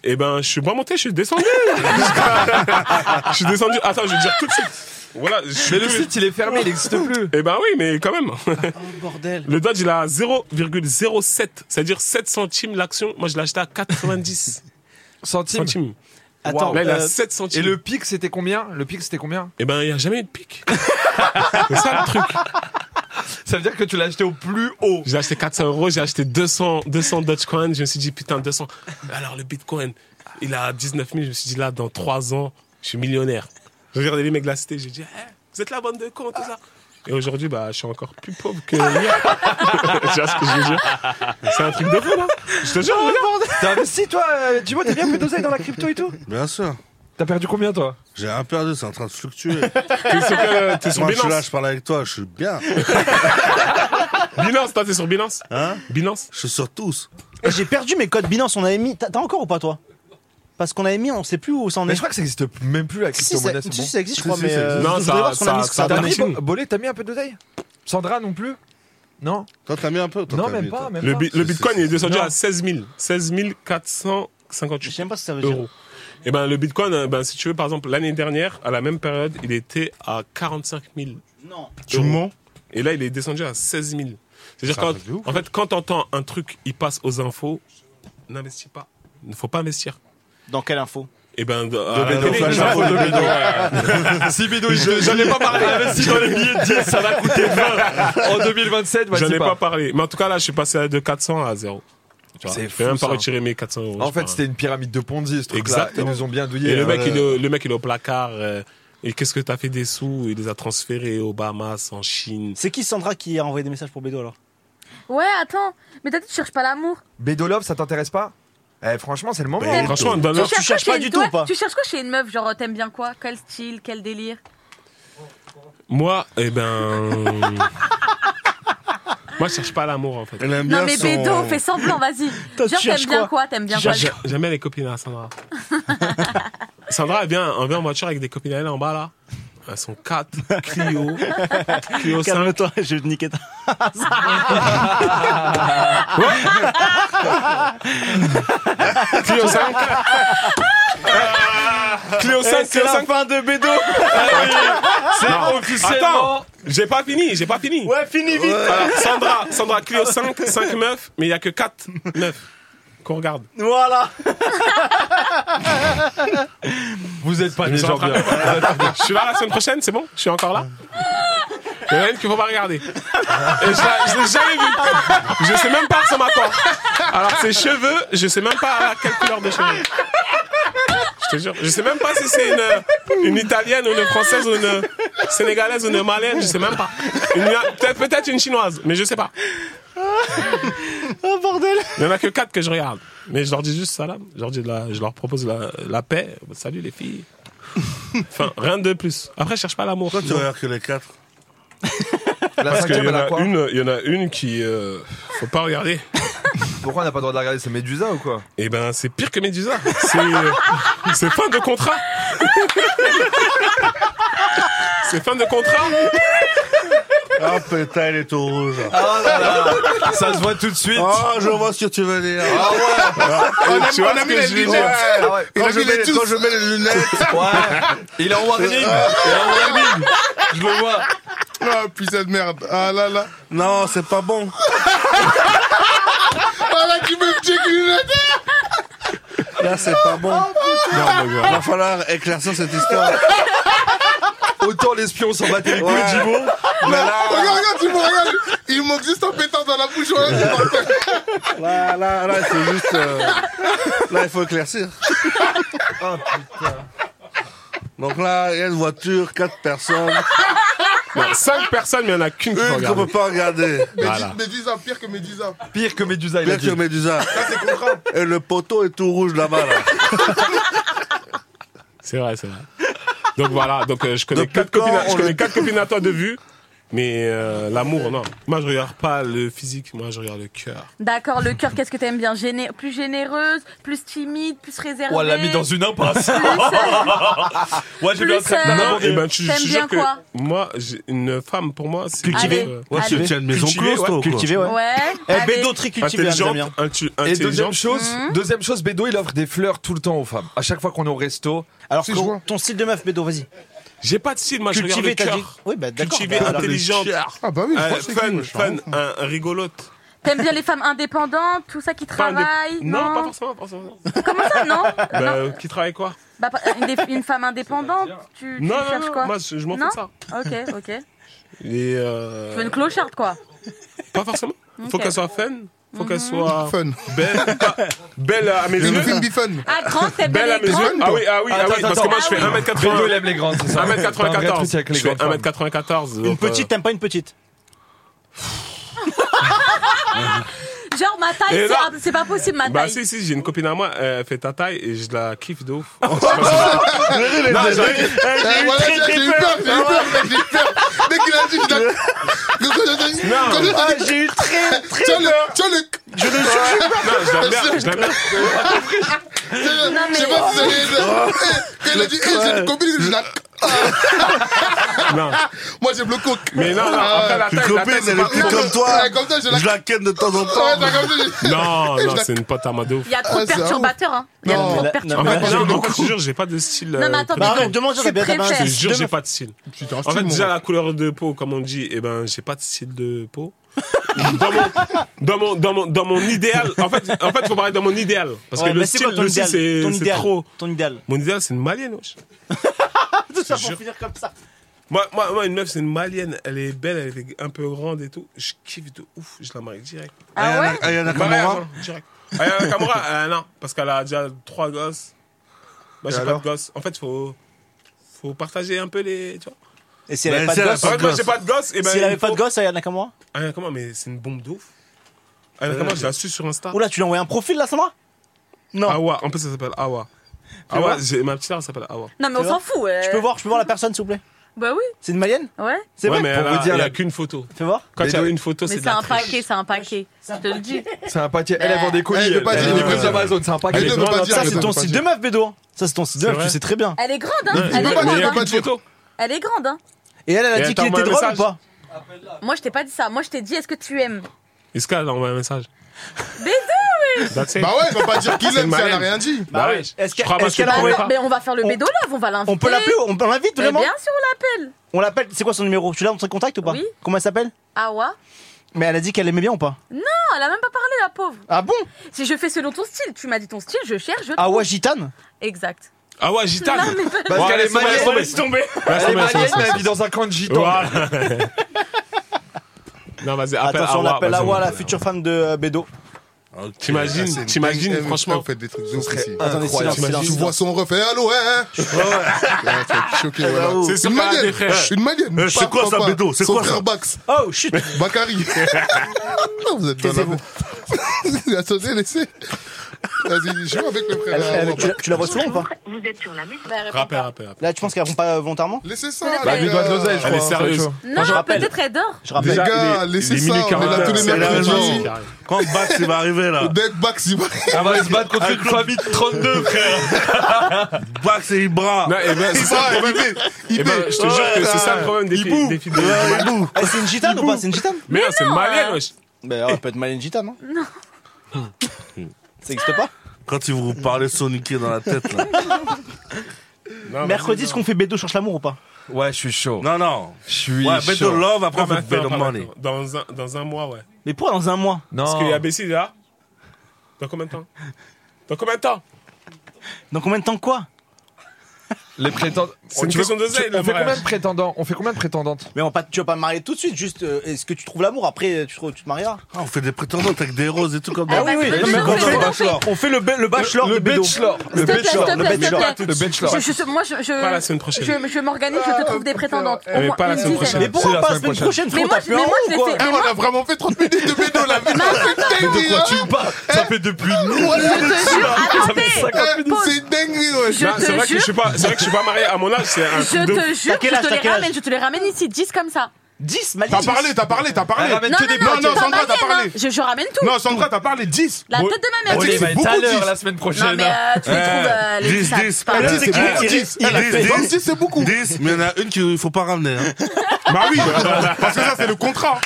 Speaker 8: Eh ben, je suis pas monté, je suis descendu. [laughs] je suis descendu. Attends, je vais te dire tout de suite. Voilà, je suis
Speaker 6: Mais le
Speaker 8: plus-
Speaker 6: site, il est fermé, il n'existe plus.
Speaker 8: Eh ben oui, mais quand même.
Speaker 13: Bordel.
Speaker 8: Le Dodge, il a 0,07, c'est-à-dire 7 centimes l'action. Moi, je l'ai acheté à 90
Speaker 6: Centimes.
Speaker 8: centimes.
Speaker 13: Attends,
Speaker 8: Là, il a
Speaker 13: euh,
Speaker 8: 7 centimes.
Speaker 6: Et le pic, c'était combien Le pic, c'était combien
Speaker 8: Eh ben, il n'y a jamais eu de pic. [laughs] C'est ça le truc.
Speaker 6: Ça veut dire que tu l'as acheté au plus haut.
Speaker 8: J'ai acheté 400 euros, j'ai acheté 200, 200 Dogecoin. Je me suis dit, putain, 200. Alors, le Bitcoin, il a 19 000. Je me suis dit, là, dans 3 ans, je suis millionnaire. J'ai regardé les mecs de la cité, j'ai dit, Eh, vous êtes la bande de cons, tout ça. Et aujourd'hui, bah, je suis encore plus pauvre que hier. [laughs] tu vois ce que je veux dire C'est un truc de fou, là. Je te jure, regarde.
Speaker 6: T'as investi, toi euh, Tu vois, t'es bien plus dosé dans la crypto et tout
Speaker 7: Bien sûr.
Speaker 6: T'as perdu combien, toi
Speaker 7: J'ai un perdu, c'est en train de fluctuer.
Speaker 8: T'es sur, quel- t'es sur
Speaker 7: Moi, je suis là,
Speaker 8: Binance.
Speaker 7: je parle avec toi, je suis bien.
Speaker 8: Binance, toi, t'es sur Binance.
Speaker 7: Hein
Speaker 8: Binance.
Speaker 7: Je suis sur tous.
Speaker 13: Et euh, J'ai perdu mes codes Binance, on avait mis. T'as t'as encore ou pas, toi Parce qu'on avait mis, on sait plus où ça en
Speaker 6: Mais
Speaker 13: est.
Speaker 6: je crois que ça existe même plus, la
Speaker 13: Si, ça,
Speaker 6: crypto-monnaie. c'est
Speaker 13: si,
Speaker 6: bon.
Speaker 13: ça existe, je
Speaker 7: Si,
Speaker 13: crois,
Speaker 7: si,
Speaker 13: mais
Speaker 7: ça
Speaker 13: euh,
Speaker 8: existe.
Speaker 13: je
Speaker 8: Non, ça-
Speaker 13: voudrais voir ce qu'on a
Speaker 8: ça-
Speaker 13: mis, ce que
Speaker 8: ça
Speaker 13: ça a
Speaker 8: date.
Speaker 4: Ah,
Speaker 6: T'as
Speaker 13: donné.
Speaker 6: mis,
Speaker 8: Chine.
Speaker 6: Bo- Bolé, t'as mis un peu d'oseille Sandra non plus Non
Speaker 7: Toi, t'as mis un peu toi,
Speaker 6: Non,
Speaker 7: t'as
Speaker 6: même
Speaker 7: mis,
Speaker 6: pas,
Speaker 7: toi.
Speaker 6: même
Speaker 8: Le,
Speaker 6: pas.
Speaker 8: bi- le
Speaker 7: C'est-
Speaker 8: Bitcoin,
Speaker 7: c'est-
Speaker 8: il est descendu
Speaker 6: Non.
Speaker 8: à 16 000. 16
Speaker 13: Je
Speaker 8: 458.
Speaker 13: sais même pas ce que ça veut dire.
Speaker 8: euros. Et ben le Bitcoin, euh, ben, si tu veux, par exemple, l'année dernière, à la même période, il était à 45 000.
Speaker 13: Non.
Speaker 8: euros. Et là, il est descendu à 16 000. C'est-à-dire
Speaker 7: C'est un
Speaker 8: quand,
Speaker 7: truc de ouf,
Speaker 8: en fait, quand t'entends un truc, il passe aux infos. N'investis pas. Il ne faut pas investir.
Speaker 13: Dans quelle info
Speaker 8: Eh ben, de,
Speaker 10: De Bédo, flash info de Bédo. Si Bédo, il te-
Speaker 8: j'en ai pas parlé. Investi dans les billets de 10, ça va coûter 20.
Speaker 6: En 2027, vas-y
Speaker 8: J'en ai
Speaker 6: pas.
Speaker 8: pas. parlé. Mais en tout cas, là, je suis passé de 400 à 0. Tu vois,
Speaker 6: C'est
Speaker 8: je
Speaker 6: fou,
Speaker 8: peux même
Speaker 6: ça.
Speaker 8: pas retirer mes 400 euros. je
Speaker 6: En fait,
Speaker 8: crois.
Speaker 6: c'était une pyramide de Ponzi, ce truc-là. Ils
Speaker 8: Exactement.
Speaker 6: nous ont bien Euh, douillé.
Speaker 8: Et le mec,
Speaker 6: Ouais.
Speaker 8: il est, au- le mec, il est au placard. euh, et qu'est-ce que t'as fait des sous Il les a transférés aux Bahamas, en Chine.
Speaker 13: C'est qui Sandra qui a envoyé des messages pour Bédo alors
Speaker 2: Ouais, attends, mais t'as dit, tu cherches pas l'amour.
Speaker 6: Bédolov, ça t'intéresse pas Eh, franchement, c'est le moment.
Speaker 8: Mais franchement, dans l'heure,
Speaker 2: quoi chez une- ouais, Tu cherches quoi chez une meuf Genre, t'aimes bien quoi Quel style Quel délire
Speaker 8: Moi, eh ben. [laughs] Moi, je cherche pas l'amour, en fait.
Speaker 2: Non, mais Bédo, fais semblant, vas-y.
Speaker 8: Toi, tu
Speaker 2: Genre,
Speaker 8: cherches
Speaker 2: t'aimes bien
Speaker 8: quoi
Speaker 2: quoi T'aimes bien quoi
Speaker 8: J'a- j'a- J'aime bien les copines à Sandra.
Speaker 13: [laughs]
Speaker 8: Sandra, elle vient, elle vient en voiture avec des copines à elle en bas là. Elles sont 4,
Speaker 13: [laughs]
Speaker 8: Clio, Clio 5.
Speaker 13: Calme-toi, [laughs] je vais te niquer ta.
Speaker 8: Clio 5. Clio 5,
Speaker 13: c'est
Speaker 8: Clio
Speaker 13: la
Speaker 8: 5.
Speaker 13: fin de Bédo.
Speaker 8: C'est
Speaker 13: officiellement-
Speaker 8: Attends, j'ai pas fini, j'ai pas fini.
Speaker 13: Ouais, fini vite.
Speaker 8: Voilà, Sandra, Sandra, Clio 5, 5 meufs, mais il y a que 4 meufs qu'on regarde.
Speaker 13: Voilà.
Speaker 6: Vous êtes pas
Speaker 8: Je
Speaker 6: des
Speaker 8: me suis
Speaker 6: gens bien.
Speaker 8: rattrapé. [laughs] Je suis là la semaine prochaine, c'est bon Je suis encore là Il y en a une qu'il faut pas regarder. Et je la- je l'ai jamais vue. Je sais même pas ça à quoi. Alors ses cheveux, je sais même pas à quelle couleur de cheveux. Je te jure, je sais même pas si c'est une, une italienne ou une française ou une sénégalaise ou une malienne, je sais même pas. Une- Peut-être peut-être une chinoise, mais je sais pas.
Speaker 13: Oh bordel.
Speaker 8: Il y en a que quatre que je regarde. Mais je leur dis juste salam. Je leur, dis de la- je leur propose la, la paix. Salut les filles. Enfin, rien de plus. Après, je cherche pas l'amour.
Speaker 7: Pourquoi tu regardes que les quatre
Speaker 8: Parce qu'il
Speaker 6: cinquième,
Speaker 8: y, en
Speaker 6: elle a
Speaker 8: a
Speaker 6: quoi
Speaker 8: une- il y en a une qui. euh, faut pas regarder.
Speaker 6: Pourquoi on n'a pas le droit de la regarder C'est Médusa ou quoi
Speaker 8: Eh ben, c'est pire que Medusa. C'est euh, c'est fin de contrat. [laughs] C'est fin de contrat.
Speaker 7: Ah putain, il est tout rouge.
Speaker 6: Ça se voit tout de suite.
Speaker 7: Ah, je vois ce que tu veux dire. Ah ouais.
Speaker 5: On a,
Speaker 7: tu vois
Speaker 5: on a
Speaker 7: ce
Speaker 5: mis
Speaker 7: que
Speaker 5: les
Speaker 7: je veux
Speaker 5: lunettes.
Speaker 7: dire.
Speaker 6: Ah ouais.
Speaker 5: Quand,
Speaker 7: Quand
Speaker 5: je
Speaker 7: je
Speaker 5: mets
Speaker 7: mets
Speaker 5: les-
Speaker 7: les-
Speaker 5: quand je mets les lunettes.
Speaker 6: Ouais. Il est en warning. Il est en warning. Je le vois.
Speaker 5: Ah, putain de merde. Ah là là.
Speaker 7: Non, c'est pas bon.
Speaker 5: Ah là, tu me check les lunettes.
Speaker 7: Là, c'est pas bon. Il va falloir éclaircir cette histoire.
Speaker 6: Autant l'espion s'en battait les couilles
Speaker 7: Ouais.
Speaker 6: Jimbo.
Speaker 7: Mais là,
Speaker 5: Regarde, regarde, tu me regardes. Il manque juste un pétard dans la bouche. voilà, c'est parfait.
Speaker 7: là, là, là, c'est juste. euh, Là, il faut éclaircir.
Speaker 6: Oh putain.
Speaker 7: Donc là, il y a une voiture, quatre personnes,
Speaker 8: Non, cinq personnes, mais il y en a qu'une qui
Speaker 7: une qu'on
Speaker 8: regarde.
Speaker 7: peut pas regarder.
Speaker 8: Voilà.
Speaker 5: Médis- Médisa, pire que Médisa.
Speaker 6: Pire que Médusa, il
Speaker 7: Bien
Speaker 6: a dit.
Speaker 7: que Médusa.
Speaker 5: Ça, c'est contrat.
Speaker 7: Et le poteau est tout rouge là-bas. Là.
Speaker 8: C'est vrai, c'est vrai. Donc voilà, donc euh, je connais
Speaker 7: Depuis
Speaker 8: quatre
Speaker 7: quand
Speaker 8: copines, à- je
Speaker 7: on
Speaker 8: connais
Speaker 7: le-
Speaker 8: quatre copines à toi de vue, mais euh, l'amour non. Moi je regarde pas le physique, moi je regarde le cœur.
Speaker 2: D'accord, le cœur, qu'est-ce que t'aimes bien Géné- Plus généreuse, plus timide, plus réservée.
Speaker 13: Oh,
Speaker 6: On l'a mis dans une impasse. Ouais, j'ai
Speaker 2: Plus
Speaker 6: bien un traitement
Speaker 2: seul.
Speaker 8: Non,
Speaker 6: d'abord.
Speaker 8: eh ben, tu, je
Speaker 2: T'aimes
Speaker 8: te
Speaker 2: bien
Speaker 8: jure que
Speaker 2: quoi
Speaker 8: moi, j'ai une femme pour moi, c'est
Speaker 13: Cultivée.
Speaker 8: euh,
Speaker 2: Ouais, tu Allez. tiens
Speaker 7: une maison
Speaker 8: close, toi, ou quoi
Speaker 13: Cultivé, ouais.
Speaker 2: Ouais.
Speaker 13: Eh,
Speaker 2: allez.
Speaker 13: Bédo, très cultivé, hein,
Speaker 8: intelligente,
Speaker 13: Damien.
Speaker 8: intu-
Speaker 6: Et
Speaker 8: intelligente.
Speaker 6: deuxième chose, deuxième chose, Bédo, il offre des fleurs tout le temps aux femmes. À chaque fois qu'on est au resto,
Speaker 13: Alors,
Speaker 5: C'est
Speaker 13: ton-
Speaker 5: jouant.
Speaker 13: ton style de meuf, Bédo, vas-y.
Speaker 8: J'ai pas de style, moi je
Speaker 13: Cultivé,
Speaker 8: regarde le
Speaker 13: t'as dit.
Speaker 8: cœur.
Speaker 13: Oui, bah d'accord.
Speaker 8: Cultivée,
Speaker 13: bah, alors,
Speaker 8: intelligente,
Speaker 5: Ah bah oui, je
Speaker 8: euh,
Speaker 5: crois que c'est qui,
Speaker 8: fun,
Speaker 5: moi, je
Speaker 8: fun,
Speaker 5: suis
Speaker 8: un- un rigolote.
Speaker 2: T'aimes bien les femmes indépendantes, tout ça qui
Speaker 8: Pas indép-
Speaker 2: travaillent
Speaker 8: non, pas forcément. pas forcément.
Speaker 2: Comment ça, non
Speaker 8: Bah, euh, qui travaille quoi
Speaker 2: Bah, pas- une, des- une femme indépendante, tu, tu
Speaker 8: Non, non,
Speaker 2: cherches
Speaker 8: non,
Speaker 2: quoi
Speaker 8: moi je, je m'en fous
Speaker 2: Non
Speaker 8: de ça.
Speaker 2: Ok, ok.
Speaker 8: Et
Speaker 2: Tu
Speaker 8: euh,
Speaker 2: veux une clocharde, quoi
Speaker 8: Pas forcément. Faut
Speaker 2: Ok.
Speaker 8: qu'elle soit fun. Faut qu'elle soit
Speaker 5: Fun.
Speaker 8: belle. pas- belle à mes
Speaker 5: Le
Speaker 8: yeux.
Speaker 5: film be fun.
Speaker 2: Ah, grande, t'aimes bien
Speaker 8: Belle à
Speaker 2: les
Speaker 8: mes yeux.
Speaker 2: grandes
Speaker 8: Ah oui, ah oui, ah
Speaker 6: Attends,
Speaker 8: oui. Parce
Speaker 6: attends,
Speaker 8: que moi je fais
Speaker 6: ah oui. Bédo, il
Speaker 8: 1m80.
Speaker 6: aime les grandes, c'est ça T'as un vrai truc
Speaker 8: 1m94.
Speaker 6: avec les
Speaker 8: Je fais
Speaker 6: grandes femmes.
Speaker 8: 1m94.
Speaker 13: Une
Speaker 8: donc,
Speaker 13: petite, t'aimes pas une petite
Speaker 2: Genre, ma taille,
Speaker 8: Et
Speaker 2: c'est
Speaker 8: là-
Speaker 2: ah, c'est pas possible, ma
Speaker 8: euh, Bah
Speaker 2: taille.
Speaker 8: si, si, j'ai une copine à moi, euh, elle fait ta taille et je la kiffe de ouf.
Speaker 5: Eh, voilà, J'ai j'ai eu peur, j'ai eu peur,
Speaker 8: Ah,
Speaker 5: mec, j'ai eu peur. Dès qu'il a dit, je l'ai- Quand j'ai dit- quand
Speaker 8: Ah,
Speaker 5: Ah, j'ai dit-
Speaker 13: J'ai eu très,
Speaker 5: Tiens le, tiens le,
Speaker 8: Non, je l'aime bien, je l'aime bien.
Speaker 5: tiens le-
Speaker 2: Non,
Speaker 5: je sais
Speaker 2: mais-
Speaker 5: pas si
Speaker 8: Oh.
Speaker 5: vous avez, Eh, quand il a dit, eh, j'ai une copine, je la, Ah.
Speaker 8: Non.
Speaker 5: moi j'ai bloqué au
Speaker 8: Mais non, non,
Speaker 5: Ah,
Speaker 8: après la
Speaker 7: Une
Speaker 8: taille, la
Speaker 7: copine,
Speaker 8: taille, c'est
Speaker 7: elle est
Speaker 8: pas...
Speaker 7: petite comme toi.
Speaker 5: Ouais, comme ça, je la,
Speaker 7: Je la ken de temps en
Speaker 5: Ouais,
Speaker 7: temps.
Speaker 5: t'as comme ça, j'ai-
Speaker 8: Non, non, c'est une pote à moi de ouf.
Speaker 2: Il y a trop de
Speaker 5: Ah, c'est un ouf.
Speaker 2: perturbateurs, hein. Il y a
Speaker 8: Oh.
Speaker 5: Non,
Speaker 2: trop de
Speaker 5: mais-
Speaker 8: En
Speaker 2: perturbateurs.
Speaker 8: fait,
Speaker 5: moi, j'aime
Speaker 8: non,
Speaker 5: beaucoup.
Speaker 8: je te jure, j'ai pas de style. euh,
Speaker 2: Non, mais attends,
Speaker 13: Bah,
Speaker 2: Bédo,
Speaker 13: arrête, demande,
Speaker 2: tu
Speaker 13: j'aurais bien Damien,
Speaker 8: Je
Speaker 2: préfères.
Speaker 8: te jure,
Speaker 13: Deux
Speaker 8: j'ai
Speaker 13: meufs.
Speaker 8: pas de style.
Speaker 5: Putain,
Speaker 8: En fait,
Speaker 5: style,
Speaker 8: déjà,
Speaker 5: moi.
Speaker 8: la couleur de peau, comme on dit, eh ben, j'ai pas de style de peau. dans, mon, dans, mon, dans, mon, dans mon idéal, en fait, en fait, faut parler dans mon idéal. Parce
Speaker 4: Ouais,
Speaker 8: que le
Speaker 4: mais c'est
Speaker 8: style,
Speaker 4: quoi ton
Speaker 8: le style,
Speaker 4: idéal Ton
Speaker 8: c'est c'est
Speaker 4: idéal
Speaker 8: trop.
Speaker 4: Ton idéal.
Speaker 8: Mon idéal, c'est une malienne, wesh.
Speaker 4: [laughs] Tout ça
Speaker 8: Je
Speaker 4: pour
Speaker 8: jure.
Speaker 4: finir comme ça.
Speaker 8: Moi, moi, moi, une meuf, c'est une malienne. Elle est belle, elle est un peu grande et tout. Je kiffe de ouf. Je la marie direct.
Speaker 7: Ah Ayana- ouais Ayana Kamura
Speaker 8: Mariage, hein, Direct. Ayana Kamura, euh, non. Parce qu'elle a déjà trois gosses. Moi,
Speaker 7: Et
Speaker 8: j'ai pas
Speaker 7: alors
Speaker 8: de gosses. En fait, faut, faut partager un peu les. Tu vois
Speaker 4: Et si elle avait pas de gosse
Speaker 8: En fait, moi, j'ai pas de gosse. Et ben,
Speaker 4: Si elle
Speaker 8: il
Speaker 4: avait pas de
Speaker 8: faut-
Speaker 4: gosse, elle a comment
Speaker 8: Ayana Kamura, mais c'est une bombe de ouf. Ah, Ayana Kamura, je la suis sur Insta.
Speaker 4: Euh, Oula, tu lui as envoyé un profil là, Sandra Non.
Speaker 8: Awa, en plus, ça s'appelle Awa. Awa,
Speaker 4: voir
Speaker 8: j'ai- ma petite sœur elle s'appelle Awa.
Speaker 2: Non, mais on s'en fout. euh.
Speaker 4: Je peux voir, je peux voir la personne, s'il vous plaît
Speaker 2: Bah oui.
Speaker 4: C'est une malienne
Speaker 2: Ouais.
Speaker 4: C'est
Speaker 8: ouais,
Speaker 4: vrai
Speaker 8: mais
Speaker 4: Pour
Speaker 8: elle
Speaker 4: vous
Speaker 8: a,
Speaker 4: dire,
Speaker 8: il y a
Speaker 4: la-
Speaker 8: qu'une photo.
Speaker 4: Fais voir.
Speaker 8: Quand
Speaker 6: Les
Speaker 8: il y a
Speaker 6: deux.
Speaker 8: une photo,
Speaker 2: Mais
Speaker 8: c'est de
Speaker 2: c'est
Speaker 8: la
Speaker 2: un
Speaker 8: triche.
Speaker 2: paquet, c'est un paquet. Je te le dis.
Speaker 6: C'est un paquet. Elle, elle vend des colis.
Speaker 5: Elle Eh, veut pas
Speaker 6: elle,
Speaker 5: dire,
Speaker 6: elle,
Speaker 5: elle veut
Speaker 6: vend
Speaker 5: pas
Speaker 6: sur
Speaker 5: dire.
Speaker 6: Amazon, c'est un
Speaker 5: Elle
Speaker 6: paquet.
Speaker 5: Eh, veut pas dire.
Speaker 4: Ça,
Speaker 5: elle
Speaker 4: c'est
Speaker 5: veut
Speaker 4: ton
Speaker 5: pas
Speaker 4: style
Speaker 5: dire.
Speaker 4: de meuf, Bédo. hein. Ça, c'est ton style de
Speaker 8: C'est
Speaker 4: meuf,
Speaker 8: vrai.
Speaker 4: tu sais très bien.
Speaker 2: Elle est grande, hein.
Speaker 8: Il
Speaker 2: Elle
Speaker 8: veut
Speaker 2: est
Speaker 8: pas
Speaker 2: grande,
Speaker 8: dire
Speaker 2: hein.
Speaker 8: qu'une photo.
Speaker 2: Elle est grande, hein.
Speaker 4: Et elle, elle
Speaker 8: Et
Speaker 4: a dit
Speaker 8: elle
Speaker 4: qu'il
Speaker 8: t'a
Speaker 4: était
Speaker 8: envoyé un
Speaker 4: drôle ou
Speaker 8: message
Speaker 4: pas
Speaker 2: Moi, je t'ai pas dit ça. Moi, je t'ai dit, est-ce que tu aimes
Speaker 8: Iska, elle a envoyé un message.
Speaker 2: Baiser,
Speaker 8: That's it.
Speaker 5: Bah ouais, elle va pas dire qu'il
Speaker 8: C'est
Speaker 5: aime si elle a
Speaker 8: malade.
Speaker 5: rien dit.
Speaker 8: Bah
Speaker 4: ouais.
Speaker 8: ouais.
Speaker 4: Est-ce
Speaker 8: Je
Speaker 4: qu'elle-
Speaker 8: crois pas
Speaker 4: est-ce
Speaker 8: que
Speaker 4: qu'elle
Speaker 8: tu
Speaker 4: a
Speaker 8: pourrais
Speaker 4: envoyé-
Speaker 8: pas.
Speaker 2: Mais on va faire le
Speaker 4: On-
Speaker 2: bédo là, on va l'inviter.
Speaker 4: On peut l'appeler On on l'invite
Speaker 2: Mais
Speaker 4: vraiment
Speaker 2: Eh bien sûr, on l'appelle.
Speaker 4: On l'appelle. C'est quoi son numéro Tu l'as dans son contact ou pas
Speaker 2: Oui.
Speaker 4: Comment elle s'appelle
Speaker 2: Ah ouais
Speaker 4: Mais elle a dit qu'elle aimait bien ou pas
Speaker 2: Non, elle a même pas parlé, la pauvre.
Speaker 4: Ah bon
Speaker 2: Si je fais selon ton style, tu m'as dit ton style, je cherche, je.
Speaker 4: Ah Bah, ouais, gitane
Speaker 2: Exact.
Speaker 8: Ah ouais, gitane.
Speaker 2: Non, mais pas-
Speaker 6: Parce
Speaker 8: Ouais,
Speaker 6: qu'elle est
Speaker 8: laisse tomber,
Speaker 6: malienne.
Speaker 8: laisse tomber.
Speaker 6: Elle est malienne, mais elle vit dans un camp de gitans.
Speaker 8: Voilà. [laughs] Non, vas-y, appelle
Speaker 4: Attention, on
Speaker 8: Awa,
Speaker 4: appelle
Speaker 8: vas-y.
Speaker 4: Awa, la future femme de euh, Bédo.
Speaker 8: Ah,
Speaker 7: Ok.
Speaker 8: T'imagines,
Speaker 5: Elle-
Speaker 8: Eh, t'imagines,
Speaker 5: elle-
Speaker 8: franchement.
Speaker 5: elle fait eh, des trucs de ouf ici.
Speaker 4: Attendez, silence, silence,
Speaker 5: Tu vois son reflet, allô, ouais.
Speaker 8: Ah, [laughs]
Speaker 5: Là, tu vas être eh, choqué, voilà.
Speaker 8: C'est sûr
Speaker 5: Une
Speaker 8: qu'elle a
Speaker 5: malienne,
Speaker 8: des frères.
Speaker 5: une malienne.
Speaker 7: Eh, c'est quoi ça, Bédo C'est quoi
Speaker 5: Son frère
Speaker 7: ça
Speaker 5: Bax,
Speaker 4: Oh shit
Speaker 5: Bakari. Non, vous êtes dans la merde. [laughs] Attendez, laissez. Vas-y, joue avec le frère.
Speaker 4: Elle-
Speaker 5: là, on
Speaker 4: elle-
Speaker 5: va
Speaker 4: tu, la-
Speaker 5: pas-
Speaker 4: tu la vois souvent ou pas
Speaker 2: Bah, elle répond
Speaker 8: Rappel,
Speaker 2: pas.
Speaker 8: rappel, rappel.
Speaker 4: Là, tu penses qu'elle répond pas euh, volontairement
Speaker 5: Laissez ça.
Speaker 2: Peut-être
Speaker 5: les
Speaker 6: Bah, elle lui doit de
Speaker 5: gars.
Speaker 6: l'oseille, je
Speaker 8: Elle est
Speaker 6: crois, hein,
Speaker 8: sérieuse.
Speaker 6: chaud.
Speaker 2: Non,
Speaker 4: je rappelle.
Speaker 2: peut-être elle dort.
Speaker 4: Je rappelle.
Speaker 5: Les gars,
Speaker 8: il est-
Speaker 5: laissez
Speaker 8: il est
Speaker 5: ça. On est là tous les
Speaker 8: Ah, c'est la
Speaker 5: mercredis.
Speaker 8: raison.
Speaker 7: Quand Bax il va arriver là,
Speaker 5: Dead Bax, il va.
Speaker 6: Elle va se battre contre une famille de 32, frère.
Speaker 7: Bax et Ibra.
Speaker 8: Non, et ben, c'est ça,
Speaker 5: Ah,
Speaker 8: le
Speaker 5: il
Speaker 8: problème.
Speaker 5: fait- il
Speaker 8: Eh ben,
Speaker 5: fait-
Speaker 8: je te jure que c'est ça le problème des filles. des filles de-
Speaker 4: Eh, c'est une gitane ou pas C'est une gitane
Speaker 8: Mais non, c'est malien,
Speaker 2: hein.
Speaker 8: wesh.
Speaker 4: Bah, elle peut être malienne gitane, non Non. [laughs] Ça existe pas
Speaker 7: Quand ils vont vous parler soniqué dans la tête là.
Speaker 4: Mercredi, est-ce qu'on fait Bédo cherche l'amour ou pas
Speaker 6: Ouais, je suis chaud.
Speaker 7: Non, non.
Speaker 6: Je suis
Speaker 7: Ouais, bet
Speaker 6: chaud.
Speaker 7: the love, après on
Speaker 8: Non,
Speaker 7: fait bet the
Speaker 8: attends,
Speaker 7: money.
Speaker 8: attends. Dans un- Dans un mois, ouais.
Speaker 4: Mais pourquoi dans un mois
Speaker 6: Non.
Speaker 8: Parce qu'il y a Bessie là. Dans combien de temps Dans combien de temps
Speaker 4: Dans combien de temps quoi
Speaker 6: Les prétendants.
Speaker 8: C'est une
Speaker 6: Tu veux-
Speaker 8: question d'oseille,
Speaker 6: tu-
Speaker 8: le
Speaker 6: On fait combien
Speaker 8: mariage.
Speaker 6: de prétendants On fait combien de prétendantes
Speaker 4: Mais on pas, tu vas pas me marier tout de suite, juste euh, est-ce que tu trouves l'amour après euh, tu, trouves- tu te marieras
Speaker 7: Ah, on fait des prétendantes avec des roses et tout comme
Speaker 2: Ah
Speaker 7: ça.
Speaker 2: oui, oui,
Speaker 7: Mais
Speaker 2: oui,
Speaker 7: comme
Speaker 2: oui,
Speaker 7: dans
Speaker 2: oui.
Speaker 7: le bachelor.
Speaker 4: On fait le, ba- le bachelor
Speaker 6: Le
Speaker 4: de Bédo.
Speaker 6: bachelor. Le
Speaker 2: S'il te plaît, s'il
Speaker 6: bachelor.
Speaker 2: te
Speaker 4: le
Speaker 2: plaît, s'il te
Speaker 4: bachelor.
Speaker 2: plaît.
Speaker 6: Le bachelor.
Speaker 2: Je- je- Moi, je. je-
Speaker 8: Pas la semaine prochaine.
Speaker 2: Je, je m'organise, je te trouve des prétendantes. Au
Speaker 8: Mais
Speaker 2: moins
Speaker 8: pas la
Speaker 2: une
Speaker 8: semaine
Speaker 2: dizaine.
Speaker 8: prochaine.
Speaker 4: Mais pourquoi
Speaker 6: C'est la
Speaker 4: pas la
Speaker 6: semaine
Speaker 4: semaine prochaine
Speaker 2: Mais
Speaker 4: Frérot,
Speaker 2: moi,
Speaker 4: t'as
Speaker 2: je-
Speaker 4: fait un
Speaker 2: mais moi,
Speaker 4: rond
Speaker 2: je
Speaker 4: ou
Speaker 2: l'ai
Speaker 4: quoi
Speaker 2: fait.
Speaker 5: Eh, on a vraiment fait 30 minutes de bédo la vie. C'est une dinguerie, hein.
Speaker 6: parles Ça fait depuis
Speaker 2: Je te jure, attendez.
Speaker 5: Eh, C'est une dinguerie, ouais.
Speaker 2: Je
Speaker 8: [laughs] Non,
Speaker 2: te
Speaker 8: c'est vrai que
Speaker 2: jure.
Speaker 8: je suis pas, c'est vrai que je suis pas marié à mon âge, c'est un
Speaker 2: Je
Speaker 8: truc de ouf.
Speaker 2: te jure,
Speaker 4: quel
Speaker 2: je
Speaker 4: âge,
Speaker 2: te
Speaker 4: t'as
Speaker 2: les
Speaker 4: quel âge
Speaker 2: ramène, je te les ramène ici, 10 comme ça.
Speaker 4: 10 Malik
Speaker 5: T'as parlé, t'as parlé, t'as parlé.
Speaker 6: ramène que des
Speaker 5: non,
Speaker 2: non,
Speaker 5: non,
Speaker 2: pas
Speaker 5: Sandra, t'as
Speaker 2: malienne,
Speaker 5: parlé.
Speaker 2: hein. Je, je ramène tout.
Speaker 5: Non, Sandra, t'as parlé 10.
Speaker 2: La tête de ma mère.
Speaker 5: Bon, les-
Speaker 2: Non,
Speaker 5: c'est beaucoup dix.
Speaker 6: la semaine prochaine.
Speaker 2: mais euh, tu les trouves. euh, les
Speaker 7: 10,
Speaker 2: ça-
Speaker 7: 10.
Speaker 2: pas-
Speaker 7: Elle a
Speaker 5: Eh, c'est
Speaker 7: dit
Speaker 5: beaucoup,
Speaker 7: qu'il-
Speaker 5: 10.
Speaker 7: il a fait
Speaker 5: 10, c'est
Speaker 7: [laughs]
Speaker 5: beaucoup.
Speaker 7: 10, mais il y en a une qu'il faut pas ramener. Hein.
Speaker 5: Bah oui, [laughs] parce que ça, c'est le contrat.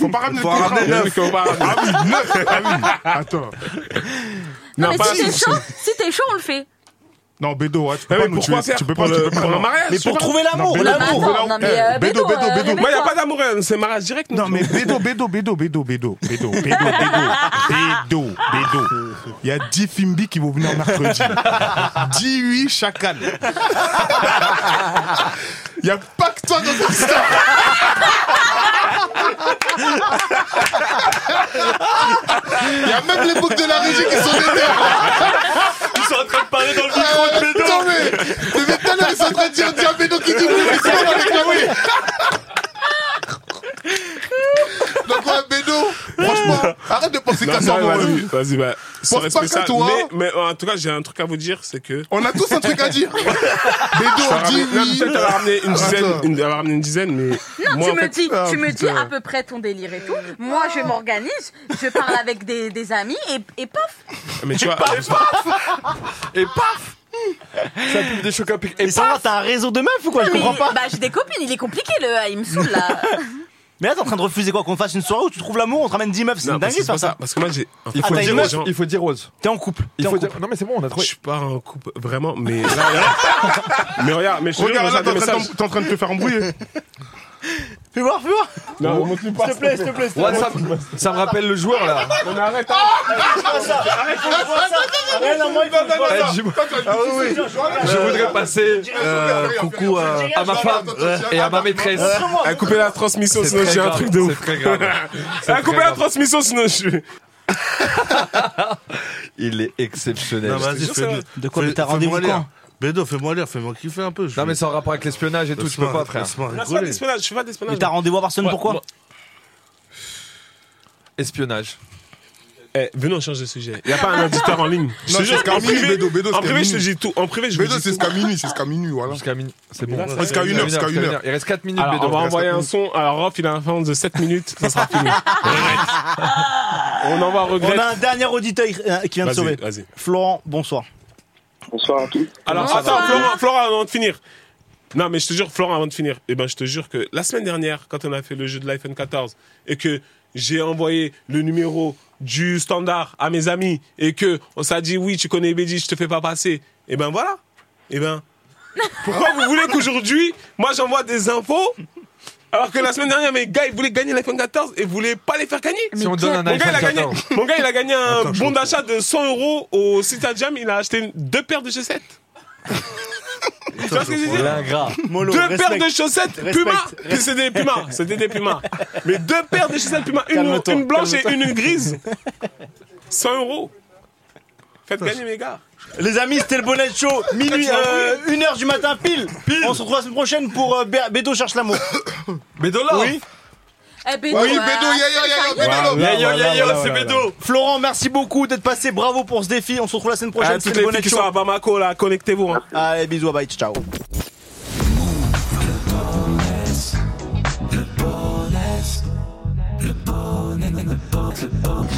Speaker 5: Faut pas ramener le
Speaker 7: Faut en
Speaker 5: contrat.
Speaker 7: ramener
Speaker 8: Il y en a qui ont pas-
Speaker 5: Ah oui, 9. Ah oui. Attends.
Speaker 2: Non, mais
Speaker 8: Non, pas
Speaker 2: si t'es
Speaker 8: six.
Speaker 2: chaud, si t'es chaud, on le fait.
Speaker 5: Non, Bédo, ouais, tu peux
Speaker 8: Mais
Speaker 5: pas
Speaker 8: oui,
Speaker 5: nous
Speaker 8: pourquoi
Speaker 5: tuer.
Speaker 8: faire
Speaker 5: Tu peux
Speaker 8: pour
Speaker 5: pas, tu
Speaker 8: le,
Speaker 5: peux pas.
Speaker 8: pour le mariage
Speaker 4: Mais pour trouver l'amour,
Speaker 2: Non, mais
Speaker 4: l'amour
Speaker 2: attends, non, mais
Speaker 5: Eh,
Speaker 2: euh,
Speaker 5: Bédo,
Speaker 2: Bédo,
Speaker 5: Bédo,
Speaker 2: euh,
Speaker 5: Bédo.
Speaker 2: réveille-toi.
Speaker 8: Moi, y a pas d'amour, hein, c'est mariage direct.
Speaker 5: Non, mais Bédo, Bédo, Bédo, Bédo, Bédo, Bédo, Bédo, Bédo, Bédo, Bédo. Il y a 10 Fimbi qui vont venir mercredi. 18 chacal. Il n'y a pas que toi dans cette histoire. Il y a même les boucs de la régie qui sont derrière.
Speaker 7: Ils sont en train de parler dans le
Speaker 5: Euh, Attends, mais depuis tout à l'heure, ils sont en train de dire tiens, Bédo qui dit oui, mais c'est pas avec la oui. Donc, ouais, Bédo, franchement, arrête de penser qu'à
Speaker 8: Non,
Speaker 5: ça,
Speaker 8: ça,
Speaker 5: mon
Speaker 8: vas-y,
Speaker 5: ami.
Speaker 8: vas-y, bah, sans
Speaker 5: Pense pas
Speaker 8: respect,
Speaker 5: qu'à
Speaker 8: ça,
Speaker 5: toi.
Speaker 8: Mais, mais, en tout cas, j'ai un truc à vous dire, c'est que.
Speaker 5: On a tous un truc à dire.
Speaker 8: T'as
Speaker 5: Bédo,
Speaker 8: ramené-
Speaker 5: dis
Speaker 8: non,
Speaker 5: oui.
Speaker 8: peut-être elle a ramené une dizaine,
Speaker 5: Attends.
Speaker 8: une- elle a ramené une dizaine, mais.
Speaker 2: Non,
Speaker 8: moi,
Speaker 2: tu
Speaker 8: en
Speaker 2: me
Speaker 8: fait,
Speaker 2: dis,
Speaker 5: ah,
Speaker 2: tu me dis
Speaker 5: putain.
Speaker 2: à peu près ton délire et tout. Moi, je m'organise, je parle avec des, des amis et, et paf.
Speaker 8: mais tu vois,
Speaker 6: Et paf Ça pue des chocs à pic. Et
Speaker 4: Mais Sandra, t'as un réseau de meufs ou quoi Je
Speaker 2: Mais-
Speaker 4: comprends pas.
Speaker 2: Bah, j'ai des copines, il est compliqué le, il me saoule là.
Speaker 4: Mais là, t'es en train de refuser quoi Qu'on fasse une soirée où tu trouves l'amour, on te ramène 10 meufs, c'est
Speaker 8: non,
Speaker 4: une
Speaker 8: parce que
Speaker 4: dinguerie
Speaker 8: c'est
Speaker 4: de
Speaker 8: pas
Speaker 4: faire
Speaker 8: ça.
Speaker 4: ça.
Speaker 8: Parce que moi, j'ai, en
Speaker 6: Il
Speaker 8: fait,
Speaker 6: faut,
Speaker 4: t'as
Speaker 8: j'ai
Speaker 6: dire
Speaker 4: une
Speaker 8: aux
Speaker 4: meuf,
Speaker 8: gens-
Speaker 6: rose. il faut dire rose.
Speaker 4: T'es en couple.
Speaker 6: Il
Speaker 4: T'es en
Speaker 6: faut
Speaker 4: couple.
Speaker 6: dire... Non mais c'est bon, on a
Speaker 8: je
Speaker 6: trouvé.
Speaker 8: suis pas en couple, vraiment, mais là, regarde. [laughs] mais regarde, mais je te jure,
Speaker 5: Regarde, là,
Speaker 8: regarde
Speaker 5: t'es
Speaker 8: des
Speaker 5: en train de
Speaker 8: messages.
Speaker 5: t'em- t'es en train de te faire embrouiller.
Speaker 4: Fais voir, fais voir.
Speaker 8: Non, montre-lui pas,
Speaker 4: S'il te plaît, s'il te plaît. s'il te
Speaker 6: Ouais,
Speaker 4: plaît.
Speaker 6: ça, ça me rappelle le joueur là.
Speaker 8: Non, mais arrête, hein.
Speaker 4: Arrête, faut voir ça. Arrête, faut voir ça. Arrête, non, moi, il faut voir
Speaker 6: Eh,
Speaker 4: ça.
Speaker 6: dis-moi-
Speaker 4: Ah oui, oui.
Speaker 6: Je voudrais passer euh, coucou à, à ma femme et à ma maîtresse.
Speaker 8: À couper la transmission,
Speaker 6: C'est
Speaker 8: sinon
Speaker 6: très
Speaker 8: j'ai un
Speaker 6: grave,
Speaker 8: truc de ouf.
Speaker 6: c'est très grave. C'est
Speaker 8: À
Speaker 6: très
Speaker 8: couper la
Speaker 6: grave.
Speaker 8: transmission, sinon je.
Speaker 6: Il est exceptionnel.
Speaker 7: Non, vas-y,
Speaker 8: jure, ça
Speaker 7: fais
Speaker 8: va.
Speaker 4: De quoi,
Speaker 7: fais-
Speaker 4: mais t'as
Speaker 7: fais-moi
Speaker 4: rendez-vous
Speaker 7: lire.
Speaker 4: quand
Speaker 7: Bédo, fais-moi lire, fais-moi kiffer un peu. je
Speaker 6: Non,
Speaker 7: vais-
Speaker 6: mais c'est en rapport avec l'espionnage et tout, je peux
Speaker 7: Laisse-moi-
Speaker 6: pas, frère.
Speaker 7: laisse-moi
Speaker 8: Non, c'est pas
Speaker 7: rigoler.
Speaker 8: d'espionnage, je suis pas d'espionnage.
Speaker 4: Mais t'as rendez-vous à Barcelone,
Speaker 8: Ouais,
Speaker 4: pourquoi
Speaker 8: moi-
Speaker 6: Espionnage.
Speaker 8: Eh, venons, on change de sujet. Y a [laughs] pas un auditeur en ligne. Je te
Speaker 5: Non,
Speaker 8: jure
Speaker 5: c'est
Speaker 8: qu'en
Speaker 5: Scamini,
Speaker 8: privé,
Speaker 5: Bédo, Bédo,
Speaker 8: en
Speaker 5: c'est
Speaker 8: privé, je te
Speaker 5: Scamini.
Speaker 8: dis tout. En privé, je vous
Speaker 5: Bédo,
Speaker 8: dis
Speaker 5: c'est
Speaker 8: tout.
Speaker 5: jusqu'à minuit, c'est jusqu'à minuit, voilà.
Speaker 6: Jusqu'à minuit. C'est bon.
Speaker 8: là, ça-
Speaker 5: Jusqu'à une heure, jusqu'à une heure.
Speaker 6: Il reste 4 minutes,
Speaker 8: Alors, on
Speaker 6: Bédo.
Speaker 8: va envoyer
Speaker 5: reste
Speaker 8: un
Speaker 5: avec
Speaker 8: son. Alors, Rof, il a un fond de 7 minutes. Ça sera fini. on envoie
Speaker 4: On
Speaker 8: regret.
Speaker 4: a un dernier auditeur euh, qui vient de
Speaker 8: Vas-y,
Speaker 4: sauver.
Speaker 8: vas-y.
Speaker 4: Florent, bonsoir.
Speaker 14: Bonsoir à tous.
Speaker 8: Alors,
Speaker 2: Comment ça
Speaker 8: attends,
Speaker 2: va
Speaker 8: Florent, Florent, avant de finir. Non, mais je te jure, Florent, avant de finir, eh ben, je te jure que la semaine dernière, quand on a fait le jeu de l'iPhone 14 et que j'ai envoyé le numéro du standard à mes amis et que on s'est dit oui, tu connais Bédi, je te fais pas passer. Eh ben voilà. Eh ben, pourquoi vous voulez qu'aujourd'hui, moi, j'envoie des infos alors que la semaine dernière, mes gars, ils voulaient gagner l'iPhone 14 et voulaient pas les faire gagner.
Speaker 6: Si on donne un
Speaker 8: Mon gars, il
Speaker 6: iPhone
Speaker 8: a gagné,
Speaker 6: 14.
Speaker 8: mon gars, il a gagné un bon d'achat de 100 euros au Cita Jam. Il a acheté deux paires de chaussettes. tu vois ce que je veux dire
Speaker 6: L'ingrat.
Speaker 4: Molo,
Speaker 8: Deux
Speaker 4: respect.
Speaker 8: paires de chaussettes
Speaker 4: Respect.
Speaker 8: Puma Puis C'était des Puma, c'était des [laughs] Puma. Mais deux paires de chaussettes Puma, une,
Speaker 4: Calme-toi,
Speaker 8: une blanche et
Speaker 4: calme-toi.
Speaker 8: une grise. 100 euros. Faites gagner mes gars.
Speaker 4: Les amis, c'était le bonnet
Speaker 8: [laughs]
Speaker 4: show, minuit, 1h du matin pile. On se retrouve la semaine prochaine pour euh, Bé- Bédo cherche
Speaker 8: [laughs]
Speaker 4: l'amour.
Speaker 6: Bédo là
Speaker 4: Oui.
Speaker 2: [laughs] Eh, Bédo,
Speaker 5: Oui,
Speaker 2: hein.
Speaker 5: Bédo, ya ya ya ya, Bédo.
Speaker 6: Yo yo yo yo, c'est Bédo
Speaker 4: Florent, merci beaucoup d'être passé. Bravo pour ce défi. On se retrouve la semaine
Speaker 8: Ah,
Speaker 4: prochaine.
Speaker 8: toutes
Speaker 4: C'était le bonnet
Speaker 8: les filles qui
Speaker 4: show.
Speaker 8: sont à Bamako là, connectez-vous. hein.
Speaker 4: Allez, bisous, bye, ciao.
Speaker 15: Le bonnet, le bonnet, le bonnet, le bonnet.